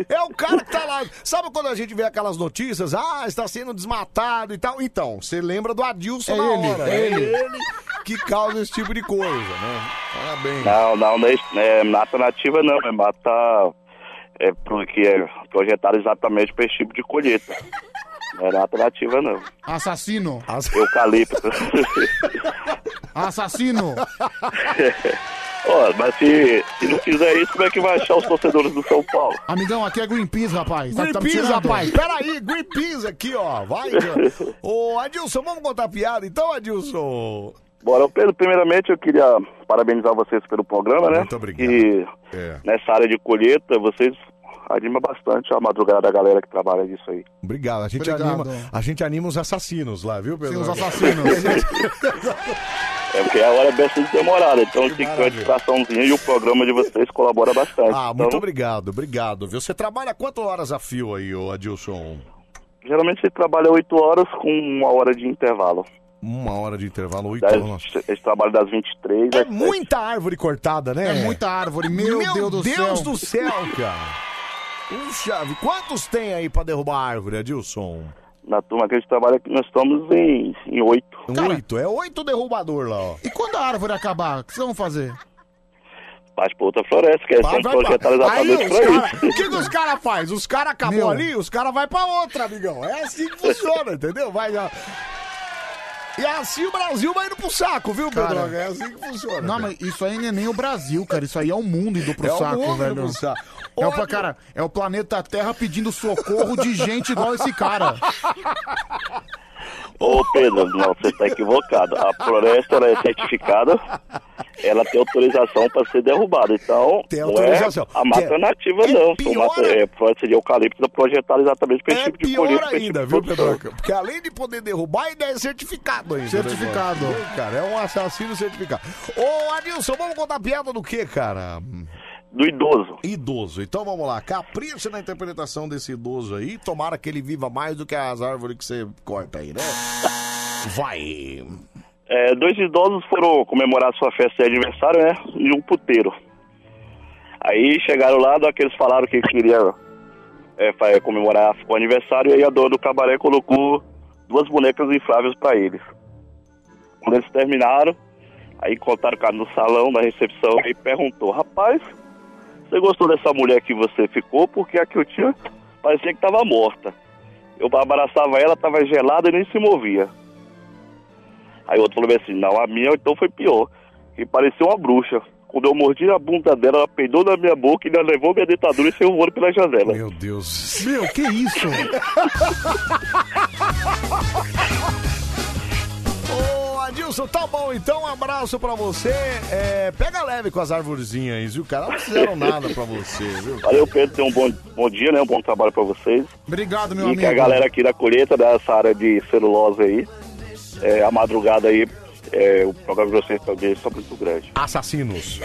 [SPEAKER 1] É o cara que tá lá. Sabe quando a gente vê aquelas notícias? Ah, está sendo desmatado e tal. Então, você lembra do Adilson
[SPEAKER 24] É
[SPEAKER 1] na
[SPEAKER 24] ele,
[SPEAKER 1] hora. né?
[SPEAKER 24] é ele.
[SPEAKER 1] que causa esse tipo de coisa, né? Parabéns.
[SPEAKER 24] Não, não, não é, não é mata nativa não, é mata é porque é projetada exatamente para esse tipo de colheita. Não é mata nativa não.
[SPEAKER 2] Assassino.
[SPEAKER 24] Eucalipto.
[SPEAKER 2] Assassino.
[SPEAKER 24] Ó, mas se, se não fizer isso, como é que vai achar os torcedores do São Paulo?
[SPEAKER 2] Amigão, aqui é Greenpeace, rapaz. Tá- tá me
[SPEAKER 1] Greenpeace,
[SPEAKER 2] tirando.
[SPEAKER 1] rapaz. Peraí, Greenpeace aqui, ó. Vai, Adilson. Ô, Adilson, vamos contar piada então, Adilson?
[SPEAKER 24] Bora, Pedro, primeiramente eu queria parabenizar vocês pelo programa, né? Muito obrigado. E
[SPEAKER 1] É.
[SPEAKER 24] nessa área de colheita, vocês animam bastante a madrugada da galera que trabalha nisso aí.
[SPEAKER 1] Obrigado. A gente,
[SPEAKER 24] Obrigado.
[SPEAKER 1] Anima, a gente anima os assassinos lá, viu, Pedro?
[SPEAKER 24] os É porque a hora é bastante demorada, então tem que ter uma distraçãozinha e o programa de vocês colabora bastante.
[SPEAKER 1] ah, muito
[SPEAKER 24] Então,
[SPEAKER 1] obrigado, obrigado. Viu? Você trabalha quantas horas a fio aí, ô Adilson?
[SPEAKER 24] Geralmente você trabalha 8 horas com uma hora de intervalo.
[SPEAKER 1] Uma hora de intervalo, oito
[SPEAKER 24] Das,
[SPEAKER 1] horas.
[SPEAKER 24] esse trabalho das 23 às
[SPEAKER 1] Muita árvore cortada, né?
[SPEAKER 24] É
[SPEAKER 2] muita árvore, meu Deus do céu.
[SPEAKER 1] do céu, cara. Puxa, vida, quantos tem aí pra derrubar a árvore, Adilson?
[SPEAKER 24] Na turma que a gente trabalha, aqui, nós estamos em, em 8.
[SPEAKER 1] oito, é oito derrubador lá, ó.
[SPEAKER 2] E quando a árvore acabar, o que vocês vão fazer?
[SPEAKER 24] Parte pra outra floresta, que é
[SPEAKER 1] Vai,
[SPEAKER 24] são
[SPEAKER 1] vai, vai.
[SPEAKER 24] projetadas
[SPEAKER 1] Aí
[SPEAKER 24] exatamente
[SPEAKER 1] os
[SPEAKER 24] pra
[SPEAKER 1] cara,
[SPEAKER 24] isso.
[SPEAKER 1] o que, que os caras fazem? Os caras acabou
[SPEAKER 24] Meu.
[SPEAKER 1] ali, os caras vão pra outra, amigão. É assim que funciona, entendeu? Vai, ó. E assim o Brasil vai indo pro saco, viu, Pedro?
[SPEAKER 2] Cara.
[SPEAKER 1] É assim que funciona.
[SPEAKER 2] Não, mas isso aí não é nem o Brasil, cara. Isso aí é o mundo indo pro
[SPEAKER 1] É o
[SPEAKER 2] saco,
[SPEAKER 1] mundo
[SPEAKER 2] velho.
[SPEAKER 1] indo pro saco.
[SPEAKER 2] É o,
[SPEAKER 1] Olha-
[SPEAKER 2] cara, é o planeta Terra pedindo socorro de gente igual esse cara.
[SPEAKER 24] Ô Pedro, não, você está equivocado. A floresta ela é certificada, ela tem autorização para ser derrubada. Então,
[SPEAKER 1] Tem
[SPEAKER 24] não é
[SPEAKER 1] autorização.
[SPEAKER 24] a mata
[SPEAKER 1] Tem-
[SPEAKER 24] nativa, não. São mata, é, floresta de eucalipto projetada exatamente para esse tipo de
[SPEAKER 1] É Pior
[SPEAKER 24] política. pra esse
[SPEAKER 1] ainda,
[SPEAKER 24] tipo
[SPEAKER 1] viu,
[SPEAKER 24] de
[SPEAKER 1] Pedroca? Porque além de poder derrubar, ainda é certificado ainda.
[SPEAKER 2] Certificado.
[SPEAKER 1] o negócio. Cara, é um assassino certificado. Ô, Adilson, vamos contar piada do quê, cara?
[SPEAKER 24] Do idoso.
[SPEAKER 1] Idoso. Então vamos lá. Capricha na interpretação desse idoso aí. Tomara que ele viva mais do que as árvores que você corta aí, né? Vai.
[SPEAKER 24] É, dois idosos foram comemorar sua festa de aniversário, né? Em um puteiro. Aí chegaram lá, daqueles falaram que queriam é, fa- comemorar o aniversário, e aí a dona do cabaré colocou duas bonecas infláveis para eles. Quando eles terminaram, aí encontraram o cara no salão, na recepção, e perguntou: Rapaz, você gostou dessa mulher que você ficou? Porque a que eu tinha parecia que estava morta. Eu abraçava ela, estava gelada e nem se movia. Aí o outro falou bem assim, não, a minha então foi pior, que parecia uma bruxa. Quando eu mordi a bunda dela, ela peidou na minha boca e ainda levou minha dentadura e saiu voando pela janela.
[SPEAKER 1] Meu Deus.
[SPEAKER 2] Meu, que isso?
[SPEAKER 1] Ô, Adilson, tá bom. Então, um abraço pra você. É, pega leve com as arvorezinhas aí, viu, cara? Não fizeram nada pra você, viu?
[SPEAKER 24] Valeu, Pedro, tenha um bom, bom dia, né? Um bom trabalho pra vocês.
[SPEAKER 2] Obrigado,
[SPEAKER 24] e que a galera aqui da colheita, dessa área de celulose aí, é, a madrugada aí, é, o programa de vocês pra audiência é muito grande.
[SPEAKER 1] Assassinos.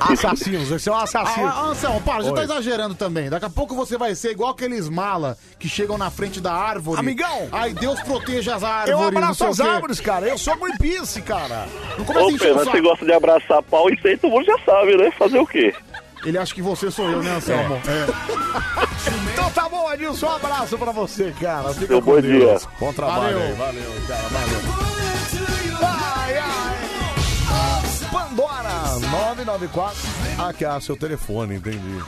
[SPEAKER 1] Assassinos, esse é um assassino.
[SPEAKER 2] Ah, ah, Anselmo, para, você
[SPEAKER 1] Oi.
[SPEAKER 2] tá exagerando também. Daqui a pouco você vai ser igual aqueles mala que chegam na frente da árvore.
[SPEAKER 1] Amigão!
[SPEAKER 2] Ai, Deus proteja as árvores.
[SPEAKER 1] Eu
[SPEAKER 2] não
[SPEAKER 1] abraço
[SPEAKER 2] sei o
[SPEAKER 1] as
[SPEAKER 2] quê.
[SPEAKER 1] árvores, cara. Eu sou Greenpeace, cara. Não
[SPEAKER 24] Ô, Pedro, mas você gosta de abraçar pau, isso aí todo mundo já sabe, né? Fazer o quê?
[SPEAKER 2] Ele acha que você sou eu, né, Anselmo? É.
[SPEAKER 1] Então tá bom, Adilson. Um abraço pra você, cara. Fica
[SPEAKER 24] Seu
[SPEAKER 1] com
[SPEAKER 24] bom
[SPEAKER 1] Deus.
[SPEAKER 24] dia.
[SPEAKER 1] Bom trabalho
[SPEAKER 24] Valeu.
[SPEAKER 1] aí. Valeu, cara. Valeu. Pandora 994. Ah, que é seu telefone, entendi.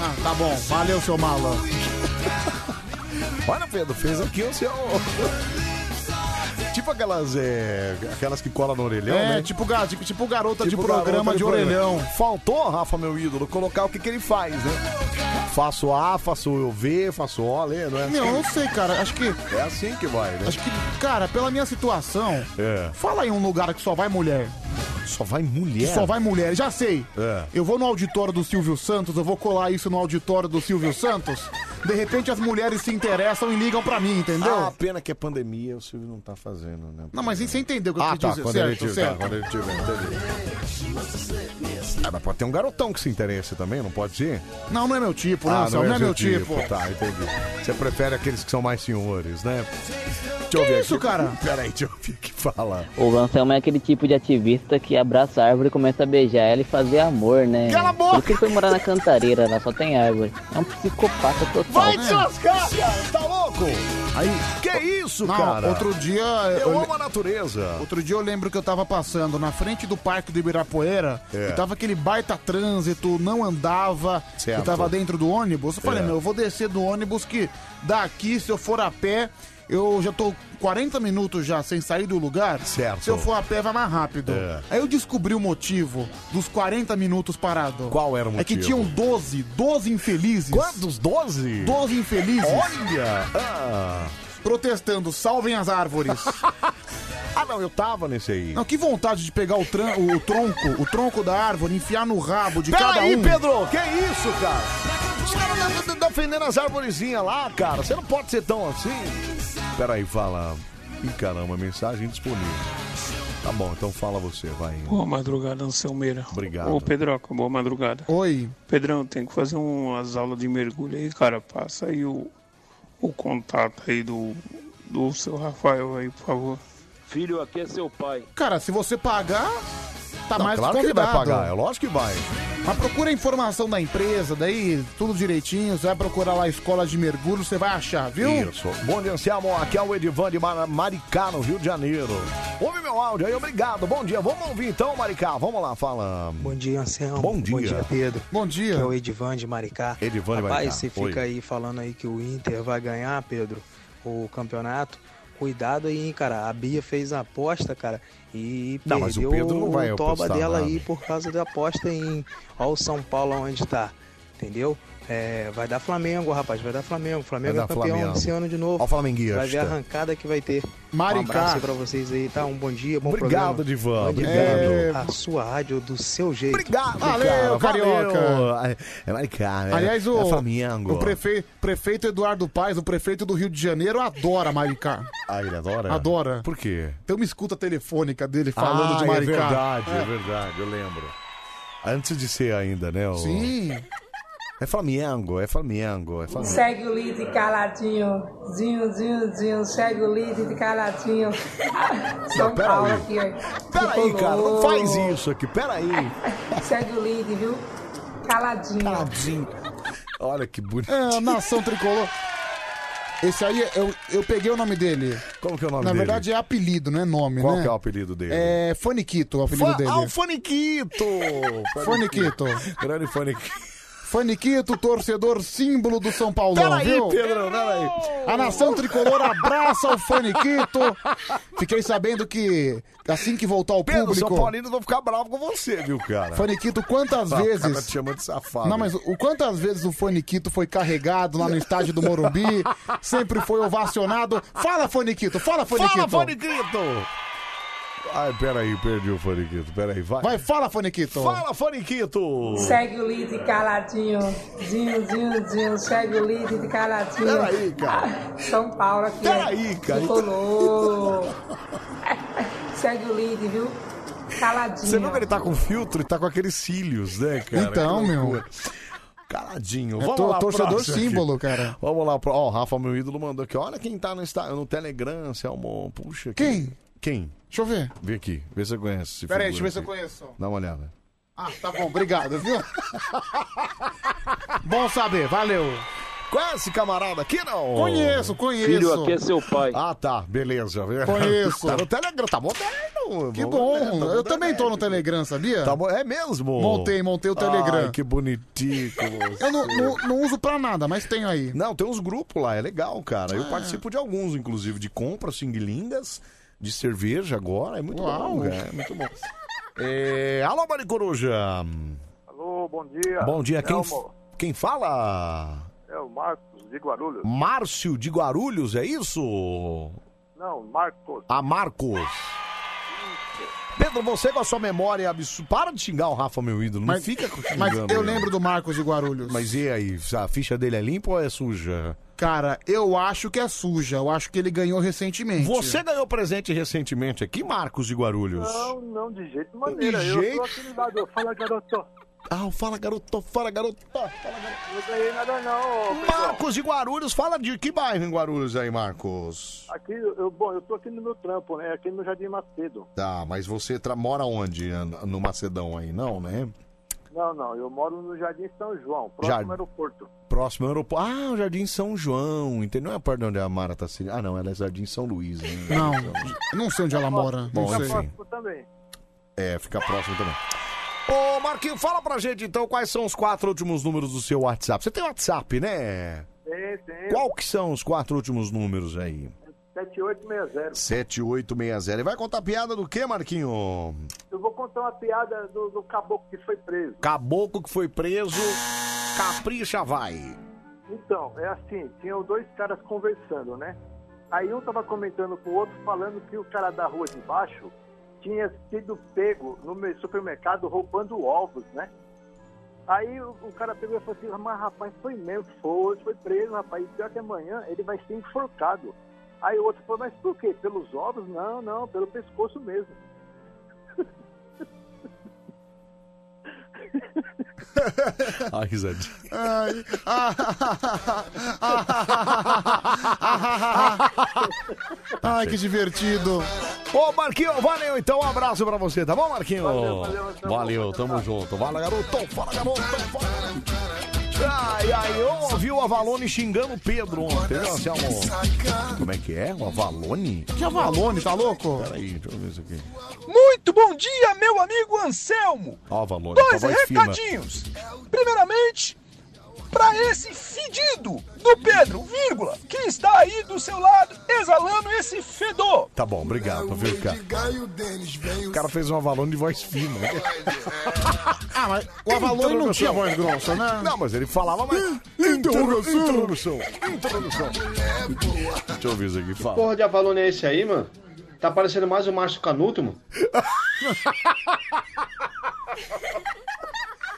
[SPEAKER 2] Ah, tá bom. Valeu, seu mala.
[SPEAKER 1] Olha, Pedro, fez aqui o seu. Tipo aquelas, é, aquelas que colam no orelhão,
[SPEAKER 2] É,
[SPEAKER 1] né?
[SPEAKER 2] tipo, ga- tipo, tipo garota de
[SPEAKER 1] Tipo
[SPEAKER 2] programa
[SPEAKER 1] garota
[SPEAKER 2] de
[SPEAKER 1] programa.
[SPEAKER 2] orelhão.
[SPEAKER 1] Faltou, Rafa, meu ídolo, colocar o que, que ele faz, né? Faço A, faço eu V, faço O, lê, não é assim?
[SPEAKER 2] Não, eu não sei, cara. Acho que.
[SPEAKER 1] É assim que vai, né?
[SPEAKER 2] Acho que, cara, pela minha situação,
[SPEAKER 1] É.
[SPEAKER 2] fala aí um lugar que só vai mulher.
[SPEAKER 1] Só vai
[SPEAKER 2] Que
[SPEAKER 1] mulher?
[SPEAKER 2] só vai mulher, já sei.
[SPEAKER 1] É.
[SPEAKER 2] Eu vou no auditório do Silvio Santos, eu vou colar isso no auditório do Silvio Santos. De repente as mulheres se interessam e ligam pra mim, entendeu?
[SPEAKER 1] Ah, pena que é pandemia, o Silvio não tá fazendo, né?
[SPEAKER 2] Não, mas você entendeu o que eu
[SPEAKER 1] Ah,
[SPEAKER 2] quis
[SPEAKER 1] tá,
[SPEAKER 2] dizer,
[SPEAKER 1] quando ele
[SPEAKER 2] certo,
[SPEAKER 1] tiver,
[SPEAKER 2] certo.
[SPEAKER 1] tá, quando ele tiver, entendi. Ah, mas pode ter um garotão que se interesse também, não pode ser?
[SPEAKER 2] Não, não é meu tipo, né,
[SPEAKER 1] Ah,
[SPEAKER 2] Anselmo? Não é
[SPEAKER 1] seu
[SPEAKER 2] meu tipo.
[SPEAKER 1] Tá, entendi. Você prefere aqueles que são mais senhores, né? Deixa eu
[SPEAKER 2] Que
[SPEAKER 1] ver
[SPEAKER 2] isso,
[SPEAKER 1] aqui.
[SPEAKER 2] cara?
[SPEAKER 1] Peraí, deixa eu ver o que fala.
[SPEAKER 3] O Anselmo é aquele tipo de ativista que abraça a árvore, começa a beijar ela e fazer amor, né? Cala a boca! Por isso que ele foi morar na Cantareira, lá só tem árvore. É um psicopata total.
[SPEAKER 1] Vai te lascar, cara! Tá louco?
[SPEAKER 2] Aí,
[SPEAKER 1] que isso,
[SPEAKER 2] Não,
[SPEAKER 1] cara?
[SPEAKER 2] outro dia.
[SPEAKER 1] Eu,
[SPEAKER 2] eu-
[SPEAKER 1] amo a natureza.
[SPEAKER 2] Outro dia eu lembro que eu tava passando na frente do Parque do Ibirapuera
[SPEAKER 1] É.
[SPEAKER 2] e tava aquele baita trânsito, não andava,
[SPEAKER 1] Certo.
[SPEAKER 2] eu tava dentro do ônibus. Eu falei,
[SPEAKER 1] É.
[SPEAKER 2] meu, eu vou descer do ônibus que daqui, se eu for a pé, eu já tô 40 minutos já sem sair do lugar.
[SPEAKER 1] Certo.
[SPEAKER 2] Se eu for a pé, vai mais rápido.
[SPEAKER 1] É.
[SPEAKER 2] Aí eu descobri o motivo dos 40 minutos parado.
[SPEAKER 1] Qual era o
[SPEAKER 2] É que
[SPEAKER 1] motivo?
[SPEAKER 2] tinham 12, 12 infelizes.
[SPEAKER 1] Quantos? 12?
[SPEAKER 2] 12 infelizes.
[SPEAKER 1] Olha! Ah.
[SPEAKER 2] Protestando, salvem as árvores.
[SPEAKER 1] Ah, não, eu tava nesse aí.
[SPEAKER 2] Não, que vontade de pegar o, tran- o tronco, o tronco da árvore, enfiar no rabo de cada
[SPEAKER 1] Peraí,
[SPEAKER 2] um.
[SPEAKER 1] Pedro, que isso, cara? Os caras estão de- de- defendendo as arvorezinhas lá, cara. Você não pode ser tão assim. Peraí, fala. Ih, caramba, mensagem disponível. Tá bom, então fala você, vai.
[SPEAKER 29] Boa madrugada, Anselmeira.
[SPEAKER 1] Obrigado.
[SPEAKER 29] Ô, Pedroca, boa madrugada.
[SPEAKER 2] Oi.
[SPEAKER 29] Pedrão, tem que fazer umas aulas de mergulho aí, cara. Passa aí o, o contato aí do, do seu Rafael aí, por favor.
[SPEAKER 10] Filho, aqui é seu pai.
[SPEAKER 2] Cara, se você pagar, tá
[SPEAKER 29] Não,
[SPEAKER 2] mais
[SPEAKER 29] claro
[SPEAKER 2] que
[SPEAKER 29] que
[SPEAKER 2] convidado.
[SPEAKER 29] vai pagar, é
[SPEAKER 1] lógico que vai.
[SPEAKER 2] Mas procura a informação da empresa, daí tudo direitinho, você vai procurar lá a escola de mergulho, você vai achar, viu?
[SPEAKER 1] Isso. Bom dia, Anselmo. Aqui é o Edivan de Mar- Maricá, no Rio de Janeiro. Ouve meu áudio aí, obrigado. Bom dia. Vamos ouvir então, Maricá. Vamos lá, fala.
[SPEAKER 17] Bom dia, Anselmo.
[SPEAKER 1] Bom dia.
[SPEAKER 17] Bom dia, Pedro.
[SPEAKER 2] Bom dia.
[SPEAKER 17] Que é o Edivan de Maricá.
[SPEAKER 1] Edivan de Maricá.
[SPEAKER 17] Rapaz, você
[SPEAKER 1] Oi.
[SPEAKER 17] fica aí falando aí que o Inter vai ganhar, Pedro, o campeonato. Cuidado aí, hein, cara. A Bia fez a aposta, cara, e
[SPEAKER 1] Não, mas o
[SPEAKER 17] perdeu
[SPEAKER 1] Pedro não vai
[SPEAKER 17] toba
[SPEAKER 1] apostar
[SPEAKER 17] dela
[SPEAKER 1] nada.
[SPEAKER 17] aí por causa da aposta em. Ó, o São Paulo onde tá. Entendeu? É, vai dar Flamengo, rapaz. Vai dar Flamengo. Flamengo
[SPEAKER 1] Vai
[SPEAKER 17] é
[SPEAKER 1] dar
[SPEAKER 17] campeão
[SPEAKER 1] Flamengo.
[SPEAKER 17] esse ano de novo.
[SPEAKER 1] Ó o flamenguista.
[SPEAKER 17] Vai ver a arrancada que vai ter.
[SPEAKER 2] Maricá.
[SPEAKER 17] Um abraço aí pra vocês aí, tá? Um bom dia, bom
[SPEAKER 1] Obrigado,
[SPEAKER 17] programa.
[SPEAKER 1] Divan,
[SPEAKER 17] Mande
[SPEAKER 1] obrigado.
[SPEAKER 17] bem A sua rádio do seu jeito.
[SPEAKER 30] Obrigado,
[SPEAKER 2] Valeu, Carioca.
[SPEAKER 1] Valeu. É Maricá, né?
[SPEAKER 2] Aliás, o,
[SPEAKER 1] É Flamengo.
[SPEAKER 2] o prefe- prefeito Eduardo Paes, o prefeito do Rio de Janeiro, adora Maricá.
[SPEAKER 1] Ah, ele adora?
[SPEAKER 2] Adora.
[SPEAKER 1] Por quê?
[SPEAKER 2] Tem uma escuta telefônica dele falando
[SPEAKER 1] Ah,
[SPEAKER 2] de Maricá.
[SPEAKER 1] É verdade, é.
[SPEAKER 2] É.
[SPEAKER 1] verdade, eu lembro. Antes de ser ainda, né? o-
[SPEAKER 2] Sim.
[SPEAKER 1] É Flamengo, é Flamengo, é Flamengo.
[SPEAKER 27] Segue o líder de caladinho. Zinho, zinho, zinho. Segue o líder de caladinho. São
[SPEAKER 1] pera
[SPEAKER 27] Paulo
[SPEAKER 1] aí.
[SPEAKER 27] aqui, ó.
[SPEAKER 1] Peraí, cara, não faz isso aqui, peraí.
[SPEAKER 27] Segue o líder, viu? Caladinho.
[SPEAKER 1] Caladinho. Olha que bonito.
[SPEAKER 2] É, nação tricolor. Esse aí, eu, eu peguei o nome dele.
[SPEAKER 1] Como que é o nome
[SPEAKER 2] Na
[SPEAKER 1] dele?
[SPEAKER 2] verdade, é apelido, não é nome,
[SPEAKER 1] Qual
[SPEAKER 2] né?
[SPEAKER 1] que é o apelido dele?
[SPEAKER 2] É Faniquito, o apelido
[SPEAKER 1] Fa-
[SPEAKER 2] dele.
[SPEAKER 1] Ah, o Faniquito!
[SPEAKER 2] Faniquito.
[SPEAKER 1] Grande Faniquito.
[SPEAKER 2] Faniquito, torcedor símbolo do São Paulo,
[SPEAKER 1] Peraí,
[SPEAKER 2] viu?
[SPEAKER 1] Pedrão, peraí.
[SPEAKER 2] A nação tricolor abraça o Faniquito. Fiquei sabendo que assim que voltar ao
[SPEAKER 1] Pedro, São
[SPEAKER 2] público...
[SPEAKER 1] Paulino vão ficar bravo com você, viu, cara?
[SPEAKER 2] Faniquito, quantas
[SPEAKER 1] Ah, o
[SPEAKER 2] vezes-
[SPEAKER 1] Cara te chamando de safado.
[SPEAKER 2] Não, mas o quantas vezes o Faniquito foi carregado lá no estádio do Morumbi, sempre foi ovacionado. Fala, Faniquito, fala, Faniquito.
[SPEAKER 1] Fala, Faniquito! Ai, peraí, perdi o Faniquito. Peraí, vai.
[SPEAKER 2] Vai, fala, Faniquito.
[SPEAKER 1] Fala, Faniquito!
[SPEAKER 27] Segue o líder de caladinho. Zinho, zinho, zinho. Segue o líder de caladinho.
[SPEAKER 1] Peraí, cara.
[SPEAKER 27] São Paulo aqui, ó.
[SPEAKER 1] Peraí, cara.
[SPEAKER 27] Tricolor. Segue o líder, viu? Caladinho.
[SPEAKER 1] Você viu que ele tá com filtro e tá com aqueles cílios, né, cara?
[SPEAKER 2] Então,
[SPEAKER 1] Que
[SPEAKER 2] meu.
[SPEAKER 1] loucura. Caladinho.
[SPEAKER 2] É
[SPEAKER 1] Vamos
[SPEAKER 2] to-
[SPEAKER 1] lá,
[SPEAKER 2] torcedor
[SPEAKER 1] próximo aqui.
[SPEAKER 2] símbolo, cara.
[SPEAKER 1] Vamos lá, pro... ó, o Rafa, meu ídolo, mandou aqui. Olha quem tá no, Insta... no Telegram, Selmon. Puxa. Quem? Quem?
[SPEAKER 2] Deixa eu ver.
[SPEAKER 1] Vem aqui, vê se você conhece. esse
[SPEAKER 2] Pera aí,
[SPEAKER 1] figura
[SPEAKER 2] deixa eu ver
[SPEAKER 1] aqui.
[SPEAKER 2] se eu conheço.
[SPEAKER 1] Dá uma olhada.
[SPEAKER 2] Ah, tá bom, obrigado, viu? bom saber, valeu.
[SPEAKER 1] Conhece é esse camarada aqui, não?
[SPEAKER 2] Conheço, conheço.
[SPEAKER 1] pai. Ah, tá, beleza.
[SPEAKER 2] Conheço.
[SPEAKER 1] Tá no Telegram, tá moderno.
[SPEAKER 2] Que
[SPEAKER 1] moderno,
[SPEAKER 2] bom,
[SPEAKER 1] tá
[SPEAKER 2] eu também tô no Telegram, sabia?
[SPEAKER 1] Tá bom, é mesmo?
[SPEAKER 2] Montei, montei o Telegram.
[SPEAKER 1] Ai, que bonitinho. você.
[SPEAKER 2] Eu não, não- não uso pra nada, mas tenho aí.
[SPEAKER 1] Não, tem uns grupos lá, é legal, cara. Eu
[SPEAKER 2] Ah.
[SPEAKER 1] participo de alguns, inclusive, de compras, singuindas, de cerveja agora. É muito
[SPEAKER 2] Uau.
[SPEAKER 1] bom, cara. É muito bom. É... Alô, Mari Coruja.
[SPEAKER 3] Alô, bom dia.
[SPEAKER 1] Bom dia. Quem,
[SPEAKER 3] Anselmo,
[SPEAKER 1] quem fala?
[SPEAKER 3] É o Marcos de Guarulhos.
[SPEAKER 1] Márcio de Guarulhos, é isso?
[SPEAKER 3] Não, Marcos.
[SPEAKER 1] A Marcos. Pedro, você com a sua memória absurda. Para de xingar o Rafa, meu ídolo. Não
[SPEAKER 2] Mas,
[SPEAKER 1] fica xingando.
[SPEAKER 2] mas eu
[SPEAKER 1] ele.
[SPEAKER 2] lembro do Marcos de Guarulhos.
[SPEAKER 1] Mas e aí? A ficha dele é limpa ou é suja?
[SPEAKER 2] Cara, eu acho que é suja. Eu acho que ele ganhou recentemente.
[SPEAKER 1] Você ganhou presente recentemente aqui, Marcos de Guarulhos.
[SPEAKER 3] Não, não, de jeito de maneira. eu
[SPEAKER 1] jeito-
[SPEAKER 3] sou aquele lado. Fala, garoto.
[SPEAKER 1] Ah, fala, garoto. Fala, garoto.
[SPEAKER 3] Não ganhei nada, não. ô, pessoal.
[SPEAKER 1] Marcos de Guarulhos, fala de que bairro em Guarulhos aí, Marcos?
[SPEAKER 3] Aqui, eu, bom, eu tô aqui no meu trampo, né? Aqui no Jardim Macedo.
[SPEAKER 1] Tá, mas você tra- mora onde? No Macedão aí, não, né?
[SPEAKER 3] Não, não, eu moro no Jardim São João, próximo
[SPEAKER 1] Jardim.
[SPEAKER 3] aeroporto.
[SPEAKER 1] Próximo ao aeroporto. Ah, o Jardim São João, entendeu? Não é a parte onde a Mara tá se. Ah, não, ela é Jardim São Luís, né?
[SPEAKER 2] Não, não sei onde ela mora.
[SPEAKER 1] Bom,
[SPEAKER 2] não sei.
[SPEAKER 1] enfim.
[SPEAKER 3] Eu também.
[SPEAKER 1] É, fica próximo também. Ô, Marquinhos, fala pra gente então quais são os quatro últimos números do seu WhatsApp. Você tem WhatsApp, né?
[SPEAKER 3] Tem, tem.
[SPEAKER 1] Qual que são os quatro últimos números aí?
[SPEAKER 3] 7860.
[SPEAKER 1] 7860. E vai contar piada do quê, Marquinho?
[SPEAKER 3] Eu vou contar uma piada do, do caboclo que foi preso.
[SPEAKER 1] Caboclo que foi preso, capricha vai.
[SPEAKER 3] Então, é assim, tinham dois caras conversando, né? Aí um tava comentando com o outro, falando que o cara da rua de baixo tinha sido pego no me- supermercado roubando ovos, né? Aí o, o cara pegou e falou assim, mas rapaz, foi mesmo, foi, foi preso, rapaz, e pior que amanhã ele vai ser enforcado. Aí o outro falou, mas por quê? Pelos ovos? Não, não, pelo pescoço mesmo.
[SPEAKER 1] A risadinha.
[SPEAKER 2] Ai, ah, ah, ah, ah, Ai, que divertido.
[SPEAKER 1] Ô, Marquinho, valeu então. Um abraço pra você, tá bom, Marquinho?
[SPEAKER 30] Valeu, valeu, tamo
[SPEAKER 1] Valeu, tamo junto. Fala, garoto. Fala, garoto. Fala, garoto. Ai, ai, eu ouvi o Avalone xingando o Pedro ontem, né, Anselmo? Como é que é? O Avalone?
[SPEAKER 2] Que Avalone, tá louco?
[SPEAKER 1] Peraí, deixa eu ver isso aqui.
[SPEAKER 31] Muito bom dia, meu amigo Anselmo!
[SPEAKER 1] Ó, Avalone,
[SPEAKER 31] Dois
[SPEAKER 1] com a voz fina.
[SPEAKER 31] recadinhos! Primeiramente,
[SPEAKER 8] para esse fedido do Pedro, vírgula, que está aí do seu lado exalando esse fedor.
[SPEAKER 1] Tá bom, obrigado, viu, cara? O cara fez um avalone de voz fina.
[SPEAKER 2] Ah, mas o Avalone não tinha voz grossa, né?
[SPEAKER 1] Não, mas ele falava mais.
[SPEAKER 2] Interrogação.
[SPEAKER 1] Interrogação. Interrogação. Deixa eu ouvir isso aqui, fala.
[SPEAKER 10] Porra de Avalone é esse aí, mano? Tá parecendo mais o Márcio Canuto, mano.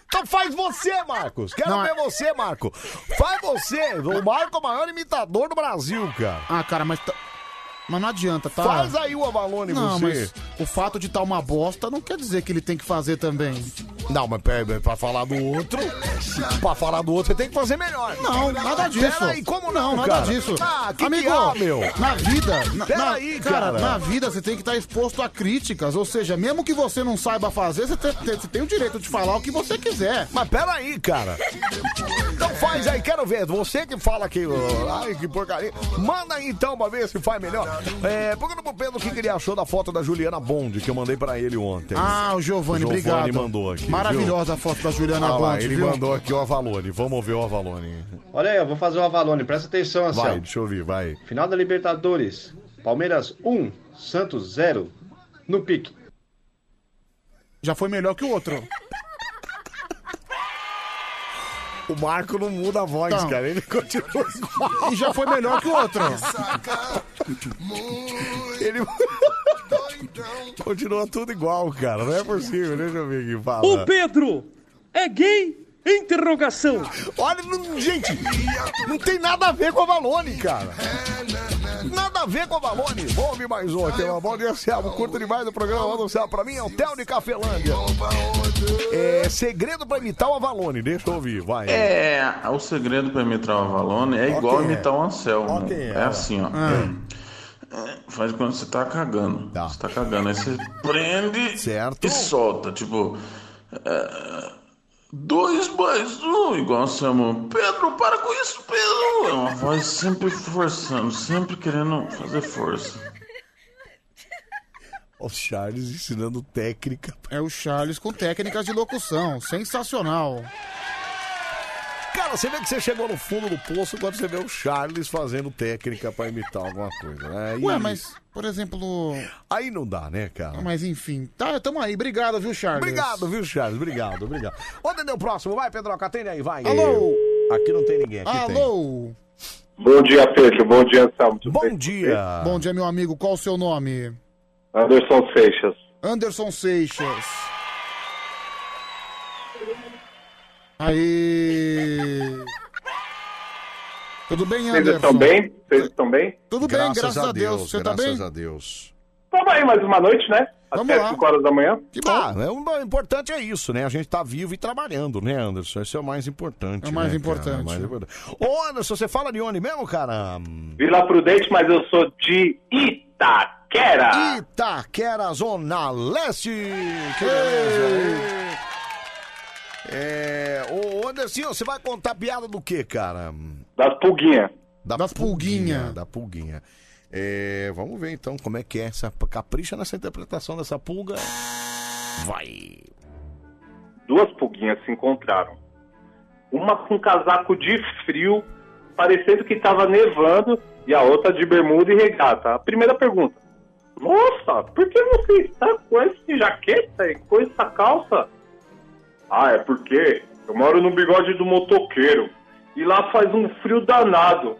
[SPEAKER 1] Então faz você, Marcos. Quero
[SPEAKER 2] é-
[SPEAKER 1] ver você, Marco. Faz você. O Marco é o maior imitador do Brasil, cara.
[SPEAKER 2] Ah, cara, mas. tá- Mas não adianta, tá?
[SPEAKER 1] Faz aí o Avalone
[SPEAKER 2] Não,
[SPEAKER 1] você.
[SPEAKER 2] mas o fato de tá uma bosta não quer dizer que ele tem que fazer também.
[SPEAKER 1] Não, mas pera, pra falar do outro. Pra falar do outro, você tem que fazer melhor.
[SPEAKER 2] Não, nada disso.
[SPEAKER 1] Peraí, como não,
[SPEAKER 2] nada
[SPEAKER 1] cara?
[SPEAKER 2] disso.
[SPEAKER 1] Ah, que
[SPEAKER 2] Amigo,
[SPEAKER 1] que há, meu?
[SPEAKER 2] na vida, na, na-
[SPEAKER 1] Peraí, cara.
[SPEAKER 2] na vida você tem que estar exposto a críticas, ou seja, mesmo que você não saiba fazer, você tem, tem- você tem o direito de falar o que você quiser.
[SPEAKER 1] Mas peraí, cara. Então faz aí, quero ver. Você que fala que. ó, Ai, que porcaria. Manda aí então pra ver se faz melhor. É, pergunta pro Pedro o que que ele achou da foto da Juliana Bond que eu mandei pra ele ontem.
[SPEAKER 2] Ah, o Giovanni, obrigado.
[SPEAKER 1] Ele mandou aqui. viu?
[SPEAKER 2] Maravilhosa a foto da Juliana
[SPEAKER 1] Ah lá,
[SPEAKER 2] Bond,
[SPEAKER 1] Ele
[SPEAKER 2] viu?
[SPEAKER 1] mandou aqui o Avalone. Vamos ver o Avalone.
[SPEAKER 10] Olha aí, eu vou fazer o Avalone, presta atenção, assim, Anselmo.
[SPEAKER 1] Vai, deixa eu ouvir, vai.
[SPEAKER 10] Final da Libertadores, Palmeiras 1, Santos 0, no pique.
[SPEAKER 2] Já foi melhor que o outro.
[SPEAKER 1] O Marco não muda a voz,
[SPEAKER 2] Então.
[SPEAKER 1] cara. Ele continua igual.
[SPEAKER 2] E já foi melhor que o outro.
[SPEAKER 1] Ele continua tudo igual, cara. Não é possível. Deixa eu ver aqui. Fala.
[SPEAKER 24] O Pedro é gay? Interrogação.
[SPEAKER 1] Olha, não- gente, não tem nada a ver com a Valone, cara. Nada a ver com a Valone. Vamos ouvir mais um aqui. Uma bola de Anselmo. Curto demais o programa. Manda um salve pra mim. É o Theo de Cafelândia. É segredo pra imitar o Avalone. Deixa eu ouvir, vai.
[SPEAKER 9] É, o segredo pra imitar o Avalone é igual
[SPEAKER 1] Ok.
[SPEAKER 9] imitar o Anselmo.
[SPEAKER 1] Ok,
[SPEAKER 9] é.
[SPEAKER 1] é.
[SPEAKER 9] assim, ó. Faz quando você tá cagando. Você tá cagando, aí você prende e solta. Tipo, é, dois mais um, igual o Anselmo. Pedro, para com isso, Pedro! É uma voz sempre forçando, sempre querendo fazer força.
[SPEAKER 1] O Charles ensinando técnica.
[SPEAKER 2] É o Charles com técnicas de locução. Sensacional.
[SPEAKER 1] Cara, você vê que você chegou no fundo do poço quando você vê o Charles fazendo técnica pra imitar alguma coisa, né? E-
[SPEAKER 2] Ué, mas, por exemplo.
[SPEAKER 1] Aí não dá, né, cara?
[SPEAKER 2] Mas enfim, tá, tamo aí. Obrigado, viu, Charles?
[SPEAKER 1] Obrigado, viu, Charles? Obrigado, obrigado. Vamos atender o próximo. Vai, Pedroca, atende aí, vai.
[SPEAKER 2] Alô?
[SPEAKER 1] Aqui não tem ninguém. Aqui
[SPEAKER 2] Alô?
[SPEAKER 29] Bom dia, Pedro. Bom dia, Anselmo. Tudo bem?
[SPEAKER 1] Ah.
[SPEAKER 2] Bom dia, meu amigo. Qual o seu nome?
[SPEAKER 29] Anderson Seixas.
[SPEAKER 2] Anderson Seixas. Aí. Tudo bem,
[SPEAKER 29] Vocês
[SPEAKER 2] Anderson?
[SPEAKER 29] estão bem? Vocês estão bem?
[SPEAKER 2] Tudo bem, graças a Deus. Você tá bem?
[SPEAKER 1] Graças a Deus.
[SPEAKER 29] Tamo aí mais uma noite, né?
[SPEAKER 1] Vamos
[SPEAKER 29] Até
[SPEAKER 1] lá.
[SPEAKER 29] 5 horas da manhã.
[SPEAKER 1] Que bom. é um- o importante é isso, né? A gente tá vivo e trabalhando, né, Anderson? Isso é o mais importante.
[SPEAKER 29] É o mais
[SPEAKER 1] né, cara?
[SPEAKER 29] importante.
[SPEAKER 1] É o mais importante. Ô, Anderson, você fala de onde mesmo, cara?
[SPEAKER 29] Vila Prudente, mas eu sou de Itaquera.
[SPEAKER 1] Itaquera, Zona Leste. Que beleza. hein? É, ô, Anderson, você vai contar piada do que, cara?
[SPEAKER 29] Das pulguinhas.
[SPEAKER 1] Da, pulguinha. Da pulguinha. É, vamos ver então como é que é essa capricha nessa interpretação dessa pulga. Vai.
[SPEAKER 29] Duas pulguinhas se encontraram. Uma com um casaco de frio, parecendo que estava nevando, e a outra de bermuda e regata. A primeira pergunta. Moça, por que você está com essa jaqueta e com essa calça? Ah, é porque eu moro no bigode do motoqueiro. E lá faz um frio danado.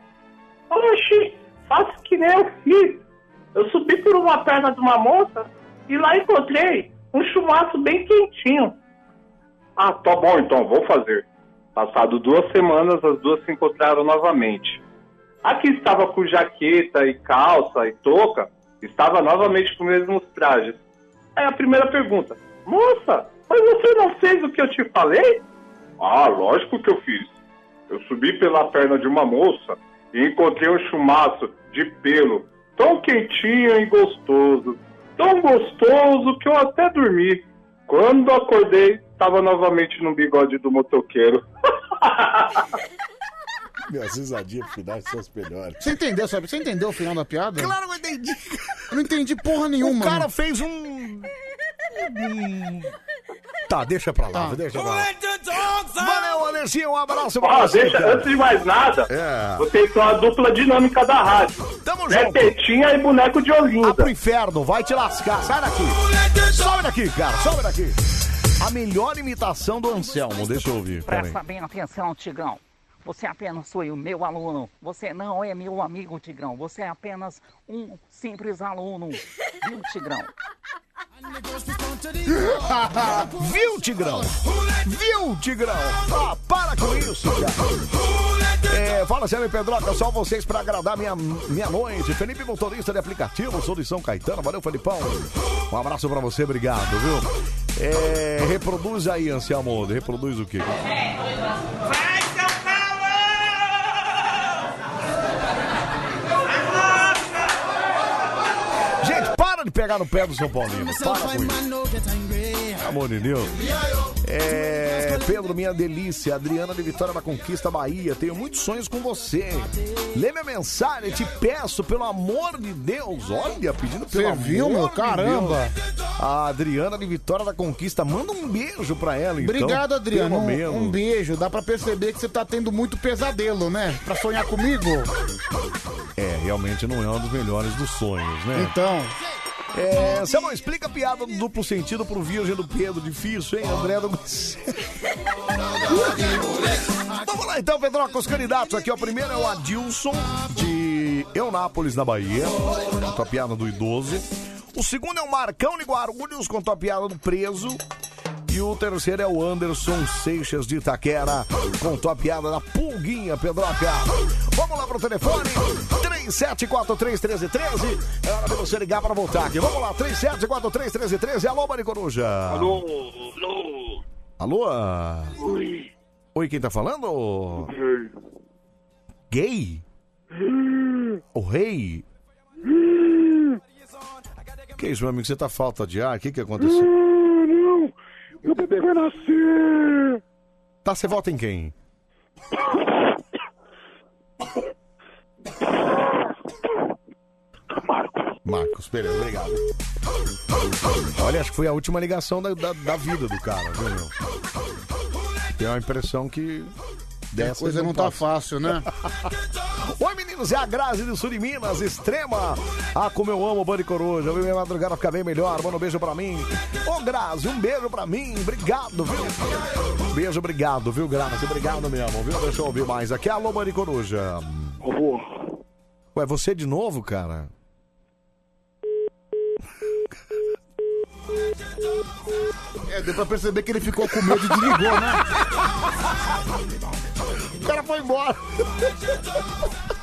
[SPEAKER 29] Oxi, faço que nem eu fiz. Eu subi por uma perna de uma moça e lá encontrei um chumaço bem quentinho. Ah, tá bom então, vou fazer. Passado duas semanas, as duas se encontraram novamente. A que estava com jaqueta e calça e touca estava novamente com os mesmos trajes. Aí a primeira pergunta: Moça, mas você não fez o que eu te falei? Ah, lógico que eu fiz. Eu subi pela perna de uma moça e encontrei um chumaço de pelo tão quentinho e gostoso, tão gostoso que eu até dormi. Quando acordei, estava novamente no bigode do motoqueiro.
[SPEAKER 1] Minhas risadinhas finais são as melhores.
[SPEAKER 2] Você entendeu, sabe? Você entendeu o final da piada?
[SPEAKER 1] Claro que eu entendi.
[SPEAKER 2] Eu não entendi porra nenhuma.
[SPEAKER 1] O cara fez um. Tá, deixa pra lá, deixa pra lá. Valeu, Anderson, um abraço
[SPEAKER 29] Ó,
[SPEAKER 1] pra você.
[SPEAKER 29] deixa,
[SPEAKER 1] cara.
[SPEAKER 29] antes de mais nada,
[SPEAKER 1] É.
[SPEAKER 29] vocês são a dupla dinâmica da rádio.
[SPEAKER 1] Tamo junto.
[SPEAKER 29] Pepetinha e boneco de Olinda.
[SPEAKER 1] Ah, pro inferno, vai te lascar. Sai daqui. Sobe daqui, cara. Sobe daqui. A melhor imitação do Anselmo, deixa eu ouvir. Peraí.
[SPEAKER 20] Presta bem atenção, Tigrão. Você é apenas foi o meu aluno. Você não é meu amigo, Tigrão. Você é apenas um simples aluno. Viu, Tigrão?
[SPEAKER 1] Viu, Tigrão? Viu, Tigrão? Ah, para com isso, cara. É, fala, Sérgio Pedroca, só vocês pra agradar minha, minha noite. Felipe Motorista de Aplicativo, sou de São Caetano. Valeu, Felipão. Um abraço pra você, obrigado, viu? É, reproduz aí, Anselmo. Reproduz o quê? Gente, para de pegar no pé do São Paulino. Para com isso. Pelo amor de Deus. É, Pedro, minha delícia. Adriana de Vitória da Conquista Bahia. Tenho muitos sonhos com você. Lê minha mensagem. Te peço, pelo amor de Deus. Olha, pedindo pelo
[SPEAKER 2] Você
[SPEAKER 1] amor
[SPEAKER 2] viu, meu?
[SPEAKER 1] de
[SPEAKER 2] Caramba.
[SPEAKER 1] Deus. A Adriana de Vitória da Conquista. Manda um beijo pra ela, então.
[SPEAKER 2] Obrigado, Adriano.
[SPEAKER 1] Pelo menos.
[SPEAKER 2] Um, um beijo. Dá pra perceber que você tá tendo muito pesadelo, né? Pra sonhar comigo.
[SPEAKER 1] É, realmente não é um dos melhores dos sonhos, né?
[SPEAKER 2] Então.
[SPEAKER 1] É, Samuel, explica a piada do duplo sentido pro Virgem do Pedro. Difícil, hein, André? do Gonçalves? Vamos lá então, Pedro, com os candidatos aqui. ó. O primeiro é o Adilson, de Eunápolis, na Bahia, com a piada do idoso. O segundo é o Marcão de Guarulhos, com a piada do preso. E o terceiro é o Anderson Seixas de Itaquera, contou a piada da pulguinha, Pedroca. Vamos lá pro telefone, 37431313. É hora de você ligar para voltar aqui. Vamos lá, 37431313. Alô, Mari Coruja.
[SPEAKER 3] Alô, alô.
[SPEAKER 1] Alô? Oi. Oi, quem tá falando? Gay? O rei? Que isso, meu amigo? Você tá falta de ar? O que que aconteceu?
[SPEAKER 3] não, meu bebê vai nascer.
[SPEAKER 1] Tá, você vota em quem? Marcos, beleza, obrigado. Olha, acho que foi a última ligação da, da, da vida do cara, viu, meu? Tenho a impressão que.
[SPEAKER 2] A coisa não tá fácil, né?
[SPEAKER 1] Oi, meninos, é a Grazi do Sul de Minas, extrema. Ah, como eu amo o Bande Coruja, viu? Minha madrugada fica bem melhor. Manda um beijo pra mim. Ô, Grazi, um beijo pra mim. Obrigado, viu? Beijo, obrigado, viu, Grazi? Obrigado mesmo, viu? Deixa eu ouvir mais aqui. Alô, Bande Coruja. Ué, você de novo, cara?
[SPEAKER 2] É, deu pra perceber que ele ficou com medo e desligou, né?
[SPEAKER 1] O cara foi embora.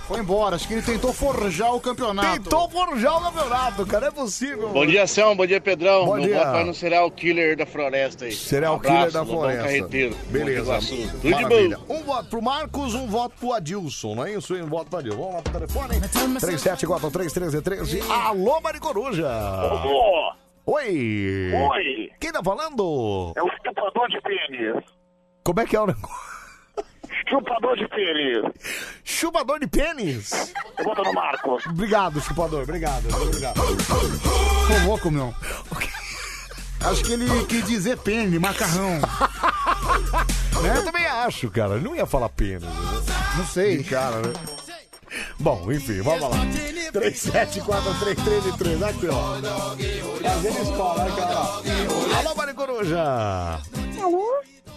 [SPEAKER 2] Foi embora. Acho que ele tentou forjar o campeonato.
[SPEAKER 1] Tentou forjar o campeonato, cara. É possível.
[SPEAKER 32] Bom dia, São. Bom dia, Pedrão.
[SPEAKER 1] Bom
[SPEAKER 32] Meu
[SPEAKER 1] dia.
[SPEAKER 32] voto vai no Serial Killer da Floresta aí.
[SPEAKER 1] Serial
[SPEAKER 32] Um Abraço,
[SPEAKER 1] Killer da
[SPEAKER 32] Lobão
[SPEAKER 1] Floresta.
[SPEAKER 32] Carreteiro,
[SPEAKER 1] Beleza.
[SPEAKER 32] Monte Iguaçu. Tudo de
[SPEAKER 1] Maravilha.
[SPEAKER 32] bom.
[SPEAKER 1] Um voto pro Marcos, um voto pro Adilson, não é isso? E Um voto pro Adilson. Vamos lá pro telefone. 37431313. Alô, Maricoruja.
[SPEAKER 3] Alô.
[SPEAKER 1] Oi.
[SPEAKER 3] Oi.
[SPEAKER 1] Quem tá falando?
[SPEAKER 3] É o chupador de pênis.
[SPEAKER 1] Como é que é o negócio?
[SPEAKER 3] Chupador de pênis.
[SPEAKER 1] Chupador de pênis?
[SPEAKER 3] Eu boto no Marcos.
[SPEAKER 1] Obrigado, chupador. Obrigado. Obrigado.
[SPEAKER 2] Tô louco, meu. Acho que ele quis dizer pene, macarrão.
[SPEAKER 1] Eu também acho, cara. Eu não ia falar pênis. Não sei. cara, né? Bom, enfim, vamos lá. 374333, aqui, ó. Fazendo escola, né, cara? Alô, Mari Coruja.
[SPEAKER 3] Alô?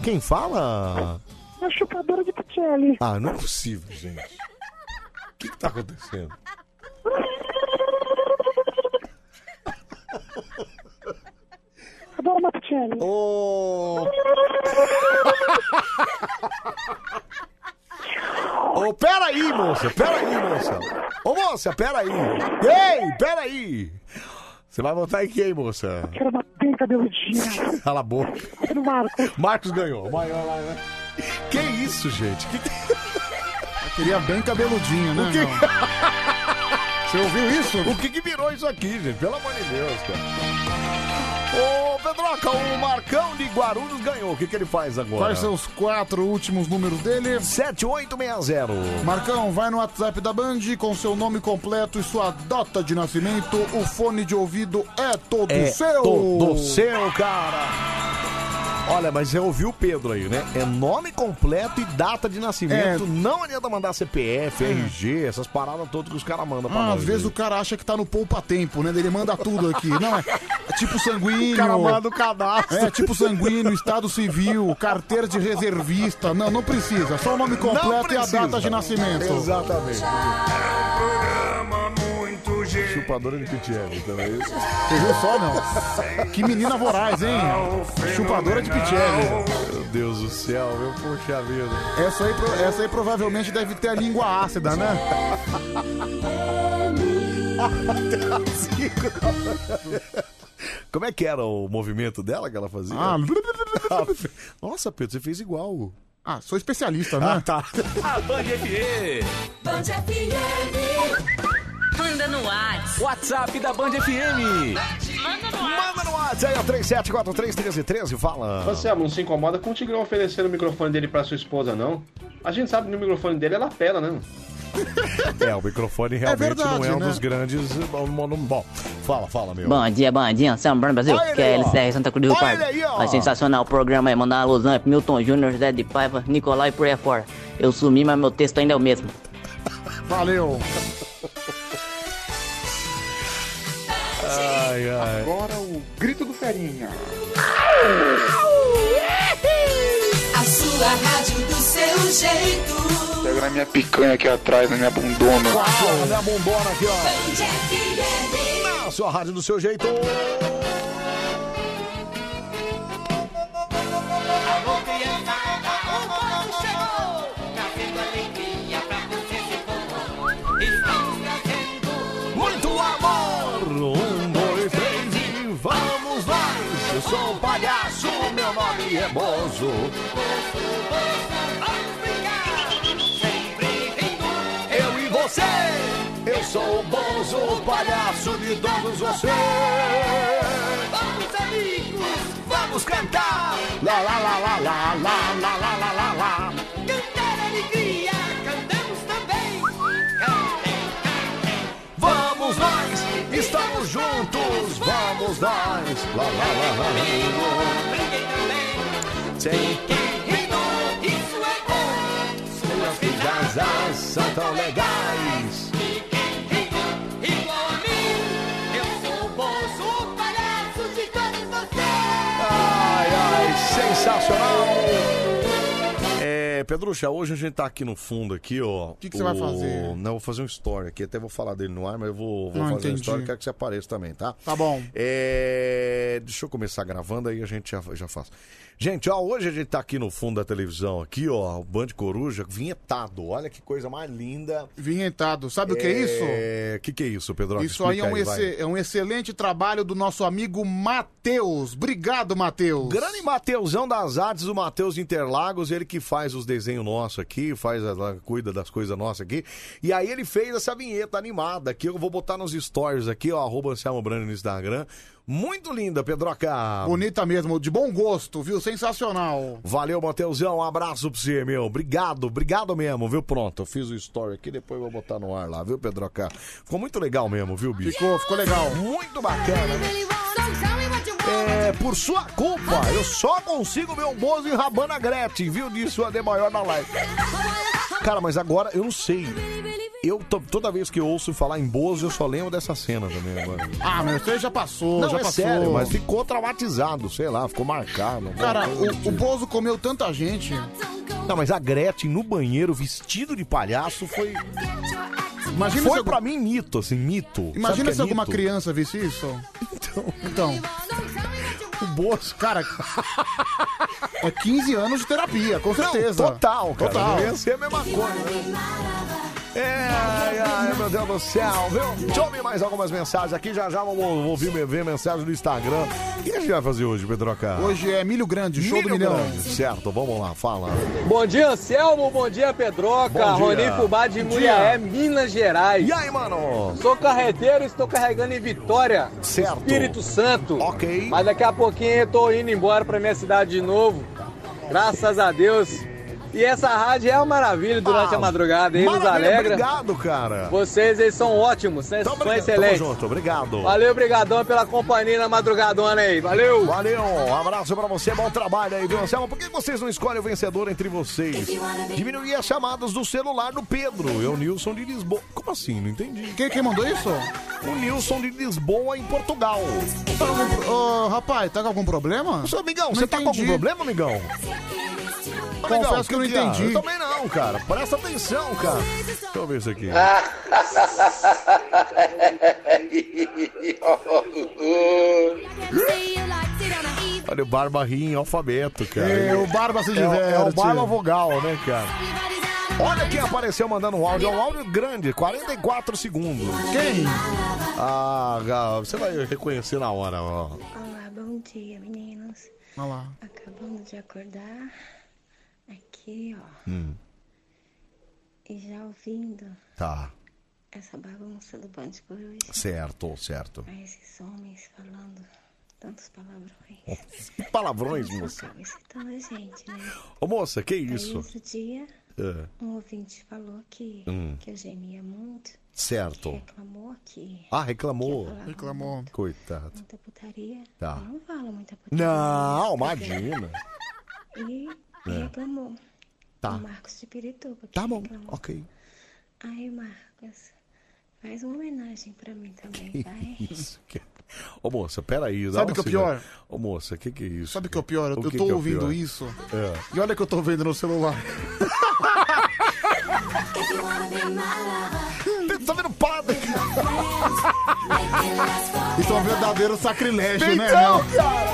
[SPEAKER 1] Quem fala?
[SPEAKER 3] É chupadora de Picelli.
[SPEAKER 1] Ah, não é possível, gente. O que, que tá acontecendo?
[SPEAKER 3] Adoro uma Picelli.
[SPEAKER 1] Ô. Ô, peraí, moça, peraí, moça. Ô, moça, peraí. Ei, peraí. Você vai votar em quem, moça?
[SPEAKER 3] Quero uma penca melodinha.
[SPEAKER 1] Cala a boca.
[SPEAKER 3] No Marcos.
[SPEAKER 1] Marcos ganhou. Maior lá, né? Que isso, gente? Que...
[SPEAKER 2] Seria bem cabeludinho, né?
[SPEAKER 1] O que-
[SPEAKER 2] meu? Você ouviu isso?
[SPEAKER 1] O que, que virou isso aqui, gente? Pelo amor de Deus, cara. Ô, Pedroca, o Marcão de Guarulhos ganhou. O que, que ele faz agora?
[SPEAKER 2] Quais são os quatro últimos números dele?
[SPEAKER 1] 7860.
[SPEAKER 2] Marcão, vai no WhatsApp da Band com seu nome completo e sua data de nascimento. O fone de ouvido é todo
[SPEAKER 1] É
[SPEAKER 2] seu.
[SPEAKER 1] todo seu, cara. Olha, mas você ouviu o Pedro aí, né? É nome completo e data de nascimento.
[SPEAKER 2] É.
[SPEAKER 1] Não adianta mandar CPF, RG, essas paradas todas que os caras mandam pra
[SPEAKER 2] Ah,
[SPEAKER 1] nós.
[SPEAKER 2] às vezes o cara acha que tá no poupa-tempo, né? Ele manda tudo aqui. Não, é, é tipo sanguíneo.
[SPEAKER 1] O cara manda o cadastro.
[SPEAKER 2] É, tipo sanguíneo, estado civil, carteira de reservista. Não, não precisa. Só o nome completo e a data de nascimento.
[SPEAKER 1] Exatamente. Chupadora de Pitele, também é isso? Você
[SPEAKER 2] viu só, não? Que menina Tá voraz, hein? Chupadora de Pitele.
[SPEAKER 1] Meu Deus do céu, meu poxa vida.
[SPEAKER 2] Essa aí, pro- essa aí provavelmente deve ter a língua ácida, né?
[SPEAKER 1] Como é que era o movimento dela que ela fazia?
[SPEAKER 2] Ah,
[SPEAKER 1] Nossa, Pedro, você fez igual.
[SPEAKER 2] Ah, sou especialista, né?
[SPEAKER 1] Ah, tá.
[SPEAKER 19] A Band FM.
[SPEAKER 17] Band FM. Manda no WhatsApp.
[SPEAKER 1] WhatsApp da Band FM.
[SPEAKER 17] Manda no
[SPEAKER 1] Manda no WhatsApp. aí, ó, 37431313, fala.
[SPEAKER 10] Anselmo, não se incomoda com o Tigrão oferecendo o microfone dele pra sua esposa, não? A gente sabe que o microfone dele é lapela, né?
[SPEAKER 1] É, o microfone realmente
[SPEAKER 10] verdade,
[SPEAKER 1] não é um
[SPEAKER 10] né?
[SPEAKER 1] dos grandes. Bom, bom, bom. fala, fala, meu.
[SPEAKER 25] Bom dia, bom dia, Anselmo Bruno Brasil,
[SPEAKER 1] Olha ele
[SPEAKER 25] que é
[SPEAKER 1] aí, ó.
[SPEAKER 25] LCR Santa Cruz do
[SPEAKER 1] Olha
[SPEAKER 25] Pardo.
[SPEAKER 1] ele aí, ó.
[SPEAKER 25] Tá sensacional o programa aí, mandar uma alusão aí pro Milton Júnior, José de Paiva, Nicolau e por aí afora. Eu sumi, mas meu texto ainda é o mesmo.
[SPEAKER 2] Valeu.
[SPEAKER 1] Ai, ai.
[SPEAKER 28] Agora o grito do Ferinha.
[SPEAKER 17] A sua rádio do seu jeito.
[SPEAKER 28] Pega na minha picanha aqui atrás, na minha bundona.
[SPEAKER 1] Uau, minha bombona aqui, ó.
[SPEAKER 17] Band FM.
[SPEAKER 1] Na sua rádio do seu jeito.
[SPEAKER 17] Alô, criançada, o povo chegou. Trazendo alegria pra você se for. Estamos trazendo
[SPEAKER 1] muito amor. Um, dois, três e vamos nós. Eu sou o palhaço, meu nome é Bozo. Eu e você, eu sou o Bozo, o palhaço de todos vocês.
[SPEAKER 17] Vamos, amigos,
[SPEAKER 1] vamos cantar. Lá, lá, lá, lá, lá, lá, lá, lá, lá, lá, lá.
[SPEAKER 17] Cantar alegria, cantamos também.
[SPEAKER 1] Vamos nós, estamos juntos, vamos nós. Lá, lá, lá, lá, lá. Sei
[SPEAKER 17] Rindo, isso é bom.
[SPEAKER 1] Suas vidas são tão legais.
[SPEAKER 17] Fiquem rindo, igual a mim. Eu sou o bolso, o palhaço de todos
[SPEAKER 1] Ai, ai, sensacional. É, Pedrucha, hoje a gente tá aqui no fundo aqui, ó. O
[SPEAKER 2] que que você vai fazer?
[SPEAKER 1] Não, eu vou fazer um story aqui, até vou falar dele no ar, mas eu vou, vou
[SPEAKER 2] Ah,
[SPEAKER 1] fazer um
[SPEAKER 2] entendi.
[SPEAKER 1] story, quero que você apareça também, tá?
[SPEAKER 2] Tá bom.
[SPEAKER 1] É, deixa eu começar gravando aí a gente já, já faz. Gente, ó, hoje a gente tá aqui no fundo da televisão aqui, ó, o Band Coruja vinhetado. Olha que coisa mais linda.
[SPEAKER 2] Vinhetado. Sabe o que é isso?
[SPEAKER 1] O que, que é isso, Pedro?
[SPEAKER 2] Isso aí é um,
[SPEAKER 1] excelente.
[SPEAKER 2] exce- é um excelente trabalho do nosso amigo Matheus. Obrigado, Matheus.
[SPEAKER 1] Grande Mateusão das Artes, o Mateus de Interlagos, ele que faz os desenhos nossos aqui, faz a- cuida das coisas nossas aqui. E aí ele fez essa vinheta animada que eu vou botar nos stories aqui, ó, arroba Anselmo Brando no Instagram. Muito linda, Pedroca.
[SPEAKER 2] Bonita mesmo, de bom gosto, viu? Sensacional.
[SPEAKER 1] Valeu, Mateusão. Um abraço pra você, meu. Obrigado, obrigado mesmo, viu? Pronto, eu fiz o story aqui, depois eu vou botar no ar lá, viu, Pedroca? Ficou muito legal mesmo, viu, bicho?
[SPEAKER 2] Ficou, ficou legal.
[SPEAKER 1] Muito bacana. né? É, por sua culpa, eu só consigo ver o Bozo enrabando a Gretchen, viu? Disso o Ademaior na live. Cara, mas agora eu não sei. Eu, to- toda vez que eu ouço falar em Bozo, eu só lembro dessa cena também agora.
[SPEAKER 2] Ah, mas você já passou,
[SPEAKER 1] Não,
[SPEAKER 2] já
[SPEAKER 1] é
[SPEAKER 2] passou.
[SPEAKER 1] sério, mas ficou traumatizado, sei lá, ficou marcado. alguma
[SPEAKER 2] Cara,
[SPEAKER 1] coisa do
[SPEAKER 2] o, o
[SPEAKER 1] tipo.
[SPEAKER 2] Bozo comeu tanta gente.
[SPEAKER 1] Não, mas a Gretchen no banheiro, vestido de palhaço, foi.
[SPEAKER 2] Imagina
[SPEAKER 1] foi
[SPEAKER 2] se-
[SPEAKER 1] pra mim mito, assim, mito. Sabe o que
[SPEAKER 2] Imagina
[SPEAKER 1] é
[SPEAKER 2] se alguma
[SPEAKER 1] mito?
[SPEAKER 2] criança visse isso. Então.
[SPEAKER 1] O Bozo.
[SPEAKER 2] Cara. É 15 anos de terapia, com certeza.
[SPEAKER 1] total, cara.
[SPEAKER 2] Total.
[SPEAKER 1] Devia ser a mesma coisa. É, ai, ai, meu Deus do céu, viu? Deixa eu ouvir mais algumas mensagens aqui, já já vamos ouvir ver mensagem do Instagram. O que a gente vai fazer hoje, Pedroca?
[SPEAKER 2] Hoje é milho grande, show
[SPEAKER 1] Milho
[SPEAKER 2] do milhão.
[SPEAKER 1] grande, Certo, vamos lá, fala.
[SPEAKER 14] Bom dia, Anselmo. Bom dia, Pedroca.
[SPEAKER 1] Bom dia.
[SPEAKER 14] Rony Fubá de
[SPEAKER 1] Bom
[SPEAKER 14] Muriaé,
[SPEAKER 1] dia.
[SPEAKER 14] Minas Gerais.
[SPEAKER 1] E aí, mano?
[SPEAKER 14] Sou carreteiro, estou carregando em Vitória,
[SPEAKER 1] Certo.
[SPEAKER 14] Espírito Santo.
[SPEAKER 1] Ok.
[SPEAKER 14] Mas daqui a pouquinho eu tô indo embora pra minha cidade de novo. Graças a Deus. E essa rádio é uma maravilha durante a madrugada, hein? Nos
[SPEAKER 1] Ah, maravilha,
[SPEAKER 14] alegra.
[SPEAKER 1] obrigado, cara.
[SPEAKER 14] Vocês, eles são ótimos, né?
[SPEAKER 1] Tamo
[SPEAKER 14] são
[SPEAKER 1] ligado,
[SPEAKER 14] excelentes.
[SPEAKER 1] Tamo junto, obrigado.
[SPEAKER 14] Valeu, brigadão pela companhia na madrugadona aí. Valeu.
[SPEAKER 1] Valeu, um abraço pra você, bom trabalho aí, viu, Anselmo? Por que vocês não escolhem o vencedor entre vocês? Diminuir as chamadas do celular do Pedro, é o Nilson de Lisboa. Como assim? Não entendi.
[SPEAKER 2] Quem, quem mandou isso?
[SPEAKER 1] O Nilson de Lisboa, em Portugal.
[SPEAKER 2] Ô, rapaz, tá com algum problema?
[SPEAKER 1] Seu amigão, você tá com algum problema, amigão?
[SPEAKER 2] Confesso
[SPEAKER 1] Amigão,
[SPEAKER 2] que eu não
[SPEAKER 1] é?
[SPEAKER 2] entendi.
[SPEAKER 1] Eu também não, cara. Presta atenção, cara. Deixa eu ver isso aqui.
[SPEAKER 3] Ah.
[SPEAKER 1] Olha o Barba ri em alfabeto, cara.
[SPEAKER 2] É, o Barba se
[SPEAKER 1] É o- É o
[SPEAKER 2] diverte.
[SPEAKER 1] Barba vogal, né, cara? Olha quem apareceu mandando um áudio. É um áudio grande, 44 segundos. Quem? Ah, ah, você vai reconhecer na hora, ó.
[SPEAKER 11] Olá, bom dia, meninos.
[SPEAKER 2] Olha lá.
[SPEAKER 11] Acabando de acordar aqui, ó,
[SPEAKER 1] Hum,
[SPEAKER 11] e já ouvindo
[SPEAKER 1] tá,
[SPEAKER 11] essa bagunça do Band Coruja.
[SPEAKER 1] certo, certo.
[SPEAKER 11] Aí esses homens falando tantos palavrões.
[SPEAKER 1] Palavrões, moça.
[SPEAKER 11] Acaba excitando a gente, né?
[SPEAKER 1] Ô, moça, que
[SPEAKER 11] Aí,
[SPEAKER 1] isso?
[SPEAKER 11] outro dia,
[SPEAKER 1] É,
[SPEAKER 11] um ouvinte falou que,
[SPEAKER 1] Hum.
[SPEAKER 11] que eu gemia muito,
[SPEAKER 1] certo.
[SPEAKER 11] reclamou que
[SPEAKER 1] Ah, reclamou.
[SPEAKER 11] Reclamou.
[SPEAKER 1] Coitado.
[SPEAKER 11] muita putaria.
[SPEAKER 1] Tá.
[SPEAKER 11] Eu não falo muita putaria.
[SPEAKER 1] Não,
[SPEAKER 11] porque-
[SPEAKER 1] imagina.
[SPEAKER 11] E
[SPEAKER 1] É.
[SPEAKER 11] reclamou.
[SPEAKER 1] Tá.
[SPEAKER 11] O Marcos de Pirituba. que
[SPEAKER 1] Tá bom,
[SPEAKER 11] reclamou.
[SPEAKER 1] ok.
[SPEAKER 11] Aí, Marcos, faz uma homenagem pra mim também, vai?
[SPEAKER 1] Isso. que- Ô, moça, peraí. dá
[SPEAKER 2] Sabe
[SPEAKER 1] uma
[SPEAKER 2] o que é
[SPEAKER 1] segura-
[SPEAKER 2] pior?
[SPEAKER 1] Ô, moça, o que, que é isso?
[SPEAKER 2] Sabe o que é o pior? Eu,
[SPEAKER 1] O
[SPEAKER 2] eu
[SPEAKER 1] que
[SPEAKER 2] tô
[SPEAKER 1] que é o
[SPEAKER 2] ouvindo
[SPEAKER 1] pior?
[SPEAKER 2] isso.
[SPEAKER 1] É.
[SPEAKER 2] E olha que eu tô vendo no celular.
[SPEAKER 1] Tá vendo padre?
[SPEAKER 2] Isso é um verdadeiro sacrilégio, né,
[SPEAKER 1] Então,
[SPEAKER 2] meu?
[SPEAKER 1] cara!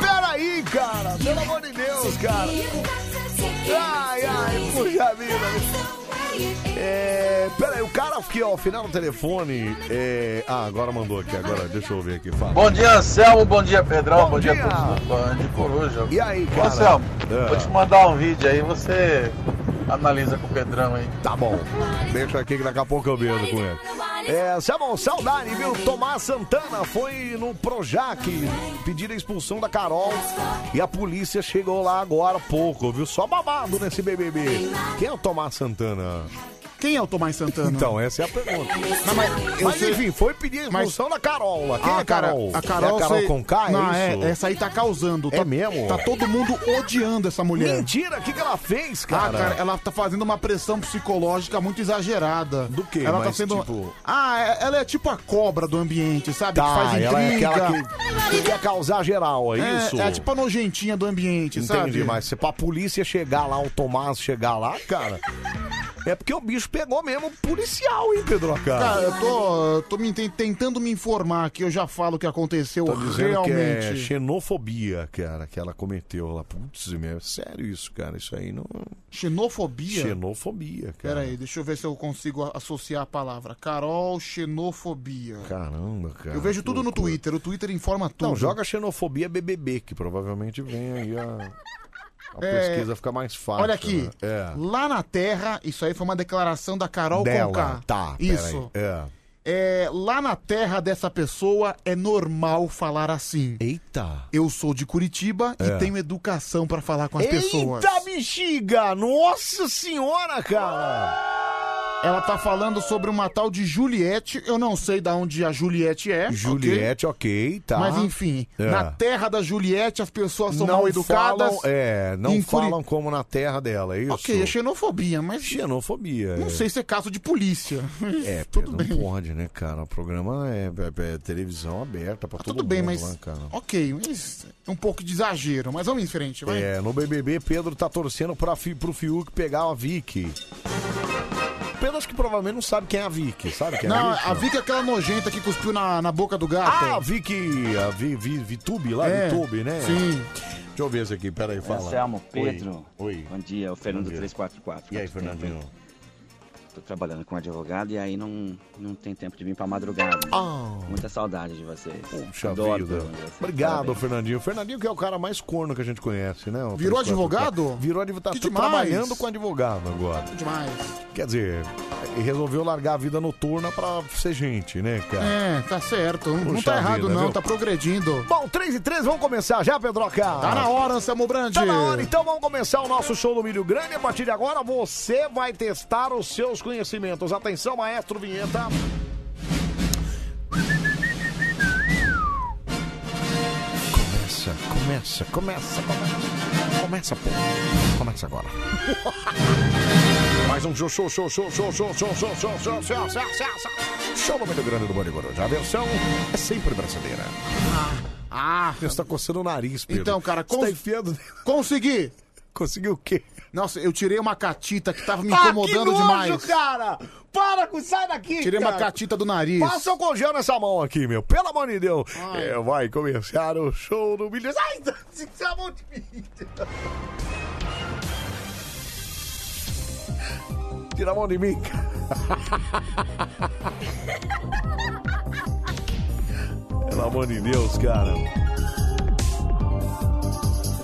[SPEAKER 1] Peraí, cara! Pelo amor de Deus, cara! Ai, ai, puxa vida! É, peraí, o cara aqui, ó, final do telefone. É... Ah, agora mandou aqui, agora deixa eu ver aqui. Fala.
[SPEAKER 32] Bom dia, Anselmo. Bom dia, Pedrão. Bom, dia,
[SPEAKER 1] dia.
[SPEAKER 32] a todos do Band Coruja.
[SPEAKER 1] E aí, cara?
[SPEAKER 32] Anselmo,
[SPEAKER 1] É.
[SPEAKER 32] vou te mandar um vídeo aí, você analisa com o Pedrão aí.
[SPEAKER 1] Tá bom. Deixa aqui que daqui a pouco eu vejo com ele. É, Samuel, saudade, viu? Tomás Santana foi no Projac pedir a expulsão da Carol e a polícia chegou lá agora há pouco, viu? Só babado nesse BBB. Quem é o Tomás Santana?
[SPEAKER 2] Quem é o Tomás Santana?
[SPEAKER 1] Então, essa é a pergunta. mas
[SPEAKER 2] eu sei-
[SPEAKER 1] enfim, foi pedir a expulsão da Carol lá. Quem é
[SPEAKER 2] Ah,
[SPEAKER 1] a Carol?
[SPEAKER 2] A Carol,
[SPEAKER 1] é a Carol
[SPEAKER 2] você-
[SPEAKER 1] Conká, é
[SPEAKER 2] Não,
[SPEAKER 1] isso?
[SPEAKER 2] é, essa aí tá causando.
[SPEAKER 1] É
[SPEAKER 2] tá,
[SPEAKER 1] mesmo?
[SPEAKER 2] Tá todo mundo odiando essa mulher.
[SPEAKER 1] Mentira, o que, que ela fez,
[SPEAKER 2] Ah,
[SPEAKER 1] cara?
[SPEAKER 2] cara, ela tá fazendo uma pressão psicológica muito exagerada. Do
[SPEAKER 1] quê?
[SPEAKER 2] Ela tá
[SPEAKER 1] Mas,
[SPEAKER 2] sendo.
[SPEAKER 1] tipo-
[SPEAKER 2] Ah, é- ela é tipo a cobra do ambiente, sabe? que
[SPEAKER 1] Tá,
[SPEAKER 2] faz intriga.
[SPEAKER 1] ela é aquela que, que quer causar geral, é,
[SPEAKER 2] É,
[SPEAKER 1] isso?
[SPEAKER 2] é tipo a nojentinha do ambiente,
[SPEAKER 1] Entendi,
[SPEAKER 2] sabe?
[SPEAKER 1] mas se pra polícia chegar Tá lá, o Tomás chegar lá, cara. É porque o bicho pegou mesmo policial, hein, Pedro? Cara,
[SPEAKER 2] Cara, eu tô, eu tô me ten- tentando me informar aqui, eu já falo o que aconteceu
[SPEAKER 1] Tô Tá dizendo que é
[SPEAKER 2] realmente.
[SPEAKER 1] xenofobia, cara, que ela cometeu lá. Putz, meu, é sério isso, cara. Isso aí não.
[SPEAKER 2] Xenofobia?
[SPEAKER 1] Xenofobia, cara.
[SPEAKER 2] Pera aí, deixa eu ver se eu consigo a- associar a palavra. Carol, xenofobia.
[SPEAKER 1] Caramba, cara.
[SPEAKER 2] eu vejo tudo no Twitter, o Twitter informa tudo.
[SPEAKER 1] Não, joga xenofobia BBB, que provavelmente vem aí a. A
[SPEAKER 2] É,
[SPEAKER 1] pesquisa fica mais fácil.
[SPEAKER 2] Olha aqui,
[SPEAKER 1] né? É.
[SPEAKER 2] lá na Terra, isso aí foi uma declaração da Carol
[SPEAKER 1] Dela.
[SPEAKER 2] Conká.
[SPEAKER 1] Tá, peraí.
[SPEAKER 2] Isso.
[SPEAKER 1] É.
[SPEAKER 2] É, lá na terra dessa pessoa é normal falar assim.
[SPEAKER 1] Eita!
[SPEAKER 2] Eu sou de Curitiba
[SPEAKER 1] É.
[SPEAKER 2] e tenho educação pra falar com as
[SPEAKER 1] Eita
[SPEAKER 2] pessoas.
[SPEAKER 1] bexiga! Nossa senhora, cara!
[SPEAKER 2] Ela tá falando sobre uma tal de Juliette. Eu não sei da onde a Juliette é. ok?
[SPEAKER 1] Juliette, ok, tá.
[SPEAKER 2] Mas enfim,
[SPEAKER 1] É.
[SPEAKER 2] na terra da Juliette as pessoas são mal educadas.
[SPEAKER 1] Falam, é, não
[SPEAKER 2] Em Curi-
[SPEAKER 1] falam como na terra dela, é isso?
[SPEAKER 2] Ok, é xenofobia, mas.
[SPEAKER 1] Xenofobia.
[SPEAKER 2] Não
[SPEAKER 1] é.
[SPEAKER 2] sei se é caso de polícia.
[SPEAKER 1] É,
[SPEAKER 2] tudo
[SPEAKER 1] não
[SPEAKER 2] bem.
[SPEAKER 1] pode, né, cara? O programa é, é- é televisão aberta pra todo
[SPEAKER 2] Ah, Tudo bem,
[SPEAKER 1] mundo,
[SPEAKER 2] mas.
[SPEAKER 1] né, cara?
[SPEAKER 2] ok, mas é um pouco de exagero, mas vamos em frente, vai.
[SPEAKER 1] É, no BBB, Pedro tá torcendo pra, Fi- pro Fiuk pegar a Vicky. Pedro acho que provavelmente não sabe quem é a Vicky, sabe quem é
[SPEAKER 2] Não,
[SPEAKER 1] a Vicky?
[SPEAKER 2] a Vicky é aquela nojenta que cuspiu na, na boca do gato.
[SPEAKER 1] Ah, a Vicky, a Vi, Vi, Vitube lá,
[SPEAKER 2] É,
[SPEAKER 1] Vitube, né?
[SPEAKER 2] sim.
[SPEAKER 1] Deixa eu ver esse aqui, peraí, fala.
[SPEAKER 20] Anselmo,
[SPEAKER 1] Oi.
[SPEAKER 20] É Pedro.
[SPEAKER 1] Oi.
[SPEAKER 20] Bom dia, o Fernando
[SPEAKER 1] Bom dia.
[SPEAKER 20] 344.
[SPEAKER 1] E aí,
[SPEAKER 20] Quanto tempo,
[SPEAKER 1] Fernandinho?
[SPEAKER 20] hein? Tô trabalhando com um advogado e aí não, não tem tempo de vir pra madrugada.
[SPEAKER 1] Ah.
[SPEAKER 20] Muita saudade de vocês.
[SPEAKER 1] Puxa
[SPEAKER 20] Adoro o
[SPEAKER 1] vida.
[SPEAKER 20] programa de vocês.
[SPEAKER 1] Obrigado,
[SPEAKER 20] Parabéns.
[SPEAKER 1] Fernandinho. Fernandinho que é o cara mais corno que a gente conhece, né? O
[SPEAKER 2] Virou
[SPEAKER 1] 344.
[SPEAKER 2] advogado?
[SPEAKER 1] Virou advogado.
[SPEAKER 2] Que
[SPEAKER 1] Tá
[SPEAKER 2] demais.
[SPEAKER 1] trabalhando com advogado agora.
[SPEAKER 2] Demais.
[SPEAKER 1] Quer dizer, e resolveu largar a vida noturna pra ser gente, né, cara?
[SPEAKER 2] É, tá certo. não
[SPEAKER 1] Puxa
[SPEAKER 2] tá errado,
[SPEAKER 1] vida,
[SPEAKER 2] não.
[SPEAKER 1] viu? é
[SPEAKER 2] Tá progredindo.
[SPEAKER 3] Bom, 3 e 3, vamos começar já, Pedroca?
[SPEAKER 2] Tá na hora, Anselmo Brandi.
[SPEAKER 3] Tá na hora, então vamos começar o nosso show do Milho Grande. A partir de agora, você vai testar os seus conhecimentos. Atenção, maestro Vinheta.
[SPEAKER 1] Começa, começa, começa, começa. Começa, pô. Começa agora. Mais um show, show, show, show, show, show, show, show, show, show, show, show, show, show. Show do Milho Grande do Bande Coruja. A versão é sempre brasileira.
[SPEAKER 2] Ah,
[SPEAKER 1] Você está coçando o nariz, Pedro.
[SPEAKER 2] Então, cara,
[SPEAKER 1] Você tá enfiando...
[SPEAKER 2] consegui.
[SPEAKER 1] Consegui o quê?
[SPEAKER 2] Nossa, eu tirei uma catita que tava me
[SPEAKER 3] Ah, que
[SPEAKER 2] incomodando
[SPEAKER 3] nojo,
[SPEAKER 2] demais.
[SPEAKER 3] cara! Para com... Sai daqui,
[SPEAKER 2] Tirei uma
[SPEAKER 3] cara.
[SPEAKER 2] catita do nariz.
[SPEAKER 3] Passa o congel nessa mão aqui, meu. Pelo amor de Deus.
[SPEAKER 1] É, vai começar o show do Milho...
[SPEAKER 3] Ai, se chamou de
[SPEAKER 1] Tira a mão de mim, cara. Pelo amor de Deus, cara.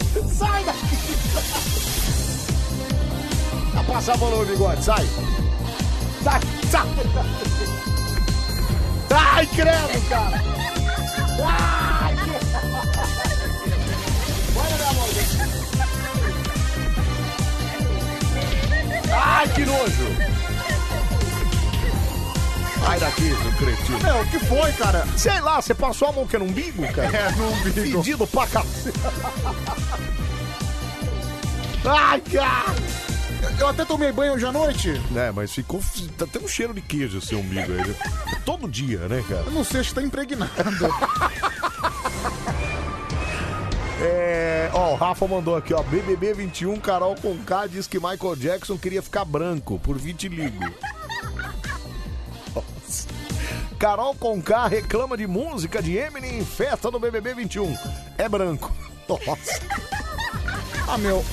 [SPEAKER 3] Sai daqui! Passa a mão no bigode, sai! Sai, sai! Ai, credo, cara! Ai, que- Olha, meu amor! Ai, que nojo!
[SPEAKER 1] Sai daqui, seu cretino.
[SPEAKER 3] Meu, o que foi, cara? Sei lá, você passou a mão que era umbigo, cara?
[SPEAKER 1] É, no umbigo.
[SPEAKER 3] Pedido pra cacete. Ai, cara!
[SPEAKER 2] Eu até tomei banho hoje à noite.
[SPEAKER 1] É, mas ficou. Tá até um cheiro de queijo esse umbigo aí. né? É todo dia, né, cara?
[SPEAKER 2] Eu não sei, acho que tá impregnado.
[SPEAKER 1] É, ó, o Rafa mandou aqui, ó. BBB 21, Carol Conká diz que Michael Jackson queria ficar branco por vitiligo. Nossa. Carol Conká reclama de música de Eminem em festa no BBB 21. É branco. Nossa.
[SPEAKER 2] Ah, meu.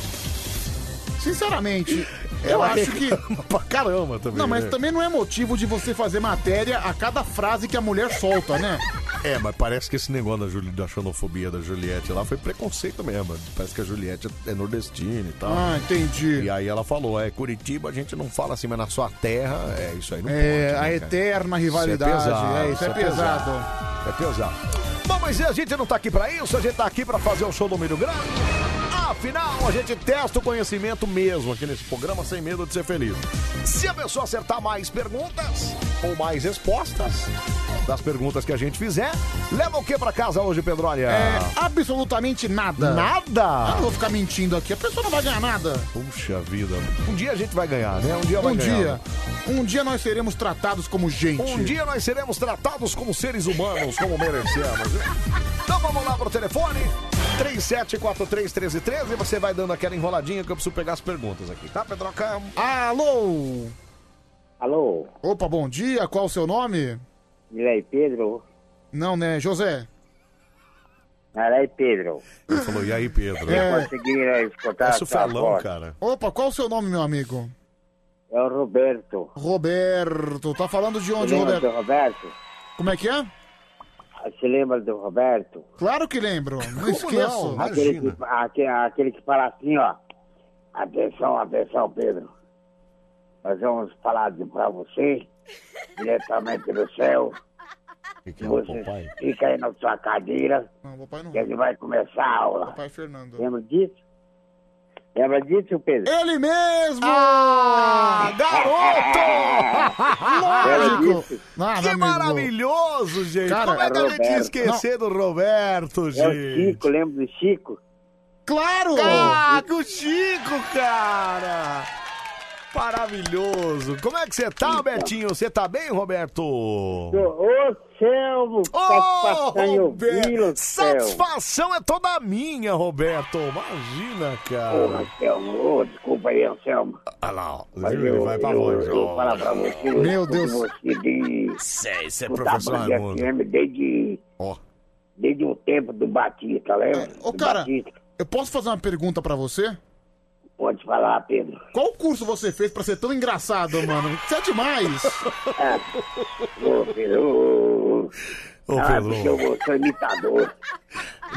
[SPEAKER 2] Sinceramente, eu
[SPEAKER 1] Ela
[SPEAKER 2] acho que.
[SPEAKER 1] reclama Pra caramba É também.
[SPEAKER 2] Não, mas
[SPEAKER 1] né?
[SPEAKER 2] também não é motivo de você fazer matéria a cada frase que a mulher solta, né?
[SPEAKER 1] É, mas parece que esse negócio da, Juli- da xenofobia da Juliette lá foi preconceito mesmo. Parece que a Juliette é nordestina e tal.
[SPEAKER 2] Ah, entendi.
[SPEAKER 1] E aí ela falou: é, Curitiba a gente não fala assim, mas na sua terra, é isso aí, não pode.
[SPEAKER 2] É,
[SPEAKER 1] né,
[SPEAKER 2] a
[SPEAKER 1] cara?
[SPEAKER 2] eterna rivalidade. é, isso é pesado.
[SPEAKER 1] É pesado.
[SPEAKER 3] Bom, mas a gente não tá aqui pra isso, a gente tá aqui pra fazer o show do Milho Grande. Afinal, a gente testa o conhecimento mesmo aqui nesse programa, sem medo de ser feliz. Se a pessoa acertar mais perguntas ou mais respostas das perguntas que a gente fizer, leva o que pra casa hoje, Pedrolha?
[SPEAKER 1] Ah.
[SPEAKER 2] É, absolutamente nada.
[SPEAKER 3] Nada?
[SPEAKER 2] Eu não vou ficar mentindo aqui, a pessoa não vai ganhar nada.
[SPEAKER 1] Puxa vida. Um dia a gente vai ganhar, né? Um dia vai
[SPEAKER 2] um
[SPEAKER 1] ganhar.
[SPEAKER 2] dia. Um dia nós seremos tratados como gente.
[SPEAKER 1] Um dia nós seremos tratados como seres humanos, como merecemos. né?
[SPEAKER 3] Então vamos lá pro telefone. 37431313, você vai dando aquela enroladinha que eu preciso pegar as perguntas aqui, tá, Pedroca?
[SPEAKER 2] Alô? Alô? Opa, bom dia, qual o seu nome?
[SPEAKER 13] Mirai Pedro.
[SPEAKER 2] Não, né, José?
[SPEAKER 13] Mirai Pedro.
[SPEAKER 1] Ele falou, e aí, Pedro?
[SPEAKER 2] É.
[SPEAKER 13] Conseguiram escutar
[SPEAKER 1] Nossa,
[SPEAKER 13] a sua
[SPEAKER 1] felão,
[SPEAKER 13] voz.
[SPEAKER 1] É cara.
[SPEAKER 2] Opa, qual o seu nome, meu amigo?
[SPEAKER 13] É o Roberto.
[SPEAKER 2] Roberto. Tá falando de onde,
[SPEAKER 13] Você lembra
[SPEAKER 2] Roberto?
[SPEAKER 13] do Roberto?
[SPEAKER 2] Como é que é?
[SPEAKER 13] Você lembra do Roberto?
[SPEAKER 2] Claro que lembro. Não esqueço.
[SPEAKER 13] aquele, que, aque- aquele que fala assim, ó. Atenção, atenção, Pedro. Nós vamos falar de, pra você, diretamente do céu. você fica aí na sua cadeira.
[SPEAKER 2] Não, papai não.
[SPEAKER 13] Que a gente vai começar a aula.
[SPEAKER 2] Papai Fernando.
[SPEAKER 13] Lembra disso? Lembra disso, Pedro?
[SPEAKER 2] Ele mesmo! Ah,
[SPEAKER 13] garoto! Lógico!
[SPEAKER 3] que maravilhoso, gente!
[SPEAKER 13] Cara,
[SPEAKER 3] Como é que a gente ia
[SPEAKER 13] Roberto.
[SPEAKER 3] esquecer do Roberto,
[SPEAKER 13] É o
[SPEAKER 3] gente?
[SPEAKER 13] Chico, lembra do Chico?
[SPEAKER 2] Claro!
[SPEAKER 3] Ah, que o Chico, cara! Maravilhoso! Como é que você tá, Betinho? Você tá bem, Roberto?
[SPEAKER 13] Ô, Selvo! satisfação em ouvi-lo, Selvo.
[SPEAKER 3] Roberto! Satisfação é toda minha, Roberto! Imagina,
[SPEAKER 13] Porra,
[SPEAKER 3] cara!
[SPEAKER 13] Anselmo, ô, desculpa aí, Anselmo.
[SPEAKER 1] Olha lá, ó.
[SPEAKER 13] Mas
[SPEAKER 1] Ele
[SPEAKER 13] eu,
[SPEAKER 1] vai pra
[SPEAKER 13] eu,
[SPEAKER 1] longe,
[SPEAKER 13] eu
[SPEAKER 1] ó.
[SPEAKER 13] vou falar pra você.
[SPEAKER 1] Meu
[SPEAKER 13] eu
[SPEAKER 1] Deus.
[SPEAKER 13] Você de... Sei,
[SPEAKER 1] esse é professor Raimundo.
[SPEAKER 13] Desde, desde o tempo do Batista, lembra?
[SPEAKER 2] Ô,
[SPEAKER 13] Do
[SPEAKER 2] cara,
[SPEAKER 13] Batista.
[SPEAKER 2] eu posso fazer uma pergunta pra você?
[SPEAKER 13] Pode falar, Pedro.
[SPEAKER 2] Qual curso você fez pra ser tão engraçado, mano? Você é demais!
[SPEAKER 13] Ah, Ô, Pedro.
[SPEAKER 1] Ô,
[SPEAKER 13] ah,
[SPEAKER 1] Pedro.
[SPEAKER 13] porque eu sou imitador.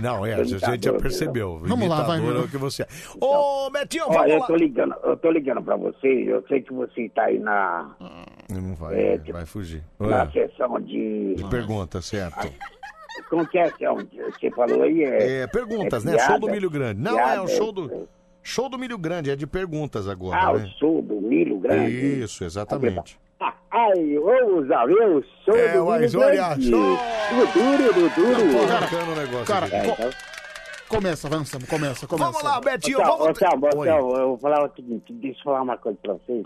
[SPEAKER 1] Não, é, a gente
[SPEAKER 13] né?
[SPEAKER 1] já percebeu.
[SPEAKER 13] Vamos lá, vai,
[SPEAKER 1] Imitador é
[SPEAKER 13] Bruno.
[SPEAKER 1] o que você é.
[SPEAKER 13] Ô,
[SPEAKER 3] Betinho,
[SPEAKER 13] Olha, vamos então. eu lá. tô ligando, eu tô ligando pra você, eu sei que você tá aí na,
[SPEAKER 1] Não vai,
[SPEAKER 13] É,
[SPEAKER 1] é,
[SPEAKER 13] tipo,
[SPEAKER 1] vai fugir.
[SPEAKER 13] na
[SPEAKER 1] Ah,
[SPEAKER 13] sessão de.
[SPEAKER 1] de pergunta, certo.
[SPEAKER 13] Como que é que é o que você falou aí? É,
[SPEAKER 1] É, perguntas, né? Show do Milho Grande. Não, é o show do. Show do Milho Grande, é de perguntas agora.
[SPEAKER 13] Ah, o
[SPEAKER 1] né?
[SPEAKER 13] show do Milho Grande.
[SPEAKER 1] Isso, exatamente.
[SPEAKER 13] Ai, vamos lá, eu sou
[SPEAKER 1] É,
[SPEAKER 13] do
[SPEAKER 1] mas
[SPEAKER 13] Milho
[SPEAKER 1] olha,
[SPEAKER 13] Grande.
[SPEAKER 1] show.
[SPEAKER 13] Duro, duro, duro. É, então,
[SPEAKER 2] Cara,
[SPEAKER 1] o negócio
[SPEAKER 2] cara,
[SPEAKER 13] aqui.
[SPEAKER 2] co- começa, vai, Anselmo, começa, começa.
[SPEAKER 13] tá Ô, Tchau, ô, tchau, ô, tchau, eu vou falar o seguinte, deixa eu falar uma coisa pra vocês.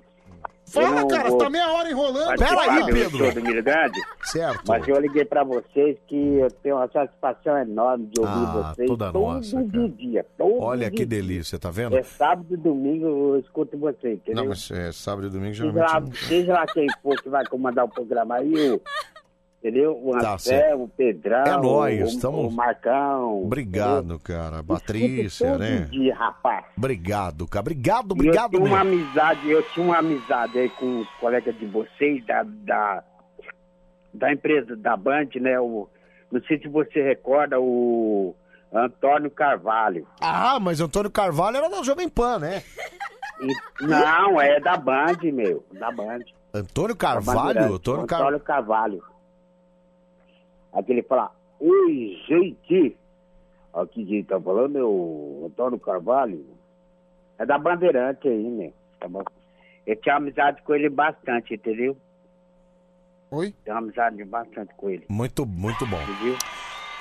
[SPEAKER 2] Fala,
[SPEAKER 13] Eu
[SPEAKER 2] cara,
[SPEAKER 13] vou
[SPEAKER 2] você tá meia hora enrolando.
[SPEAKER 13] participar do show do Milho Grande,
[SPEAKER 1] Certo.
[SPEAKER 13] Mas eu liguei pra vocês que eu tenho uma satisfação enorme de ouvir
[SPEAKER 1] Ah,
[SPEAKER 13] vocês
[SPEAKER 1] toda
[SPEAKER 13] todo
[SPEAKER 1] nossa,
[SPEAKER 13] dia. Todo
[SPEAKER 1] Olha que
[SPEAKER 13] dia.
[SPEAKER 1] delícia, tá vendo?
[SPEAKER 13] É sábado e domingo eu escuto vocês, entendeu?
[SPEAKER 1] Não, mas é, sábado e domingo
[SPEAKER 13] Seja lá,
[SPEAKER 1] geralmente.
[SPEAKER 13] seja lá quem for que vai comandar o programa aí, o, entendeu? O
[SPEAKER 1] Tá
[SPEAKER 13] André,
[SPEAKER 1] certo.
[SPEAKER 13] o Pedrão,
[SPEAKER 1] É nóis,
[SPEAKER 13] o,
[SPEAKER 1] estamos-
[SPEAKER 13] o Marcão.
[SPEAKER 1] Obrigado, cara. Patrícia,
[SPEAKER 13] todo
[SPEAKER 1] né?
[SPEAKER 13] dia, rapaz.
[SPEAKER 1] Obrigado, cara. Obrigado,
[SPEAKER 13] E eu
[SPEAKER 1] obrigado
[SPEAKER 13] tinha uma
[SPEAKER 1] mesmo.
[SPEAKER 13] amizade, eu tinha uma amizade aí com os colegas de vocês, da, da, da empresa da Band, né? O, não sei se você recorda, o Antônio Carvalho.
[SPEAKER 1] Ah, mas Antônio Carvalho era da Jovem Pan, né?
[SPEAKER 13] E- não, é da Band, meu, da Band.
[SPEAKER 1] Antônio
[SPEAKER 13] Da
[SPEAKER 1] Carvalho?
[SPEAKER 13] Bandeirantes,
[SPEAKER 1] Antônio Car...
[SPEAKER 13] Antônio Carvalho. Aquele fala, oi, gente. Aqui quem tá falando é o Antônio Carvalho. É da Bandeirante aí, né? Tá bom. Eu tinha amizade com ele bastante, entendeu?
[SPEAKER 2] Oi?
[SPEAKER 13] Tenho amizade bastante com ele,
[SPEAKER 1] Muito, muito bom.
[SPEAKER 13] entendeu?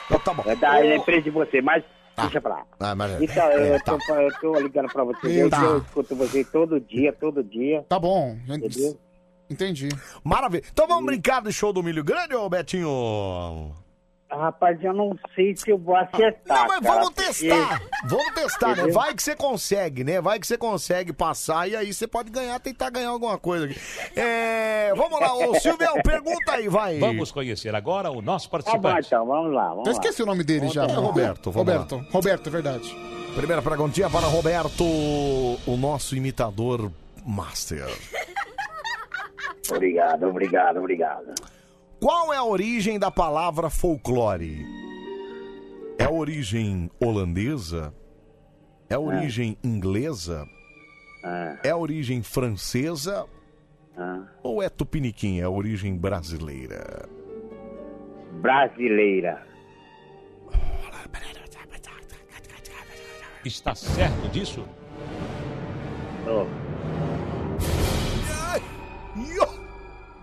[SPEAKER 1] Então tá bom.
[SPEAKER 13] É da empresa de você, mas deixa pra lá.
[SPEAKER 1] Ah, mas...
[SPEAKER 13] Então,
[SPEAKER 1] é,
[SPEAKER 13] eu, tô, eu tô ligando pra você,
[SPEAKER 2] Eu
[SPEAKER 13] eu,
[SPEAKER 2] tá.
[SPEAKER 13] eu escuto você todo dia, todo dia.
[SPEAKER 2] Tá bom, já
[SPEAKER 13] Entendeu?
[SPEAKER 2] entendi.
[SPEAKER 1] Maravilha. Então vamos brincar do show do Milho Grande, ô Betinho?
[SPEAKER 13] Rapaz, eu não sei se eu vou acertar.
[SPEAKER 1] Não, mas
[SPEAKER 13] cara,
[SPEAKER 1] vamos
[SPEAKER 13] porque-
[SPEAKER 1] testar. Vamos testar, né?
[SPEAKER 13] Entendeu?
[SPEAKER 1] Vai que você consegue, né? Vai que você consegue passar e aí você pode ganhar, tentar ganhar alguma coisa aqui. É, vamos lá, ô Silvião, pergunta aí, vai.
[SPEAKER 7] Vamos conhecer agora o nosso
[SPEAKER 13] Tá bom,
[SPEAKER 7] participante.
[SPEAKER 13] então, vamos lá. Vamos
[SPEAKER 2] Eu
[SPEAKER 13] lá.
[SPEAKER 2] esqueci o nome dele já.
[SPEAKER 1] É Roberto, vamos
[SPEAKER 2] Tá Roberto, Roberto, é verdade.
[SPEAKER 1] Primeira perguntinha para Roberto, o nosso imitador master.
[SPEAKER 13] Obrigado, obrigado, obrigado.
[SPEAKER 1] Qual é a origem da palavra folclore? É a origem holandesa? É a origem inglesa? É a origem francesa? Ou é tupiniquim? É a origem brasileira?
[SPEAKER 13] Brasileira.
[SPEAKER 7] Está certo disso?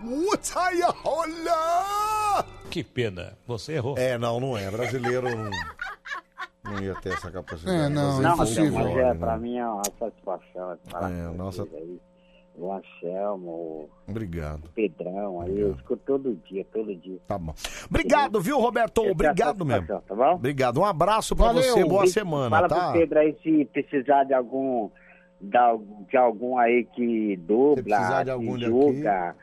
[SPEAKER 1] Utaia, olha!
[SPEAKER 7] Que pena, você errou.
[SPEAKER 1] É, não, não é. Brasileiro não, não ia ter essa capacidade.
[SPEAKER 2] É, não,
[SPEAKER 1] Brasileiro
[SPEAKER 13] Não, mas,
[SPEAKER 1] folclore,
[SPEAKER 13] mas é,
[SPEAKER 1] né?
[SPEAKER 13] pra mim é uma satisfação falar
[SPEAKER 1] É,
[SPEAKER 13] com
[SPEAKER 1] nossa.
[SPEAKER 13] vocês aí. O Anselmo,
[SPEAKER 1] Obrigado.
[SPEAKER 13] o Pedrão aí, eu escuto todo dia, todo dia.
[SPEAKER 1] Tá bom. Obrigado, viu, Roberto? Obrigado mesmo.
[SPEAKER 13] é Tá bom?
[SPEAKER 1] Obrigado. Um abraço pra você, boa semana,
[SPEAKER 13] Fala
[SPEAKER 1] tá?
[SPEAKER 13] pro Pedro aí se precisar de algum, de, al- de algum aí que
[SPEAKER 1] precisar
[SPEAKER 13] dubla,
[SPEAKER 1] de algum
[SPEAKER 13] que
[SPEAKER 1] daqui.
[SPEAKER 13] julga,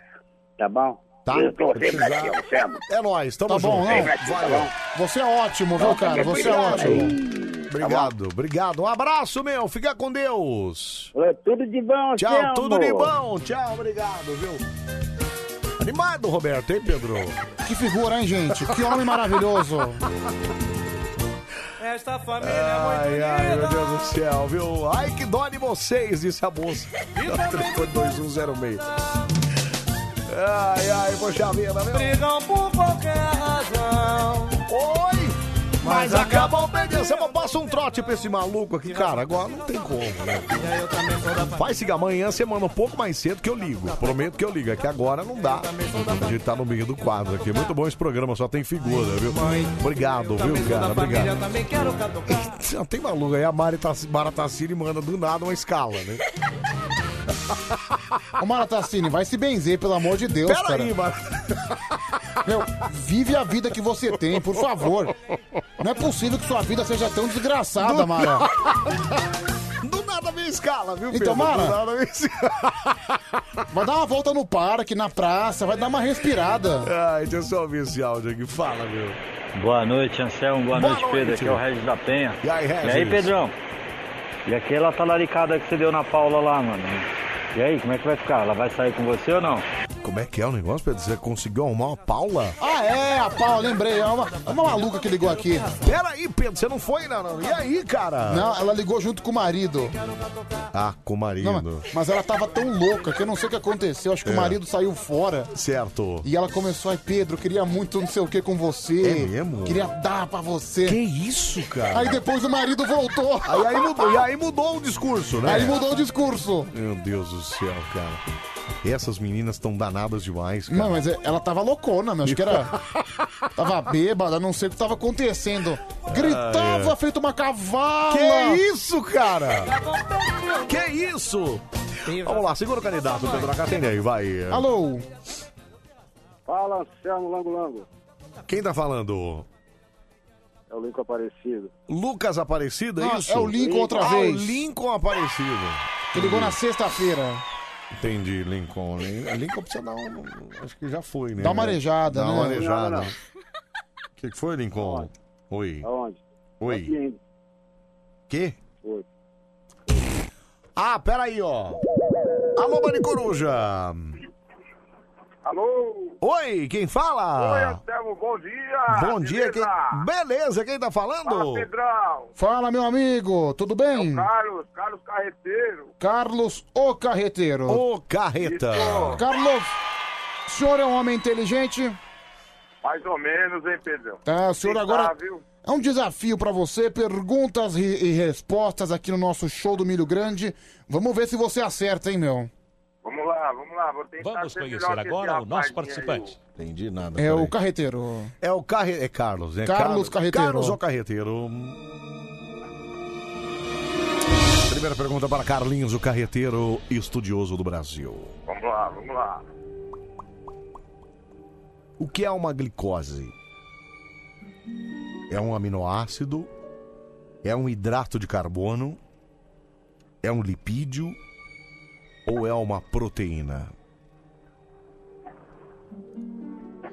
[SPEAKER 13] tá bom?
[SPEAKER 1] Tá,
[SPEAKER 13] Eu tô
[SPEAKER 1] se
[SPEAKER 13] sempre aqui,
[SPEAKER 1] precisar.
[SPEAKER 13] Anselmo.
[SPEAKER 1] É nóis, tamo
[SPEAKER 2] Tá bom,
[SPEAKER 1] junto.
[SPEAKER 2] não.
[SPEAKER 1] Vai, vai.
[SPEAKER 2] Você é ótimo, viu, cara? Você é ótimo.
[SPEAKER 13] Tá
[SPEAKER 1] Obrigado, obrigado. Um abraço, meu. Fica com Deus.
[SPEAKER 13] Tudo de bom,
[SPEAKER 1] Tchau,
[SPEAKER 13] Anselmo.
[SPEAKER 1] tudo de bom. Tchau, obrigado, viu? Animado, Roberto, hein, Pedro?
[SPEAKER 2] Que figura, hein, gente? Que homem maravilhoso.
[SPEAKER 21] Esta família
[SPEAKER 3] É
[SPEAKER 1] Ai, ai, meu Deus do céu, viu? Ai, que dó de vocês, disse a moça. Foi 2106. Ai, ai, poxa vida, meu.
[SPEAKER 21] brigam por qualquer razão.
[SPEAKER 1] Oi! Mas acabam perdendo. Você passa um trote pra esse maluco aqui, cara. Agora não tem como, né? Vai seguir amanhã, você manda um pouco mais cedo que eu ligo. Prometo que eu ligo. É que agora não dá. A gente tá no meio do quadro aqui. Muito bom esse programa, só tem figura, viu? Obrigado, viu, cara?
[SPEAKER 21] Família, eu
[SPEAKER 1] Obrigado.
[SPEAKER 21] também quero catucar.
[SPEAKER 1] Não tem maluco aí. A Mari Tassi- Mara Tassini manda do nada uma escala, né?
[SPEAKER 2] Ô, Maratacine, vai se benzer, pelo amor de Deus,
[SPEAKER 1] Pera
[SPEAKER 2] cara.
[SPEAKER 1] aí, mano.
[SPEAKER 2] Meu, vive a vida que você tem, por favor. Não é possível que sua vida seja tão desgraçada,
[SPEAKER 1] Do-
[SPEAKER 2] Mara.
[SPEAKER 1] Do nada vem escala, viu, Pedro?
[SPEAKER 2] Então,
[SPEAKER 1] Do
[SPEAKER 2] Mara,
[SPEAKER 1] nada vem
[SPEAKER 2] vai dar uma volta no parque, na praça, vai dar uma respirada.
[SPEAKER 1] Ai, deixa eu só ouvir esse áudio aqui. Fala, meu.
[SPEAKER 33] Boa noite, Anselmo. Boa,
[SPEAKER 1] Boa
[SPEAKER 33] noite, Pedro.
[SPEAKER 1] noite.
[SPEAKER 33] Aqui é o Regis da Penha.
[SPEAKER 1] E aí, Regis?
[SPEAKER 33] E aí, Pedrão? E aquela talaricada que você deu na Paula lá, mano? E aí, como é que vai ficar? Ela vai sair com você ou não?
[SPEAKER 1] Como é que é o negócio, Pedro? Você conseguiu arrumar uma Paula?
[SPEAKER 2] Ah, é, a pau, lembrei. É uma, é uma maluca que ligou aqui.
[SPEAKER 3] Peraí, Pedro, você não foi, não, não. E aí, cara?
[SPEAKER 2] Não, ela ligou junto com o marido.
[SPEAKER 1] Ah, com o marido.
[SPEAKER 2] Não, mas, mas ela tava tão louca que eu não sei o que aconteceu. Acho que
[SPEAKER 1] É.
[SPEAKER 2] o marido saiu fora.
[SPEAKER 1] Certo.
[SPEAKER 2] E ela começou, ai Pedro, queria muito não sei o que com você.
[SPEAKER 1] É mesmo?
[SPEAKER 2] Queria dar pra você.
[SPEAKER 1] Que isso, cara?
[SPEAKER 2] Aí depois o marido voltou.
[SPEAKER 3] Aí, aí mudou, e aí mudou o discurso, né?
[SPEAKER 2] Aí mudou o discurso.
[SPEAKER 1] Meu Deus do céu, cara. Essas meninas estão danadas demais, cara.
[SPEAKER 2] Não, mas é- ela tava loucona, meu. Acho que era. tava bêbada, não sei o que tava acontecendo. Gritava
[SPEAKER 1] Ah, é.
[SPEAKER 2] feito uma cavala.
[SPEAKER 3] Que isso,
[SPEAKER 1] Ah,
[SPEAKER 3] cara? Que isso? Vamos lá, segura o candidato, Pedro Acá, atende aí, vai.
[SPEAKER 2] Alô?
[SPEAKER 8] Fala, Anselmo Lango Lango.
[SPEAKER 1] Quem tá falando?
[SPEAKER 8] É o Lincoln Aparecido.
[SPEAKER 1] Lucas Aparecido, é
[SPEAKER 8] Não,
[SPEAKER 1] isso?
[SPEAKER 8] é o Lincoln outra
[SPEAKER 1] Ah, o
[SPEAKER 8] vez.
[SPEAKER 1] Lincoln Aparecido.
[SPEAKER 2] Que ligou na sexta-feira.
[SPEAKER 1] Entendi, Lincoln. Lin- Lincoln precisa dar um... Acho que já foi, né?
[SPEAKER 2] Dá uma arejada,
[SPEAKER 1] Dá
[SPEAKER 2] né?
[SPEAKER 1] uma arejada.
[SPEAKER 2] Não, não, não.
[SPEAKER 1] O que que foi, Lincoln? Oi.
[SPEAKER 8] Aonde?
[SPEAKER 1] Oi.
[SPEAKER 8] Aqui ainda.
[SPEAKER 1] Que?
[SPEAKER 8] Oi.
[SPEAKER 1] Ah, peraí, ó. Alô, Maricoruja.
[SPEAKER 8] Alô?
[SPEAKER 1] Oi, quem
[SPEAKER 8] Oi,
[SPEAKER 1] fala?
[SPEAKER 8] Anselmo, bom dia!
[SPEAKER 1] Ah. Bom dia, quem... Beleza, quem tá falando?
[SPEAKER 8] Fala, Pedrão! É
[SPEAKER 2] Fala, meu amigo, tudo bem?
[SPEAKER 8] Carlos, Carlos Carreteiro.
[SPEAKER 2] Carlos o Carreteiro.
[SPEAKER 1] O Carreta.
[SPEAKER 8] Isso.
[SPEAKER 2] Carlos, o senhor é um homem inteligente?
[SPEAKER 8] Mais ou menos, hein, Pedrão?
[SPEAKER 2] Tá, o senhor
[SPEAKER 8] Quem
[SPEAKER 2] agora.
[SPEAKER 8] tá, viu?
[SPEAKER 2] É um desafio pra você, perguntas e, e respostas aqui no nosso show do Milho Grande. Vamos ver se você acerta, hein, meu?
[SPEAKER 8] Vamos lá, vamos lá, vou tentar
[SPEAKER 7] Vamos
[SPEAKER 8] ser
[SPEAKER 7] conhecer
[SPEAKER 8] melhor que
[SPEAKER 7] agora
[SPEAKER 8] esse
[SPEAKER 7] o nosso
[SPEAKER 8] rapazinho
[SPEAKER 7] participante.
[SPEAKER 1] Entendi nada.
[SPEAKER 2] É o
[SPEAKER 1] peraí.
[SPEAKER 2] carreteiro.
[SPEAKER 1] É o carre... É Carlos, né?
[SPEAKER 2] Carlos Carreteiro.
[SPEAKER 1] Carlos ou Carreteiro? Primeira pergunta para Carlinhos, o carreteiro estudioso do Brasil.
[SPEAKER 8] aí. Vamos lá, vamos lá.
[SPEAKER 1] O que é uma glicose? É um aminoácido? É um hidrato de carbono? É um lipídio? Ou é uma proteína?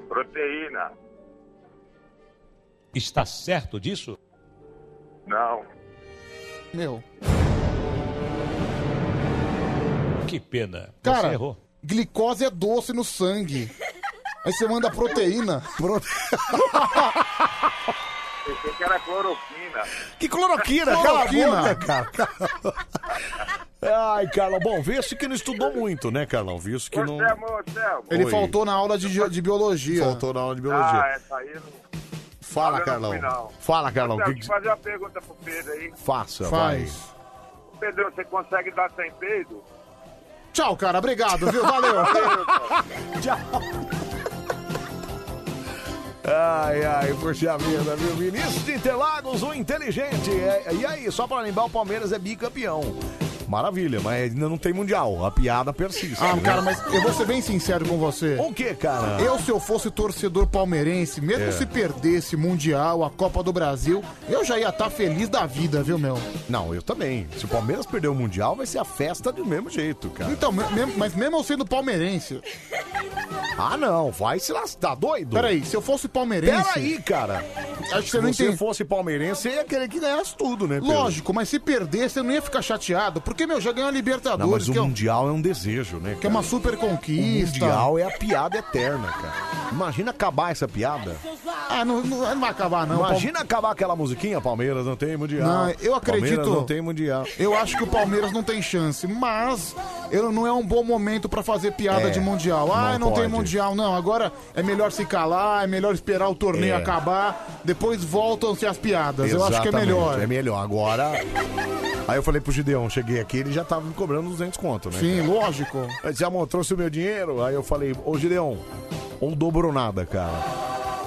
[SPEAKER 8] Proteína.
[SPEAKER 7] Está certo disso?
[SPEAKER 8] Não.
[SPEAKER 2] Meu.
[SPEAKER 7] Que pena. Você
[SPEAKER 2] Cara,
[SPEAKER 7] errou.
[SPEAKER 2] glicose é doce no sangue. Aí você manda proteína.
[SPEAKER 8] Pensei que era cloroquina.
[SPEAKER 1] Que cloroquina,
[SPEAKER 2] Cloroquina.
[SPEAKER 1] cala a boca, cara. Ai, Carlão, bom, visto que não estudou muito, né, Carlão? Visto que não.
[SPEAKER 8] Anselmo, Anselmo.
[SPEAKER 2] Ele
[SPEAKER 1] Oi.
[SPEAKER 2] faltou na aula de, ge- de biologia.
[SPEAKER 1] Faltou na aula de biologia.
[SPEAKER 8] Ah, essa aí não... eu
[SPEAKER 1] Fala,
[SPEAKER 8] não
[SPEAKER 1] Carlão.
[SPEAKER 8] fui, não.
[SPEAKER 1] Fala, Carlão.
[SPEAKER 8] Anselmo,
[SPEAKER 1] Que
[SPEAKER 8] deixa
[SPEAKER 1] que...
[SPEAKER 8] eu fazer uma pergunta pro Pedro aí.
[SPEAKER 1] Faça,
[SPEAKER 2] Faz.
[SPEAKER 1] vai.
[SPEAKER 8] Pedro, você consegue dar sem peido?
[SPEAKER 2] Tchau, cara. Obrigado, viu? Valeu.
[SPEAKER 3] Ai, ai, puxa vida, viu? Vinícius de Interlagos, o inteligente. É, e aí, só pra lembrar, o Palmeiras é bicampeão.
[SPEAKER 1] Maravilha, mas ainda não tem mundial. A piada persiste.
[SPEAKER 2] Ah,
[SPEAKER 1] né?
[SPEAKER 2] cara, mas eu vou ser bem sincero com você.
[SPEAKER 1] O Um que, cara?
[SPEAKER 2] Eu, se eu fosse torcedor palmeirense, mesmo
[SPEAKER 1] É.
[SPEAKER 2] se perdesse Mundial, a Copa do Brasil, eu já ia estar feliz da vida, viu, meu?
[SPEAKER 1] Não, eu também. Se o Palmeiras perder o mundial, vai ser a festa do mesmo jeito, cara.
[SPEAKER 2] Então, me- mesmo- mas mesmo eu sendo palmeirense.
[SPEAKER 1] Ah, não, vai se lascar, tá doido?
[SPEAKER 2] Peraí, se eu fosse palmeirense.
[SPEAKER 1] Peraí, cara.
[SPEAKER 2] Acho que você não
[SPEAKER 1] Se você
[SPEAKER 2] entende.
[SPEAKER 1] fosse palmeirense, você ia querer que ganhasse tudo, né? Pedro?
[SPEAKER 2] Lógico, mas se perdesse, eu não ia ficar chateado. Porque, meu, já ganhou a Libertadores,
[SPEAKER 1] Não, mas o
[SPEAKER 2] que, é, um-
[SPEAKER 1] mundial é um desejo, né?
[SPEAKER 2] que é uma super conquista.
[SPEAKER 1] O mundial é a piada eterna, cara. Imagina acabar essa piada.
[SPEAKER 2] Ah, não, não- não vai acabar, não.
[SPEAKER 1] Imagina acabar aquela musiquinha, Palmeiras não tem mundial.
[SPEAKER 2] Não, eu acredito-
[SPEAKER 1] Palmeiras não tem mundial.
[SPEAKER 2] Eu acho que o Palmeiras não tem chance, mas eu, não é um bom momento pra fazer piada
[SPEAKER 1] É,
[SPEAKER 2] de Mundial. Ah,
[SPEAKER 1] não
[SPEAKER 2] não, tem
[SPEAKER 1] pode.
[SPEAKER 2] Mundial, não. Agora é melhor se calar, é melhor esperar o torneio
[SPEAKER 1] É.
[SPEAKER 2] acabar, depois voltam-se as piadas. Eu acho que é
[SPEAKER 1] Exatamente,
[SPEAKER 2] melhor.
[SPEAKER 1] É melhor. Agora. Aí eu falei pro Gideon, cheguei aqui, ele já tava me cobrando 200 conto, né?
[SPEAKER 2] Sim, lógico.
[SPEAKER 1] Ele disse, amor, trouxe o meu dinheiro? Aí eu falei, ô Gideon, ou dobro ou nada, cara.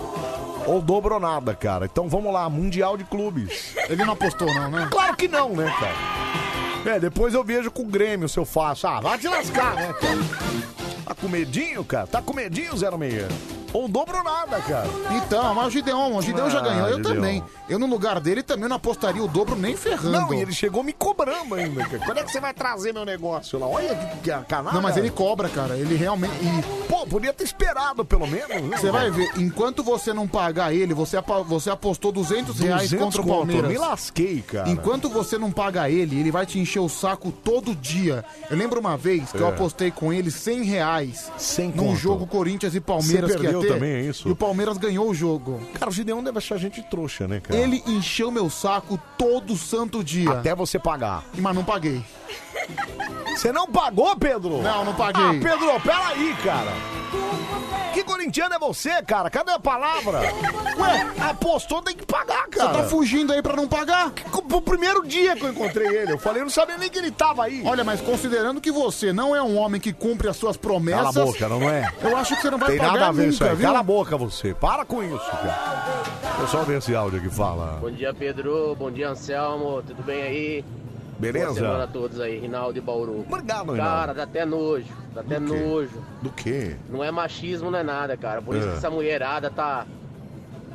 [SPEAKER 1] Ou dobro ou nada, cara. Então vamos lá, Mundial de Clubes.
[SPEAKER 2] Ele não apostou, não, né?
[SPEAKER 1] Claro que não, né, cara? É, depois eu vejo com o Grêmio se eu faço. Ah, vai te lascar, né? Tá com medinho, cara? Tá com medinho, 06? Ou dobro ou nada, cara.
[SPEAKER 2] Então, mas o Gideon, o Gideon já
[SPEAKER 1] Ah,
[SPEAKER 2] ganhou, eu
[SPEAKER 1] Gideon.
[SPEAKER 2] também. Eu no lugar dele também não apostaria o dobro nem ferrando.
[SPEAKER 1] Não, e ele chegou me cobrando ainda, cara. Quando é que você vai trazer meu negócio lá? Olha que, que canalha.
[SPEAKER 2] Não, mas ele cobra, cara. Ele realmente. e-
[SPEAKER 1] Pô, podia ter esperado pelo menos. né,
[SPEAKER 2] Você vai
[SPEAKER 1] cara?
[SPEAKER 2] ver, enquanto você não pagar ele, você, apa- você apostou 200 reais
[SPEAKER 1] 200
[SPEAKER 2] contra o
[SPEAKER 1] conto,
[SPEAKER 2] Palmeiras.
[SPEAKER 1] Me lasquei, cara.
[SPEAKER 2] Enquanto você não paga ele, ele vai te encher o saco todo dia. Eu lembro uma vez que eu
[SPEAKER 1] É.
[SPEAKER 2] apostei com ele 100 reais
[SPEAKER 1] 100
[SPEAKER 2] num
[SPEAKER 1] conto.
[SPEAKER 2] jogo Corinthians e Palmeiras
[SPEAKER 1] Você perdeu perdeu também, é isso?
[SPEAKER 2] E o Palmeiras ganhou o jogo.
[SPEAKER 1] Cara, o Gideon deve achar gente trouxa, né, cara?
[SPEAKER 2] Ele encheu meu saco todo santo dia.
[SPEAKER 1] Até você pagar.
[SPEAKER 2] Mas não paguei.
[SPEAKER 1] Você não pagou, Pedro?
[SPEAKER 2] Não, não paguei.
[SPEAKER 1] Ah, Pedro, peraí, cara. Que corintiano é você, cara? Cadê a palavra? Ué, apostou, tem que pagar, cara.
[SPEAKER 2] Você tá fugindo aí pra não pagar?
[SPEAKER 1] O primeiro dia que eu encontrei ele, eu falei, eu não sabia nem que ele tava aí.
[SPEAKER 2] Olha, mas considerando que você não é um homem que cumpre as suas promessas...
[SPEAKER 1] Cala a boca, não é?
[SPEAKER 2] Eu acho que você não vai
[SPEAKER 1] Tem
[SPEAKER 2] pagar
[SPEAKER 1] nada a ver
[SPEAKER 2] nunca,
[SPEAKER 1] isso aí.
[SPEAKER 2] viu?
[SPEAKER 1] Cala a boca você. Para com isso, cara. Eu só ver esse áudio que fala.
[SPEAKER 9] Bom dia, Pedro. Bom dia, Anselmo. Tudo bem aí?
[SPEAKER 1] Beleza?
[SPEAKER 9] Boa semana a todos aí, Rinaldo e Bauru.
[SPEAKER 1] Obrigado, Rinaldo.
[SPEAKER 9] Cara, dá até nojo. Dá até
[SPEAKER 1] Do quê?
[SPEAKER 9] nojo.
[SPEAKER 1] Do quê?
[SPEAKER 9] Não é machismo, não é nada, cara. Por isso
[SPEAKER 1] É.
[SPEAKER 9] que essa mulherada tá.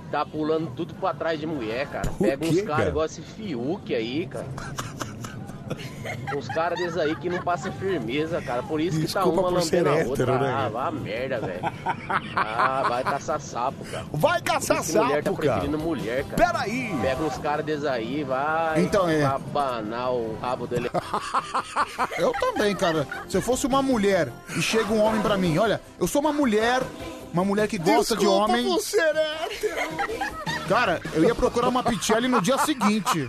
[SPEAKER 9] Tá pulando tudo pra trás de mulher, cara.
[SPEAKER 1] Por
[SPEAKER 9] Pega uns
[SPEAKER 1] quê,
[SPEAKER 9] caras
[SPEAKER 1] cara?
[SPEAKER 9] igual esse Fiuk aí, cara. Uns caras desses aí que não passa firmeza, cara. Por isso que
[SPEAKER 1] Desculpa
[SPEAKER 9] tá uma
[SPEAKER 1] por ser
[SPEAKER 9] lambendo a
[SPEAKER 1] hétero,
[SPEAKER 9] outra.
[SPEAKER 1] né,
[SPEAKER 9] ah,
[SPEAKER 1] cara?
[SPEAKER 9] vai a merda, velho. Ah, vai caçar sapo, cara.
[SPEAKER 1] Vai caçar
[SPEAKER 9] Por isso que mulher
[SPEAKER 1] sapo,
[SPEAKER 9] tá
[SPEAKER 1] cara.
[SPEAKER 9] preferindo mulher, cara.
[SPEAKER 1] Peraí.
[SPEAKER 9] Pega uns caras desses aí, vai.
[SPEAKER 2] Então, é.
[SPEAKER 9] Abanar o rabo dele.
[SPEAKER 2] Eu também, cara. Se eu fosse uma mulher e chega um homem pra mim, olha, eu sou uma mulher, uma mulher que gosta de
[SPEAKER 17] Desculpa
[SPEAKER 2] homem.
[SPEAKER 17] por
[SPEAKER 1] ser hétero.
[SPEAKER 2] Cara, eu ia procurar uma Pichelli no dia seguinte.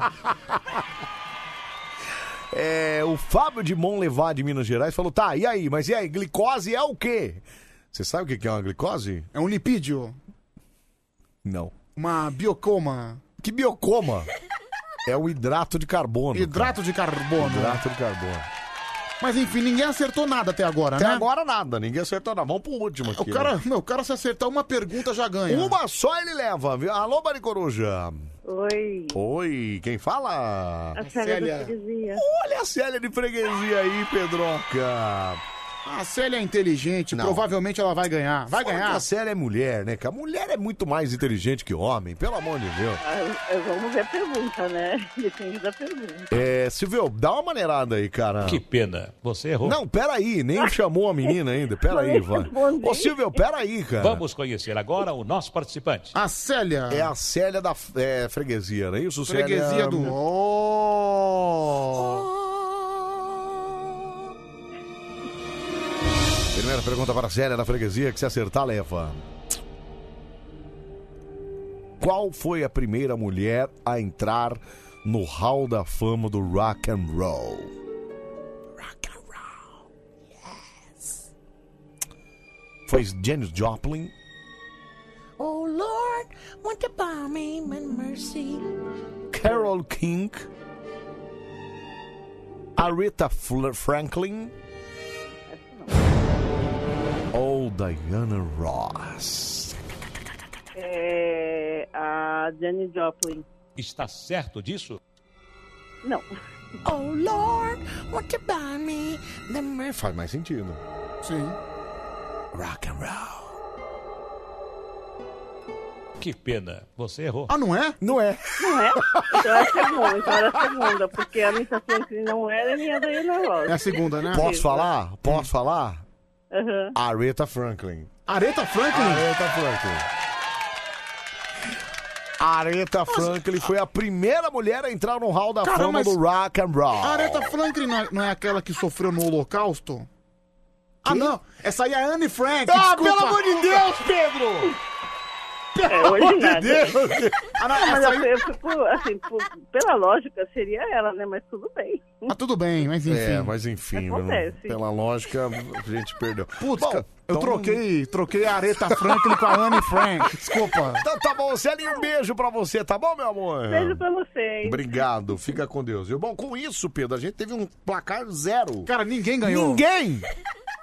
[SPEAKER 1] É, o Fábio de Monlevar de Minas Gerais falou: tá, e aí? Mas e aí? Glicose é o quê? Você sabe o que que é uma glicose?
[SPEAKER 2] É um lipídio.
[SPEAKER 1] Não.
[SPEAKER 2] Uma biocoma.
[SPEAKER 1] Que biocoma? É o hidrato de carbono.
[SPEAKER 2] Hidrato de carbono. Né?
[SPEAKER 1] Hidrato de carbono.
[SPEAKER 2] Mas enfim, ninguém acertou nada até agora,
[SPEAKER 1] Até
[SPEAKER 2] né?
[SPEAKER 1] agora nada, ninguém acertou nada. Vamos pro último aqui.
[SPEAKER 2] É, O cara,
[SPEAKER 1] né?
[SPEAKER 2] meu, o cara se acertar uma pergunta já ganha.
[SPEAKER 1] Uma só ele leva, viu? Alô, Mari Coruja.
[SPEAKER 34] Oi.
[SPEAKER 1] Oi, quem fala?
[SPEAKER 34] A Célia da freguesia.
[SPEAKER 1] Olha a Célia de freguesia aí, Pedroca.
[SPEAKER 2] A Célia é inteligente, provavelmente ela vai ganhar. Vai
[SPEAKER 1] Fora que
[SPEAKER 2] ganhar.
[SPEAKER 1] A Célia é mulher, né? cara? mulher é muito mais inteligente que homem, pelo amor de Deus.
[SPEAKER 12] Ah, Vamos ver a pergunta, né? Depende da pergunta.
[SPEAKER 1] É, Silvio, dá uma maneirada aí, cara.
[SPEAKER 7] Que pena. Você errou.
[SPEAKER 1] Não, peraí, nem chamou a menina ainda. Peraí, vai. Ô, Silvio, peraí, cara.
[SPEAKER 7] Vamos conhecer agora o nosso participante.
[SPEAKER 2] A Célia.
[SPEAKER 1] É a Célia da é, freguesia, não é isso, Célia? Oh.
[SPEAKER 7] Freguesia do-
[SPEAKER 1] Primeira pergunta para a Célia da freguesia, que se acertar, leva. Qual foi a primeira mulher a entrar no Hall da Fama do Rock and Roll? Foi Janis Joplin?
[SPEAKER 17] Oh Lord, want to buy me and mercy.
[SPEAKER 1] Carol King, Aretha Fl- Franklin ou Diana Ross.
[SPEAKER 12] É, a Jenny Joplin.
[SPEAKER 7] Está certo disso?
[SPEAKER 12] Não.
[SPEAKER 17] Oh Lord, want to buy me the mercy.
[SPEAKER 1] Faz mais sentido.
[SPEAKER 2] Sim.
[SPEAKER 1] Rock and roll.
[SPEAKER 7] Que pena. Você errou.
[SPEAKER 2] Ah, não é?
[SPEAKER 1] Não é.
[SPEAKER 12] Não é? Então é a segunda, então era a segunda, porque a Miss Franklin não era nem a Diana Ross.
[SPEAKER 2] É a segunda, né?
[SPEAKER 1] Posso falar? Posso falar?
[SPEAKER 12] Aham.
[SPEAKER 1] Aretha Franklin.
[SPEAKER 2] Areta Franklin?
[SPEAKER 1] Aretha Franklin. Aretha Franklin foi a primeira mulher a entrar no Hall da
[SPEAKER 2] Cara,
[SPEAKER 1] Fama
[SPEAKER 2] mas-
[SPEAKER 1] do Rock and Roll.
[SPEAKER 2] A Aretha Franklin não é- não é aquela que sofreu no Holocausto? Ah, não. Essa aí é a Anne Frank.
[SPEAKER 17] Ah,
[SPEAKER 2] desculpa.
[SPEAKER 17] pelo amor de Deus, Pedro!
[SPEAKER 12] É, hoje nada.
[SPEAKER 2] Ah, não,
[SPEAKER 12] Não, mas
[SPEAKER 2] essa
[SPEAKER 12] eu-
[SPEAKER 2] aí-
[SPEAKER 12] eu fico, assim, por- pela lógica, seria ela, né? Mas tudo bem.
[SPEAKER 2] Ah, tudo bem, mas enfim.
[SPEAKER 1] É, mas enfim,
[SPEAKER 12] Acontece.
[SPEAKER 1] mano, pela lógica, a gente perdeu.
[SPEAKER 2] Putz,
[SPEAKER 1] Bom,
[SPEAKER 2] cara, eu
[SPEAKER 1] então-
[SPEAKER 2] troquei, troquei a Aretha Franklin com a Anne Frank. Desculpa.
[SPEAKER 1] Então tá bom, Celinho, um beijo pra você, tá bom, meu amor?
[SPEAKER 12] Beijo pra vocês.
[SPEAKER 1] Obrigado, fica com Deus. viu? Bom, com isso, Pedro, a gente teve um placar zero.
[SPEAKER 2] Cara, ninguém ganhou.
[SPEAKER 1] Ninguém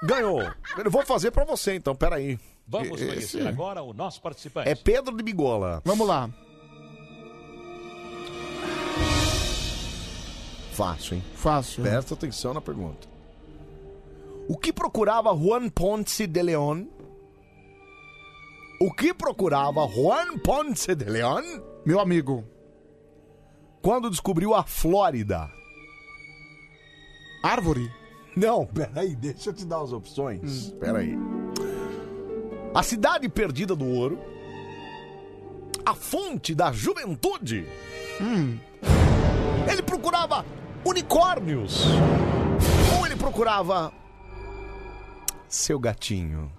[SPEAKER 1] ganhou. Eu vou fazer pra você, então, peraí.
[SPEAKER 7] Vamos
[SPEAKER 1] E-
[SPEAKER 7] conhecer
[SPEAKER 1] esse
[SPEAKER 7] agora o nosso participante.
[SPEAKER 1] É Pedro de Bigola.
[SPEAKER 2] Vamos lá.
[SPEAKER 1] Fácil, hein?
[SPEAKER 2] Fácil.
[SPEAKER 1] Presta atenção na pergunta. O que procurava Juan Ponce de Leon? O que procurava Juan Ponce de Leon?
[SPEAKER 2] Meu amigo.
[SPEAKER 1] Quando descobriu a Flórida?
[SPEAKER 2] Árvore? Hum.
[SPEAKER 1] Não, peraí, deixa eu te dar as opções. Peraí. A Cidade Perdida do Ouro. A Fonte da Juventude.
[SPEAKER 2] Hum.
[SPEAKER 1] Ele procurava unicórnios. Ou ele procurava seu gatinho.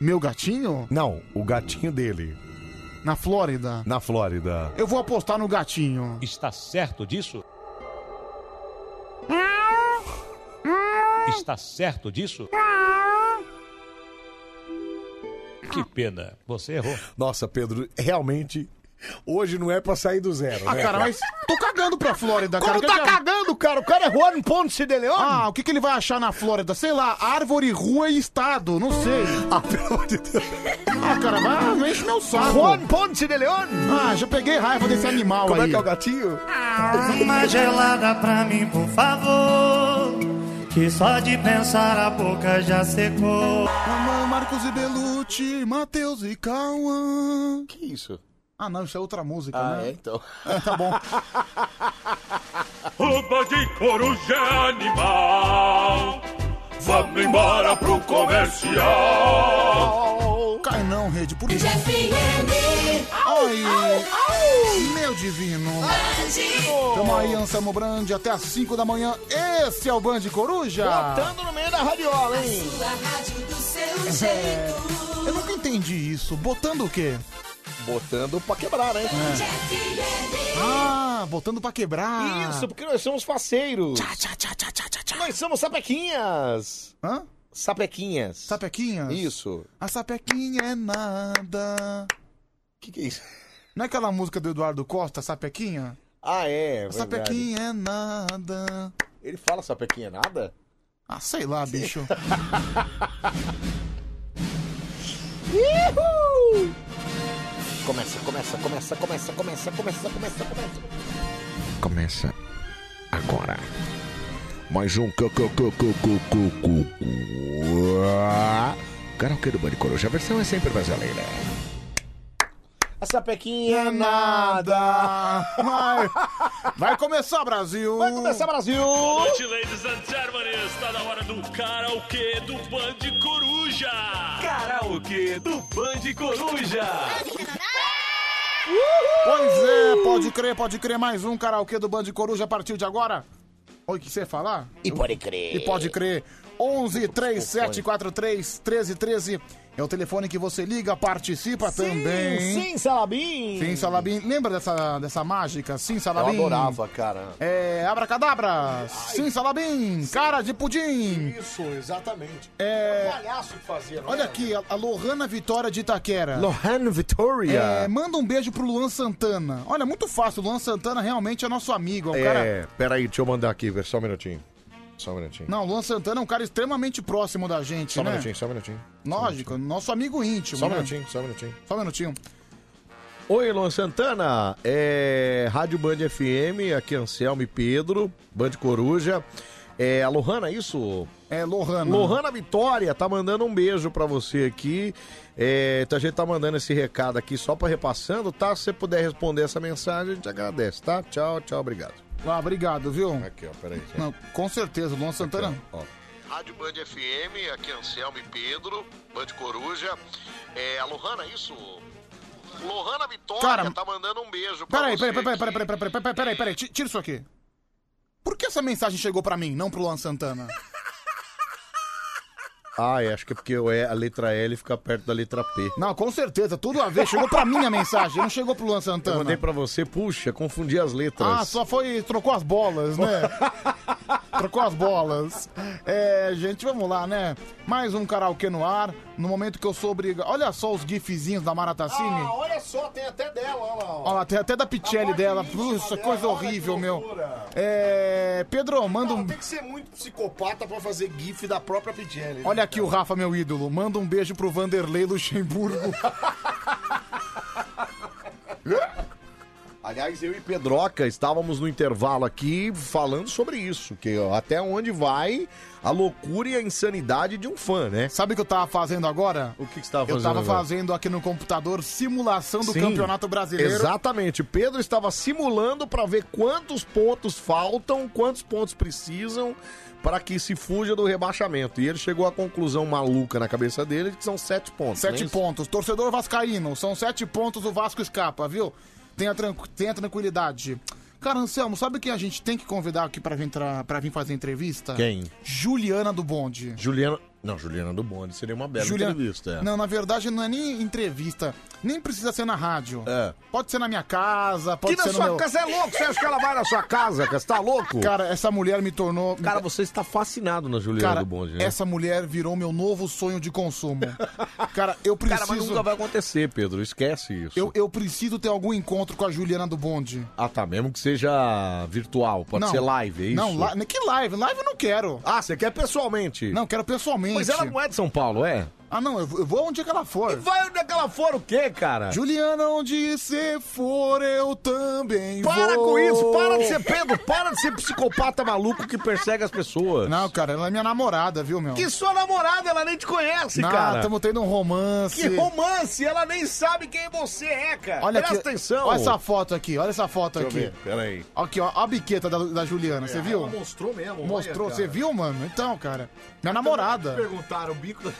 [SPEAKER 2] Meu gatinho?
[SPEAKER 1] Não, o gatinho dele.
[SPEAKER 2] Na Flórida.
[SPEAKER 1] Na Flórida.
[SPEAKER 2] Eu vou apostar no gatinho.
[SPEAKER 7] Está certo disso? Está certo disso? Que pena, você errou.
[SPEAKER 1] Nossa, Pedro, realmente. Hoje não é pra sair do zero,
[SPEAKER 2] Ah,
[SPEAKER 1] né?
[SPEAKER 2] cara, mas tô cagando pra Flórida,
[SPEAKER 1] Como
[SPEAKER 2] cara.
[SPEAKER 1] tá
[SPEAKER 2] cagando, cara? O cara é Juan Ponce de Leon? Ah, o que, que ele vai achar na Flórida? Sei lá, árvore, rua e estado, não sei. Ah, pelo amor de Deus. Ah, cara, vai, não enche meu saco.
[SPEAKER 3] Juan
[SPEAKER 2] Ponce de Leon? Ah, já peguei raiva desse animal
[SPEAKER 3] Como
[SPEAKER 2] aí.
[SPEAKER 3] é
[SPEAKER 2] Ah,
[SPEAKER 3] que é o
[SPEAKER 2] gatinho?
[SPEAKER 26] Uma gelada pra mim, por favor. Que só de pensar a boca já secou.
[SPEAKER 2] Amor, Marcos e Belucci, Matheus e Cauã. Que isso? Ah, não, isso é outra música,
[SPEAKER 27] Ah,
[SPEAKER 2] né?
[SPEAKER 27] é, então.
[SPEAKER 2] tá bom.
[SPEAKER 19] Roupa de coruja é animal. Vamos embora pro comercial.
[SPEAKER 2] Cai não, rede, por isso. Oi, meu divino. Tamo aí, Anselmo Brand, até às 5 da manhã. Esse é o Band Coruja.
[SPEAKER 3] Botando no meio da radiola, hein?
[SPEAKER 17] A sua rádio do seu
[SPEAKER 2] É,
[SPEAKER 17] jeito.
[SPEAKER 2] eu nunca entendi isso. Botando o quê?
[SPEAKER 3] Botando pra quebrar, né?
[SPEAKER 2] Ah, botando pra quebrar.
[SPEAKER 3] Isso, porque nós somos parceiros. Nós somos sapequinhas.
[SPEAKER 2] Hã?
[SPEAKER 3] Sapequinhas.
[SPEAKER 2] Sapequinhas?
[SPEAKER 3] Isso.
[SPEAKER 2] A sapequinha é nada. Que que é isso? Não é aquela música do Eduardo Costa, Sapequinha?
[SPEAKER 3] Ah, é.
[SPEAKER 2] a
[SPEAKER 3] verdade.
[SPEAKER 2] sapequinha é nada.
[SPEAKER 3] Ele fala sapequinha é nada?
[SPEAKER 2] Ah, sei lá, bicho.
[SPEAKER 3] Uhul! Começa, começa, começa, começa, começa, começa, começa, começa.
[SPEAKER 1] Começa agora. Mais um cu- cu- cu- cu- cu- cu- cu- cu- Karaokê do Bande Coruja. A versão é sempre brasileira.
[SPEAKER 3] A sapequinha é nada.
[SPEAKER 2] Vai, vai começar, Brasil.
[SPEAKER 3] Vai começar, Brasil.
[SPEAKER 24] Boa noite, ladies and gentlemen. Está na hora do karaokê do Band Coruja. Karaokê do Band Coruja.
[SPEAKER 2] Pois é, pode crer, pode crer. Mais um karaokê do Band Coruja a partir de agora. Oi, o que você ia falar?
[SPEAKER 3] E pode crer.
[SPEAKER 2] E pode crer. 11 3743 1313 é o telefone que você liga, participa também.
[SPEAKER 3] Sim, Salabim.
[SPEAKER 2] Sim, Salabim. Lembra dessa, dessa mágica? Sim, Salabim.
[SPEAKER 3] Eu adorava, cara.
[SPEAKER 2] É, abracadabra, sim, salabim, cara de pudim.
[SPEAKER 3] Isso, exatamente.
[SPEAKER 2] É,
[SPEAKER 3] Era um palhaço que fazia, não
[SPEAKER 2] Olha
[SPEAKER 3] era?
[SPEAKER 2] aqui, a a Lohana Vitória de Itaquera.
[SPEAKER 1] Lohan Victoria.
[SPEAKER 2] É, manda um beijo pro Luan Santana. Olha, muito fácil. O Luan Santana realmente é nosso amigo. É um cara...
[SPEAKER 1] É, peraí, deixa eu mandar aqui, velho, só um minutinho. Só um minutinho.
[SPEAKER 2] Não, o Luan Santana é um cara extremamente próximo da gente,
[SPEAKER 1] Só um
[SPEAKER 2] né?
[SPEAKER 1] minutinho, só um minutinho.
[SPEAKER 2] Lógico, nosso amigo íntimo.
[SPEAKER 1] Só um
[SPEAKER 2] né?
[SPEAKER 1] minutinho, só um minutinho.
[SPEAKER 2] Só um minutinho.
[SPEAKER 1] Oi, Luan Santana. É Rádio Band FM, aqui Anselmo e Pedro, Band Coruja. É a Lohana, é isso?
[SPEAKER 2] É, Lohana.
[SPEAKER 1] Lohana Vitória tá mandando um beijo pra você aqui. É, então a gente tá mandando esse recado aqui só pra repassando, tá? Se você puder responder essa mensagem, a gente agradece, tá? Tchau, tchau, obrigado.
[SPEAKER 2] Ah, obrigado, viu?
[SPEAKER 1] Aqui, ó, peraí.
[SPEAKER 2] Não, com certeza, o Luan Santana.
[SPEAKER 1] Rádio Band FM, aqui Anselmo e Pedro, Band Coruja. É, a Lohana, é isso? Lohana Vitória
[SPEAKER 2] Cara,
[SPEAKER 1] tá mandando um beijo pra
[SPEAKER 2] Peraí,
[SPEAKER 1] você.
[SPEAKER 2] peraí, peraí, peraí, peraí, peraí, peraí, peraí, peraí, peraí, ti- tira isso aqui. Por que essa mensagem chegou pra mim, não pro Luan Santana?
[SPEAKER 1] Ah, é, acho que é porque o E- a letra L fica perto da letra P.
[SPEAKER 2] Não, com certeza, tudo a ver. Chegou pra mim a mensagem, não chegou pro Luan
[SPEAKER 1] Eu mandei
[SPEAKER 2] Santana.
[SPEAKER 1] pra você, puxa, confundi as letras.
[SPEAKER 2] Ah, só foi. trocou as bolas, né? trocou as bolas. É, gente, vamos lá, né? Mais um karaokê no ar. No momento que eu sou obrigado. Olha só os gifzinhos da Maratacine.
[SPEAKER 3] Ah, olha só, tem até dela, olha lá. ó.
[SPEAKER 2] Olha lá, tem até da Pichelli dela. Puxa, coisa horrível, meu. É. Pedro, manda um.
[SPEAKER 3] Tem que ser muito psicopata pra fazer gif da própria
[SPEAKER 1] né?
[SPEAKER 3] Pidgelli.
[SPEAKER 2] Olha aqui o Rafa, meu ídolo. Manda um beijo pro Vanderlei Luxemburgo.
[SPEAKER 1] Aliás, eu e Pedroca estávamos no intervalo aqui falando sobre isso, que ó, até onde vai a loucura e a insanidade de um fã, né?
[SPEAKER 2] Sabe o que eu tava fazendo agora?
[SPEAKER 1] O que, que você tava
[SPEAKER 2] Eu
[SPEAKER 1] fazendo?
[SPEAKER 2] tava
[SPEAKER 1] agora?
[SPEAKER 2] fazendo aqui no computador simulação do
[SPEAKER 1] é, Sim,
[SPEAKER 2] Campeonato Brasileiro.
[SPEAKER 1] Exatamente. O Pedro estava simulando para ver quantos pontos faltam, quantos pontos precisam para que se fuja do rebaixamento. E ele chegou à conclusão maluca na cabeça dele que são sete pontos.
[SPEAKER 2] Sete
[SPEAKER 1] né?
[SPEAKER 2] pontos. Torcedor Vascaíno, são sete pontos, o Vasco escapa, viu? Tenha, tranqu... Tenha tranquilidade. Cara, Anselmo, sabe quem a gente tem que convidar aqui pra vir, tra... pra vir fazer entrevista?
[SPEAKER 1] Quem?
[SPEAKER 2] Juliana do Bonde.
[SPEAKER 1] Juliana. Não, Juliana do Bonde seria uma bela
[SPEAKER 2] Juliana-
[SPEAKER 1] entrevista. é.
[SPEAKER 2] Não, na verdade não é nem entrevista. Nem precisa ser na rádio.
[SPEAKER 1] É.
[SPEAKER 2] Pode ser na minha casa, pode
[SPEAKER 1] Que na
[SPEAKER 2] ser no
[SPEAKER 1] sua
[SPEAKER 2] meu...
[SPEAKER 1] casa é louco, você acha que ela vai na sua casa, cara? Você tá louco?
[SPEAKER 2] Cara, essa mulher me tornou...
[SPEAKER 1] Cara, você está fascinado na Juliana
[SPEAKER 2] Cara,
[SPEAKER 1] do Bonde, né?
[SPEAKER 2] essa mulher virou meu novo sonho de consumo. Cara, eu preciso...
[SPEAKER 1] Cara, mas nunca vai acontecer, Pedro. Esquece isso.
[SPEAKER 2] eu, eu preciso ter algum encontro com a Juliana do Bonde.
[SPEAKER 1] Ah, tá. Mesmo que seja virtual, pode
[SPEAKER 2] Não.
[SPEAKER 1] ser live, é isso?
[SPEAKER 2] Não, li- que live? Live eu não quero.
[SPEAKER 1] Ah, você quer pessoalmente?
[SPEAKER 2] Não, quero pessoalmente.
[SPEAKER 1] Mas ela não é de São Paulo, é?
[SPEAKER 2] Ah, não, eu vou eu vou onde que ela for.
[SPEAKER 1] Vai onde é que ela for o quê, cara?
[SPEAKER 2] Juliana, onde você for, eu também
[SPEAKER 1] Para
[SPEAKER 2] vou.
[SPEAKER 1] com isso, para de ser Pedro, para de ser psicopata maluco que persegue as pessoas.
[SPEAKER 2] Não, cara, ela é minha namorada, viu, meu?
[SPEAKER 1] Que sua namorada, ela nem te conhece,
[SPEAKER 2] não,
[SPEAKER 1] cara.
[SPEAKER 2] estamos tendo um romance.
[SPEAKER 1] Que romance, ela nem sabe quem você é, cara.
[SPEAKER 2] Olha
[SPEAKER 1] Presta
[SPEAKER 2] aqui,
[SPEAKER 1] atenção.
[SPEAKER 2] Olha essa foto aqui, olha essa foto
[SPEAKER 1] Deixa eu
[SPEAKER 2] Tá aqui.
[SPEAKER 1] ver, peraí.
[SPEAKER 2] Aqui, ó, a biqueta da, da Juliana, você viu?
[SPEAKER 1] Ela mostrou mesmo.
[SPEAKER 2] Mostrou,
[SPEAKER 1] olha,
[SPEAKER 2] você
[SPEAKER 1] cara.
[SPEAKER 2] viu, mano? Então, cara, minha namorada.
[SPEAKER 1] Perguntaram o bico da...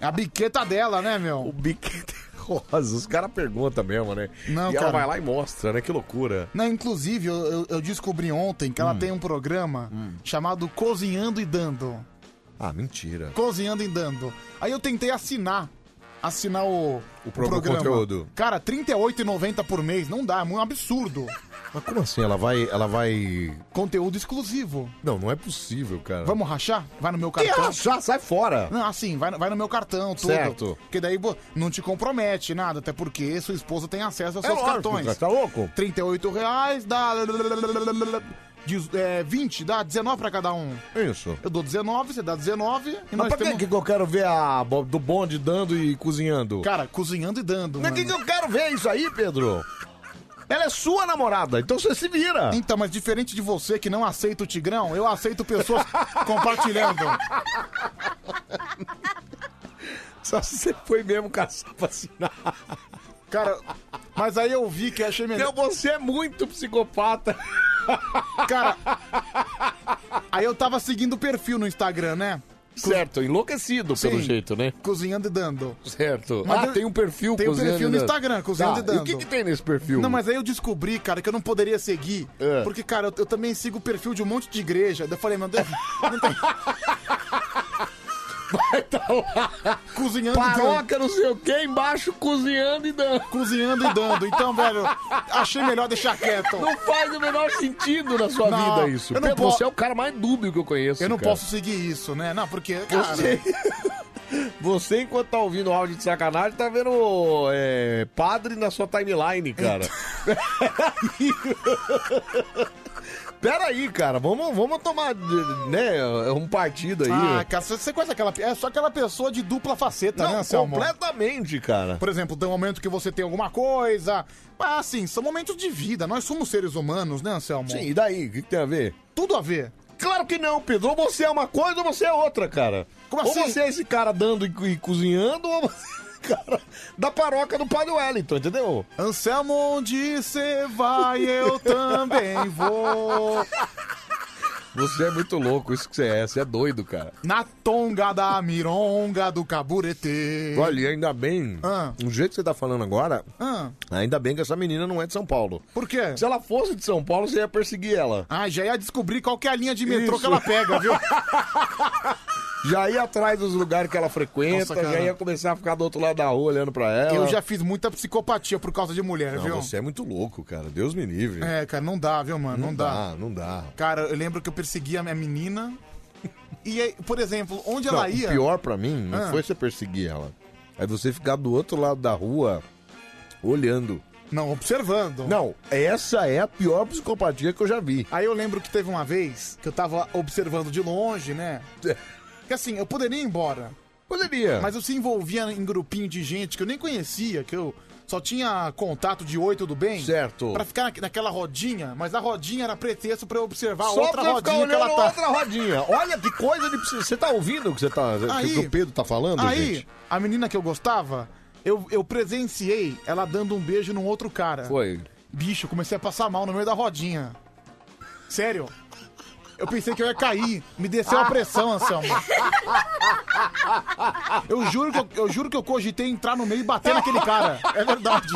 [SPEAKER 2] É A biqueta dela, né, meu?
[SPEAKER 1] O biqueta é rosa, os caras perguntam mesmo, né?
[SPEAKER 2] Não,
[SPEAKER 1] e
[SPEAKER 2] cara.
[SPEAKER 1] ela vai lá e mostra, né? Que loucura.
[SPEAKER 2] Não, inclusive, eu, eu- eu descobri ontem que ela tem um programa chamado Cozinhando e Dando.
[SPEAKER 1] Ah, mentira.
[SPEAKER 2] Cozinhando e Dando. Aí eu tentei assinar. Assinar o, o
[SPEAKER 1] próprio conteúdo.
[SPEAKER 2] Cara, R$38,90 por mês. Não dá, é um absurdo.
[SPEAKER 1] Mas como assim? Ela vai. Ela vai.
[SPEAKER 2] Conteúdo exclusivo.
[SPEAKER 1] Não, não é possível, cara.
[SPEAKER 2] Vamos rachar? Vai no meu
[SPEAKER 1] Que
[SPEAKER 2] cartão.
[SPEAKER 1] rachar? sai fora.
[SPEAKER 2] Não, assim, vai, vai no meu cartão, tudo.
[SPEAKER 1] Certo.
[SPEAKER 2] Porque daí pô, não te compromete nada, até porque sua esposa tem acesso aos
[SPEAKER 1] É
[SPEAKER 2] seus
[SPEAKER 1] lógico,
[SPEAKER 2] cartões.
[SPEAKER 1] cara, tá louco?
[SPEAKER 2] 38 reais, dá... Diz, é, 20, dá 19 pra cada um.
[SPEAKER 1] Isso.
[SPEAKER 2] Eu dou 19, você dá 19 e
[SPEAKER 1] Mas
[SPEAKER 2] nós
[SPEAKER 1] pra que
[SPEAKER 2] temos...
[SPEAKER 1] que eu quero ver a bo- do bonde dando e cozinhando?
[SPEAKER 2] um Cara, cozinhando e dando,
[SPEAKER 1] Mas
[SPEAKER 2] mano.
[SPEAKER 1] que, que eu quero ver isso aí, Pedro? Ela é sua namorada, então você se vira.
[SPEAKER 2] Então, mas diferente de você que não aceita o Tigrão, eu aceito pessoas compartilhando.
[SPEAKER 1] Só se você foi mesmo caçar pra assinar.
[SPEAKER 2] Cara, mas aí eu vi que achei melhor.
[SPEAKER 1] Meu, você é muito psicopata.
[SPEAKER 2] Cara, aí eu tava seguindo o perfil no Instagram, né?
[SPEAKER 1] Certo, enlouquecido pelo
[SPEAKER 2] Sim.
[SPEAKER 1] jeito, né?
[SPEAKER 2] Cozinhando e dando.
[SPEAKER 1] Certo.
[SPEAKER 2] Mas
[SPEAKER 1] ah,
[SPEAKER 2] eu-
[SPEAKER 1] tem um perfil
[SPEAKER 2] Tem um
[SPEAKER 1] cozinhando
[SPEAKER 2] perfil
[SPEAKER 1] e
[SPEAKER 2] no
[SPEAKER 1] dando.
[SPEAKER 2] Instagram, cozinhando
[SPEAKER 1] Tá,
[SPEAKER 2] e dando.
[SPEAKER 1] E o que, que tem nesse perfil?
[SPEAKER 2] Não, mas aí eu descobri, cara, que eu não poderia seguir.
[SPEAKER 1] É.
[SPEAKER 2] Porque, cara, eu, eu também sigo o perfil de um monte de igreja. Daí eu falei, meu Deus, não tem.
[SPEAKER 1] Vai tá lá.
[SPEAKER 2] Cozinhando e dando.
[SPEAKER 1] Paroca, não sei o que, embaixo cozinhando e dando.
[SPEAKER 2] Cozinhando e dando. Então, velho, achei melhor deixar quieto.
[SPEAKER 1] Não faz o menor sentido na sua
[SPEAKER 2] Não,
[SPEAKER 1] vida isso.
[SPEAKER 2] eu não
[SPEAKER 1] Pedro,
[SPEAKER 2] posso-
[SPEAKER 1] Você é o cara mais dúbio que eu conheço.
[SPEAKER 2] Eu não
[SPEAKER 1] cara.
[SPEAKER 2] posso seguir isso, né? Não, porque, cara,
[SPEAKER 1] Você... Você, enquanto tá ouvindo o áudio de sacanagem, tá vendo é, padre na sua timeline, cara. Peraí. Peraí, cara. Vamos, vamos tomar né, um partido aí.
[SPEAKER 2] Ah, cara, você- você conhece aquela. É só aquela pessoa de dupla faceta, né,
[SPEAKER 1] não,
[SPEAKER 2] Anselmo?
[SPEAKER 1] completamente, cara.
[SPEAKER 2] Por exemplo, tem um momento que você tem alguma coisa. Ah, sim, são momentos de vida. Nós somos seres humanos, né, Anselmo?
[SPEAKER 1] Sim, e daí? O que, que tem a ver?
[SPEAKER 2] Tudo a ver.
[SPEAKER 1] Claro que não, Pedro. Ou você é uma coisa ou você é outra, cara.
[SPEAKER 2] Como
[SPEAKER 1] ou
[SPEAKER 2] assim?
[SPEAKER 1] você é esse cara dando e, co- e cozinhando, ou você é o cara da paroca do Padre Wellington, entendeu?
[SPEAKER 2] Anselmo, onde você vai, eu também vou.
[SPEAKER 1] Você é muito louco, isso que você é. Você é doido, cara.
[SPEAKER 2] Na tonga da mironga do caburetê.
[SPEAKER 1] Olha, e ainda bem,
[SPEAKER 2] Ah.
[SPEAKER 1] do jeito que você tá falando agora,
[SPEAKER 2] Ah,
[SPEAKER 1] ainda bem que essa menina não é de São Paulo.
[SPEAKER 2] por quê?
[SPEAKER 1] Se ela fosse de São Paulo, você ia perseguir ela.
[SPEAKER 2] Ah, já ia descobrir qual que é a linha de metrô
[SPEAKER 1] Isso.
[SPEAKER 2] que ela pega, viu?
[SPEAKER 1] Já ia atrás dos lugares que ela frequenta,
[SPEAKER 2] Nossa, cara.
[SPEAKER 1] já ia começar a ficar do outro lado da rua olhando pra ela.
[SPEAKER 2] Eu já fiz muita psicopatia por causa de mulher,
[SPEAKER 1] Não,
[SPEAKER 2] viu?
[SPEAKER 1] você é muito louco, cara. Deus me livre.
[SPEAKER 2] É, cara, não dá, viu, mano? Não, dá.
[SPEAKER 1] não dá.
[SPEAKER 2] Cara, eu lembro que eu persegui a minha menina. E aí, por exemplo, onde
[SPEAKER 1] Não,
[SPEAKER 2] ela ia.
[SPEAKER 1] O pior pra mim não
[SPEAKER 2] Ah.
[SPEAKER 1] foi você perseguir ela. É você ficar do outro lado da rua olhando.
[SPEAKER 2] Não, observando.
[SPEAKER 1] Não, essa é a pior psicopatia que eu já vi.
[SPEAKER 2] Aí eu lembro que teve uma vez que eu tava observando de longe, né? Que assim, eu poderia ir embora.
[SPEAKER 1] É. Poderia.
[SPEAKER 2] Mas eu se envolvia em grupinho de gente que eu nem conhecia, que eu só tinha contato de oito do bem.
[SPEAKER 1] Certo.
[SPEAKER 2] Pra ficar na- naquela rodinha, mas a rodinha era pretexto pra eu observar
[SPEAKER 1] Só
[SPEAKER 2] outra
[SPEAKER 1] pra eu ficar
[SPEAKER 2] rodinha que
[SPEAKER 1] olhando
[SPEAKER 2] ela tá.
[SPEAKER 1] outra rodinha. Olha que coisa de. psi- Você tá ouvindo o que, você tá, o
[SPEAKER 2] Aí-
[SPEAKER 1] que o Pedro tá falando,
[SPEAKER 2] Aí,
[SPEAKER 1] gente?
[SPEAKER 2] a menina que eu gostava, eu, eu presenciei ela dando um beijo num outro cara.
[SPEAKER 1] Foi.
[SPEAKER 2] Bicho, eu comecei a passar mal no meio da rodinha. Sério? Eu pensei que eu ia cair. Me desceu a pressão, Anselmo. Eu juro que eu, eu juro que eu cogitei entrar no meio e bater naquele cara. É verdade.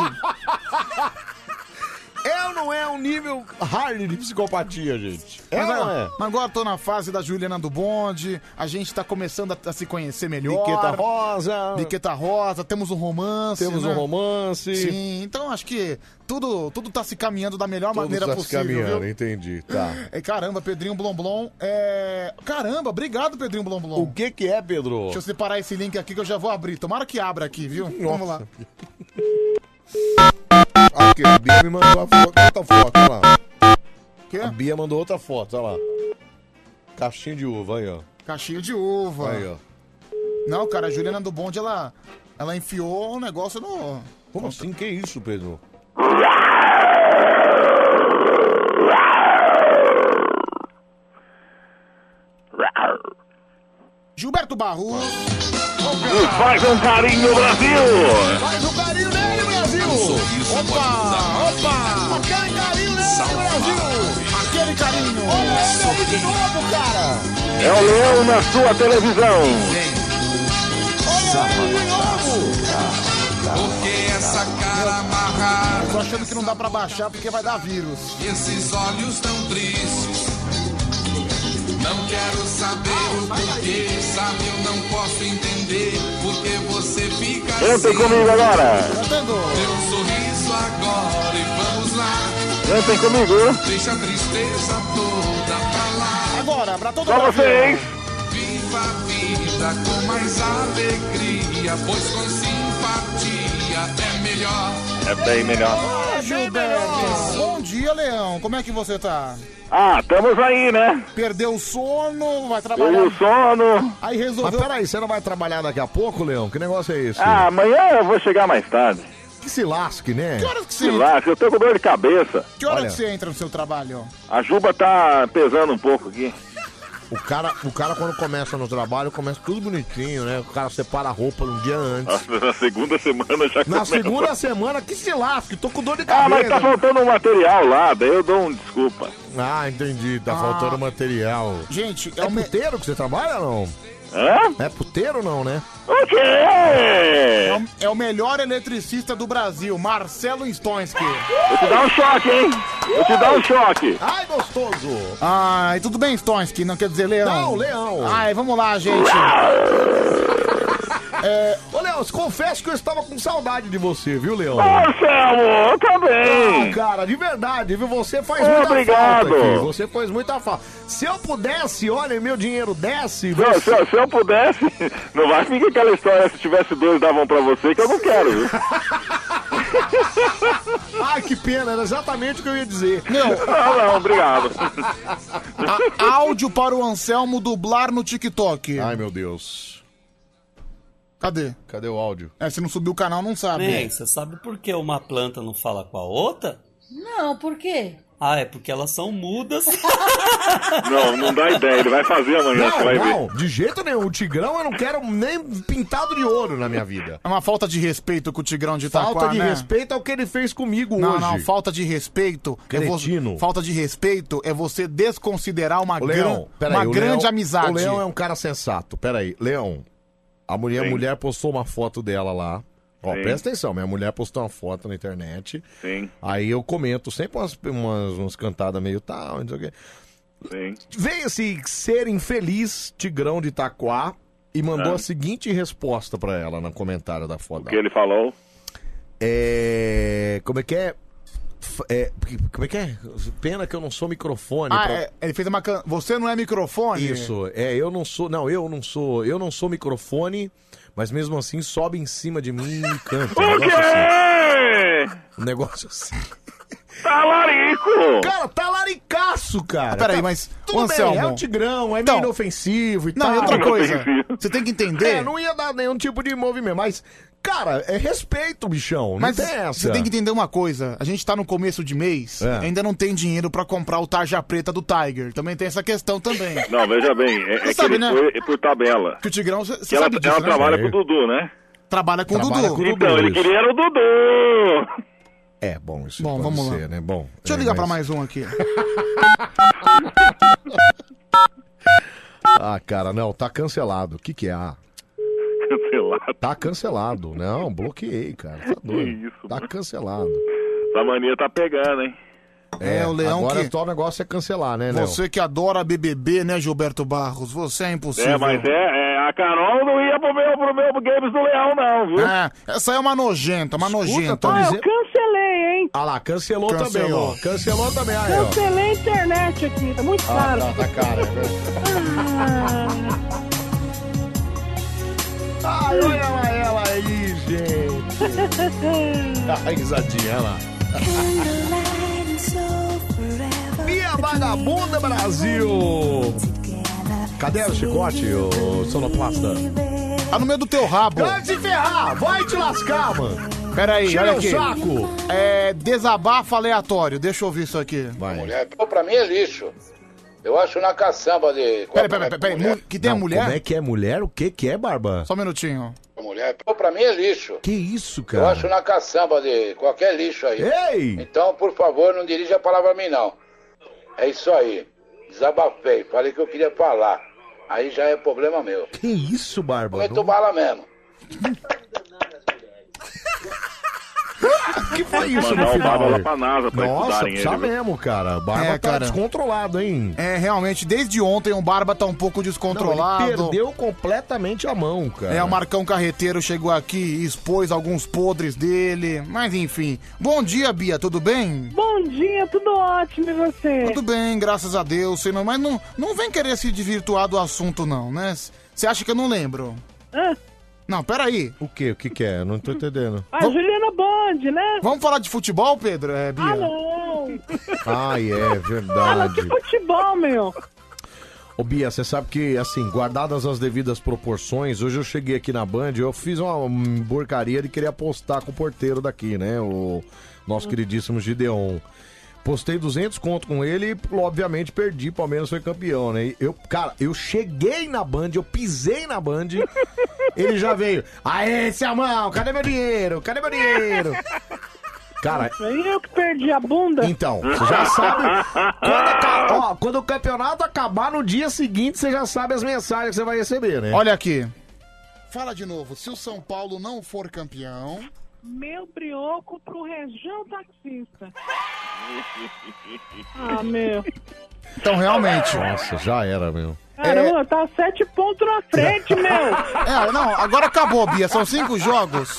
[SPEAKER 1] É ou não é um nível hard de psicopatia, gente? É
[SPEAKER 2] Mas,
[SPEAKER 1] ou não
[SPEAKER 2] agora-
[SPEAKER 1] é?
[SPEAKER 2] mas agora eu tô na fase da Juliana do Bonde, a gente tá começando a, a se conhecer melhor.
[SPEAKER 1] Biqueta Rosa.
[SPEAKER 2] Biqueta Rosa, temos um romance.
[SPEAKER 1] Temos um
[SPEAKER 2] né?
[SPEAKER 1] romance.
[SPEAKER 2] Sim, então acho que tudo, tudo tá se caminhando da melhor
[SPEAKER 1] Tudo
[SPEAKER 2] maneira
[SPEAKER 1] tá se
[SPEAKER 2] possível.
[SPEAKER 1] caminhando,
[SPEAKER 2] viu?
[SPEAKER 1] entendi, tá.
[SPEAKER 2] É, caramba, Pedrinho Blomblom. É... Caramba, obrigado, Pedrinho Blomblom.
[SPEAKER 1] O que que é, Pedro?
[SPEAKER 2] Deixa eu separar esse link aqui que eu já vou abrir. Tomara que abra aqui, viu? Vamos lá.
[SPEAKER 1] Aqui, Ah, a Bia me mandou a foto, outra foto, olha lá.
[SPEAKER 2] Quê?
[SPEAKER 1] A Bia mandou outra foto, olha lá. Caixinha de uva, aí, ó.
[SPEAKER 2] Caixinha de uva.
[SPEAKER 1] Aí, ó.
[SPEAKER 2] Não, cara, a Juliana do Bonde, ela, ela enfiou um negócio no.
[SPEAKER 1] Como assim? Que isso, Pedro?
[SPEAKER 2] Gilberto Barro.
[SPEAKER 17] Faz um carinho, Brasil!
[SPEAKER 2] Faz um carinho nele, Brasil!
[SPEAKER 17] Um
[SPEAKER 2] Opa! Opa! Aquele carinho nele, Brasil! Aquele carinho! Olha ele aí de novo, cara!
[SPEAKER 17] É o leão na sua televisão!
[SPEAKER 2] Porque essa cara amarrada. Tô achando que não dá pra baixar porque vai dar vírus.
[SPEAKER 17] Esses olhos tão tristes. Não quero saber o porquê, sabe? Eu não posso entender porque você fica assim.
[SPEAKER 28] Cantem comigo agora.
[SPEAKER 2] Cantando.
[SPEAKER 17] Teu um sorriso agora e vamos lá.
[SPEAKER 28] Cantem comigo.
[SPEAKER 17] Deixa a tristeza toda pra lá.
[SPEAKER 2] Agora, pra todo
[SPEAKER 17] Pra
[SPEAKER 28] mundo. vocês.
[SPEAKER 17] Viva a vida com mais alegria, pois com simpatia é melhor.
[SPEAKER 28] É bem melhor.
[SPEAKER 2] Ô, Gilberto! Bom dia, Leão! Como é que você tá?
[SPEAKER 28] Ah, estamos aí, né?
[SPEAKER 2] Perdeu o sono, vai trabalhar.
[SPEAKER 28] Perdeu o um sono.
[SPEAKER 2] Aí resolveu.
[SPEAKER 1] Mas peraí, você não vai trabalhar daqui a pouco, Leão? Que negócio é esse?
[SPEAKER 28] Ah, amanhã eu vou chegar mais tarde.
[SPEAKER 1] Que se lasque, né?
[SPEAKER 2] Que horas que
[SPEAKER 28] Se
[SPEAKER 2] você,
[SPEAKER 28] lá, eu tô com dor de cabeça.
[SPEAKER 2] que horas
[SPEAKER 28] Olha.
[SPEAKER 2] que você entra no seu trabalho?
[SPEAKER 28] A juba tá pesando um pouco aqui.
[SPEAKER 1] O cara, o cara, quando começa no trabalho, começa tudo bonitinho, né? O cara separa a roupa um dia antes.
[SPEAKER 28] Na segunda semana já
[SPEAKER 1] Na
[SPEAKER 28] começa.
[SPEAKER 1] segunda semana, que se lasque, tô com dor de cabeça.
[SPEAKER 28] Ah, mas tá faltando um material lá, daí eu dou um desculpa.
[SPEAKER 1] Ah, entendi, tá
[SPEAKER 28] Ah.
[SPEAKER 1] faltando material.
[SPEAKER 2] Gente,
[SPEAKER 1] é, puteiro que você trabalha ou não?
[SPEAKER 28] Hã?
[SPEAKER 1] É puteiro ou não, né?
[SPEAKER 28] O quê?
[SPEAKER 2] É o, é o melhor eletricista do Brasil, Marcelo Stonski.
[SPEAKER 28] Vou te dar um choque, hein? Vou te dar um choque.
[SPEAKER 1] Ai, gostoso!
[SPEAKER 2] Ai, tudo bem, Stonski? Não quer dizer leão?
[SPEAKER 1] Não, leão.
[SPEAKER 2] Ai, vamos
[SPEAKER 1] Ah,
[SPEAKER 2] lá, gente.
[SPEAKER 1] É... Ô, Leão, confesso que eu estava com saudade de você, viu, Leão?
[SPEAKER 28] Marcelo, eu também.
[SPEAKER 1] Ah, cara, de verdade, viu? Você faz
[SPEAKER 28] Ô,
[SPEAKER 1] muita
[SPEAKER 28] obrigado.
[SPEAKER 1] falta aqui. Você faz muita falta. Se eu pudesse, olha, meu dinheiro desce...
[SPEAKER 28] Se eu, se eu- se eu pudesse, não vai ficar aquela história se tivesse dois davam pra você que eu não quero, viu?
[SPEAKER 1] Ai, que pena, era exatamente o que eu ia dizer.
[SPEAKER 28] Não, Ah, não, obrigado.
[SPEAKER 2] A- áudio para o Anselmo dublar no TikTok.
[SPEAKER 1] Ai, meu Deus.
[SPEAKER 2] Cadê?
[SPEAKER 1] Cadê o áudio?
[SPEAKER 2] É, se não subir o canal, não sabe.
[SPEAKER 25] Bem, você sabe por que uma planta não fala com a outra?
[SPEAKER 10] Não, por quê?
[SPEAKER 25] Ah, é porque elas são mudas.
[SPEAKER 28] Não, não dá ideia, ele vai fazer amanhã,
[SPEAKER 1] Não,
[SPEAKER 28] você vai ver.
[SPEAKER 1] não, de jeito nenhum. O Tigrão eu não quero um nem pintado de ouro na minha vida.
[SPEAKER 2] É uma falta de respeito com o Tigrão de Itaquá,
[SPEAKER 1] Falta de
[SPEAKER 2] né?
[SPEAKER 1] respeito ao que ele fez comigo
[SPEAKER 2] Não,
[SPEAKER 1] hoje.
[SPEAKER 2] não, falta de respeito. É
[SPEAKER 1] Cretino.
[SPEAKER 2] você, falta de respeito é você desconsiderar uma,
[SPEAKER 1] Ô, Leão,
[SPEAKER 2] gran-
[SPEAKER 1] peraí,
[SPEAKER 2] uma
[SPEAKER 1] o
[SPEAKER 2] grande
[SPEAKER 1] Leão-
[SPEAKER 2] amizade.
[SPEAKER 1] O Leão é um cara sensato. Peraí, Leão, a mulher, a mulher postou uma foto dela lá. Ó,
[SPEAKER 28] Sim.
[SPEAKER 1] presta atenção, minha mulher postou uma foto na internet.
[SPEAKER 28] Sim,
[SPEAKER 1] Aí eu comento sempre umas, umas, umas cantadas meio tal, não sei o quê.
[SPEAKER 28] sim.
[SPEAKER 1] Veio esse ser infeliz Tigrão de Itaquá e mandou
[SPEAKER 28] Ah.
[SPEAKER 1] a seguinte resposta pra ela no comentário da foto.
[SPEAKER 28] O que ele falou?
[SPEAKER 1] É. Como é que é? F- é, Como é que é? Pena que eu não sou microfone.
[SPEAKER 2] Ah,
[SPEAKER 1] pra-
[SPEAKER 2] é, ele fez uma can... Você não é microfone?
[SPEAKER 1] Isso, é, eu não sou, não, eu não sou, eu não sou microfone, mas mesmo assim sobe em cima de mim e canta. Um
[SPEAKER 28] O
[SPEAKER 1] negócio assim.
[SPEAKER 28] quê?
[SPEAKER 1] Um negócio assim.
[SPEAKER 28] Talarico!
[SPEAKER 1] Cara, tá laricaço, cara.
[SPEAKER 2] Ah, peraí,
[SPEAKER 1] Tá-
[SPEAKER 2] mas,
[SPEAKER 1] Tudo
[SPEAKER 2] ô,
[SPEAKER 1] bem,
[SPEAKER 2] Anselmo.
[SPEAKER 1] é o Tigrão, é
[SPEAKER 2] Então-
[SPEAKER 1] meio inofensivo e
[SPEAKER 2] Não,
[SPEAKER 1] tal.
[SPEAKER 2] e outra coisa. Você tem que entender.
[SPEAKER 1] É, não ia dar nenhum tipo de movimento, mas, cara, é respeito, bichão. Não
[SPEAKER 2] Mas
[SPEAKER 1] tem essa.
[SPEAKER 2] você tem que entender uma coisa. A gente tá no começo de mês,
[SPEAKER 1] É.
[SPEAKER 2] ainda não tem dinheiro pra comprar o tarja preta do Tiger. Também tem essa questão também.
[SPEAKER 28] Não, veja bem, é, é que
[SPEAKER 2] sabe,
[SPEAKER 28] ele
[SPEAKER 2] né?
[SPEAKER 28] foi por tabela.
[SPEAKER 2] Que o Tigrão, você
[SPEAKER 28] Que ela,
[SPEAKER 2] sabe disso,
[SPEAKER 28] ela
[SPEAKER 2] né?
[SPEAKER 28] trabalha
[SPEAKER 1] É.
[SPEAKER 28] com o Dudu, né?
[SPEAKER 2] Trabalha com
[SPEAKER 1] Trabalha
[SPEAKER 2] o
[SPEAKER 1] com
[SPEAKER 2] Dudu.
[SPEAKER 1] o Dudu.
[SPEAKER 28] Então, ele
[SPEAKER 1] isso.
[SPEAKER 28] queria era o Dudu!
[SPEAKER 1] É, bom, isso
[SPEAKER 2] Bom,
[SPEAKER 1] pode
[SPEAKER 2] vamos lá.
[SPEAKER 1] ser, né? Bom,
[SPEAKER 2] Deixa eu
[SPEAKER 1] é,
[SPEAKER 2] ligar pra
[SPEAKER 1] mas-
[SPEAKER 2] mais um aqui.
[SPEAKER 1] Ah, cara, não, tá cancelado. O que que é? Ah,
[SPEAKER 28] Cancelado.
[SPEAKER 1] Tá cancelado. Não, bloqueei, cara. Tá doido. Tá cancelado.
[SPEAKER 28] Essa mania tá pegando, hein?
[SPEAKER 2] É, o Leão
[SPEAKER 1] Agora
[SPEAKER 2] que-
[SPEAKER 1] só o negócio é cancelar, né, Leão?
[SPEAKER 2] Você que adora BBB, né, Gilberto Barros? Você é impossível.
[SPEAKER 28] É, mas é, é, a Carol não ia pro meu, pro meu Games do Leão, não, viu?
[SPEAKER 2] É, essa aí é uma nojenta, uma nojenta.
[SPEAKER 1] tô Ah, eu dizendo-
[SPEAKER 12] Cancelei, hein?
[SPEAKER 1] Ah lá, cancelou,
[SPEAKER 2] Cancelou.
[SPEAKER 1] também, ó. Cancelou tá também, aí, ó.
[SPEAKER 12] Cancelei a internet aqui, tá muito
[SPEAKER 1] Ah,
[SPEAKER 12] caro. Ah,
[SPEAKER 1] tá, tá cara.
[SPEAKER 2] Ah,
[SPEAKER 3] Ai, olha
[SPEAKER 1] lá ela aí, gente. Ai, risadinha, olha lá.
[SPEAKER 3] Minha vagabunda,
[SPEAKER 1] Brasil! Cadê o chicote, ô sonoplasta?
[SPEAKER 2] Tá no meio do teu rabo. Ah,
[SPEAKER 3] Vai te
[SPEAKER 1] Ah,
[SPEAKER 3] ferrar, vai te lascar, mano.
[SPEAKER 2] Peraí,
[SPEAKER 3] Tira
[SPEAKER 2] olha
[SPEAKER 3] o
[SPEAKER 2] aqui.
[SPEAKER 3] saco.
[SPEAKER 2] É, desabafo aleatório. Deixa eu ouvir isso aqui. Vai.
[SPEAKER 10] Mulher, pô, pra mim é lixo. Eu acho na caçamba de.
[SPEAKER 2] Peraí, peraí, peraí. peraí. É Mu- Que tem a
[SPEAKER 1] Não,
[SPEAKER 2] mulher?
[SPEAKER 1] Como é que é mulher? O que que é, Barba?
[SPEAKER 2] Só um minutinho.
[SPEAKER 10] Mulher, pô, pra mim é lixo.
[SPEAKER 1] Que isso,
[SPEAKER 10] Eu
[SPEAKER 1] cara?
[SPEAKER 10] acho na caçamba de qualquer lixo aí.
[SPEAKER 1] Ei!
[SPEAKER 10] Então, por favor, não dirija a palavra a mim, não. É isso aí. Desabafei, falei que eu queria falar. Aí já é problema meu.
[SPEAKER 1] Que isso, Barba?
[SPEAKER 10] Meto bala mesmo.
[SPEAKER 1] que foi
[SPEAKER 10] isso,
[SPEAKER 1] Mandar
[SPEAKER 10] no
[SPEAKER 1] o
[SPEAKER 10] final?
[SPEAKER 1] Barba lá pra
[SPEAKER 28] NASA
[SPEAKER 2] pra
[SPEAKER 1] Nossa,
[SPEAKER 2] estudarem
[SPEAKER 1] precisa
[SPEAKER 2] ele, viu?
[SPEAKER 1] mesmo, cara. Barba
[SPEAKER 2] É,
[SPEAKER 1] tá
[SPEAKER 2] cara.
[SPEAKER 1] descontrolado, hein?
[SPEAKER 2] É, realmente, desde ontem o Barba tá um pouco descontrolado.
[SPEAKER 1] Não, ele perdeu completamente a mão, cara.
[SPEAKER 2] É, o Marcão Carreteiro chegou aqui e expôs alguns podres dele. Mas enfim. Bom dia, Bia, tudo bem?
[SPEAKER 12] Bom dia, tudo ótimo e você?
[SPEAKER 2] Tudo bem, graças a Deus. sei não- Mas não, não vem querer se desvirtuar do assunto, não, né? Você acha que eu não lembro? Não, peraí.
[SPEAKER 1] O que? O que que é? Eu Não tô entendendo.
[SPEAKER 12] A Juliana Bond, né?
[SPEAKER 2] Vamos falar de futebol, Pedro? É, Bia?
[SPEAKER 12] Ah, não!
[SPEAKER 1] Ai, é
[SPEAKER 12] Fala de
[SPEAKER 1] verdade.
[SPEAKER 12] futebol, meu!
[SPEAKER 1] Ô Bia, você sabe que, assim, guardadas as devidas proporções, hoje eu cheguei aqui na Band, eu fiz uma hum, porcaria de querer apostar com o porteiro daqui, né? O nosso queridíssimo Gideon. Postei 200 conto com ele e, obviamente, perdi. Palmeiras foi campeão, né? E Eu, cara, eu cheguei na Band, eu pisei na Band, ele já veio. Aê, Selmão, cadê meu dinheiro? Cadê meu dinheiro? Cara,
[SPEAKER 12] eu que perdi a bunda.
[SPEAKER 1] Então, você já sabe. Quando, aca- ó, quando o campeonato acabar no dia seguinte, você já sabe as mensagens que você vai receber, né?
[SPEAKER 2] Olha aqui. Fala de novo. Se o São Paulo não for campeão.
[SPEAKER 12] Meu brioco pro região taxista. Ah, meu.
[SPEAKER 2] Então, realmente.
[SPEAKER 1] Nossa, já era, meu.
[SPEAKER 12] Caramba, tá sete pontos na frente, meu.
[SPEAKER 2] É, não, agora acabou, Bia. São cinco jogos.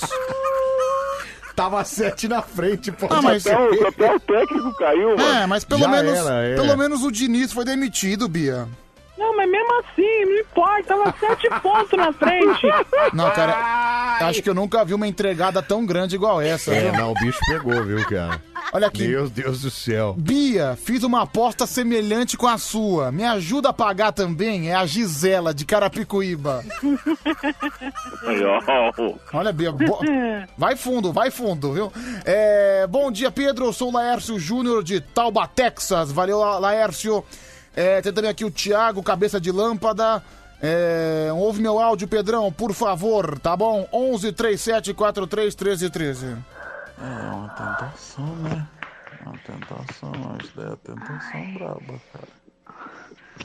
[SPEAKER 1] Tava sete na frente, pô.
[SPEAKER 2] Ah, mas-
[SPEAKER 28] Até, o- até o técnico caiu, mano.
[SPEAKER 2] É, mas pelo
[SPEAKER 28] Já
[SPEAKER 2] menos.
[SPEAKER 28] era, é.
[SPEAKER 2] Pelo menos o Diniz foi demitido, Bia.
[SPEAKER 12] Não, mas mesmo assim, não importa, tava sete pontos na frente.
[SPEAKER 2] Não, cara, acho que eu nunca vi uma entregada tão grande igual essa.
[SPEAKER 1] É,
[SPEAKER 2] viu?
[SPEAKER 1] não, o bicho pegou, viu, cara?
[SPEAKER 2] Olha aqui.
[SPEAKER 1] Meu Deus do céu.
[SPEAKER 2] Bia, fiz uma aposta semelhante com a sua. Me ajuda a pagar também? É a Gisela, de Carapicuíba.
[SPEAKER 28] Aí, ó.
[SPEAKER 2] Olha, Bia, bo- vai fundo, vai fundo, viu? É, Bom dia, Pedro. Eu sou o Laércio Júnior de Tauba, Texas. Valeu, La- Laércio. É, tem também aqui o Thiago, cabeça de lâmpada. É, ouve meu áudio, Pedrão, por favor, tá bom? 11 37 43 13 13.
[SPEAKER 27] É é uma tentação, né? É uma tentação, mas daí é a tentação braba, cara.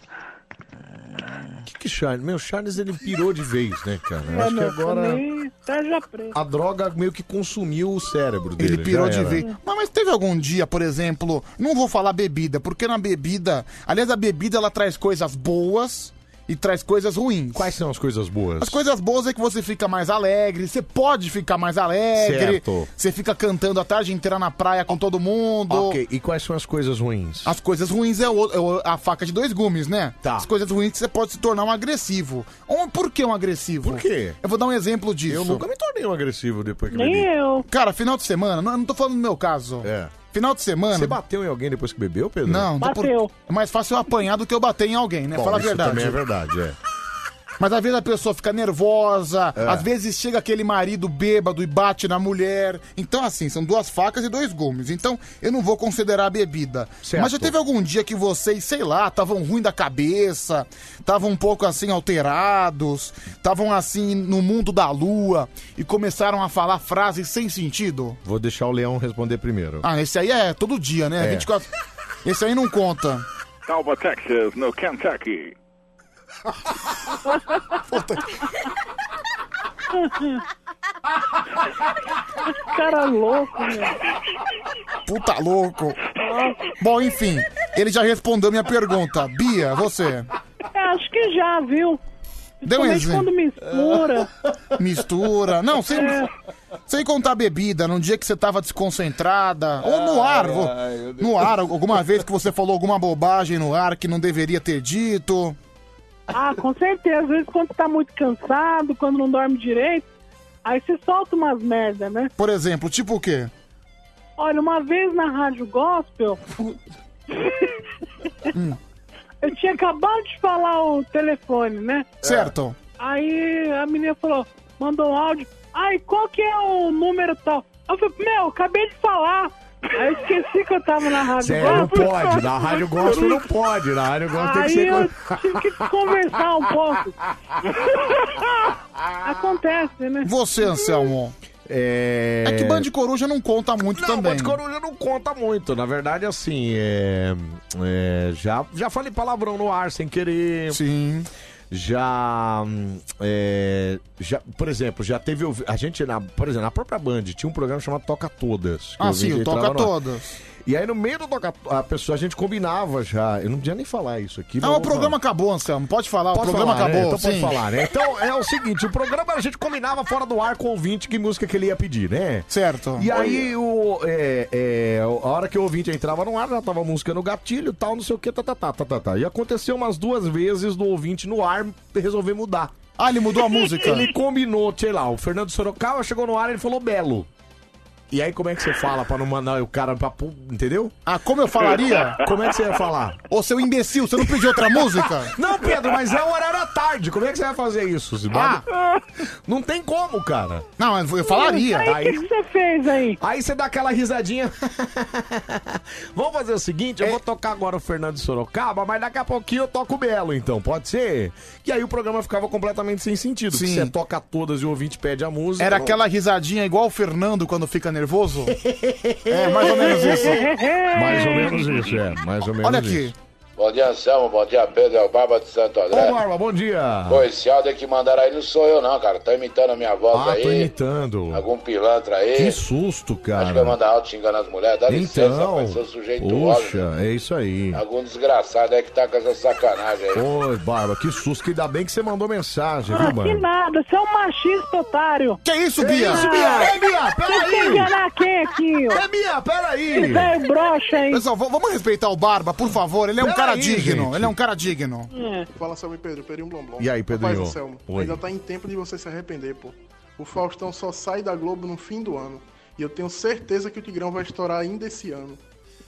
[SPEAKER 1] Que que Charles? Meu, Charles ele pirou de vez, né, cara? Eu
[SPEAKER 12] É,
[SPEAKER 1] acho que
[SPEAKER 12] meu,
[SPEAKER 1] agora
[SPEAKER 12] também Esteja preto.
[SPEAKER 1] a droga meio que consumiu o cérebro dele.
[SPEAKER 2] Ele pirou
[SPEAKER 1] já
[SPEAKER 2] de
[SPEAKER 1] era.
[SPEAKER 2] vez. Mas, mas teve algum dia, por exemplo, não vou falar bebida, porque na bebida, aliás, a bebida ela traz coisas boas e traz coisas ruins.
[SPEAKER 1] Quais são as coisas boas?
[SPEAKER 2] As coisas boas é que você fica mais alegre, você pode ficar mais alegre,
[SPEAKER 1] Certo.
[SPEAKER 2] você fica cantando a tarde inteira na praia com todo mundo.
[SPEAKER 1] Ok, e quais são as coisas ruins?
[SPEAKER 2] As coisas ruins é, o- é o- a faca de dois gumes, né?
[SPEAKER 1] Tá.
[SPEAKER 2] As coisas ruins que você pode se tornar um agressivo. Um, por que um agressivo?
[SPEAKER 1] Por quê?
[SPEAKER 2] Eu vou dar um exemplo disso.
[SPEAKER 1] Eu nunca me tornei um agressivo depois que bebi.
[SPEAKER 12] eu.
[SPEAKER 2] Cara, final de semana, não, não tô falando do meu caso.
[SPEAKER 1] É.
[SPEAKER 2] Final de semana.
[SPEAKER 1] Você bateu em alguém depois que bebeu, Pedro?
[SPEAKER 2] Não, não tô
[SPEAKER 12] Bateu.
[SPEAKER 2] é mais fácil eu apanhar do que eu bater em alguém, né?
[SPEAKER 1] Bom,
[SPEAKER 2] Fala a
[SPEAKER 1] isso
[SPEAKER 2] verdade.
[SPEAKER 1] também é verdade, é.
[SPEAKER 2] Mas às vezes a pessoa fica nervosa,
[SPEAKER 1] É.
[SPEAKER 2] às vezes chega aquele marido bêbado e bate na mulher. Então, assim, são duas facas e dois gumes. Então, eu não vou considerar a bebida.
[SPEAKER 1] Certo.
[SPEAKER 2] Mas já teve algum dia que vocês, sei lá, estavam ruim da cabeça, estavam um pouco assim alterados, estavam assim no mundo da lua e começaram a falar frases sem sentido?
[SPEAKER 1] Vou deixar o Leão responder primeiro.
[SPEAKER 2] Ah, esse aí é todo dia, né?
[SPEAKER 1] É.
[SPEAKER 2] 24. Esse aí não conta.
[SPEAKER 28] Calma, Texas, no Kentucky.
[SPEAKER 12] Cara louco, meu.
[SPEAKER 2] Puta louco. Bom, enfim, ele já respondeu minha pergunta. Bia, você.
[SPEAKER 12] É, acho que já, viu?
[SPEAKER 2] Dê um
[SPEAKER 12] Principalmente
[SPEAKER 2] exemplo.
[SPEAKER 12] quando mistura. É.
[SPEAKER 2] Mistura. Não, sem, sem contar bebida, num dia que você tava desconcentrada. ou no ar.
[SPEAKER 1] Ai,
[SPEAKER 2] vo-
[SPEAKER 1] ai, meu Deus.
[SPEAKER 2] no ar, alguma vez que você falou alguma bobagem no ar que não deveria ter dito.
[SPEAKER 12] Ah, com certeza. Às vezes quando tá muito cansado, quando não dorme direito, aí você solta umas merda, né?
[SPEAKER 2] Por exemplo, tipo o quê?
[SPEAKER 12] Olha, uma vez na Rádio Gospel, eu tinha acabado de falar o telefone, né?
[SPEAKER 2] Certo.
[SPEAKER 12] Aí a menina falou, mandou um áudio. Ai, qual que é o número tal? Eu falei, meu, acabei de falar. Aí eu esqueci que eu tava na Rádio
[SPEAKER 1] Cê é,
[SPEAKER 12] Gospel.
[SPEAKER 1] não pode, na rádio gospel não pode, na rádio gospel tem que
[SPEAKER 12] Aí
[SPEAKER 1] ser...
[SPEAKER 12] eu
[SPEAKER 1] coisa-
[SPEAKER 12] tive que conversar um pouco. Acontece, né?
[SPEAKER 2] Você, Anselmo.
[SPEAKER 1] É...
[SPEAKER 2] É que Band Coruja não conta muito
[SPEAKER 1] Não,
[SPEAKER 2] também.
[SPEAKER 1] Band Coruja não conta muito. Na verdade, assim, é... é, já, já falei palavrão no ar sem querer.
[SPEAKER 2] Sim.
[SPEAKER 1] Já, hum, é, já. Por exemplo, já teve. ouvi- A gente, na, por exemplo, na própria Band, tinha um programa chamado Toca Todas. que
[SPEAKER 2] Ah,
[SPEAKER 1] ouvinte
[SPEAKER 2] sim, o
[SPEAKER 1] entrava
[SPEAKER 2] Toca
[SPEAKER 1] no ar.
[SPEAKER 2] Todas.
[SPEAKER 1] E aí, no meio do Toca A pessoa, a gente combinava já. Eu não podia nem falar isso aqui. mas
[SPEAKER 2] Não, o
[SPEAKER 1] vamos falar.
[SPEAKER 2] É um programa acabou, Anselmo. Pode falar, o
[SPEAKER 1] Posso
[SPEAKER 2] programa
[SPEAKER 1] falar, né?
[SPEAKER 2] acabou.
[SPEAKER 1] Então pode
[SPEAKER 2] sim.
[SPEAKER 1] falar, né? Então é o seguinte, o programa a gente combinava fora do ar com o ouvinte que música que ele ia pedir, né?
[SPEAKER 2] Certo.
[SPEAKER 1] E aí o, é, é, a hora que o ouvinte entrava no ar, já tava a música no gatilho tal, não sei o que, tá, tá, tá, tá, tá, tá. E aconteceu umas duas vezes do ouvinte no ar resolver mudar.
[SPEAKER 2] Ah, ele mudou a música?
[SPEAKER 1] ele combinou, sei lá, o Fernando Sorocaba chegou no ar e ele falou Belo. E aí como é que você fala pra não mandar o cara pra... pu- Entendeu?
[SPEAKER 2] Ah, como eu falaria?
[SPEAKER 1] Como é que você ia falar?
[SPEAKER 2] Ô, seu imbecil, você não pediu outra música?
[SPEAKER 1] Não, Pedro, mas é o horário da tarde. Como é que você vai fazer isso? Você Não tem como, cara.
[SPEAKER 2] Ah. Não, mas eu falaria.
[SPEAKER 1] Aí-
[SPEAKER 12] você fez aí?
[SPEAKER 1] Aí você dá aquela risadinha. Vamos fazer o seguinte, eu vou tocar agora o Fernando de Sorocaba, mas daqui a pouquinho eu toco o Belo, então, pode ser? E aí o programa ficava completamente sem sentido. porque
[SPEAKER 2] Sim.
[SPEAKER 1] Você toca todas e o ouvinte pede a música.
[SPEAKER 2] Era aquela risadinha igual o Fernando quando fica nervoso? É, mais ou menos isso.
[SPEAKER 1] Mais ou menos isso, é. Mais ou menos
[SPEAKER 2] Olha aqui.
[SPEAKER 1] isso.
[SPEAKER 10] Bom dia, Anselmo. Bom dia, Pedro. É o Barba de Santo André.
[SPEAKER 1] Ô, Barba, bom dia.
[SPEAKER 10] Pô, esse áudio que mandaram aí não sou eu, não, cara. Tá imitando a minha voz
[SPEAKER 1] Ah, tô
[SPEAKER 10] aí.
[SPEAKER 1] imitando.
[SPEAKER 10] Algum pilantra aí.
[SPEAKER 1] Que susto, cara.
[SPEAKER 10] Acho que vai mandar áudio xingando as mulheres. Dá licença,
[SPEAKER 1] Então,
[SPEAKER 10] rapaz. Sou sujeito óbvio.
[SPEAKER 1] Poxa, é isso aí.
[SPEAKER 10] Algum desgraçado aí que tá com essa sacanagem aí.
[SPEAKER 1] Ô, Barba, que susto. Que ainda bem que você mandou mensagem,
[SPEAKER 12] Ah,
[SPEAKER 1] viu,
[SPEAKER 12] que
[SPEAKER 1] mano?
[SPEAKER 12] nada, você é um machista otário.
[SPEAKER 2] Que isso,
[SPEAKER 1] Bia? isso, Bia? Ei, Bia,
[SPEAKER 12] Você
[SPEAKER 1] peraí.
[SPEAKER 12] quer enganar quem aqui, ó?
[SPEAKER 1] É minha, peraí.
[SPEAKER 12] Que velho broxa, hein?
[SPEAKER 2] Pessoal, v- vamos respeitar o Barba, por favor. Ele é um
[SPEAKER 14] Peraí,
[SPEAKER 2] cara digno.
[SPEAKER 1] gente.
[SPEAKER 2] Ele é um cara digno.
[SPEAKER 14] Fala, Selma e Pedro, Pedrinho Blomblom.
[SPEAKER 1] E aí, Pedrinho?
[SPEAKER 14] Rapaz, Anselmo,
[SPEAKER 1] Oi.
[SPEAKER 14] ainda tá em tempo de você se arrepender, pô. O Faustão só sai da Globo no fim do ano. E eu tenho certeza que o Tigrão vai estourar ainda esse ano.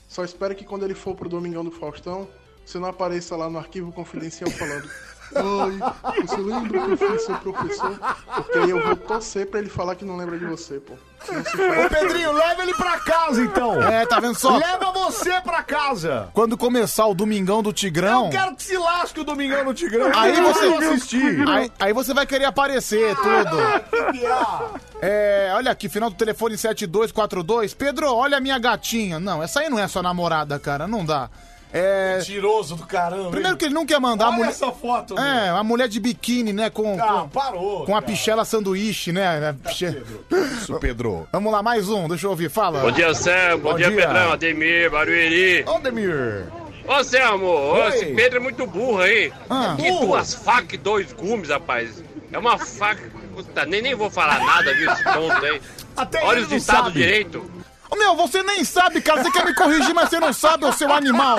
[SPEAKER 14] Só espero que quando ele for pro Domingão do Faustão, você não apareça lá no arquivo confidencial falando Oi, você lembra que eu fui seu professor? Porque aí eu vou torcer pra ele falar que não lembra de você, pô. Não se
[SPEAKER 1] Ô, Pedrinho, leva ele pra casa, então.
[SPEAKER 2] É, tá vendo só?
[SPEAKER 1] Leva você pra casa.
[SPEAKER 2] Quando começar o Domingão do Tigrão.
[SPEAKER 1] Eu quero que se lasque o Domingão no Tigrão.
[SPEAKER 2] Aí
[SPEAKER 1] Eu
[SPEAKER 2] você
[SPEAKER 1] vou assistir.
[SPEAKER 2] Aí, aí você vai querer aparecer tudo. É, olha aqui, final do telefone 7242. Pedro, olha a minha gatinha. Não, essa aí não é sua namorada, cara. Não dá. É.
[SPEAKER 1] Mentiroso do caramba.
[SPEAKER 2] Primeiro que ele não quer mandar a
[SPEAKER 1] Olha
[SPEAKER 2] mulher.
[SPEAKER 1] essa foto.
[SPEAKER 2] É, a mulher de biquíni, né? Com,
[SPEAKER 1] Ah,
[SPEAKER 2] com,
[SPEAKER 1] parou,
[SPEAKER 2] com a
[SPEAKER 1] cara. Tá,
[SPEAKER 2] pichela sanduíche, né? Piche-
[SPEAKER 1] Isso, Pedro.
[SPEAKER 2] Vamos lá, mais um, deixa eu ouvir, fala.
[SPEAKER 11] Bom dia, Sam. Bom,
[SPEAKER 2] Bom
[SPEAKER 11] dia,
[SPEAKER 2] dia.
[SPEAKER 11] Pedrão. Ademir, Barueri.
[SPEAKER 1] Ô, Ademir.
[SPEAKER 11] Ô, Selmo, ô,
[SPEAKER 1] Oi.
[SPEAKER 11] esse Pedro é muito burro, hein?
[SPEAKER 2] Ah.
[SPEAKER 11] que
[SPEAKER 2] Burro.
[SPEAKER 11] duas facas e dois gumes, rapaz. É uma faca... Puta, nem, nem vou falar nada, viu, esse ponto aí.
[SPEAKER 2] Até
[SPEAKER 11] Olha
[SPEAKER 2] ele
[SPEAKER 11] os
[SPEAKER 2] não
[SPEAKER 11] ditados
[SPEAKER 2] sabe.
[SPEAKER 11] direito.
[SPEAKER 2] Ô, Meu, você nem sabe, cara. Você quer me corrigir, mas você não sabe, ô seu É um animal.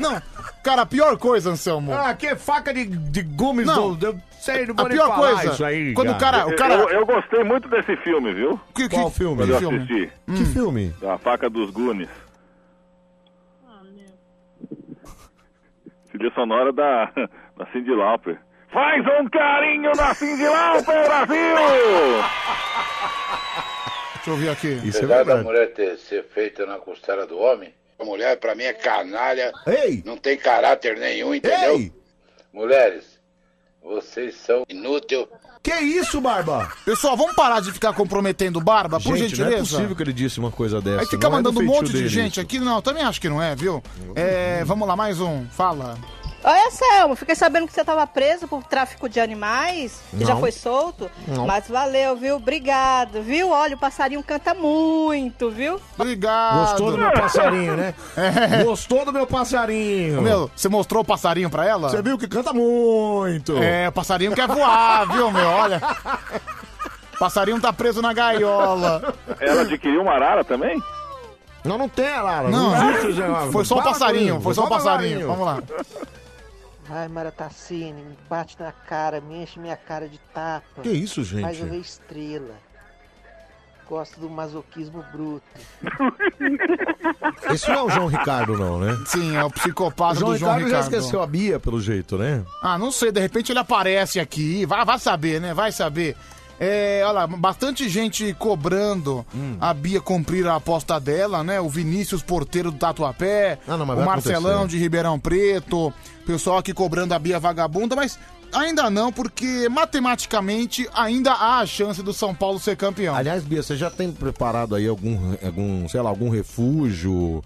[SPEAKER 2] Não, cara, a pior coisa, Anselmo.
[SPEAKER 1] Ah, que faca de, de gumes
[SPEAKER 2] Não.
[SPEAKER 1] do... do- Sei, não
[SPEAKER 2] A
[SPEAKER 1] vou nem
[SPEAKER 2] pior
[SPEAKER 1] falar
[SPEAKER 2] coisa,
[SPEAKER 1] isso aí,
[SPEAKER 2] quando o cara- o cara-
[SPEAKER 28] Eu, eu gostei muito desse filme, viu?
[SPEAKER 2] Que, que-
[SPEAKER 1] Qual filme?
[SPEAKER 28] Quando eu
[SPEAKER 2] filme?
[SPEAKER 28] assisti.
[SPEAKER 1] Que filme?
[SPEAKER 28] É A Faca dos Gunes. Trilha sonora da, da Cindy Lauper. Faz um carinho na Cindy Lauper, Brasil!
[SPEAKER 2] Deixa eu ver aqui.
[SPEAKER 1] é
[SPEAKER 10] Apesar da mulher ter, ser feita na costela do homem, a mulher pra mim é canalha, não tem caráter nenhum, entendeu? Mulheres, vocês são inúteis.
[SPEAKER 1] Que isso, Barba?
[SPEAKER 2] Pessoal, vamos parar de ficar comprometendo o Barba, por
[SPEAKER 1] Gente, não é
[SPEAKER 2] gentileza?
[SPEAKER 1] possível que ele disse uma coisa dessa.
[SPEAKER 2] Aí fica
[SPEAKER 1] Não é do
[SPEAKER 2] mandando um
[SPEAKER 1] feitio
[SPEAKER 2] monte de
[SPEAKER 1] dele
[SPEAKER 2] gente aqui. Não, eu também acho que não é, viu? É, vamos lá, mais um. Fala.
[SPEAKER 3] Olha, Selma, fiquei sabendo que você estava preso por tráfico de animais e já
[SPEAKER 1] Não.
[SPEAKER 3] foi solto.
[SPEAKER 1] Não.
[SPEAKER 3] Mas valeu, viu? Obrigado, viu? Olha, o passarinho canta muito, viu?
[SPEAKER 2] Obrigado.
[SPEAKER 1] Gostou do meu passarinho, né?
[SPEAKER 2] Gostou do meu passarinho. É. Meu, você mostrou o passarinho pra ela?
[SPEAKER 1] Você
[SPEAKER 2] viu que canta muito. É, o passarinho quer voar, viu, meu? Olha. Passarinho tá preso na gaiola.
[SPEAKER 28] Ela adquiriu uma arara também?
[SPEAKER 1] Não, não tem arara.
[SPEAKER 2] Não,
[SPEAKER 1] existe, Zé Mário.
[SPEAKER 2] foi só um
[SPEAKER 1] Para com
[SPEAKER 2] passarinho,
[SPEAKER 1] isso,
[SPEAKER 2] foi só um passarinho. Vamos lá.
[SPEAKER 32] Ai, Maratacine, me bate na cara, me enche minha cara de tapa.
[SPEAKER 1] Que isso, gente?
[SPEAKER 32] Mas eu vejo estrela. Gosto do masoquismo bruto.
[SPEAKER 1] Esse não é o João Ricardo, não, né?
[SPEAKER 2] Sim, é o psicopata
[SPEAKER 1] João
[SPEAKER 2] do João
[SPEAKER 1] Ricardo já
[SPEAKER 2] Ricardo.
[SPEAKER 1] esqueceu a Bia, pelo jeito, né?
[SPEAKER 2] Ah, não sei, de repente ele aparece aqui, vai, vai saber, né? Vai saber. É, olha lá, bastante gente cobrando
[SPEAKER 1] Hum.
[SPEAKER 2] a Bia cumprir a aposta dela, né? O Vinícius Porteiro do Tatuapé,
[SPEAKER 1] mas
[SPEAKER 2] o
[SPEAKER 1] vai
[SPEAKER 2] Marcelão
[SPEAKER 1] acontecer.
[SPEAKER 2] de Ribeirão Preto, pessoal aqui cobrando a Bia vagabunda, mas ainda não, porque matematicamente ainda há a chance do São Paulo ser campeão.
[SPEAKER 1] Aliás, Bia, você já tem preparado aí algum, algum sei lá, algum refúgio,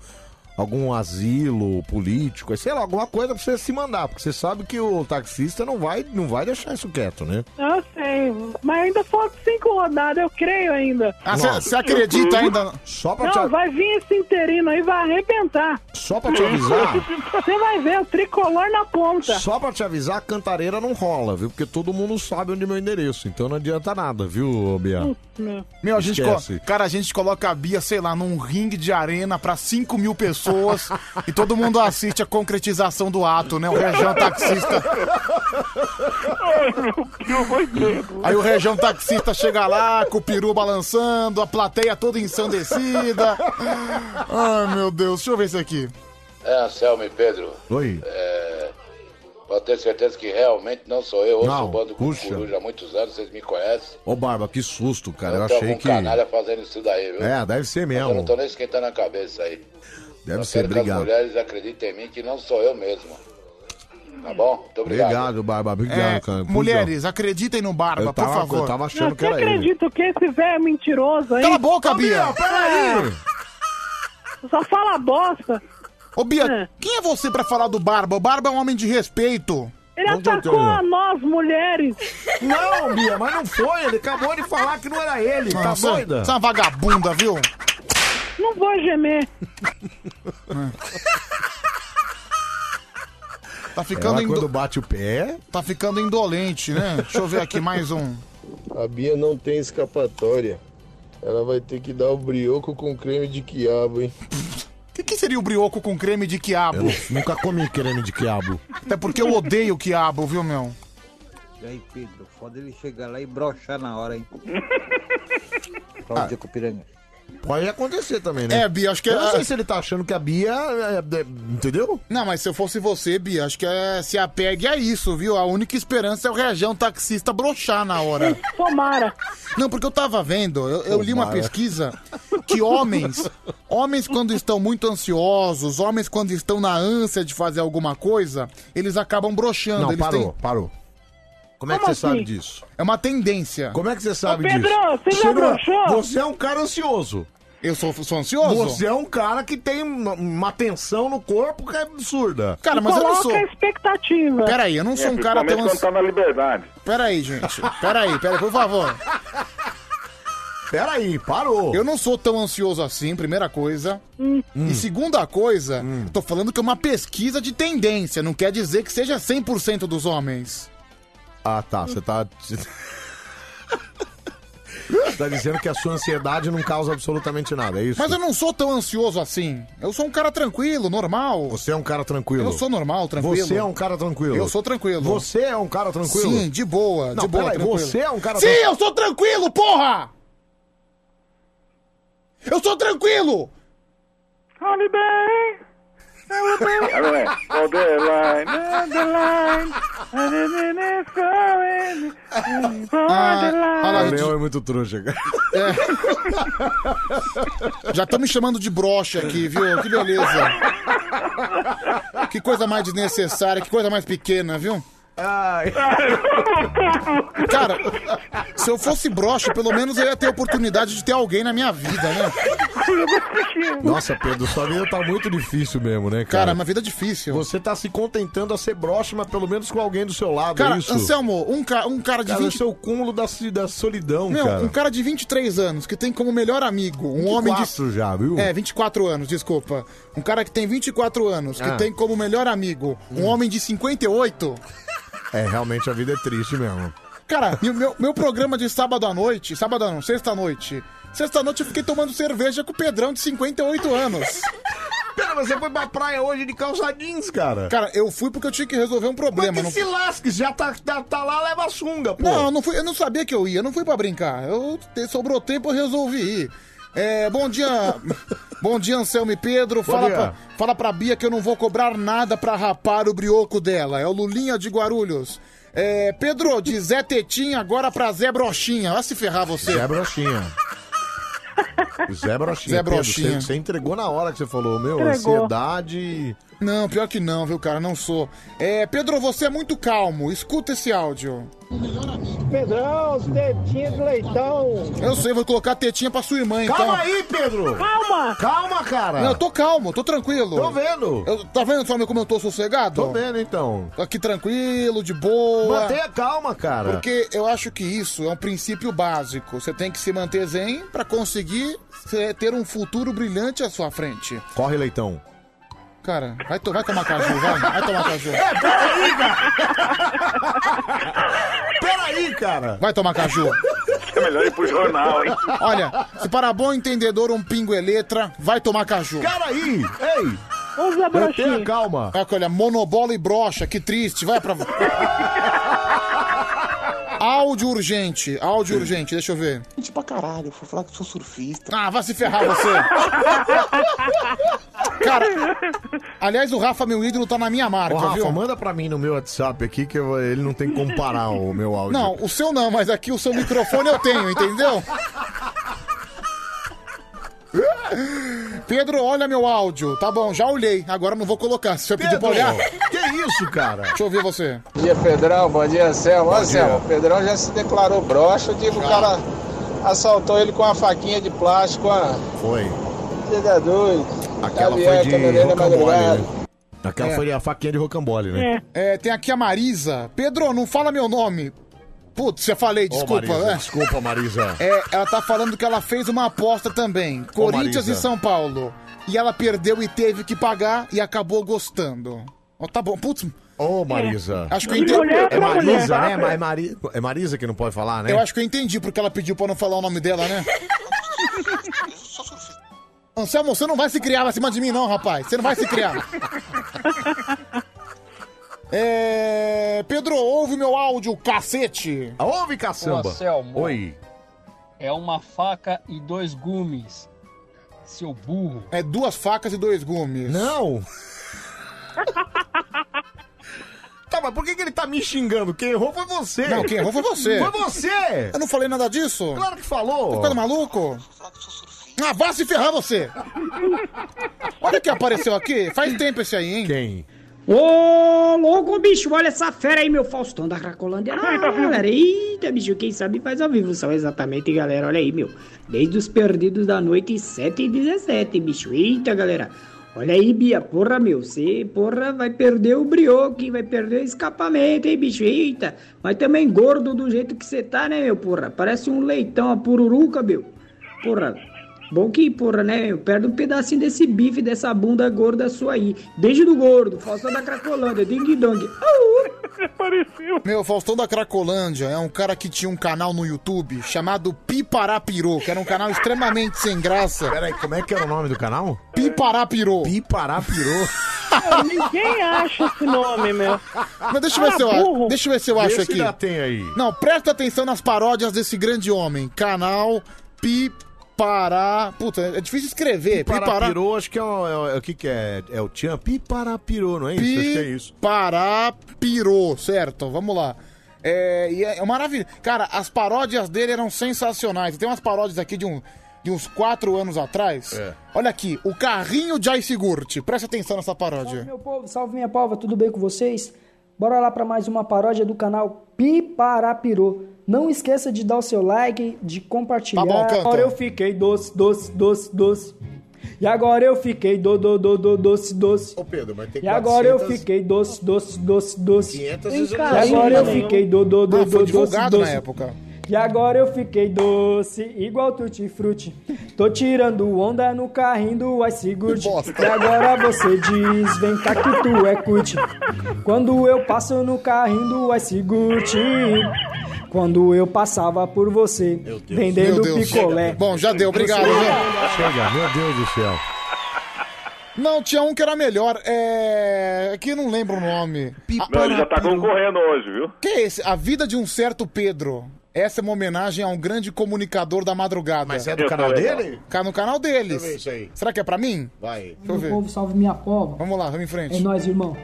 [SPEAKER 1] algum asilo político, sei lá, alguma coisa pra você se mandar, porque você sabe que o taxista não vai, não vai deixar isso quieto, né?
[SPEAKER 12] Eu sei, mas ainda falta cinco rodadas, eu creio ainda.
[SPEAKER 1] Ah, cê- cê acredita ainda? Só pra
[SPEAKER 12] Não,
[SPEAKER 1] te a-
[SPEAKER 12] vai vir esse interino aí, vai arrebentar.
[SPEAKER 1] Só pra te avisar.
[SPEAKER 12] Você vai ver, o tricolor na
[SPEAKER 2] Tá.
[SPEAKER 12] ponta.
[SPEAKER 1] Só pra te avisar, cantareira não rola, viu? Porque todo mundo sabe onde é meu endereço, então não adianta nada, viu, Bia?
[SPEAKER 2] Hum. Meu, a gente
[SPEAKER 1] Esquece.
[SPEAKER 2] co- cara, a gente coloca a Bia, sei lá, num ringue de arena pra 5 mil pessoas e todo mundo assiste a concretização do ato, né? O Região Taxista. Aí o Região Taxista chega lá com o peru balançando, a plateia toda ensandecida. Ai, meu Deus, deixa eu ver isso aqui.
[SPEAKER 10] É, Anselmo e Pedro.
[SPEAKER 1] Oi.
[SPEAKER 10] É, pode ter certeza que realmente não sou eu. Ouço
[SPEAKER 1] Não,
[SPEAKER 10] o bando com
[SPEAKER 1] puxa.
[SPEAKER 10] coruja há muitos anos, vocês me conhecem.
[SPEAKER 1] Ô, Barba, que susto, cara. Eu,
[SPEAKER 35] tá
[SPEAKER 10] tem
[SPEAKER 1] achei
[SPEAKER 10] algum
[SPEAKER 1] que.
[SPEAKER 35] é
[SPEAKER 10] canalha fazendo isso daí, viu?
[SPEAKER 1] É, deve ser
[SPEAKER 10] Mas Eu não
[SPEAKER 1] mesmo.
[SPEAKER 10] tô nem esquentando a cabeça aí.
[SPEAKER 1] Deve
[SPEAKER 10] Eu
[SPEAKER 1] ser,
[SPEAKER 10] quero que as
[SPEAKER 1] obrigado.
[SPEAKER 10] mulheres acreditem em mim que não sou eu mesmo. Tá bom? Muito obrigado.
[SPEAKER 1] Obrigado, Barba. Obrigado,
[SPEAKER 2] É,
[SPEAKER 1] cara. Puxa.
[SPEAKER 2] mulheres, acreditem no Barba,
[SPEAKER 1] Eu tava-
[SPEAKER 2] por favor.
[SPEAKER 1] eu tava achando
[SPEAKER 12] Não, você acredita que esse velho é mentiroso aí?
[SPEAKER 2] Cala a boca, Bia!
[SPEAKER 12] Só fala bosta.
[SPEAKER 2] Ô, Bia, quem é você pra falar do Barba? O Barba é um homem de respeito.
[SPEAKER 12] Ele
[SPEAKER 1] é
[SPEAKER 12] atacou a nós, mulheres.
[SPEAKER 1] Não, Bia, mas não foi. Ele acabou de falar que não era ele. Tá
[SPEAKER 2] Nossa, Você é uma vagabunda, viu?
[SPEAKER 12] Não vou gemer.
[SPEAKER 2] Tá ficando,
[SPEAKER 1] Ela, É, quando
[SPEAKER 2] bate o pé. Tá ficando indolente, né? Deixa eu ver aqui mais um.
[SPEAKER 35] A Bia não tem escapatória. Ela vai ter que dar o brioco com creme de quiabo, hein?
[SPEAKER 2] O que, que seria o brioco com creme de
[SPEAKER 1] é- Eu
[SPEAKER 2] quiabo?
[SPEAKER 1] nunca comi creme de quiabo.
[SPEAKER 2] Até É porque eu odeio quiabo, viu, meu?
[SPEAKER 36] E aí, Pedro, foda ele chegar lá e brochar na hora, hein? Cláudia Copiranga.
[SPEAKER 1] Ah. Pode acontecer também, né?
[SPEAKER 2] É, Bia, acho que
[SPEAKER 1] Eu não
[SPEAKER 2] é-
[SPEAKER 1] sei se ele tá achando que a Bia. é- é- é- entendeu?
[SPEAKER 2] Não, mas se eu fosse você, Bia, acho que é, se apegue a isso, viu? A única esperança é o região taxista brochar na hora.
[SPEAKER 12] Tomara.
[SPEAKER 2] Não, porque eu tava vendo, eu, eu li uma
[SPEAKER 1] Tomara.
[SPEAKER 2] pesquisa que homens, homens quando estão muito ansiosos, homens quando estão na ânsia de fazer alguma coisa, eles acabam brochando.
[SPEAKER 1] Não,
[SPEAKER 2] eles
[SPEAKER 1] parou,
[SPEAKER 2] têm-
[SPEAKER 1] parou. Como é que
[SPEAKER 2] Como
[SPEAKER 1] você sabe
[SPEAKER 2] assim?
[SPEAKER 1] disso?
[SPEAKER 2] É uma tendência.
[SPEAKER 1] Como é que você sabe
[SPEAKER 2] Pedro,
[SPEAKER 1] disso?
[SPEAKER 2] você já
[SPEAKER 1] não é-
[SPEAKER 2] broxou?
[SPEAKER 1] Você é um cara ansioso.
[SPEAKER 2] Eu sou, sou ansioso?
[SPEAKER 1] Você é um cara que tem uma- uma tensão no corpo que é absurda.
[SPEAKER 2] Cara, mas eu não sou.
[SPEAKER 12] expectativa.
[SPEAKER 2] Peraí, eu não sou um cara tão
[SPEAKER 35] quando tá
[SPEAKER 2] ansioso.
[SPEAKER 35] na liberdade.
[SPEAKER 2] Peraí, gente. Peraí, peraí, por favor.
[SPEAKER 1] Peraí, parou. Hum.
[SPEAKER 2] Eu não sou tão ansioso assim, primeira coisa. E segunda coisa, tô falando que é uma pesquisa de tendência, não quer dizer que seja 100% dos homens.
[SPEAKER 1] Ah, tá. Você tá. tá dizendo que a sua ansiedade não causa absolutamente nada, é isso?
[SPEAKER 2] Mas eu não sou tão ansioso assim. Eu sou um cara tranquilo, normal.
[SPEAKER 1] Você é um cara tranquilo.
[SPEAKER 2] Eu sou normal, tranquilo.
[SPEAKER 1] Você é um cara tranquilo.
[SPEAKER 2] Eu sou tranquilo.
[SPEAKER 1] Você é um cara tranquilo?
[SPEAKER 2] Sim, de boa,
[SPEAKER 1] Não,
[SPEAKER 2] de boa,
[SPEAKER 1] peraí,
[SPEAKER 2] tranquilo.
[SPEAKER 1] você é um cara
[SPEAKER 2] Sim,
[SPEAKER 1] tranquilo.
[SPEAKER 2] eu sou tranquilo, porra! Eu sou tranquilo!
[SPEAKER 12] Holiday.
[SPEAKER 35] Ela é. Oh, the line.
[SPEAKER 1] Ah. Leão é muito trouxa, cara.
[SPEAKER 14] É.
[SPEAKER 2] Já estão me chamando de brocha aqui, viu? Que beleza. Que coisa mais desnecessária, que coisa mais pequena, viu?
[SPEAKER 37] Ai.
[SPEAKER 2] Cara, se eu fosse broxa, pelo menos eu ia ter a oportunidade de ter alguém na minha vida, né?
[SPEAKER 1] Nossa, Pedro, sua vida tá muito difícil mesmo, né, cara?
[SPEAKER 2] Cara, é uma vida difícil.
[SPEAKER 1] Você tá se contentando a ser broxa, mas pelo menos com alguém do seu lado,
[SPEAKER 2] Cara,
[SPEAKER 1] é isso?
[SPEAKER 2] Anselmo, um, ca um cara de
[SPEAKER 1] Cara,
[SPEAKER 2] 20...
[SPEAKER 1] esse é o cúmulo da, ci- da solidão,
[SPEAKER 2] Meu,
[SPEAKER 1] cara.
[SPEAKER 2] um cara de 23 anos que tem como melhor amigo um homem de
[SPEAKER 1] 24 já, viu?
[SPEAKER 2] É, 24 anos, desculpa. Um cara que tem 24 anos, que
[SPEAKER 1] Ah. Hum.
[SPEAKER 2] tem como melhor amigo um homem de 58.
[SPEAKER 1] É, realmente a vida é triste mesmo.
[SPEAKER 2] Cara, e o meu, meu programa de sábado à noite, sábado não, sexta à noite. Sexta à noite eu fiquei tomando cerveja com o Pedrão de 58 anos.
[SPEAKER 1] Cara, você foi pra praia hoje de calça jeans, cara.
[SPEAKER 2] Cara, eu fui porque eu tinha que resolver um problema.
[SPEAKER 1] Mas que se lasque, já tá, tá, tá lá, leva a sunga, pô.
[SPEAKER 2] Não, eu não, fui, eu não sabia que eu ia, eu não fui pra brincar. Eu te- sobrou tempo, eu resolvi ir. É, bom dia, bom dia, Anselmo e Pedro.
[SPEAKER 1] Bom
[SPEAKER 2] Fala
[SPEAKER 1] dia.
[SPEAKER 2] pra, fala pra Bia que eu não vou cobrar nada pra rapar o brioco dela. É o Lulinha de Guarulhos. É, Pedro, de Zé Tetinha agora pra Zé Broxinha. Vai se ferrar você.
[SPEAKER 1] Zé Broxinha. Zé Broxinha.
[SPEAKER 2] Zé
[SPEAKER 1] Pedro,
[SPEAKER 2] Broxinha.
[SPEAKER 1] Você, você entregou na hora que você falou, meu,
[SPEAKER 2] Entregou.
[SPEAKER 1] ansiedade.
[SPEAKER 2] Não, pior que não, viu, cara? Não sou. É, Pedro, você é muito calmo. Escuta esse áudio.
[SPEAKER 7] Pedrão, os tetinhos do leitão.
[SPEAKER 2] Eu sei, vou colocar a tetinha pra sua irmã, então.
[SPEAKER 7] Calma
[SPEAKER 1] aí, Pedro!
[SPEAKER 7] Calma!
[SPEAKER 1] Calma, cara!
[SPEAKER 2] Não, eu tô calmo, tô tranquilo.
[SPEAKER 1] Tô vendo.
[SPEAKER 2] Eu, tá vendo só como eu tô sossegado?
[SPEAKER 1] Tô vendo, então.
[SPEAKER 2] Tô aqui tranquilo, de boa.
[SPEAKER 1] Mantenha calma, cara.
[SPEAKER 2] Porque eu acho que isso é um princípio básico. Você tem que se manter zen pra conseguir eh, ter um futuro brilhante à sua frente.
[SPEAKER 1] Corre, leitão.
[SPEAKER 2] Cara, vai, to- vai tomar caju, vai. Vai tomar caju.
[SPEAKER 1] É, Peraí, cara.
[SPEAKER 2] Vai tomar caju.
[SPEAKER 28] É melhor ir pro jornal, hein?
[SPEAKER 2] Olha, se para bom entendedor um pingo é letra, vai tomar caju.
[SPEAKER 1] Cara aí, ei.
[SPEAKER 2] Usa
[SPEAKER 1] broxinha. Mantenha calma.
[SPEAKER 2] É Olha, monobola e brocha, que triste, vai pra... áudio urgente, áudio urgente, deixa eu ver.
[SPEAKER 38] Gente pra caralho, eu vou falar que eu sou surfista.
[SPEAKER 2] Ah, vai se ferrar você. Ah, Cara, aliás, o Rafa, meu ídolo, tá na minha marca,
[SPEAKER 1] Ô, Rafa,
[SPEAKER 2] viu?
[SPEAKER 1] manda pra mim no meu WhatsApp aqui que eu- ele não tem como comparar o meu áudio.
[SPEAKER 2] Não, o seu não, mas aqui o seu microfone eu tenho, entendeu? Pedro, olha meu áudio. Tá bom, já olhei. Agora não vou colocar. Se você pedir pra olhar.
[SPEAKER 1] Que isso, cara?
[SPEAKER 2] Deixa eu ouvir você.
[SPEAKER 7] Bom dia, Pedrão. Bom dia, Anselmo. Ó, Anselmo, o Pedrão já se declarou broxa. Eu digo, o cara assaltou ele com uma faquinha de plástico. Ó.
[SPEAKER 1] Foi.
[SPEAKER 7] Você tá doido?
[SPEAKER 1] Aquela
[SPEAKER 7] Xavier,
[SPEAKER 1] foi de
[SPEAKER 7] cabeleireiro
[SPEAKER 1] rocambole,
[SPEAKER 7] madrugado.
[SPEAKER 1] né? Aquela
[SPEAKER 2] É.
[SPEAKER 1] foi a faquinha de rocambole, né?
[SPEAKER 2] É, tem aqui a Marisa. Pedro, não fala meu nome. Putz, já falei,
[SPEAKER 1] Ô,
[SPEAKER 2] desculpa.
[SPEAKER 1] Marisa,
[SPEAKER 2] né?
[SPEAKER 1] Desculpa, Marisa.
[SPEAKER 2] É, ela tá falando que ela fez uma aposta também. Corinthians
[SPEAKER 1] Marisa.
[SPEAKER 2] e São Paulo. E ela perdeu e teve que pagar e acabou gostando. Ó, tá bom. Putz.
[SPEAKER 1] Ô, Marisa.
[SPEAKER 2] Acho que eu entendi.
[SPEAKER 1] É Marisa, né? Ma- É, Mari- é Marisa que não pode falar, né?
[SPEAKER 2] Eu acho que eu entendi porque ela pediu pra não falar o nome dela, né? Anselmo, você não vai se criar acima de mim, não, rapaz. Você não vai se criar. É... Pedro, ouve meu áudio, cacete.
[SPEAKER 1] Ouve,
[SPEAKER 11] caçamba. Ô, Anselmo.
[SPEAKER 1] Oi.
[SPEAKER 11] É uma faca e dois gumes. Seu burro.
[SPEAKER 2] É duas facas e dois gumes.
[SPEAKER 1] Não. Tá, mas por que, que ele tá me xingando? Quem errou foi você.
[SPEAKER 2] Não, quem errou foi você.
[SPEAKER 1] Foi você.
[SPEAKER 2] Eu não falei nada disso.
[SPEAKER 1] Claro que falou.
[SPEAKER 2] Tá ficando maluco? Ah, vá se ferrar você! Olha que apareceu aqui. Faz tempo esse aí, hein?
[SPEAKER 1] Quem?
[SPEAKER 19] Ô, louco, bicho, olha essa fera aí, meu Faustão da Cracolândia. Ah, galera, eita, bicho, quem sabe faz ao vivo. São exatamente, galera, olha aí, meu. Desde os perdidos da noite, 7 e 17, bicho. Eita, galera. Olha aí, Bia, porra, meu. Você, porra, vai perder o brioco, hein? vai perder o escapamento, hein, bicho. Eita, mas também gordo do jeito que você tá, né, meu, porra. Parece um leitão, a pururuca, meu. Porra, Bom que, porra, né? Eu perdo um pedacinho desse bife, dessa bunda gorda sua aí. Beijo do gordo, Faustão da Cracolândia, ding dong.
[SPEAKER 2] Meu, Faustão da Cracolândia é um cara que tinha um canal no YouTube chamado Piparapirô, que era um canal extremamente sem graça.
[SPEAKER 1] Peraí, como é que era o nome do canal?
[SPEAKER 2] Piparapirô.
[SPEAKER 1] Piparapirô. É,
[SPEAKER 2] Ninguém acha esse nome, meu. Mas deixa eu ver
[SPEAKER 1] Ah,
[SPEAKER 2] se eu acho.
[SPEAKER 1] burro.
[SPEAKER 2] Deixa eu ver se eu acho
[SPEAKER 1] Vê se
[SPEAKER 2] aqui.
[SPEAKER 1] ainda tem aí.
[SPEAKER 2] Não, presta atenção nas paródias desse grande homem. Canal Pipará. Puta, é difícil escrever. Pipará.
[SPEAKER 1] Piparapirô, acho que é o, é o- é o que que é? É o Tchan? Piparapirô, não é isso? Acho que é isso.
[SPEAKER 2] Piparapirô, certo? Vamos lá. É, e é é maravilha. Cara, as paródias dele eram sensacionais. Tem umas paródias aqui de, um, de uns quatro anos atrás.
[SPEAKER 19] É.
[SPEAKER 2] Olha aqui, o carrinho de Aicigurt. Presta atenção nessa paródia.
[SPEAKER 19] Meu povo, salve minha palva, tudo bem com vocês? Bora lá para mais uma paródia do canal Piparapirô. Não esqueça de dar o seu like, de compartilhar.
[SPEAKER 7] Tá bom, canta.
[SPEAKER 19] Agora eu fiquei doce, doce, doce, doce. E agora eu fiquei do, do, do, do, doce, doce.
[SPEAKER 32] Ô, Pedro, mas tem
[SPEAKER 19] E agora eu
[SPEAKER 32] 400
[SPEAKER 19] fiquei doce, doce, doce, doce.
[SPEAKER 32] 500
[SPEAKER 19] e
[SPEAKER 32] visualizações.
[SPEAKER 19] agora eu
[SPEAKER 32] Não.
[SPEAKER 19] fiquei do, do, do,
[SPEAKER 32] Ah,
[SPEAKER 19] do,
[SPEAKER 32] foi
[SPEAKER 19] doce,
[SPEAKER 32] divulgado
[SPEAKER 19] doce.
[SPEAKER 32] na época.
[SPEAKER 19] E agora eu fiquei doce, igual tutti frutti. Tô tirando onda no carrinho do Ice Good. E agora você diz, vem cá que tu é cut. Quando eu passo no carrinho do Ice Good. Quando eu passava por você, vendendo picolé.
[SPEAKER 2] Bom, já deu, obrigado.
[SPEAKER 19] Você- é-
[SPEAKER 2] viu?
[SPEAKER 32] Chega, meu Deus do céu.
[SPEAKER 2] Não, tinha um que era melhor. É. Que eu não lembro o nome.
[SPEAKER 28] Não, ele já tá concorrendo hoje, viu?
[SPEAKER 2] Que é esse? A vida de um certo Pedro. Essa é uma homenagem a um grande comunicador da madrugada. Mas
[SPEAKER 32] é do Eu canal também dele?
[SPEAKER 2] Tá no canal deles.
[SPEAKER 32] Deixa eu ver isso aí.
[SPEAKER 2] Será que é pra mim?
[SPEAKER 32] Vai.
[SPEAKER 2] Deixa eu ver.
[SPEAKER 19] povo salve minha pova.
[SPEAKER 2] Vamos lá, vamos em frente.
[SPEAKER 19] É nóis, irmão.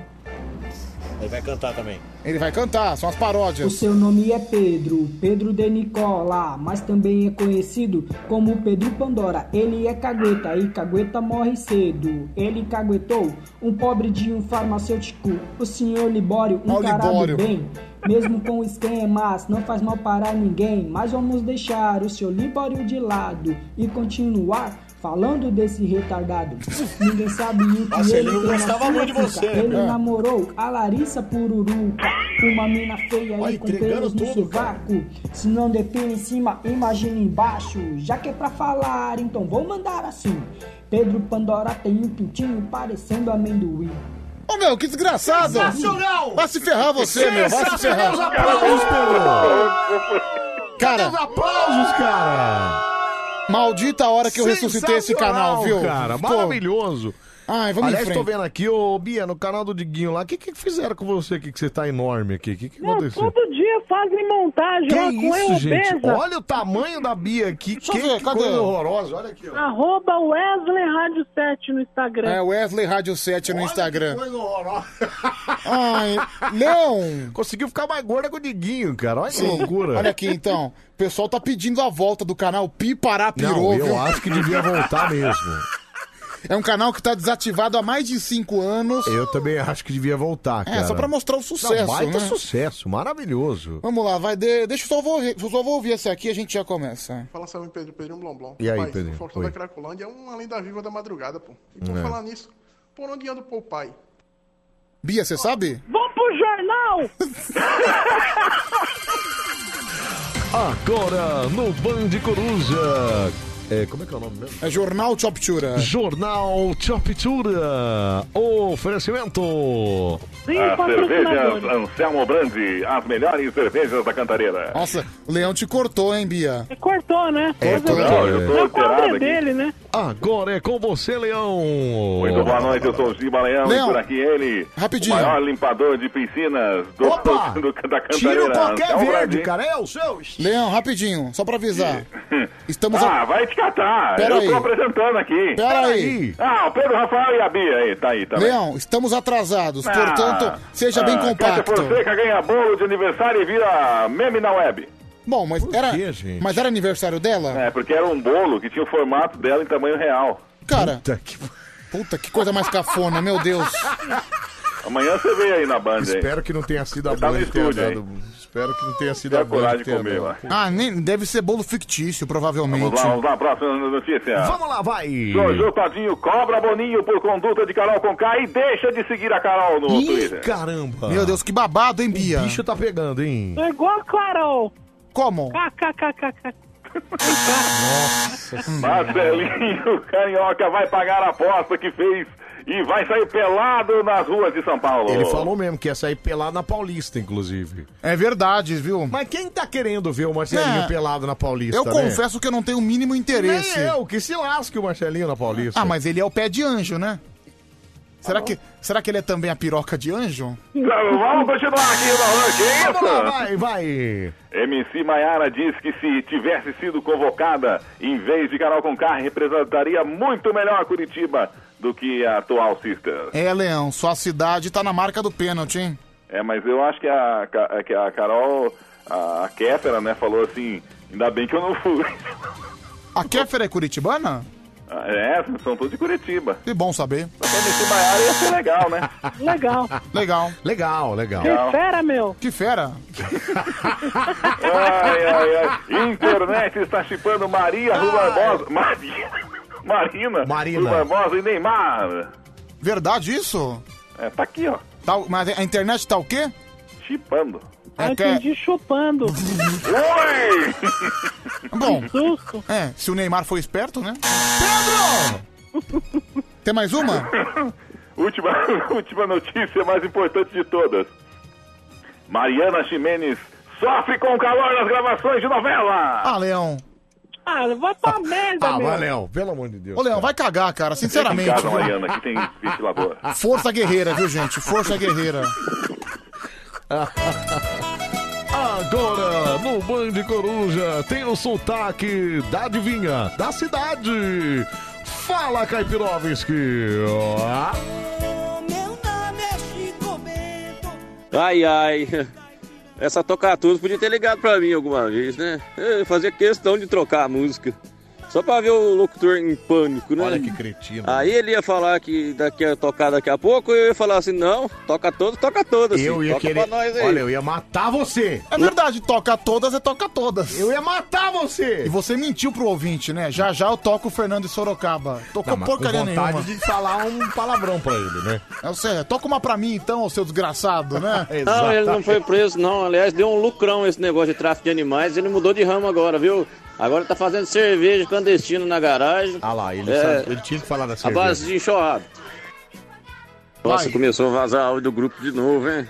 [SPEAKER 32] Ele vai cantar também.
[SPEAKER 2] Ele vai cantar, são as paródias.
[SPEAKER 19] O seu nome é Pedro, Pedro de Nicola, mas também é conhecido como Pedro Pandora. Ele é cagueta e cagueta morre cedo. Ele caguetou um pobre de um farmacêutico, o senhor Libório, um
[SPEAKER 2] Ó, o
[SPEAKER 19] carado
[SPEAKER 2] Libório.
[SPEAKER 19] bem. Mesmo com esquemas, não faz mal para ninguém. Mas vamos deixar o seu Libório de lado e continuar falando desse retardado. Ninguém sabe o que
[SPEAKER 32] Nossa,
[SPEAKER 19] ele
[SPEAKER 32] ele não
[SPEAKER 19] tem na
[SPEAKER 32] gostava
[SPEAKER 19] sua
[SPEAKER 32] muito de
[SPEAKER 19] cuca.
[SPEAKER 32] você,
[SPEAKER 19] Ele
[SPEAKER 2] É.
[SPEAKER 32] né?
[SPEAKER 19] namorou a Larissa Pururuca, uma mina feia
[SPEAKER 32] Ó,
[SPEAKER 19] e com
[SPEAKER 32] entregando
[SPEAKER 19] pelos no
[SPEAKER 32] tudo, cara.
[SPEAKER 19] sovaco. Se não depila em cima, imagina embaixo. Já que é pra falar, então vou mandar assim. Pedro Pandora tem um pintinho parecendo amendoim.
[SPEAKER 2] Ô meu, que desgraçado!
[SPEAKER 19] Sensacional!
[SPEAKER 2] Vai se ferrar você, meu! Vai se ferrar!
[SPEAKER 19] Sensacional,
[SPEAKER 32] aplausos,
[SPEAKER 2] Cara!
[SPEAKER 32] aplausos, cara!
[SPEAKER 2] Maldita a hora que eu ressuscitei esse canal, viu?
[SPEAKER 32] Cara,
[SPEAKER 2] Pô,
[SPEAKER 32] maravilhoso.
[SPEAKER 2] Ai, vamos em
[SPEAKER 32] Aliás,
[SPEAKER 2] frente.
[SPEAKER 32] tô vendo aqui, ô Bia, no canal do Diguinho lá, o que, que fizeram com você aqui que você tá enorme aqui? O que, que aconteceu?
[SPEAKER 12] Todo dia fazem montagem
[SPEAKER 32] Que
[SPEAKER 12] lá com eu
[SPEAKER 32] isso, gente?
[SPEAKER 12] obesa.
[SPEAKER 32] Olha o tamanho da Bia aqui.
[SPEAKER 12] Deixa
[SPEAKER 32] que
[SPEAKER 12] eu ver,
[SPEAKER 32] que
[SPEAKER 12] cadê?
[SPEAKER 32] coisa horrorosa. Olha aqui, ó.
[SPEAKER 12] Arroba Wesley Rádio 7 no Instagram.
[SPEAKER 2] É Wesley Rádio 7 no Instagram.
[SPEAKER 32] coisa horrorosa.
[SPEAKER 2] Ai, não!
[SPEAKER 32] Conseguiu ficar mais gorda com o Diguinho, cara. Olha que loucura.
[SPEAKER 2] Olha aqui então, o pessoal tá pedindo a volta do canal Piparapirô.
[SPEAKER 32] Não, eu
[SPEAKER 2] viu?
[SPEAKER 32] acho que devia voltar mesmo.
[SPEAKER 2] É um canal que tá desativado há mais de 5 anos.
[SPEAKER 32] Eu também acho que devia voltar,
[SPEAKER 2] É,
[SPEAKER 32] Ah, cara.
[SPEAKER 2] só pra mostrar o sucesso,
[SPEAKER 32] Não, baita
[SPEAKER 2] né?
[SPEAKER 32] sucesso, maravilhoso.
[SPEAKER 2] Vamos lá, vai, de... deixa eu só, vou... eu só vou ouvir esse aqui e a gente já começa.
[SPEAKER 14] Fala salve, Pedro, Pedro Blom Blom.
[SPEAKER 32] E aí,
[SPEAKER 14] Rapaz,
[SPEAKER 32] Pedrinho?
[SPEAKER 14] O Faustão
[SPEAKER 32] Oi.
[SPEAKER 14] da Cracolândia é uma lenda viva da madrugada, pô. E por
[SPEAKER 32] É.
[SPEAKER 14] falar nisso, por onde anda o Poupai?
[SPEAKER 2] Bia, você sabe?
[SPEAKER 12] Vamos pro jornal!
[SPEAKER 32] Agora no Band Coruja. É, como é que é o nome mesmo?
[SPEAKER 2] É Jornal Choptura.
[SPEAKER 32] Jornal Choptura. Oferecimento.
[SPEAKER 28] A cervejas Anselmo Brandi, as melhores cervejas da Cantareira.
[SPEAKER 2] Nossa, o Leão te cortou, hein, Bia?
[SPEAKER 12] Cortou, né?
[SPEAKER 32] Cortou,
[SPEAKER 28] Não, eu tô
[SPEAKER 32] é.
[SPEAKER 28] alterado aqui.
[SPEAKER 12] né?
[SPEAKER 32] Agora é com você, Leão.
[SPEAKER 28] Muito boa noite, eu sou o Giba Leão
[SPEAKER 32] Leão,
[SPEAKER 28] e por aqui ele,
[SPEAKER 32] rapidinho.
[SPEAKER 28] o maior limpador de piscinas do,
[SPEAKER 32] Opa!
[SPEAKER 28] do- da Cantareira.
[SPEAKER 2] Tira qualquer
[SPEAKER 28] Anselmo
[SPEAKER 2] verde,
[SPEAKER 28] Brandi.
[SPEAKER 2] cara. É o seu. Leão, rapidinho, só pra avisar.
[SPEAKER 28] tá
[SPEAKER 2] Estamos
[SPEAKER 28] Ah, vai te catar.
[SPEAKER 2] Pera
[SPEAKER 28] eu
[SPEAKER 2] aí.
[SPEAKER 28] tô apresentando aqui.
[SPEAKER 2] Pera aí.
[SPEAKER 28] Ah, o Pedro Rafael e a Bia aí, tá aí, tá aí.
[SPEAKER 2] Leão, estamos atrasados,
[SPEAKER 28] Ah,
[SPEAKER 2] portanto, seja bem
[SPEAKER 28] ah,
[SPEAKER 2] compacto.
[SPEAKER 28] Cátia Fonseca ganha bolo de aniversário e vira meme na web.
[SPEAKER 2] Bom, mas era,
[SPEAKER 28] quê, gente?
[SPEAKER 2] mas era aniversário dela?
[SPEAKER 28] É, porque era um bolo que tinha o formato dela em tamanho real.
[SPEAKER 2] Cara, puta que... coisa mais cafona, meu Deus.
[SPEAKER 28] Amanhã você vem aí na banda, hein?
[SPEAKER 32] Espero que não tenha sido a
[SPEAKER 28] Tá no
[SPEAKER 32] Band que tenha
[SPEAKER 28] estúdio,
[SPEAKER 32] dado. Espero que não tenha sido
[SPEAKER 28] Tenha
[SPEAKER 32] a Band
[SPEAKER 28] coragem
[SPEAKER 32] que
[SPEAKER 28] de
[SPEAKER 32] tenha
[SPEAKER 28] comer,
[SPEAKER 32] dado.
[SPEAKER 28] vai.
[SPEAKER 2] Ah, nem, deve ser bolo fictício, provavelmente.
[SPEAKER 28] Vamos lá, vamos lá, próxima notícia.
[SPEAKER 32] Vamos lá, vai.
[SPEAKER 28] Jojo Tadinho cobra Boninho por conduta de Carol Conká e deixa de seguir a Carol no Twitter.
[SPEAKER 32] caramba.
[SPEAKER 2] Meu Deus, que babado, hein, Bia? O bicho
[SPEAKER 32] tá pegando, hein?
[SPEAKER 12] Tô é igual a Carol.
[SPEAKER 2] Como?
[SPEAKER 12] KKKKK.
[SPEAKER 28] Marcelinho Carioca vai pagar a aposta que fez e vai sair pelado nas ruas de São Paulo.
[SPEAKER 32] Ele falou mesmo que ia sair pelado na Paulista, inclusive.
[SPEAKER 2] É verdade, viu?
[SPEAKER 32] Mas quem tá querendo ver o Marcelinho
[SPEAKER 2] É.
[SPEAKER 32] pelado na Paulista?
[SPEAKER 2] Eu
[SPEAKER 32] né?
[SPEAKER 2] confesso que eu não tenho o mínimo interesse.
[SPEAKER 32] Nem eu, que se lasque o Marcelinho na Paulista.
[SPEAKER 2] Ah, mas ele é o pé de anjo, né?
[SPEAKER 32] Ah.
[SPEAKER 2] Será que, será que ele é também a piroca de anjo?
[SPEAKER 28] Não, Vamos continuar aqui no ranking.
[SPEAKER 32] Vamos lá, vai, vai.
[SPEAKER 28] MC Maiara diz que se tivesse sido convocada, em vez de Carol Conká, representaria muito melhor Curitiba do que a atual Sister.
[SPEAKER 2] É, Leão, sua cidade tá na marca do pênalti, hein?
[SPEAKER 28] É, mas eu acho que a, Ca- é que a Carol, a, a Kéfera, né, falou assim, ainda bem que eu não fui.
[SPEAKER 2] A Kéfera é curitibana?
[SPEAKER 28] Ah, É, são todos de Curitiba.
[SPEAKER 2] Que bom saber.
[SPEAKER 28] Aí ia ser legal, né?
[SPEAKER 39] Legal.
[SPEAKER 2] Legal.
[SPEAKER 1] Legal, legal.
[SPEAKER 39] Que fera, meu.
[SPEAKER 2] Que fera.
[SPEAKER 28] Ai, ai, ai. Internet né, está chipando Maria Rui Barbosa. Maria. Marina. Marina. Rui Barbosa e Neymar.
[SPEAKER 2] Verdade isso?
[SPEAKER 28] É, tá aqui, ó.
[SPEAKER 2] mas a internet tá o quê?
[SPEAKER 28] Chipando.
[SPEAKER 39] Ah,
[SPEAKER 2] É que-
[SPEAKER 39] entendi chupando.
[SPEAKER 28] Oi!
[SPEAKER 2] Bom, é, se o Neymar foi esperto, né? Pedro! Tem mais uma?
[SPEAKER 28] Última, última notícia mais importante de todas. Mariana Ximenes sofre com o calor nas gravações de novela.
[SPEAKER 2] Ah, Leão.
[SPEAKER 39] Ah, vai pra merda,
[SPEAKER 1] Ah,
[SPEAKER 39] meu.
[SPEAKER 1] vai, Leão, pelo amor de Deus.
[SPEAKER 2] Ô, Leão, vai cagar, cara, sinceramente.
[SPEAKER 28] Casa,
[SPEAKER 2] viu?
[SPEAKER 28] Mariana, que tem ventilador.
[SPEAKER 2] Força guerreira, viu, gente? Força guerreira.
[SPEAKER 1] Agora, no Band Coruja, tem o sotaque da adivinha, da cidade. Fala, Kaipirovski. Ó.
[SPEAKER 7] Ai, ai. Essa tocatura podia ter ligado pra mim alguma vez, né? Eu fazia questão de trocar a música. Só pra ver o locutor em pânico, né? Olha que
[SPEAKER 1] cretino.
[SPEAKER 7] Aí ele ia falar que daqui a tocar daqui a pouco, eu ia falar assim, não, toca todas, toca todas. assim.
[SPEAKER 1] Eu
[SPEAKER 7] sim,
[SPEAKER 1] ia
[SPEAKER 7] toca
[SPEAKER 1] querer-
[SPEAKER 7] pra nós aí.
[SPEAKER 1] Olha, eu ia matar você.
[SPEAKER 2] É verdade, toca todas é toca todas.
[SPEAKER 1] Eu ia matar você.
[SPEAKER 2] E você mentiu pro ouvinte, né? Já já eu toco o Fernando de Sorocaba. Tocou
[SPEAKER 1] Não, mas com
[SPEAKER 2] porcaria
[SPEAKER 1] vontade
[SPEAKER 2] nenhuma.
[SPEAKER 1] de falar um palavrão pra ele, né?
[SPEAKER 2] É, você, toca uma pra mim então, ô seu desgraçado, né?
[SPEAKER 7] Não, ele não foi preso, não. Aliás, deu um lucrão esse negócio de tráfico de animais. Ele mudou de ramo agora, viu? Agora tá fazendo cerveja clandestina na garagem.
[SPEAKER 1] Ah lá, ele,
[SPEAKER 7] É.
[SPEAKER 1] sabe- ele tinha que falar da
[SPEAKER 7] A
[SPEAKER 1] cerveja.
[SPEAKER 7] base de enxurrado. Nossa,
[SPEAKER 1] Vai.
[SPEAKER 7] começou a vazar áudio do grupo de novo, hein?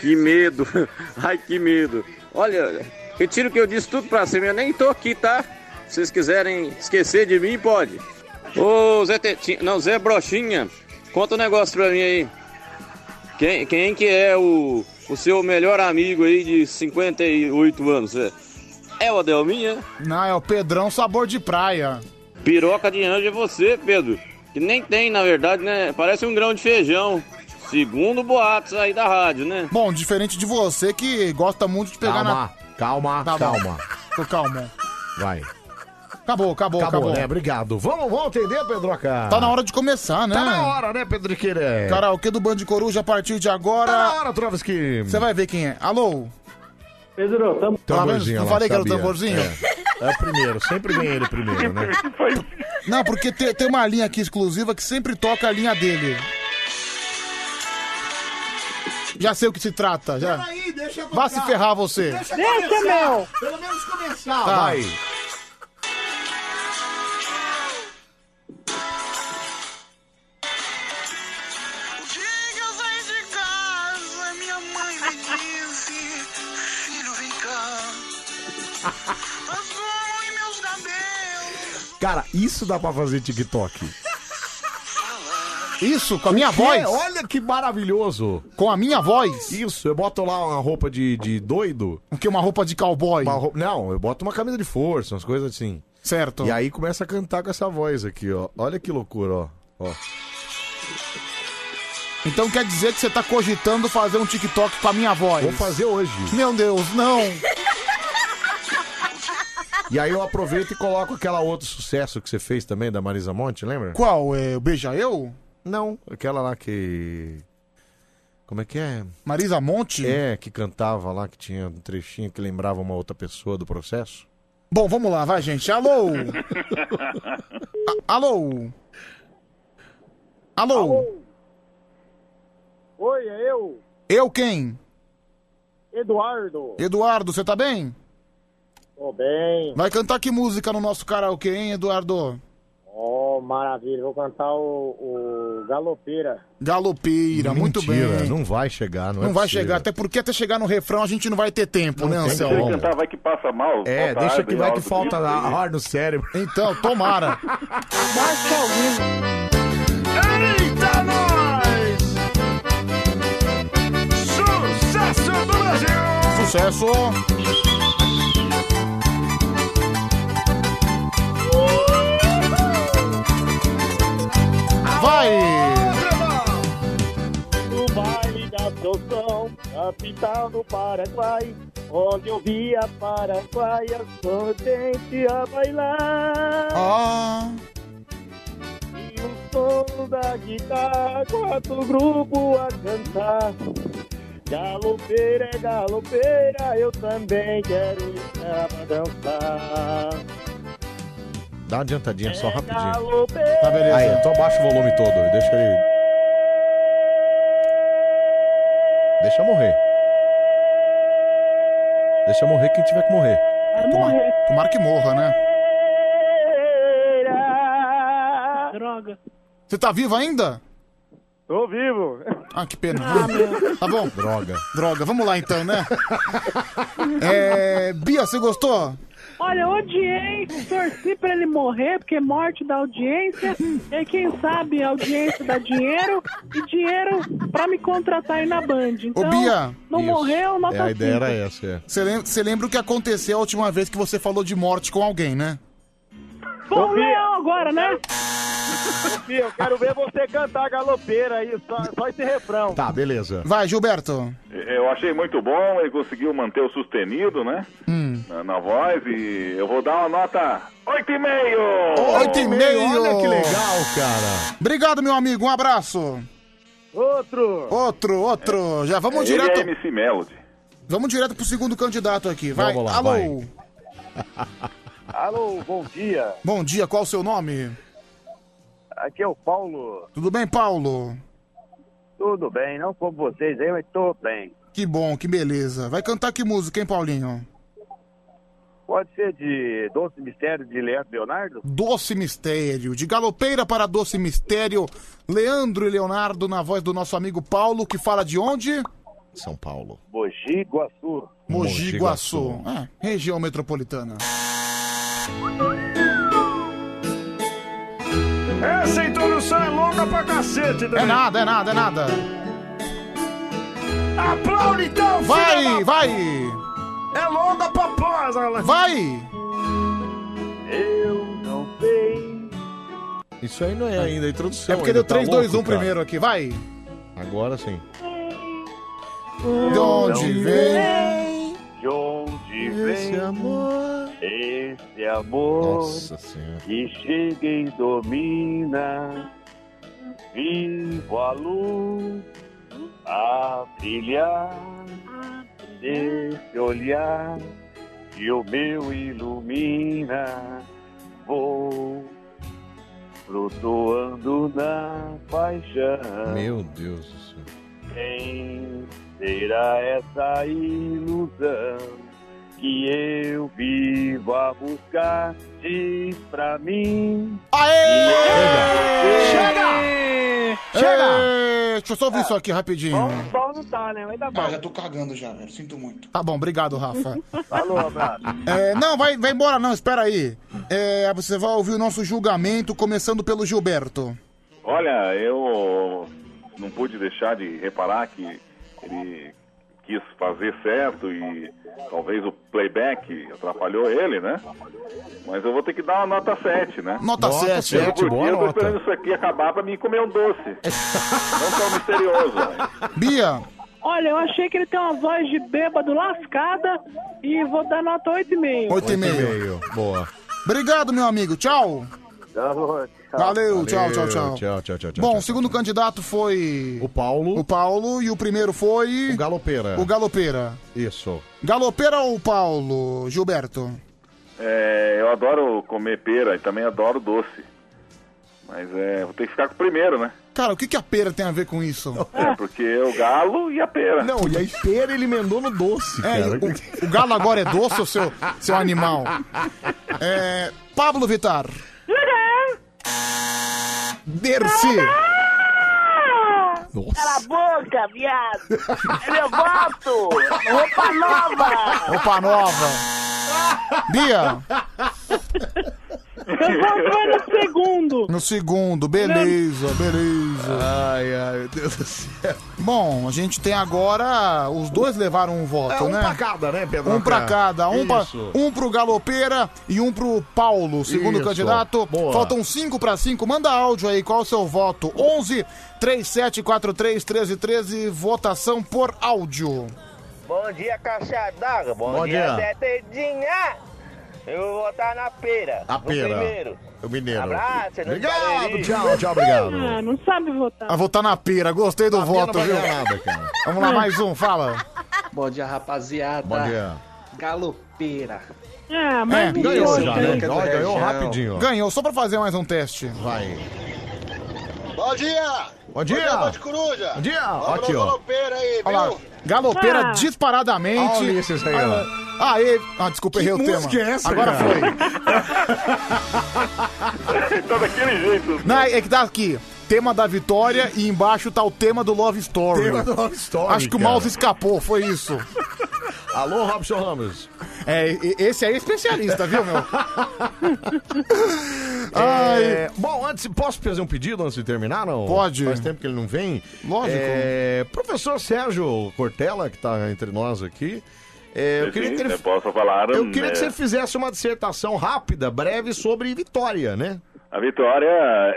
[SPEAKER 7] Que medo. Ai, que medo. Olha, retiro que eu disse tudo pra cima. Eu nem tô aqui, tá? Se vocês quiserem esquecer de mim, pode. Ô, Zé Tetinha... Não, Zé Broxinha, conta um negócio pra mim aí. Quem, quem que é o, o seu melhor amigo aí de 58 anos, Zé? É o Adelminha?
[SPEAKER 2] Não, é o Pedrão Sabor de Praia.
[SPEAKER 7] Piroca de anjo é você, Pedro. Que nem tem, na verdade, né? Parece um grão de feijão. Segundo boatos aí da rádio, né?
[SPEAKER 2] Bom, diferente de você que gosta muito de pegar
[SPEAKER 7] Calma,
[SPEAKER 2] na.
[SPEAKER 1] Calma,
[SPEAKER 2] Tá bom.
[SPEAKER 1] calma.
[SPEAKER 2] Tô calma.
[SPEAKER 1] Vai.
[SPEAKER 2] Acabou, acabou,
[SPEAKER 1] Acabou,
[SPEAKER 2] acabou.
[SPEAKER 1] né? Obrigado. Vamos, vamos atender, Pedroca.
[SPEAKER 2] Tá na hora de começar, né?
[SPEAKER 1] Tá na hora, né, Pedriqueira?
[SPEAKER 2] Karaokê do Band Coruja a partir de agora. Tá na
[SPEAKER 1] hora, Trovisky.
[SPEAKER 2] Você vai ver quem é. Alô? Tá
[SPEAKER 39] Pedro, tamo...
[SPEAKER 1] Tamborzinho,
[SPEAKER 2] Não
[SPEAKER 1] lá,
[SPEAKER 2] falei que era o
[SPEAKER 1] sabia.
[SPEAKER 2] tamborzinho?
[SPEAKER 1] É. É o primeiro, sempre vem ele primeiro, né?
[SPEAKER 2] Não, porque tem, tem uma linha aqui exclusiva que sempre toca a linha dele. Já sei o que se trata, Tá, já.
[SPEAKER 29] Peraí, deixa eu
[SPEAKER 2] Vá se
[SPEAKER 29] tocar.
[SPEAKER 2] ferrar você.
[SPEAKER 29] Deixa,
[SPEAKER 2] Deixa,
[SPEAKER 29] começar.
[SPEAKER 2] meu.
[SPEAKER 29] Pelo menos começar.
[SPEAKER 2] Tá.
[SPEAKER 29] Vai.
[SPEAKER 12] Diga, sai de casa, minha mãe me disse, filho, vem cá. Assume meus cabelos.
[SPEAKER 1] Cara, isso dá pra fazer TikTok.
[SPEAKER 2] Isso, com a minha voz.
[SPEAKER 1] Olha que maravilhoso.
[SPEAKER 2] Com a minha voz.
[SPEAKER 1] Isso, eu boto lá uma roupa de, de doido.
[SPEAKER 2] O que, uma roupa de cowboy?
[SPEAKER 1] Não, eu boto uma camisa de força, umas coisas assim.
[SPEAKER 2] Certo.
[SPEAKER 1] E aí começa a cantar com essa voz aqui, ó. Olha que loucura, ó. ó.
[SPEAKER 2] Então quer dizer que você tá cogitando fazer um TikTok com a minha voz?
[SPEAKER 1] Vou fazer hoje.
[SPEAKER 2] Meu Deus, não.
[SPEAKER 1] E aí eu aproveito e coloco aquela outro sucesso que você fez também, da Marisa Monte, lembra?
[SPEAKER 2] Qual? É o Beija Eu?
[SPEAKER 1] Não. Aquela lá que... Como é que é?
[SPEAKER 2] Marisa Monte?
[SPEAKER 1] É, que cantava lá, que tinha um trechinho que lembrava uma outra pessoa do processo.
[SPEAKER 2] Bom, vamos lá, vai, gente. Alô? A- Alô? Alô?
[SPEAKER 3] Oi, é eu,
[SPEAKER 2] Eu quem?
[SPEAKER 3] Eduardo.
[SPEAKER 2] Eduardo, você tá bem?
[SPEAKER 3] Tô bem.
[SPEAKER 2] Vai cantar que música no nosso karaokê, hein, Eduardo?
[SPEAKER 3] Oh, maravilha. Vou cantar o, o Galopeira.
[SPEAKER 2] Galopeira, muito
[SPEAKER 1] Mentira,
[SPEAKER 2] bem.
[SPEAKER 1] Não vai chegar, não,
[SPEAKER 2] Não
[SPEAKER 1] é
[SPEAKER 2] vai
[SPEAKER 1] possível.
[SPEAKER 2] chegar, até porque até chegar no refrão a gente não vai ter tempo, né,
[SPEAKER 28] Se
[SPEAKER 2] Anselmo?
[SPEAKER 28] ele cantar, vai que passa mal.
[SPEAKER 1] É,
[SPEAKER 28] falta
[SPEAKER 1] deixa
[SPEAKER 28] ar,
[SPEAKER 1] que
[SPEAKER 28] bem
[SPEAKER 1] vai que
[SPEAKER 28] alto,
[SPEAKER 1] falta
[SPEAKER 28] grito,
[SPEAKER 1] ar
[SPEAKER 28] grito.
[SPEAKER 1] no cérebro.
[SPEAKER 2] Então, tomara.
[SPEAKER 29] Eita, nós! Sucesso do Brasil!
[SPEAKER 2] Sucesso! Vai!
[SPEAKER 3] No baile da Assunção, capital do Paraguai, onde eu vi a paraguaia contente a bailar.
[SPEAKER 2] Ah,
[SPEAKER 24] da guitarra, quatro grupo a cantar. Galopeira é galopeira, eu também quero estar pra dançar.
[SPEAKER 1] Dá uma adiantadinha só rapidinho.
[SPEAKER 24] Galopeira.
[SPEAKER 1] Tá, beleza. Aí, então abaixa o volume todo. Deixa ele. Deixa morrer. Deixa morrer quem tiver que morrer.
[SPEAKER 2] Tomara, tomara que morra, né?
[SPEAKER 12] Droga.
[SPEAKER 2] Você tá vivo ainda?
[SPEAKER 24] Tô vivo.
[SPEAKER 2] Ah, que pena. tá bom? Droga. Droga, vamos lá então, né? É, Bia, você gostou?
[SPEAKER 12] Olha, eu odiei, torci pra ele morrer, porque é morte da audiência. E quem sabe a audiência dá dinheiro e dinheiro pra me contratar aí na Band. Então,
[SPEAKER 2] Ô, Bia.
[SPEAKER 12] não morreu, nota
[SPEAKER 2] É, a ideia
[SPEAKER 1] Era
[SPEAKER 2] Sim.
[SPEAKER 1] essa, é.
[SPEAKER 2] Você lembra, você lembra o que aconteceu a última vez que você falou de morte com alguém, né?
[SPEAKER 12] Bom, leão agora, né?
[SPEAKER 24] Sofia, eu quero ver você cantar galopeira aí, só, só esse refrão.
[SPEAKER 1] Tá, beleza.
[SPEAKER 2] Vai, Gilberto.
[SPEAKER 28] Eu achei muito bom, ele conseguiu manter o sustenido, né?
[SPEAKER 2] Hum.
[SPEAKER 28] Na, na voz e eu vou dar uma nota 8,5!
[SPEAKER 2] Oito e meio.
[SPEAKER 28] Olha que legal,
[SPEAKER 1] cara.
[SPEAKER 2] Obrigado, meu amigo. Um abraço.
[SPEAKER 24] Outro.
[SPEAKER 2] Outro, outro. Já vamos
[SPEAKER 28] ele
[SPEAKER 2] direto.
[SPEAKER 28] é MC Melody.
[SPEAKER 2] Vamos direto pro segundo candidato aqui. Vai.
[SPEAKER 28] Vamos lá,
[SPEAKER 2] Alô.
[SPEAKER 28] vai.
[SPEAKER 24] Alô, bom dia.
[SPEAKER 2] Bom dia, qual o seu nome?
[SPEAKER 24] Aqui é o Paulo.
[SPEAKER 2] Tudo bem, Paulo?
[SPEAKER 24] Tudo bem, não como vocês aí, mas tô bem.
[SPEAKER 2] Que bom, que beleza. Vai cantar que música, hein, Paulinho?
[SPEAKER 24] Pode ser de Doce Mistério de Leandro Leonardo?
[SPEAKER 2] Doce Mistério. De galopeira para Doce Mistério. Leandro e Leonardo na voz do nosso amigo Paulo, que fala de onde?
[SPEAKER 1] São Paulo.
[SPEAKER 24] Mogi Guaçu.
[SPEAKER 2] Mogi Guaçu. É, região metropolitana.
[SPEAKER 40] Essa introdução é longa pra cacete, né?
[SPEAKER 2] É nada, é nada, é nada.
[SPEAKER 40] Aplaude então, filha
[SPEAKER 2] Vai,
[SPEAKER 40] da-
[SPEAKER 2] vai!
[SPEAKER 40] É longa pra pós, galera.
[SPEAKER 2] Vai!
[SPEAKER 24] Eu não sei.
[SPEAKER 1] Isso aí não é ainda a introdução.
[SPEAKER 2] É porque
[SPEAKER 1] ainda
[SPEAKER 2] deu
[SPEAKER 1] tá
[SPEAKER 2] 3, 2,
[SPEAKER 1] louco,
[SPEAKER 2] 1
[SPEAKER 1] cara.
[SPEAKER 2] primeiro aqui, vai!
[SPEAKER 1] Agora sim.
[SPEAKER 2] De onde
[SPEAKER 41] Então,
[SPEAKER 2] vem?
[SPEAKER 24] De onde vem
[SPEAKER 3] Esse amor.
[SPEAKER 24] esse amor
[SPEAKER 3] Nossa
[SPEAKER 1] Senhora.
[SPEAKER 24] que chega e domina? Vivo a luz a brilhar desse olhar que o meu ilumina. Vou flutuando na paixão.
[SPEAKER 1] Meu Deus do céu.
[SPEAKER 24] Quem será essa ilusão que eu vivo a buscar? Diz pra mim. é
[SPEAKER 2] Aê!
[SPEAKER 24] Chega!
[SPEAKER 2] Chega! Deixa eu só ouvir isso aqui rapidinho.
[SPEAKER 24] Bom não tá, né? Mas dá bom.
[SPEAKER 2] já tô cagando já, velho. Sinto muito. Tá bom, obrigado, Rafa.
[SPEAKER 24] Falou, abraço.
[SPEAKER 2] É, não, vai, vai embora não, espera aí. É, você vai ouvir o nosso julgamento, começando pelo Gilberto.
[SPEAKER 28] Olha, eu não pude deixar de reparar que ele quis fazer certo e talvez o playback atrapalhou ele, né? Mas eu vou ter que dar uma nota 7, né?
[SPEAKER 2] Nota Nota sete. sete,
[SPEAKER 28] Porque
[SPEAKER 2] boa
[SPEAKER 28] eu tô
[SPEAKER 2] nota.
[SPEAKER 28] esperando isso aqui acabar pra mim comer um doce. não tão misterioso. né?
[SPEAKER 2] Bia,
[SPEAKER 12] Olha, eu achei que ele tem uma voz de bêbado lascada e vou dar nota 8,5.
[SPEAKER 2] 8,5.
[SPEAKER 1] Boa.
[SPEAKER 2] Obrigado, meu amigo. Tchau. Valeu, tchau, tchau, tchau.
[SPEAKER 1] Tchau, tchau, tchau. tchau.
[SPEAKER 2] Bom, o segundo candidato foi. O
[SPEAKER 1] Paulo.
[SPEAKER 2] O Paulo. E o primeiro foi. O
[SPEAKER 1] Galopeira.
[SPEAKER 2] O Galopeira.
[SPEAKER 1] Isso.
[SPEAKER 2] Galopeira ou Paulo, Gilberto?
[SPEAKER 28] É, eu adoro comer pera e também adoro doce. Mas é, vou ter que ficar com o primeiro, né?
[SPEAKER 2] Cara, o que, que a pera tem a ver com isso?
[SPEAKER 28] É, porque é o galo e a pera.
[SPEAKER 1] Não, e a pera ele emendou no doce,
[SPEAKER 2] É,
[SPEAKER 1] cara.
[SPEAKER 2] o, o galo agora é doce, o seu, seu animal. É, Pablo Vitar. Dercy.
[SPEAKER 3] Cala a boca, viado! É meu voto! Roupa nova!
[SPEAKER 2] Opa nova. Bia.
[SPEAKER 3] Eu vou
[SPEAKER 2] no segundo. No segundo, beleza, beleza.
[SPEAKER 1] Ai, ai, meu Deus do céu.
[SPEAKER 2] Bom, a gente tem agora. Os dois levaram um voto,
[SPEAKER 1] É, um
[SPEAKER 2] né?
[SPEAKER 1] pra cada, né, Pedro?
[SPEAKER 2] Um pra cada. Um, pra,
[SPEAKER 1] Isso.
[SPEAKER 2] um pro Galopeira e um pro Paulo, o segundo
[SPEAKER 1] Isso.
[SPEAKER 2] candidato.
[SPEAKER 1] Boa.
[SPEAKER 2] Faltam cinco pra cinco. Manda áudio aí, qual o seu voto? 11 3743 1313. Votação por áudio.
[SPEAKER 24] Bom dia, caixa d'água.
[SPEAKER 2] Bom dia.
[SPEAKER 24] Tetedinha.
[SPEAKER 42] Eu vou votar na pera.
[SPEAKER 41] A
[SPEAKER 42] no
[SPEAKER 41] pera.
[SPEAKER 42] Primeiro.
[SPEAKER 41] O mineiro.
[SPEAKER 42] Abraço, é nóis,
[SPEAKER 41] Obrigado,
[SPEAKER 42] Barueri.
[SPEAKER 41] tchau, tchau, obrigado.
[SPEAKER 12] Ah, não sabe votar.
[SPEAKER 2] Ah, votar na pira, gostei do voto,
[SPEAKER 41] não vai
[SPEAKER 2] viu?
[SPEAKER 41] ganhar nada, cara.
[SPEAKER 2] Vamos lá, mais um, fala.
[SPEAKER 43] Bom dia, rapaziada.
[SPEAKER 2] Bom dia.
[SPEAKER 43] Galopeira.
[SPEAKER 12] Ah,
[SPEAKER 2] É,
[SPEAKER 12] mas
[SPEAKER 2] ganhou
[SPEAKER 43] Mineiro,
[SPEAKER 2] já,
[SPEAKER 43] né?
[SPEAKER 2] né?
[SPEAKER 43] Ó, ganhou rapidinho, ó.
[SPEAKER 2] Ganhou, só pra fazer mais um teste. Vai.
[SPEAKER 24] Bom dia!
[SPEAKER 2] Bom dia.
[SPEAKER 24] Bom dia, Coruja!
[SPEAKER 2] Bom dia.
[SPEAKER 24] Vamos
[SPEAKER 2] Aqui,
[SPEAKER 24] pra
[SPEAKER 2] ó.
[SPEAKER 24] galopeira aí,
[SPEAKER 2] Olha lá,
[SPEAKER 24] viu?
[SPEAKER 2] galopeira
[SPEAKER 24] Ah.
[SPEAKER 2] disparadamente.
[SPEAKER 24] Olha o Ulisses aí,
[SPEAKER 2] Ah, Aê, ah, desculpa,
[SPEAKER 24] Que
[SPEAKER 2] errei o tema.
[SPEAKER 24] música é essa,
[SPEAKER 2] Agora
[SPEAKER 24] cara?
[SPEAKER 2] foi.
[SPEAKER 28] tá daquele jeito.
[SPEAKER 2] Não, é que tá aqui. Tema da vitória e embaixo tá o tema do Love Story.
[SPEAKER 41] Tema do Love Story,
[SPEAKER 2] Acho que
[SPEAKER 41] cara.
[SPEAKER 2] o mouse escapou, foi isso.
[SPEAKER 41] Alô, Robson Ramos.
[SPEAKER 2] É, e- esse aí é especialista, viu, meu?
[SPEAKER 41] É, bom, antes, posso fazer um pedido antes de terminar? Não?
[SPEAKER 2] Pode.
[SPEAKER 41] Faz tempo que ele não vem.
[SPEAKER 2] Lógico.
[SPEAKER 41] É, professor Sérgio Cortella, que está entre nós aqui. é, eu queria que ele.
[SPEAKER 28] né? Posso falar?
[SPEAKER 41] Eu queria que você
[SPEAKER 28] né?
[SPEAKER 41] fizesse uma dissertação rápida, breve, sobre vitória, né?
[SPEAKER 28] A vitória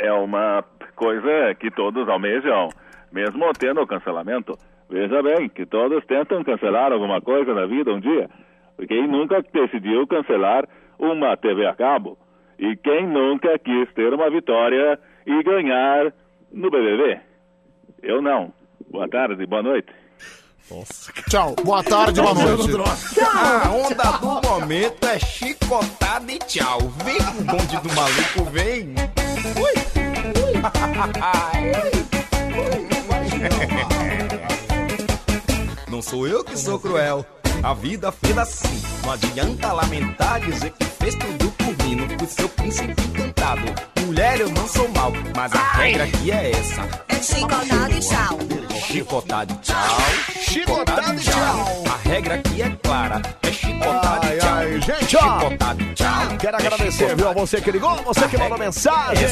[SPEAKER 28] é uma coisa que todos almejam, mesmo tendo o cancelamento. Veja bem que todos tentam cancelar alguma coisa na vida um dia. Quem nunca decidiu cancelar uma TV a cabo? E quem nunca quis ter uma vitória e ganhar no BBB? Eu não. Boa tarde, boa noite.
[SPEAKER 2] Tchau, boa tarde, boa noite.
[SPEAKER 3] A onda do momento é chicotada e tchau. Vem com o bonde do maluco, vem. Não sou eu que sou cruel, a vida fez assim. Não adianta lamentar, dizer que fez tudo por mim. Não fui seu príncipe encantado. Mulher, eu não sou mal, mas a regra aqui é essa.
[SPEAKER 14] É chicotado e tchau.
[SPEAKER 3] Chicotada e tchau. Chicotada e tchau. A regra aqui é clara. É chicotada e tchau.
[SPEAKER 1] ai, gente, ó.
[SPEAKER 3] chicotada e tchau. É
[SPEAKER 1] Quero agradecer, viu, a você que ligou, você que mandou mensagem.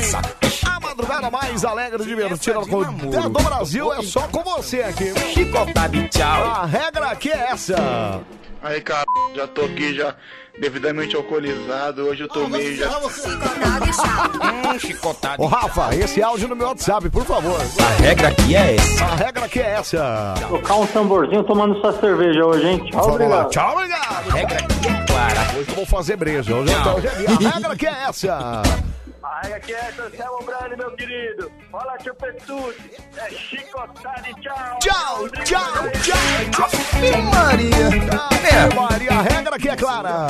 [SPEAKER 1] A madrugada mais alegre, divertida do Brasil é só com você aqui.
[SPEAKER 3] Chicotada e tchau.
[SPEAKER 1] A regra aqui é essa.
[SPEAKER 24] Aí, cara, já tô aqui, já devidamente alcoolizado. Hoje eu tomei,
[SPEAKER 2] é
[SPEAKER 24] já...
[SPEAKER 1] Hum,
[SPEAKER 3] Chicotada
[SPEAKER 1] Ô, Rafa, esse áudio no meu WhatsApp, por favor.
[SPEAKER 3] A regra aqui é essa.
[SPEAKER 1] A regra aqui é essa.
[SPEAKER 17] Tocar um tamborzinho tomando sua cerveja hoje, hein? Tchau,
[SPEAKER 1] Vamos lá.
[SPEAKER 17] obrigado.
[SPEAKER 1] Tchau, obrigado. A regra aqui é clara. Hoje eu vou fazer breja. Hoje eu tô- hoje é minha. A regra aqui é essa.
[SPEAKER 17] Aí aqui é Anselmo Brani, meu querido. Fala, Chupetude. É chicotada e tchau.
[SPEAKER 1] Tchau, tchau, tchau. Ave Maria.
[SPEAKER 3] É.
[SPEAKER 1] Ave Maria, a regra aqui é clara.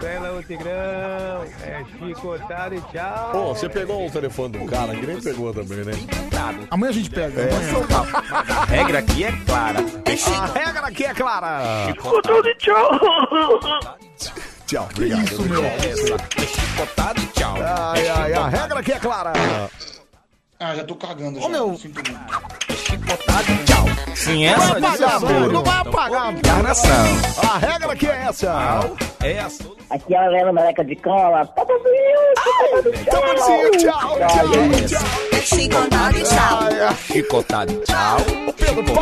[SPEAKER 17] Bela Tigrão. É chicotada e tchau.
[SPEAKER 41] Pô, você pegou o telefone do cara, que nem pegou também, né?
[SPEAKER 2] Amanhã a gente pega.
[SPEAKER 3] A regra aqui é clara.
[SPEAKER 1] A regra aqui é clara.
[SPEAKER 3] Chicotada e tchau. É
[SPEAKER 1] Tchau, obrigado. Isso, meu.
[SPEAKER 3] Chicotada e tchau.
[SPEAKER 1] Ai, ai, a regra aqui é clara.
[SPEAKER 17] Ah, já tô cagando.
[SPEAKER 1] Ô, meu.
[SPEAKER 3] Sim, essa é
[SPEAKER 1] Vai
[SPEAKER 2] é
[SPEAKER 1] apagar,
[SPEAKER 3] desaforo.
[SPEAKER 1] mano. Não vai apagar.
[SPEAKER 3] Encarnação.
[SPEAKER 1] A regra aqui é essa.
[SPEAKER 3] É a
[SPEAKER 42] Aqui é o Lelo Meleca de Cola. Tá bonzinho, tá
[SPEAKER 1] bonzinho, tchau,
[SPEAKER 42] tchau, tchau.
[SPEAKER 14] Chicotado e tchau.
[SPEAKER 3] Chicotada e tchau.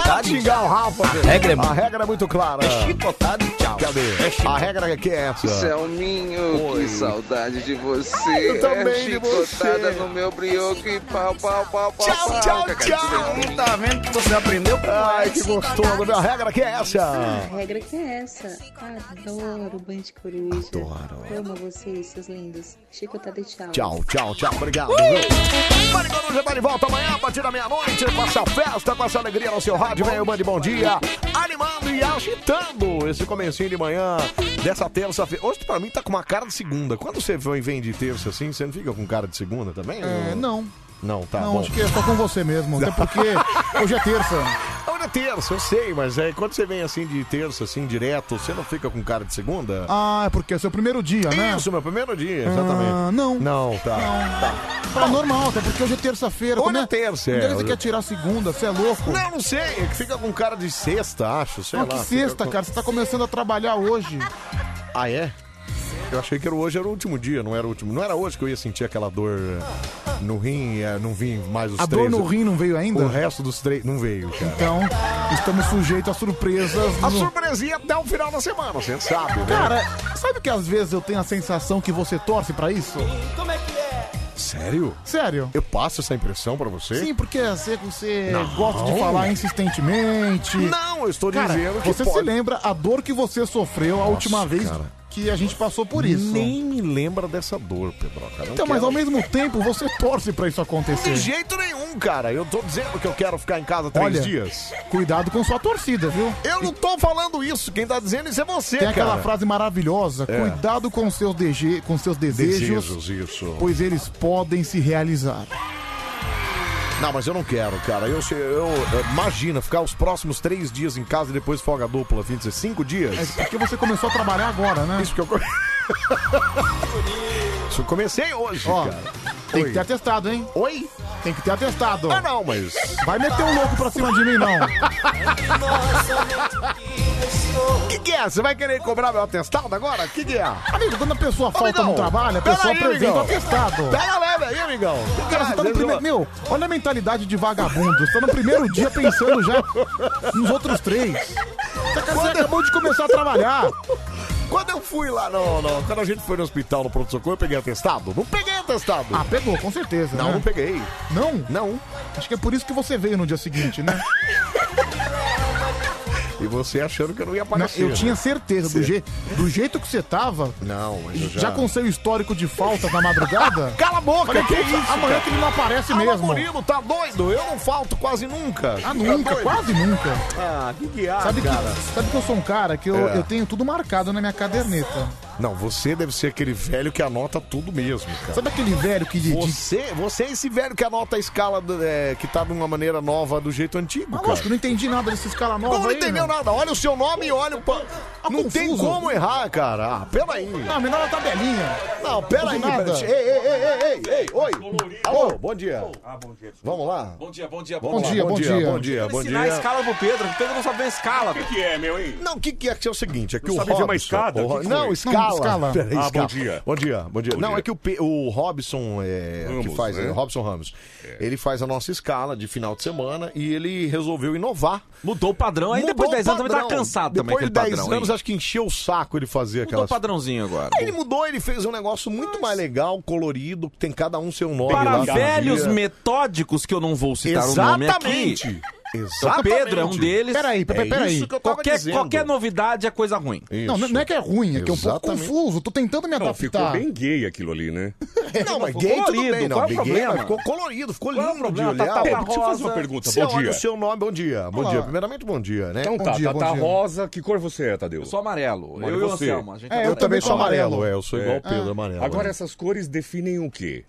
[SPEAKER 1] Para de xingar o Rafa. velho.
[SPEAKER 3] regra é-
[SPEAKER 1] a regra é muito clara.
[SPEAKER 3] Chicotada e tchau.
[SPEAKER 1] Cadê? A regra aqui é essa.
[SPEAKER 3] um
[SPEAKER 9] Selminho, um que saudade de você.
[SPEAKER 1] Eu também
[SPEAKER 9] É
[SPEAKER 1] de você.
[SPEAKER 9] Chicotada no meu brioco e pau, pau, pau, pau. pau, cara, que delícia.
[SPEAKER 3] Tá vendo que você aprendeu com
[SPEAKER 1] Ai, que gostoso. Meu, a regra aqui é
[SPEAKER 44] A
[SPEAKER 1] essa.
[SPEAKER 44] regra que é essa? Adoro Band Coruja. Adoro. Amo vocês, seus lindos. Chico, tá de tchau.
[SPEAKER 1] Tchau, tchau, tchau. Obrigado. viu? Mari Coruja tá de volta amanhã, a partir da meia-noite. Passa a festa, passa a alegria no seu rádio. Vem o Band Bom Dia. Animando e agitando esse comecinho de manhã dessa terça-feira. Hoje, pra mim, tá com uma cara de segunda. Quando você vem vem de terça assim, você não fica com cara de segunda também?
[SPEAKER 2] É, não.
[SPEAKER 1] Não, tá
[SPEAKER 2] não,
[SPEAKER 1] bom.
[SPEAKER 2] acho que é só com você mesmo. Até porque hoje é terça.
[SPEAKER 1] Hoje é terça, eu sei, mas é, quando você vem assim de terça, assim, direto, você não fica com cara de segunda?
[SPEAKER 2] Ah, é porque é seu primeiro dia, né?
[SPEAKER 1] Isso, meu primeiro dia,
[SPEAKER 2] Ah,
[SPEAKER 1] exatamente.
[SPEAKER 2] não.
[SPEAKER 1] Não, tá.
[SPEAKER 2] Tá normal, até porque hoje é terça-feira. Hoje é
[SPEAKER 1] terça, é.
[SPEAKER 2] Onde é que você quer tirar segunda? Você é louco?
[SPEAKER 1] Não, não sei, é que fica com cara de sexta, acho, sei
[SPEAKER 2] Não,
[SPEAKER 1] lá.
[SPEAKER 2] Ah, que
[SPEAKER 1] fica
[SPEAKER 2] sexta,
[SPEAKER 1] com-
[SPEAKER 2] cara. Você tá começando a trabalhar hoje.
[SPEAKER 1] Ah, é? Eu achei que era hoje era o último dia, não era o último. Não era hoje que eu ia sentir aquela dor eh, no rim, eh, não vim mais os
[SPEAKER 2] A dor
[SPEAKER 1] três.
[SPEAKER 2] no rim não veio ainda?
[SPEAKER 1] O resto dos três não veio, cara.
[SPEAKER 2] Então, estamos sujeitos a surpresas.
[SPEAKER 1] A
[SPEAKER 2] no-
[SPEAKER 1] surpresinha até o final da semana, você sabe, né?
[SPEAKER 2] Cara, sabe que às vezes eu tenho a sensação que você torce pra isso?
[SPEAKER 1] sério?
[SPEAKER 2] Sério?
[SPEAKER 1] Eu passo essa impressão pra você?
[SPEAKER 2] Sim, porque você, você
[SPEAKER 1] Não.
[SPEAKER 2] gosta de falar insistentemente.
[SPEAKER 1] Não, eu estou
[SPEAKER 2] Cara,
[SPEAKER 1] dizendo que
[SPEAKER 2] Você se
[SPEAKER 1] pode-
[SPEAKER 2] lembra a dor que você sofreu a última vez
[SPEAKER 1] cara.
[SPEAKER 2] que a gente passou por isso.
[SPEAKER 1] Nem me lembra dessa dor, Pedro.
[SPEAKER 2] Então, mas ao mesmo tempo, você torce pra isso acontecer.
[SPEAKER 1] De jeito nenhum, cara. Eu tô dizendo que eu quero ficar em casa três
[SPEAKER 2] Olha,
[SPEAKER 1] dias.
[SPEAKER 2] Cuidado com sua torcida, viu?
[SPEAKER 1] Eu não tô falando isso. Quem tá dizendo isso é você,
[SPEAKER 2] Tem
[SPEAKER 1] cara.
[SPEAKER 2] aquela frase maravilhosa:
[SPEAKER 1] É.
[SPEAKER 2] cuidado com seus, dege- com seus desejos,
[SPEAKER 1] Desejos, isso.
[SPEAKER 2] pois eles podem se realizar.
[SPEAKER 1] Não, mas eu não quero, cara. Eu, eu, eu- imagina ficar os próximos três dias em casa e depois folga dupla, fim de cinco dias.
[SPEAKER 2] É porque você começou a trabalhar agora, né?
[SPEAKER 1] Isso que eu, co- Isso eu comecei hoje,
[SPEAKER 2] Ó,
[SPEAKER 1] cara.
[SPEAKER 2] Tem
[SPEAKER 1] Oi.
[SPEAKER 2] que ter atestado, hein?
[SPEAKER 1] Oi?
[SPEAKER 2] Tem que ter atestado. Ah,
[SPEAKER 1] não, mas.
[SPEAKER 2] Vai meter o louco pra cima de mim, não.
[SPEAKER 1] O que, que é? Você vai querer cobrar meu atestado agora? O que, que é?
[SPEAKER 2] Amigo, quando a pessoa
[SPEAKER 1] falta
[SPEAKER 2] no trabalho, a pessoa apresenta o atestado.
[SPEAKER 1] Pega leve aí, amigão.
[SPEAKER 2] Cara, você tá no primeiro. Meu, olha a mentalidade de vagabundo. Você tá no primeiro dia pensando já nos outros três. Você acabou de começar a trabalhar.
[SPEAKER 1] Quando eu fui lá, não, não. Quando a gente foi no hospital, no pronto-socorro, eu peguei atestado. Não peguei atestado.
[SPEAKER 2] Ah, pegou, com certeza.
[SPEAKER 1] Não,
[SPEAKER 2] né?
[SPEAKER 1] não peguei.
[SPEAKER 2] Não?
[SPEAKER 1] Não.
[SPEAKER 2] Acho que é por isso que você veio no dia seguinte, né?
[SPEAKER 1] E você achando que eu não ia
[SPEAKER 2] Não,
[SPEAKER 1] aparecer.
[SPEAKER 2] eu tinha certeza. Do,
[SPEAKER 1] Sim.
[SPEAKER 2] je... do jeito que você tava,
[SPEAKER 1] Não, mas eu já...
[SPEAKER 2] já... com seu histórico de falta na madrugada.
[SPEAKER 1] Cala a boca,
[SPEAKER 2] Falei,
[SPEAKER 1] que
[SPEAKER 2] "Putz,
[SPEAKER 1] isso,
[SPEAKER 2] Amanhã
[SPEAKER 1] cara?"
[SPEAKER 2] que ele não aparece
[SPEAKER 1] Alô,
[SPEAKER 2] mesmo.
[SPEAKER 1] Murilo, tá doido? Eu não falto quase nunca.
[SPEAKER 2] Ah, nunca,
[SPEAKER 1] Tá doido?
[SPEAKER 2] quase nunca.
[SPEAKER 1] Ah, que que há,
[SPEAKER 2] Sabe que,
[SPEAKER 1] cara?
[SPEAKER 2] sabe que eu sou um cara que eu,
[SPEAKER 1] É.
[SPEAKER 2] eu tenho tudo marcado na minha caderneta.
[SPEAKER 1] Não, você deve ser aquele velho que anota tudo mesmo, cara.
[SPEAKER 2] Sabe aquele velho que... de- de-
[SPEAKER 1] Você, você é esse velho que anota a escala do- é, que tá de uma maneira nova do jeito antigo, cara.
[SPEAKER 2] Ah, Lógico, eu não entendi nada dessa escala nova
[SPEAKER 1] Como não
[SPEAKER 2] aí, Tá
[SPEAKER 1] entendeu nada? Olha o seu nome e olha o... pa- não tem
[SPEAKER 2] confuso.
[SPEAKER 1] como errar, cara. Ah, peraí.
[SPEAKER 2] Não, me dá uma tabelinha.
[SPEAKER 1] Não, peraí.
[SPEAKER 2] Não nada.
[SPEAKER 1] Ei, ei, ei, ei, ei, ei, oi. Alô, bom dia.
[SPEAKER 8] Ah,
[SPEAKER 1] Vamos lá.
[SPEAKER 8] Bom dia, bom dia,
[SPEAKER 1] Bom dia, bom dia, bom dia, bom
[SPEAKER 8] Ensinar
[SPEAKER 1] dia.
[SPEAKER 8] a escala pro Pedro, que o Pedro não sabe nem a escala. O que, é, meu, hein?
[SPEAKER 1] Não, o que, que é que é o seguinte? É que
[SPEAKER 8] Não
[SPEAKER 1] o
[SPEAKER 8] sabe ver uma
[SPEAKER 1] Robson-
[SPEAKER 8] escada?
[SPEAKER 1] o Ro-
[SPEAKER 8] O que que
[SPEAKER 1] não,
[SPEAKER 8] foi?
[SPEAKER 1] escala.
[SPEAKER 8] Não, escala.
[SPEAKER 1] Peraí,
[SPEAKER 8] Ah, bom
[SPEAKER 1] escala.
[SPEAKER 8] dia.
[SPEAKER 1] Bom dia, bom dia.
[SPEAKER 8] Bom
[SPEAKER 1] não,
[SPEAKER 8] dia.
[SPEAKER 1] é que o, Pe- o Robson, é, que
[SPEAKER 8] Ramos,
[SPEAKER 1] faz,
[SPEAKER 8] né?
[SPEAKER 1] é, Robson Ramos, ele faz a nossa escala de final de semana e ele resolveu inovar.
[SPEAKER 8] Ah, Mudou o padrão. Aí depois de 10 anos também tá cansado também
[SPEAKER 1] Depois de
[SPEAKER 8] aquele
[SPEAKER 1] 10
[SPEAKER 8] padrão,
[SPEAKER 1] anos,
[SPEAKER 8] hein?
[SPEAKER 1] acho que encheu o saco ele fazer
[SPEAKER 8] Mudou
[SPEAKER 1] aquela.
[SPEAKER 8] o padrãozinho agora.
[SPEAKER 1] Aí ele mudou, ele fez um negócio muito mais legal, colorido, que tem cada um seu nome.
[SPEAKER 8] Para
[SPEAKER 1] lá,
[SPEAKER 8] velhos
[SPEAKER 1] dia.
[SPEAKER 8] metódicos que eu não vou citar o nome
[SPEAKER 1] Exatamente.
[SPEAKER 8] aqui.
[SPEAKER 1] Exatamente.
[SPEAKER 8] O Pedro é um deles.
[SPEAKER 2] Peraí, peraí,
[SPEAKER 8] É
[SPEAKER 2] peraí.
[SPEAKER 8] isso que eu tava Qualquer,
[SPEAKER 2] dizendo.
[SPEAKER 8] qualquer novidade é coisa ruim.
[SPEAKER 2] Não, não é que é ruim, é que é um pouco
[SPEAKER 8] Exatamente.
[SPEAKER 2] confuso. Tô tentando me
[SPEAKER 9] Não, ficou
[SPEAKER 2] adaptar.
[SPEAKER 9] bem gay aquilo ali, né?
[SPEAKER 1] Não, mas
[SPEAKER 2] Ficou
[SPEAKER 1] gay tudo
[SPEAKER 2] colorido,
[SPEAKER 1] bem, não.
[SPEAKER 2] qual é o
[SPEAKER 1] bem gay,
[SPEAKER 2] problema?
[SPEAKER 1] mas ficou colorido, ficou
[SPEAKER 2] Qual é o
[SPEAKER 1] lindo de
[SPEAKER 2] problema?
[SPEAKER 1] olhar.
[SPEAKER 2] Tá- tá
[SPEAKER 1] Pedro,
[SPEAKER 9] deixa eu fazer uma pergunta,
[SPEAKER 1] Você
[SPEAKER 9] bom
[SPEAKER 1] olha
[SPEAKER 9] dia.
[SPEAKER 1] o seu nome, bom dia. Ah, Bom
[SPEAKER 9] Olá.
[SPEAKER 1] dia, primeiramente bom dia, né?
[SPEAKER 9] Então
[SPEAKER 1] Bom
[SPEAKER 9] tá,
[SPEAKER 1] dia,
[SPEAKER 9] tá,
[SPEAKER 1] bom
[SPEAKER 9] tá
[SPEAKER 1] dia.
[SPEAKER 9] rosa. Que cor você é, Tadeu?
[SPEAKER 8] Eu sou amarelo.
[SPEAKER 9] Olha,
[SPEAKER 8] eu e o
[SPEAKER 9] você.
[SPEAKER 8] Anselmo. a gente tá
[SPEAKER 9] É, eu
[SPEAKER 8] amarelo.
[SPEAKER 9] também sou
[SPEAKER 1] amarelo, é, eu sou igual
[SPEAKER 9] É.
[SPEAKER 1] o Pedro, amarelo.
[SPEAKER 9] Agora
[SPEAKER 1] é.
[SPEAKER 9] essas cores definem o quê?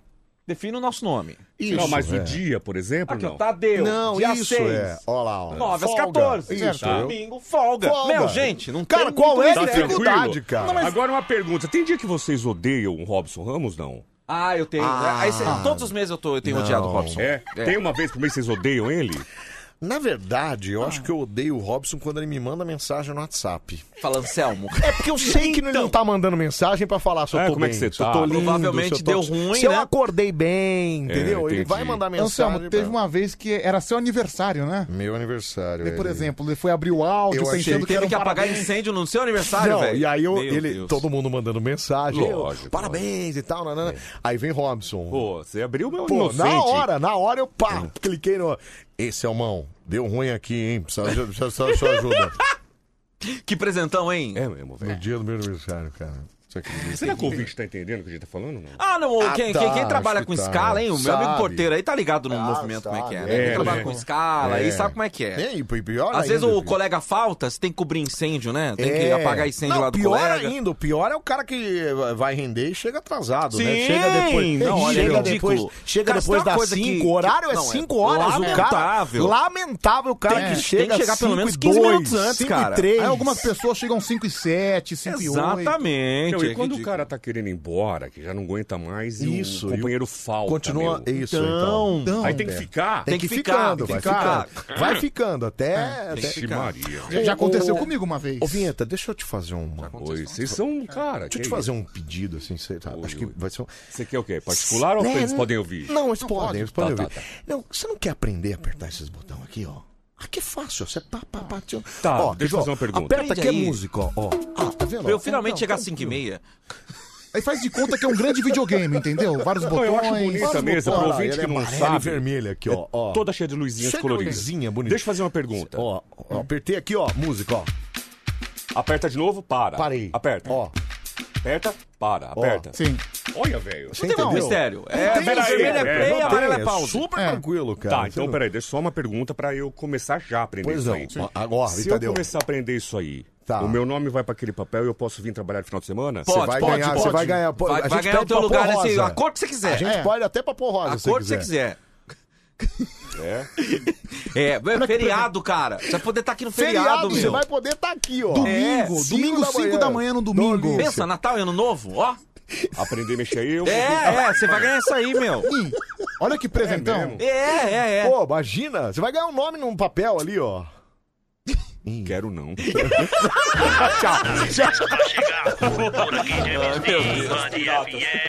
[SPEAKER 8] Define o nosso nome.
[SPEAKER 9] Isso, não, mas
[SPEAKER 1] é.
[SPEAKER 9] o dia, por exemplo,
[SPEAKER 8] Aqui, ó,
[SPEAKER 9] não.
[SPEAKER 8] Tadeu.
[SPEAKER 1] Não,
[SPEAKER 8] dia
[SPEAKER 1] isso
[SPEAKER 8] 6.
[SPEAKER 1] é. Ó lá, ó.
[SPEAKER 8] 9 às
[SPEAKER 1] Folga.
[SPEAKER 8] 14.
[SPEAKER 1] Isso,
[SPEAKER 8] certo?
[SPEAKER 1] eu-
[SPEAKER 8] Domingo, folga.
[SPEAKER 1] Folga.
[SPEAKER 8] Meu, gente, não
[SPEAKER 1] Cara,
[SPEAKER 8] tem
[SPEAKER 1] qual
[SPEAKER 8] muito né?
[SPEAKER 1] é a
[SPEAKER 9] Tá
[SPEAKER 3] né?
[SPEAKER 8] mistério.
[SPEAKER 9] tranquilo?
[SPEAKER 8] Não, mas-
[SPEAKER 9] Agora uma pergunta. Tem dia que vocês odeiam o Robson Ramos, não?
[SPEAKER 8] Ah, eu tenho.
[SPEAKER 3] né?
[SPEAKER 9] Ah.
[SPEAKER 8] Aí, cê- todos os meses eu, tô, eu tenho odiado o Robson.
[SPEAKER 9] É? Tem uma vez por mês que vocês odeiam ele?
[SPEAKER 1] Na verdade,
[SPEAKER 8] Ah.
[SPEAKER 1] eu acho que eu odeio o Robson quando ele me manda mensagem no WhatsApp.
[SPEAKER 8] Fala, Anselmo.
[SPEAKER 1] É porque eu sei que ele não tá mandando mensagem pra falar se eu
[SPEAKER 9] É,
[SPEAKER 1] tô
[SPEAKER 9] como é
[SPEAKER 1] bem,
[SPEAKER 9] que você
[SPEAKER 1] se eu
[SPEAKER 9] tá? É,
[SPEAKER 1] tô lindo,
[SPEAKER 8] Então. Provavelmente
[SPEAKER 1] se eu tô-
[SPEAKER 8] deu ruim,
[SPEAKER 1] Se eu
[SPEAKER 8] né? Então,
[SPEAKER 1] acordei bem, entendeu? ele
[SPEAKER 9] entendi.
[SPEAKER 1] vai mandar mensagem.
[SPEAKER 2] Anselmo, É teve uma vez que era seu aniversário, né?
[SPEAKER 8] um
[SPEAKER 1] Meu aniversário.
[SPEAKER 2] Ele, por
[SPEAKER 1] ele-
[SPEAKER 2] exemplo, ele foi abrir o áudio
[SPEAKER 1] Eu achei
[SPEAKER 2] pensando
[SPEAKER 1] que
[SPEAKER 2] que era
[SPEAKER 8] Teve
[SPEAKER 2] um
[SPEAKER 8] que apagar
[SPEAKER 2] parabéns.
[SPEAKER 8] incêndio no seu aniversário,
[SPEAKER 1] Não,
[SPEAKER 8] velho.
[SPEAKER 1] E aí eu-
[SPEAKER 8] Meu
[SPEAKER 1] ele,
[SPEAKER 8] Deus.
[SPEAKER 1] todo mundo mandando mensagem. eu,
[SPEAKER 9] Lógico,
[SPEAKER 1] parabéns e tal. nanana. Aí vem Robson.
[SPEAKER 9] Pô, você abriu
[SPEAKER 8] é um
[SPEAKER 9] meu
[SPEAKER 1] Pô,
[SPEAKER 9] inocente.
[SPEAKER 1] na hora, na hora eu pá, cliquei no. Esse é o mão. Deu ruim aqui, hein? Precisa de precisa da sua ajuda.
[SPEAKER 8] Que presentão, hein?
[SPEAKER 9] É mesmo, velho.
[SPEAKER 1] No dia do meu aniversário, cara. Você acredita?
[SPEAKER 9] Será que o ouvinte tá entendendo o que a gente tá falando? Não?
[SPEAKER 8] Ah, não,
[SPEAKER 9] Ah,
[SPEAKER 8] quem,
[SPEAKER 9] tá,
[SPEAKER 8] quem, quem trabalha
[SPEAKER 9] acho
[SPEAKER 8] com
[SPEAKER 9] que tá.
[SPEAKER 8] escala, hein? O meu amigo
[SPEAKER 9] Sabe. Ah,
[SPEAKER 8] porteiro aí tá ligado no movimento como é que é, né?
[SPEAKER 9] É,
[SPEAKER 8] quem trabalha
[SPEAKER 9] né?
[SPEAKER 8] com escala aí
[SPEAKER 9] É.
[SPEAKER 8] sabe como é que é.
[SPEAKER 1] E aí, pior
[SPEAKER 8] Às vezes
[SPEAKER 1] ainda,
[SPEAKER 8] o colega falta, você tem que cobrir incêndio, né? Tem que
[SPEAKER 1] É.
[SPEAKER 8] apagar incêndio
[SPEAKER 1] Não,
[SPEAKER 8] lá do
[SPEAKER 1] pior
[SPEAKER 8] colega.
[SPEAKER 1] ainda, o pior é o cara que vai render e chega atrasado, né?
[SPEAKER 8] Sim!
[SPEAKER 1] Chega depois,
[SPEAKER 8] Não, olha,
[SPEAKER 1] chega
[SPEAKER 8] é
[SPEAKER 1] depois,
[SPEAKER 8] ridículo.
[SPEAKER 1] chega
[SPEAKER 8] Cara, isso é
[SPEAKER 1] depois
[SPEAKER 8] uma
[SPEAKER 1] das
[SPEAKER 8] coisa que-
[SPEAKER 1] 5, o horário é
[SPEAKER 8] não, é
[SPEAKER 1] 5 horas, o cara.
[SPEAKER 8] lamentável.
[SPEAKER 1] Lamentável o cara
[SPEAKER 8] Tem que-
[SPEAKER 1] que
[SPEAKER 8] tem
[SPEAKER 1] chega
[SPEAKER 8] que chegar pelo
[SPEAKER 1] cinco
[SPEAKER 8] menos
[SPEAKER 1] e
[SPEAKER 8] 15
[SPEAKER 1] dois,
[SPEAKER 8] minutos antes,
[SPEAKER 1] cinco e
[SPEAKER 8] cara.
[SPEAKER 1] três.
[SPEAKER 2] Aí algumas pessoas chegam 5 e 7, 5 e 8.
[SPEAKER 9] Não, e
[SPEAKER 8] é
[SPEAKER 9] quando o
[SPEAKER 8] ridículo.
[SPEAKER 9] cara tá querendo ir embora, que já não aguenta mais, e
[SPEAKER 1] Isso,
[SPEAKER 9] o
[SPEAKER 1] e o-
[SPEAKER 9] companheiro falta.
[SPEAKER 1] Continua
[SPEAKER 9] meu.
[SPEAKER 1] isso, então.
[SPEAKER 9] Aí tem que
[SPEAKER 1] é.
[SPEAKER 9] ficar.
[SPEAKER 1] Tem que ficando, vai ficando. Vai ficando até.
[SPEAKER 2] É,
[SPEAKER 1] até
[SPEAKER 9] Vixe
[SPEAKER 1] ficar.
[SPEAKER 9] Maria.
[SPEAKER 2] Já- Já aconteceu comigo uma vez.
[SPEAKER 1] Ô, Vinheta, deixa eu te fazer uma coisa.
[SPEAKER 9] Vocês são, cara.
[SPEAKER 1] Deixa
[SPEAKER 9] que
[SPEAKER 1] eu te
[SPEAKER 9] é isso?
[SPEAKER 1] fazer um pedido, assim, sei lá, acho que vai ser um...
[SPEAKER 9] Você quer o quê? Particular ou
[SPEAKER 1] Né,
[SPEAKER 9] eles
[SPEAKER 1] não-
[SPEAKER 9] podem ouvir?
[SPEAKER 1] Não, eles podem,
[SPEAKER 9] pode.
[SPEAKER 1] eles podem
[SPEAKER 9] Tá,
[SPEAKER 1] ouvir.
[SPEAKER 9] tá,
[SPEAKER 1] Não, você não quer aprender a apertar esses botões aqui, ó? Aqui é fácil, ó, você pá, pá, pá. tio.
[SPEAKER 9] Tá,
[SPEAKER 1] Ó,
[SPEAKER 9] deixa eu fazer uma pergunta.
[SPEAKER 1] Aperta
[SPEAKER 9] Aprende
[SPEAKER 1] aqui a
[SPEAKER 9] aí.
[SPEAKER 1] música, ó. ó. Ah, tá vendo?
[SPEAKER 8] Pra eu
[SPEAKER 1] Ó,
[SPEAKER 8] finalmente
[SPEAKER 1] então,
[SPEAKER 8] chegar às
[SPEAKER 1] então,
[SPEAKER 8] 5 e meia.
[SPEAKER 2] Aí faz de conta que é um grande videogame, entendeu? Vários
[SPEAKER 9] Não,
[SPEAKER 2] botões.
[SPEAKER 9] eu acho bonita a
[SPEAKER 2] vários
[SPEAKER 9] mesa, pro
[SPEAKER 2] botões.
[SPEAKER 9] ouvinte
[SPEAKER 1] ela
[SPEAKER 9] que
[SPEAKER 1] é
[SPEAKER 9] não
[SPEAKER 1] amarela e
[SPEAKER 9] sabe.
[SPEAKER 1] vermelha aqui, ó, ó.
[SPEAKER 9] É Toda cheia de luzinhas
[SPEAKER 1] Cheia de
[SPEAKER 9] coloridas.
[SPEAKER 1] luzinha bonita.
[SPEAKER 9] Deixa eu fazer uma pergunta.
[SPEAKER 1] Ó, ó, apertei aqui, ó, música, ó.
[SPEAKER 9] Aperta de novo, para.
[SPEAKER 1] Parei.
[SPEAKER 9] Aperta.
[SPEAKER 1] Ó.
[SPEAKER 8] Aperta, para, aperta. É,
[SPEAKER 2] Sim.
[SPEAKER 8] Olha, velho.
[SPEAKER 28] Você entendeu? Não tem mistério. É, não tem, é super tranquilo, cara.
[SPEAKER 8] Tá,
[SPEAKER 28] Você
[SPEAKER 8] então
[SPEAKER 28] não-
[SPEAKER 8] peraí, deixa só uma pergunta pra eu começar já a aprender
[SPEAKER 28] Pois
[SPEAKER 8] isso
[SPEAKER 28] não,
[SPEAKER 8] aí.
[SPEAKER 28] ó, agora,
[SPEAKER 8] Se
[SPEAKER 28] Itadeu.
[SPEAKER 8] eu começar a aprender isso aí, o meu nome vai pra aquele papel e eu posso vir trabalhar no final de semana?
[SPEAKER 28] Pode, Você vai pode, ganhar- pode. você vai ganhar- pô, Vai- a vai gente ganhar o pede teu pra lugar pôr nesse- rosa. a cor que você quiser.
[SPEAKER 3] A gente pode
[SPEAKER 28] até pra pôr rosa,
[SPEAKER 3] A
[SPEAKER 1] assim
[SPEAKER 28] se
[SPEAKER 3] cor que
[SPEAKER 28] quiser.
[SPEAKER 3] você quiser.
[SPEAKER 8] É.
[SPEAKER 3] É, é feriado, cara. Você vai poder estar aqui no feriado,
[SPEAKER 2] Feriado,
[SPEAKER 3] meu.
[SPEAKER 2] você vai tá
[SPEAKER 1] poder estar aqui, ó.
[SPEAKER 2] Domingo, domingo 5 É, da manhã no domingo.
[SPEAKER 3] Pensa, Natal e Ano Novo, ó.
[SPEAKER 8] Aprender a mexer aí, eu...
[SPEAKER 3] É, é, você vai ganhar isso aí, meu.
[SPEAKER 1] Olha que
[SPEAKER 3] presentão. É, é, é.
[SPEAKER 1] Pô, imagina. Você vai ganhar um nome num papel ali, ó.
[SPEAKER 8] Quero não.
[SPEAKER 1] Tchau.
[SPEAKER 8] Por aqui,
[SPEAKER 3] Meu Deus.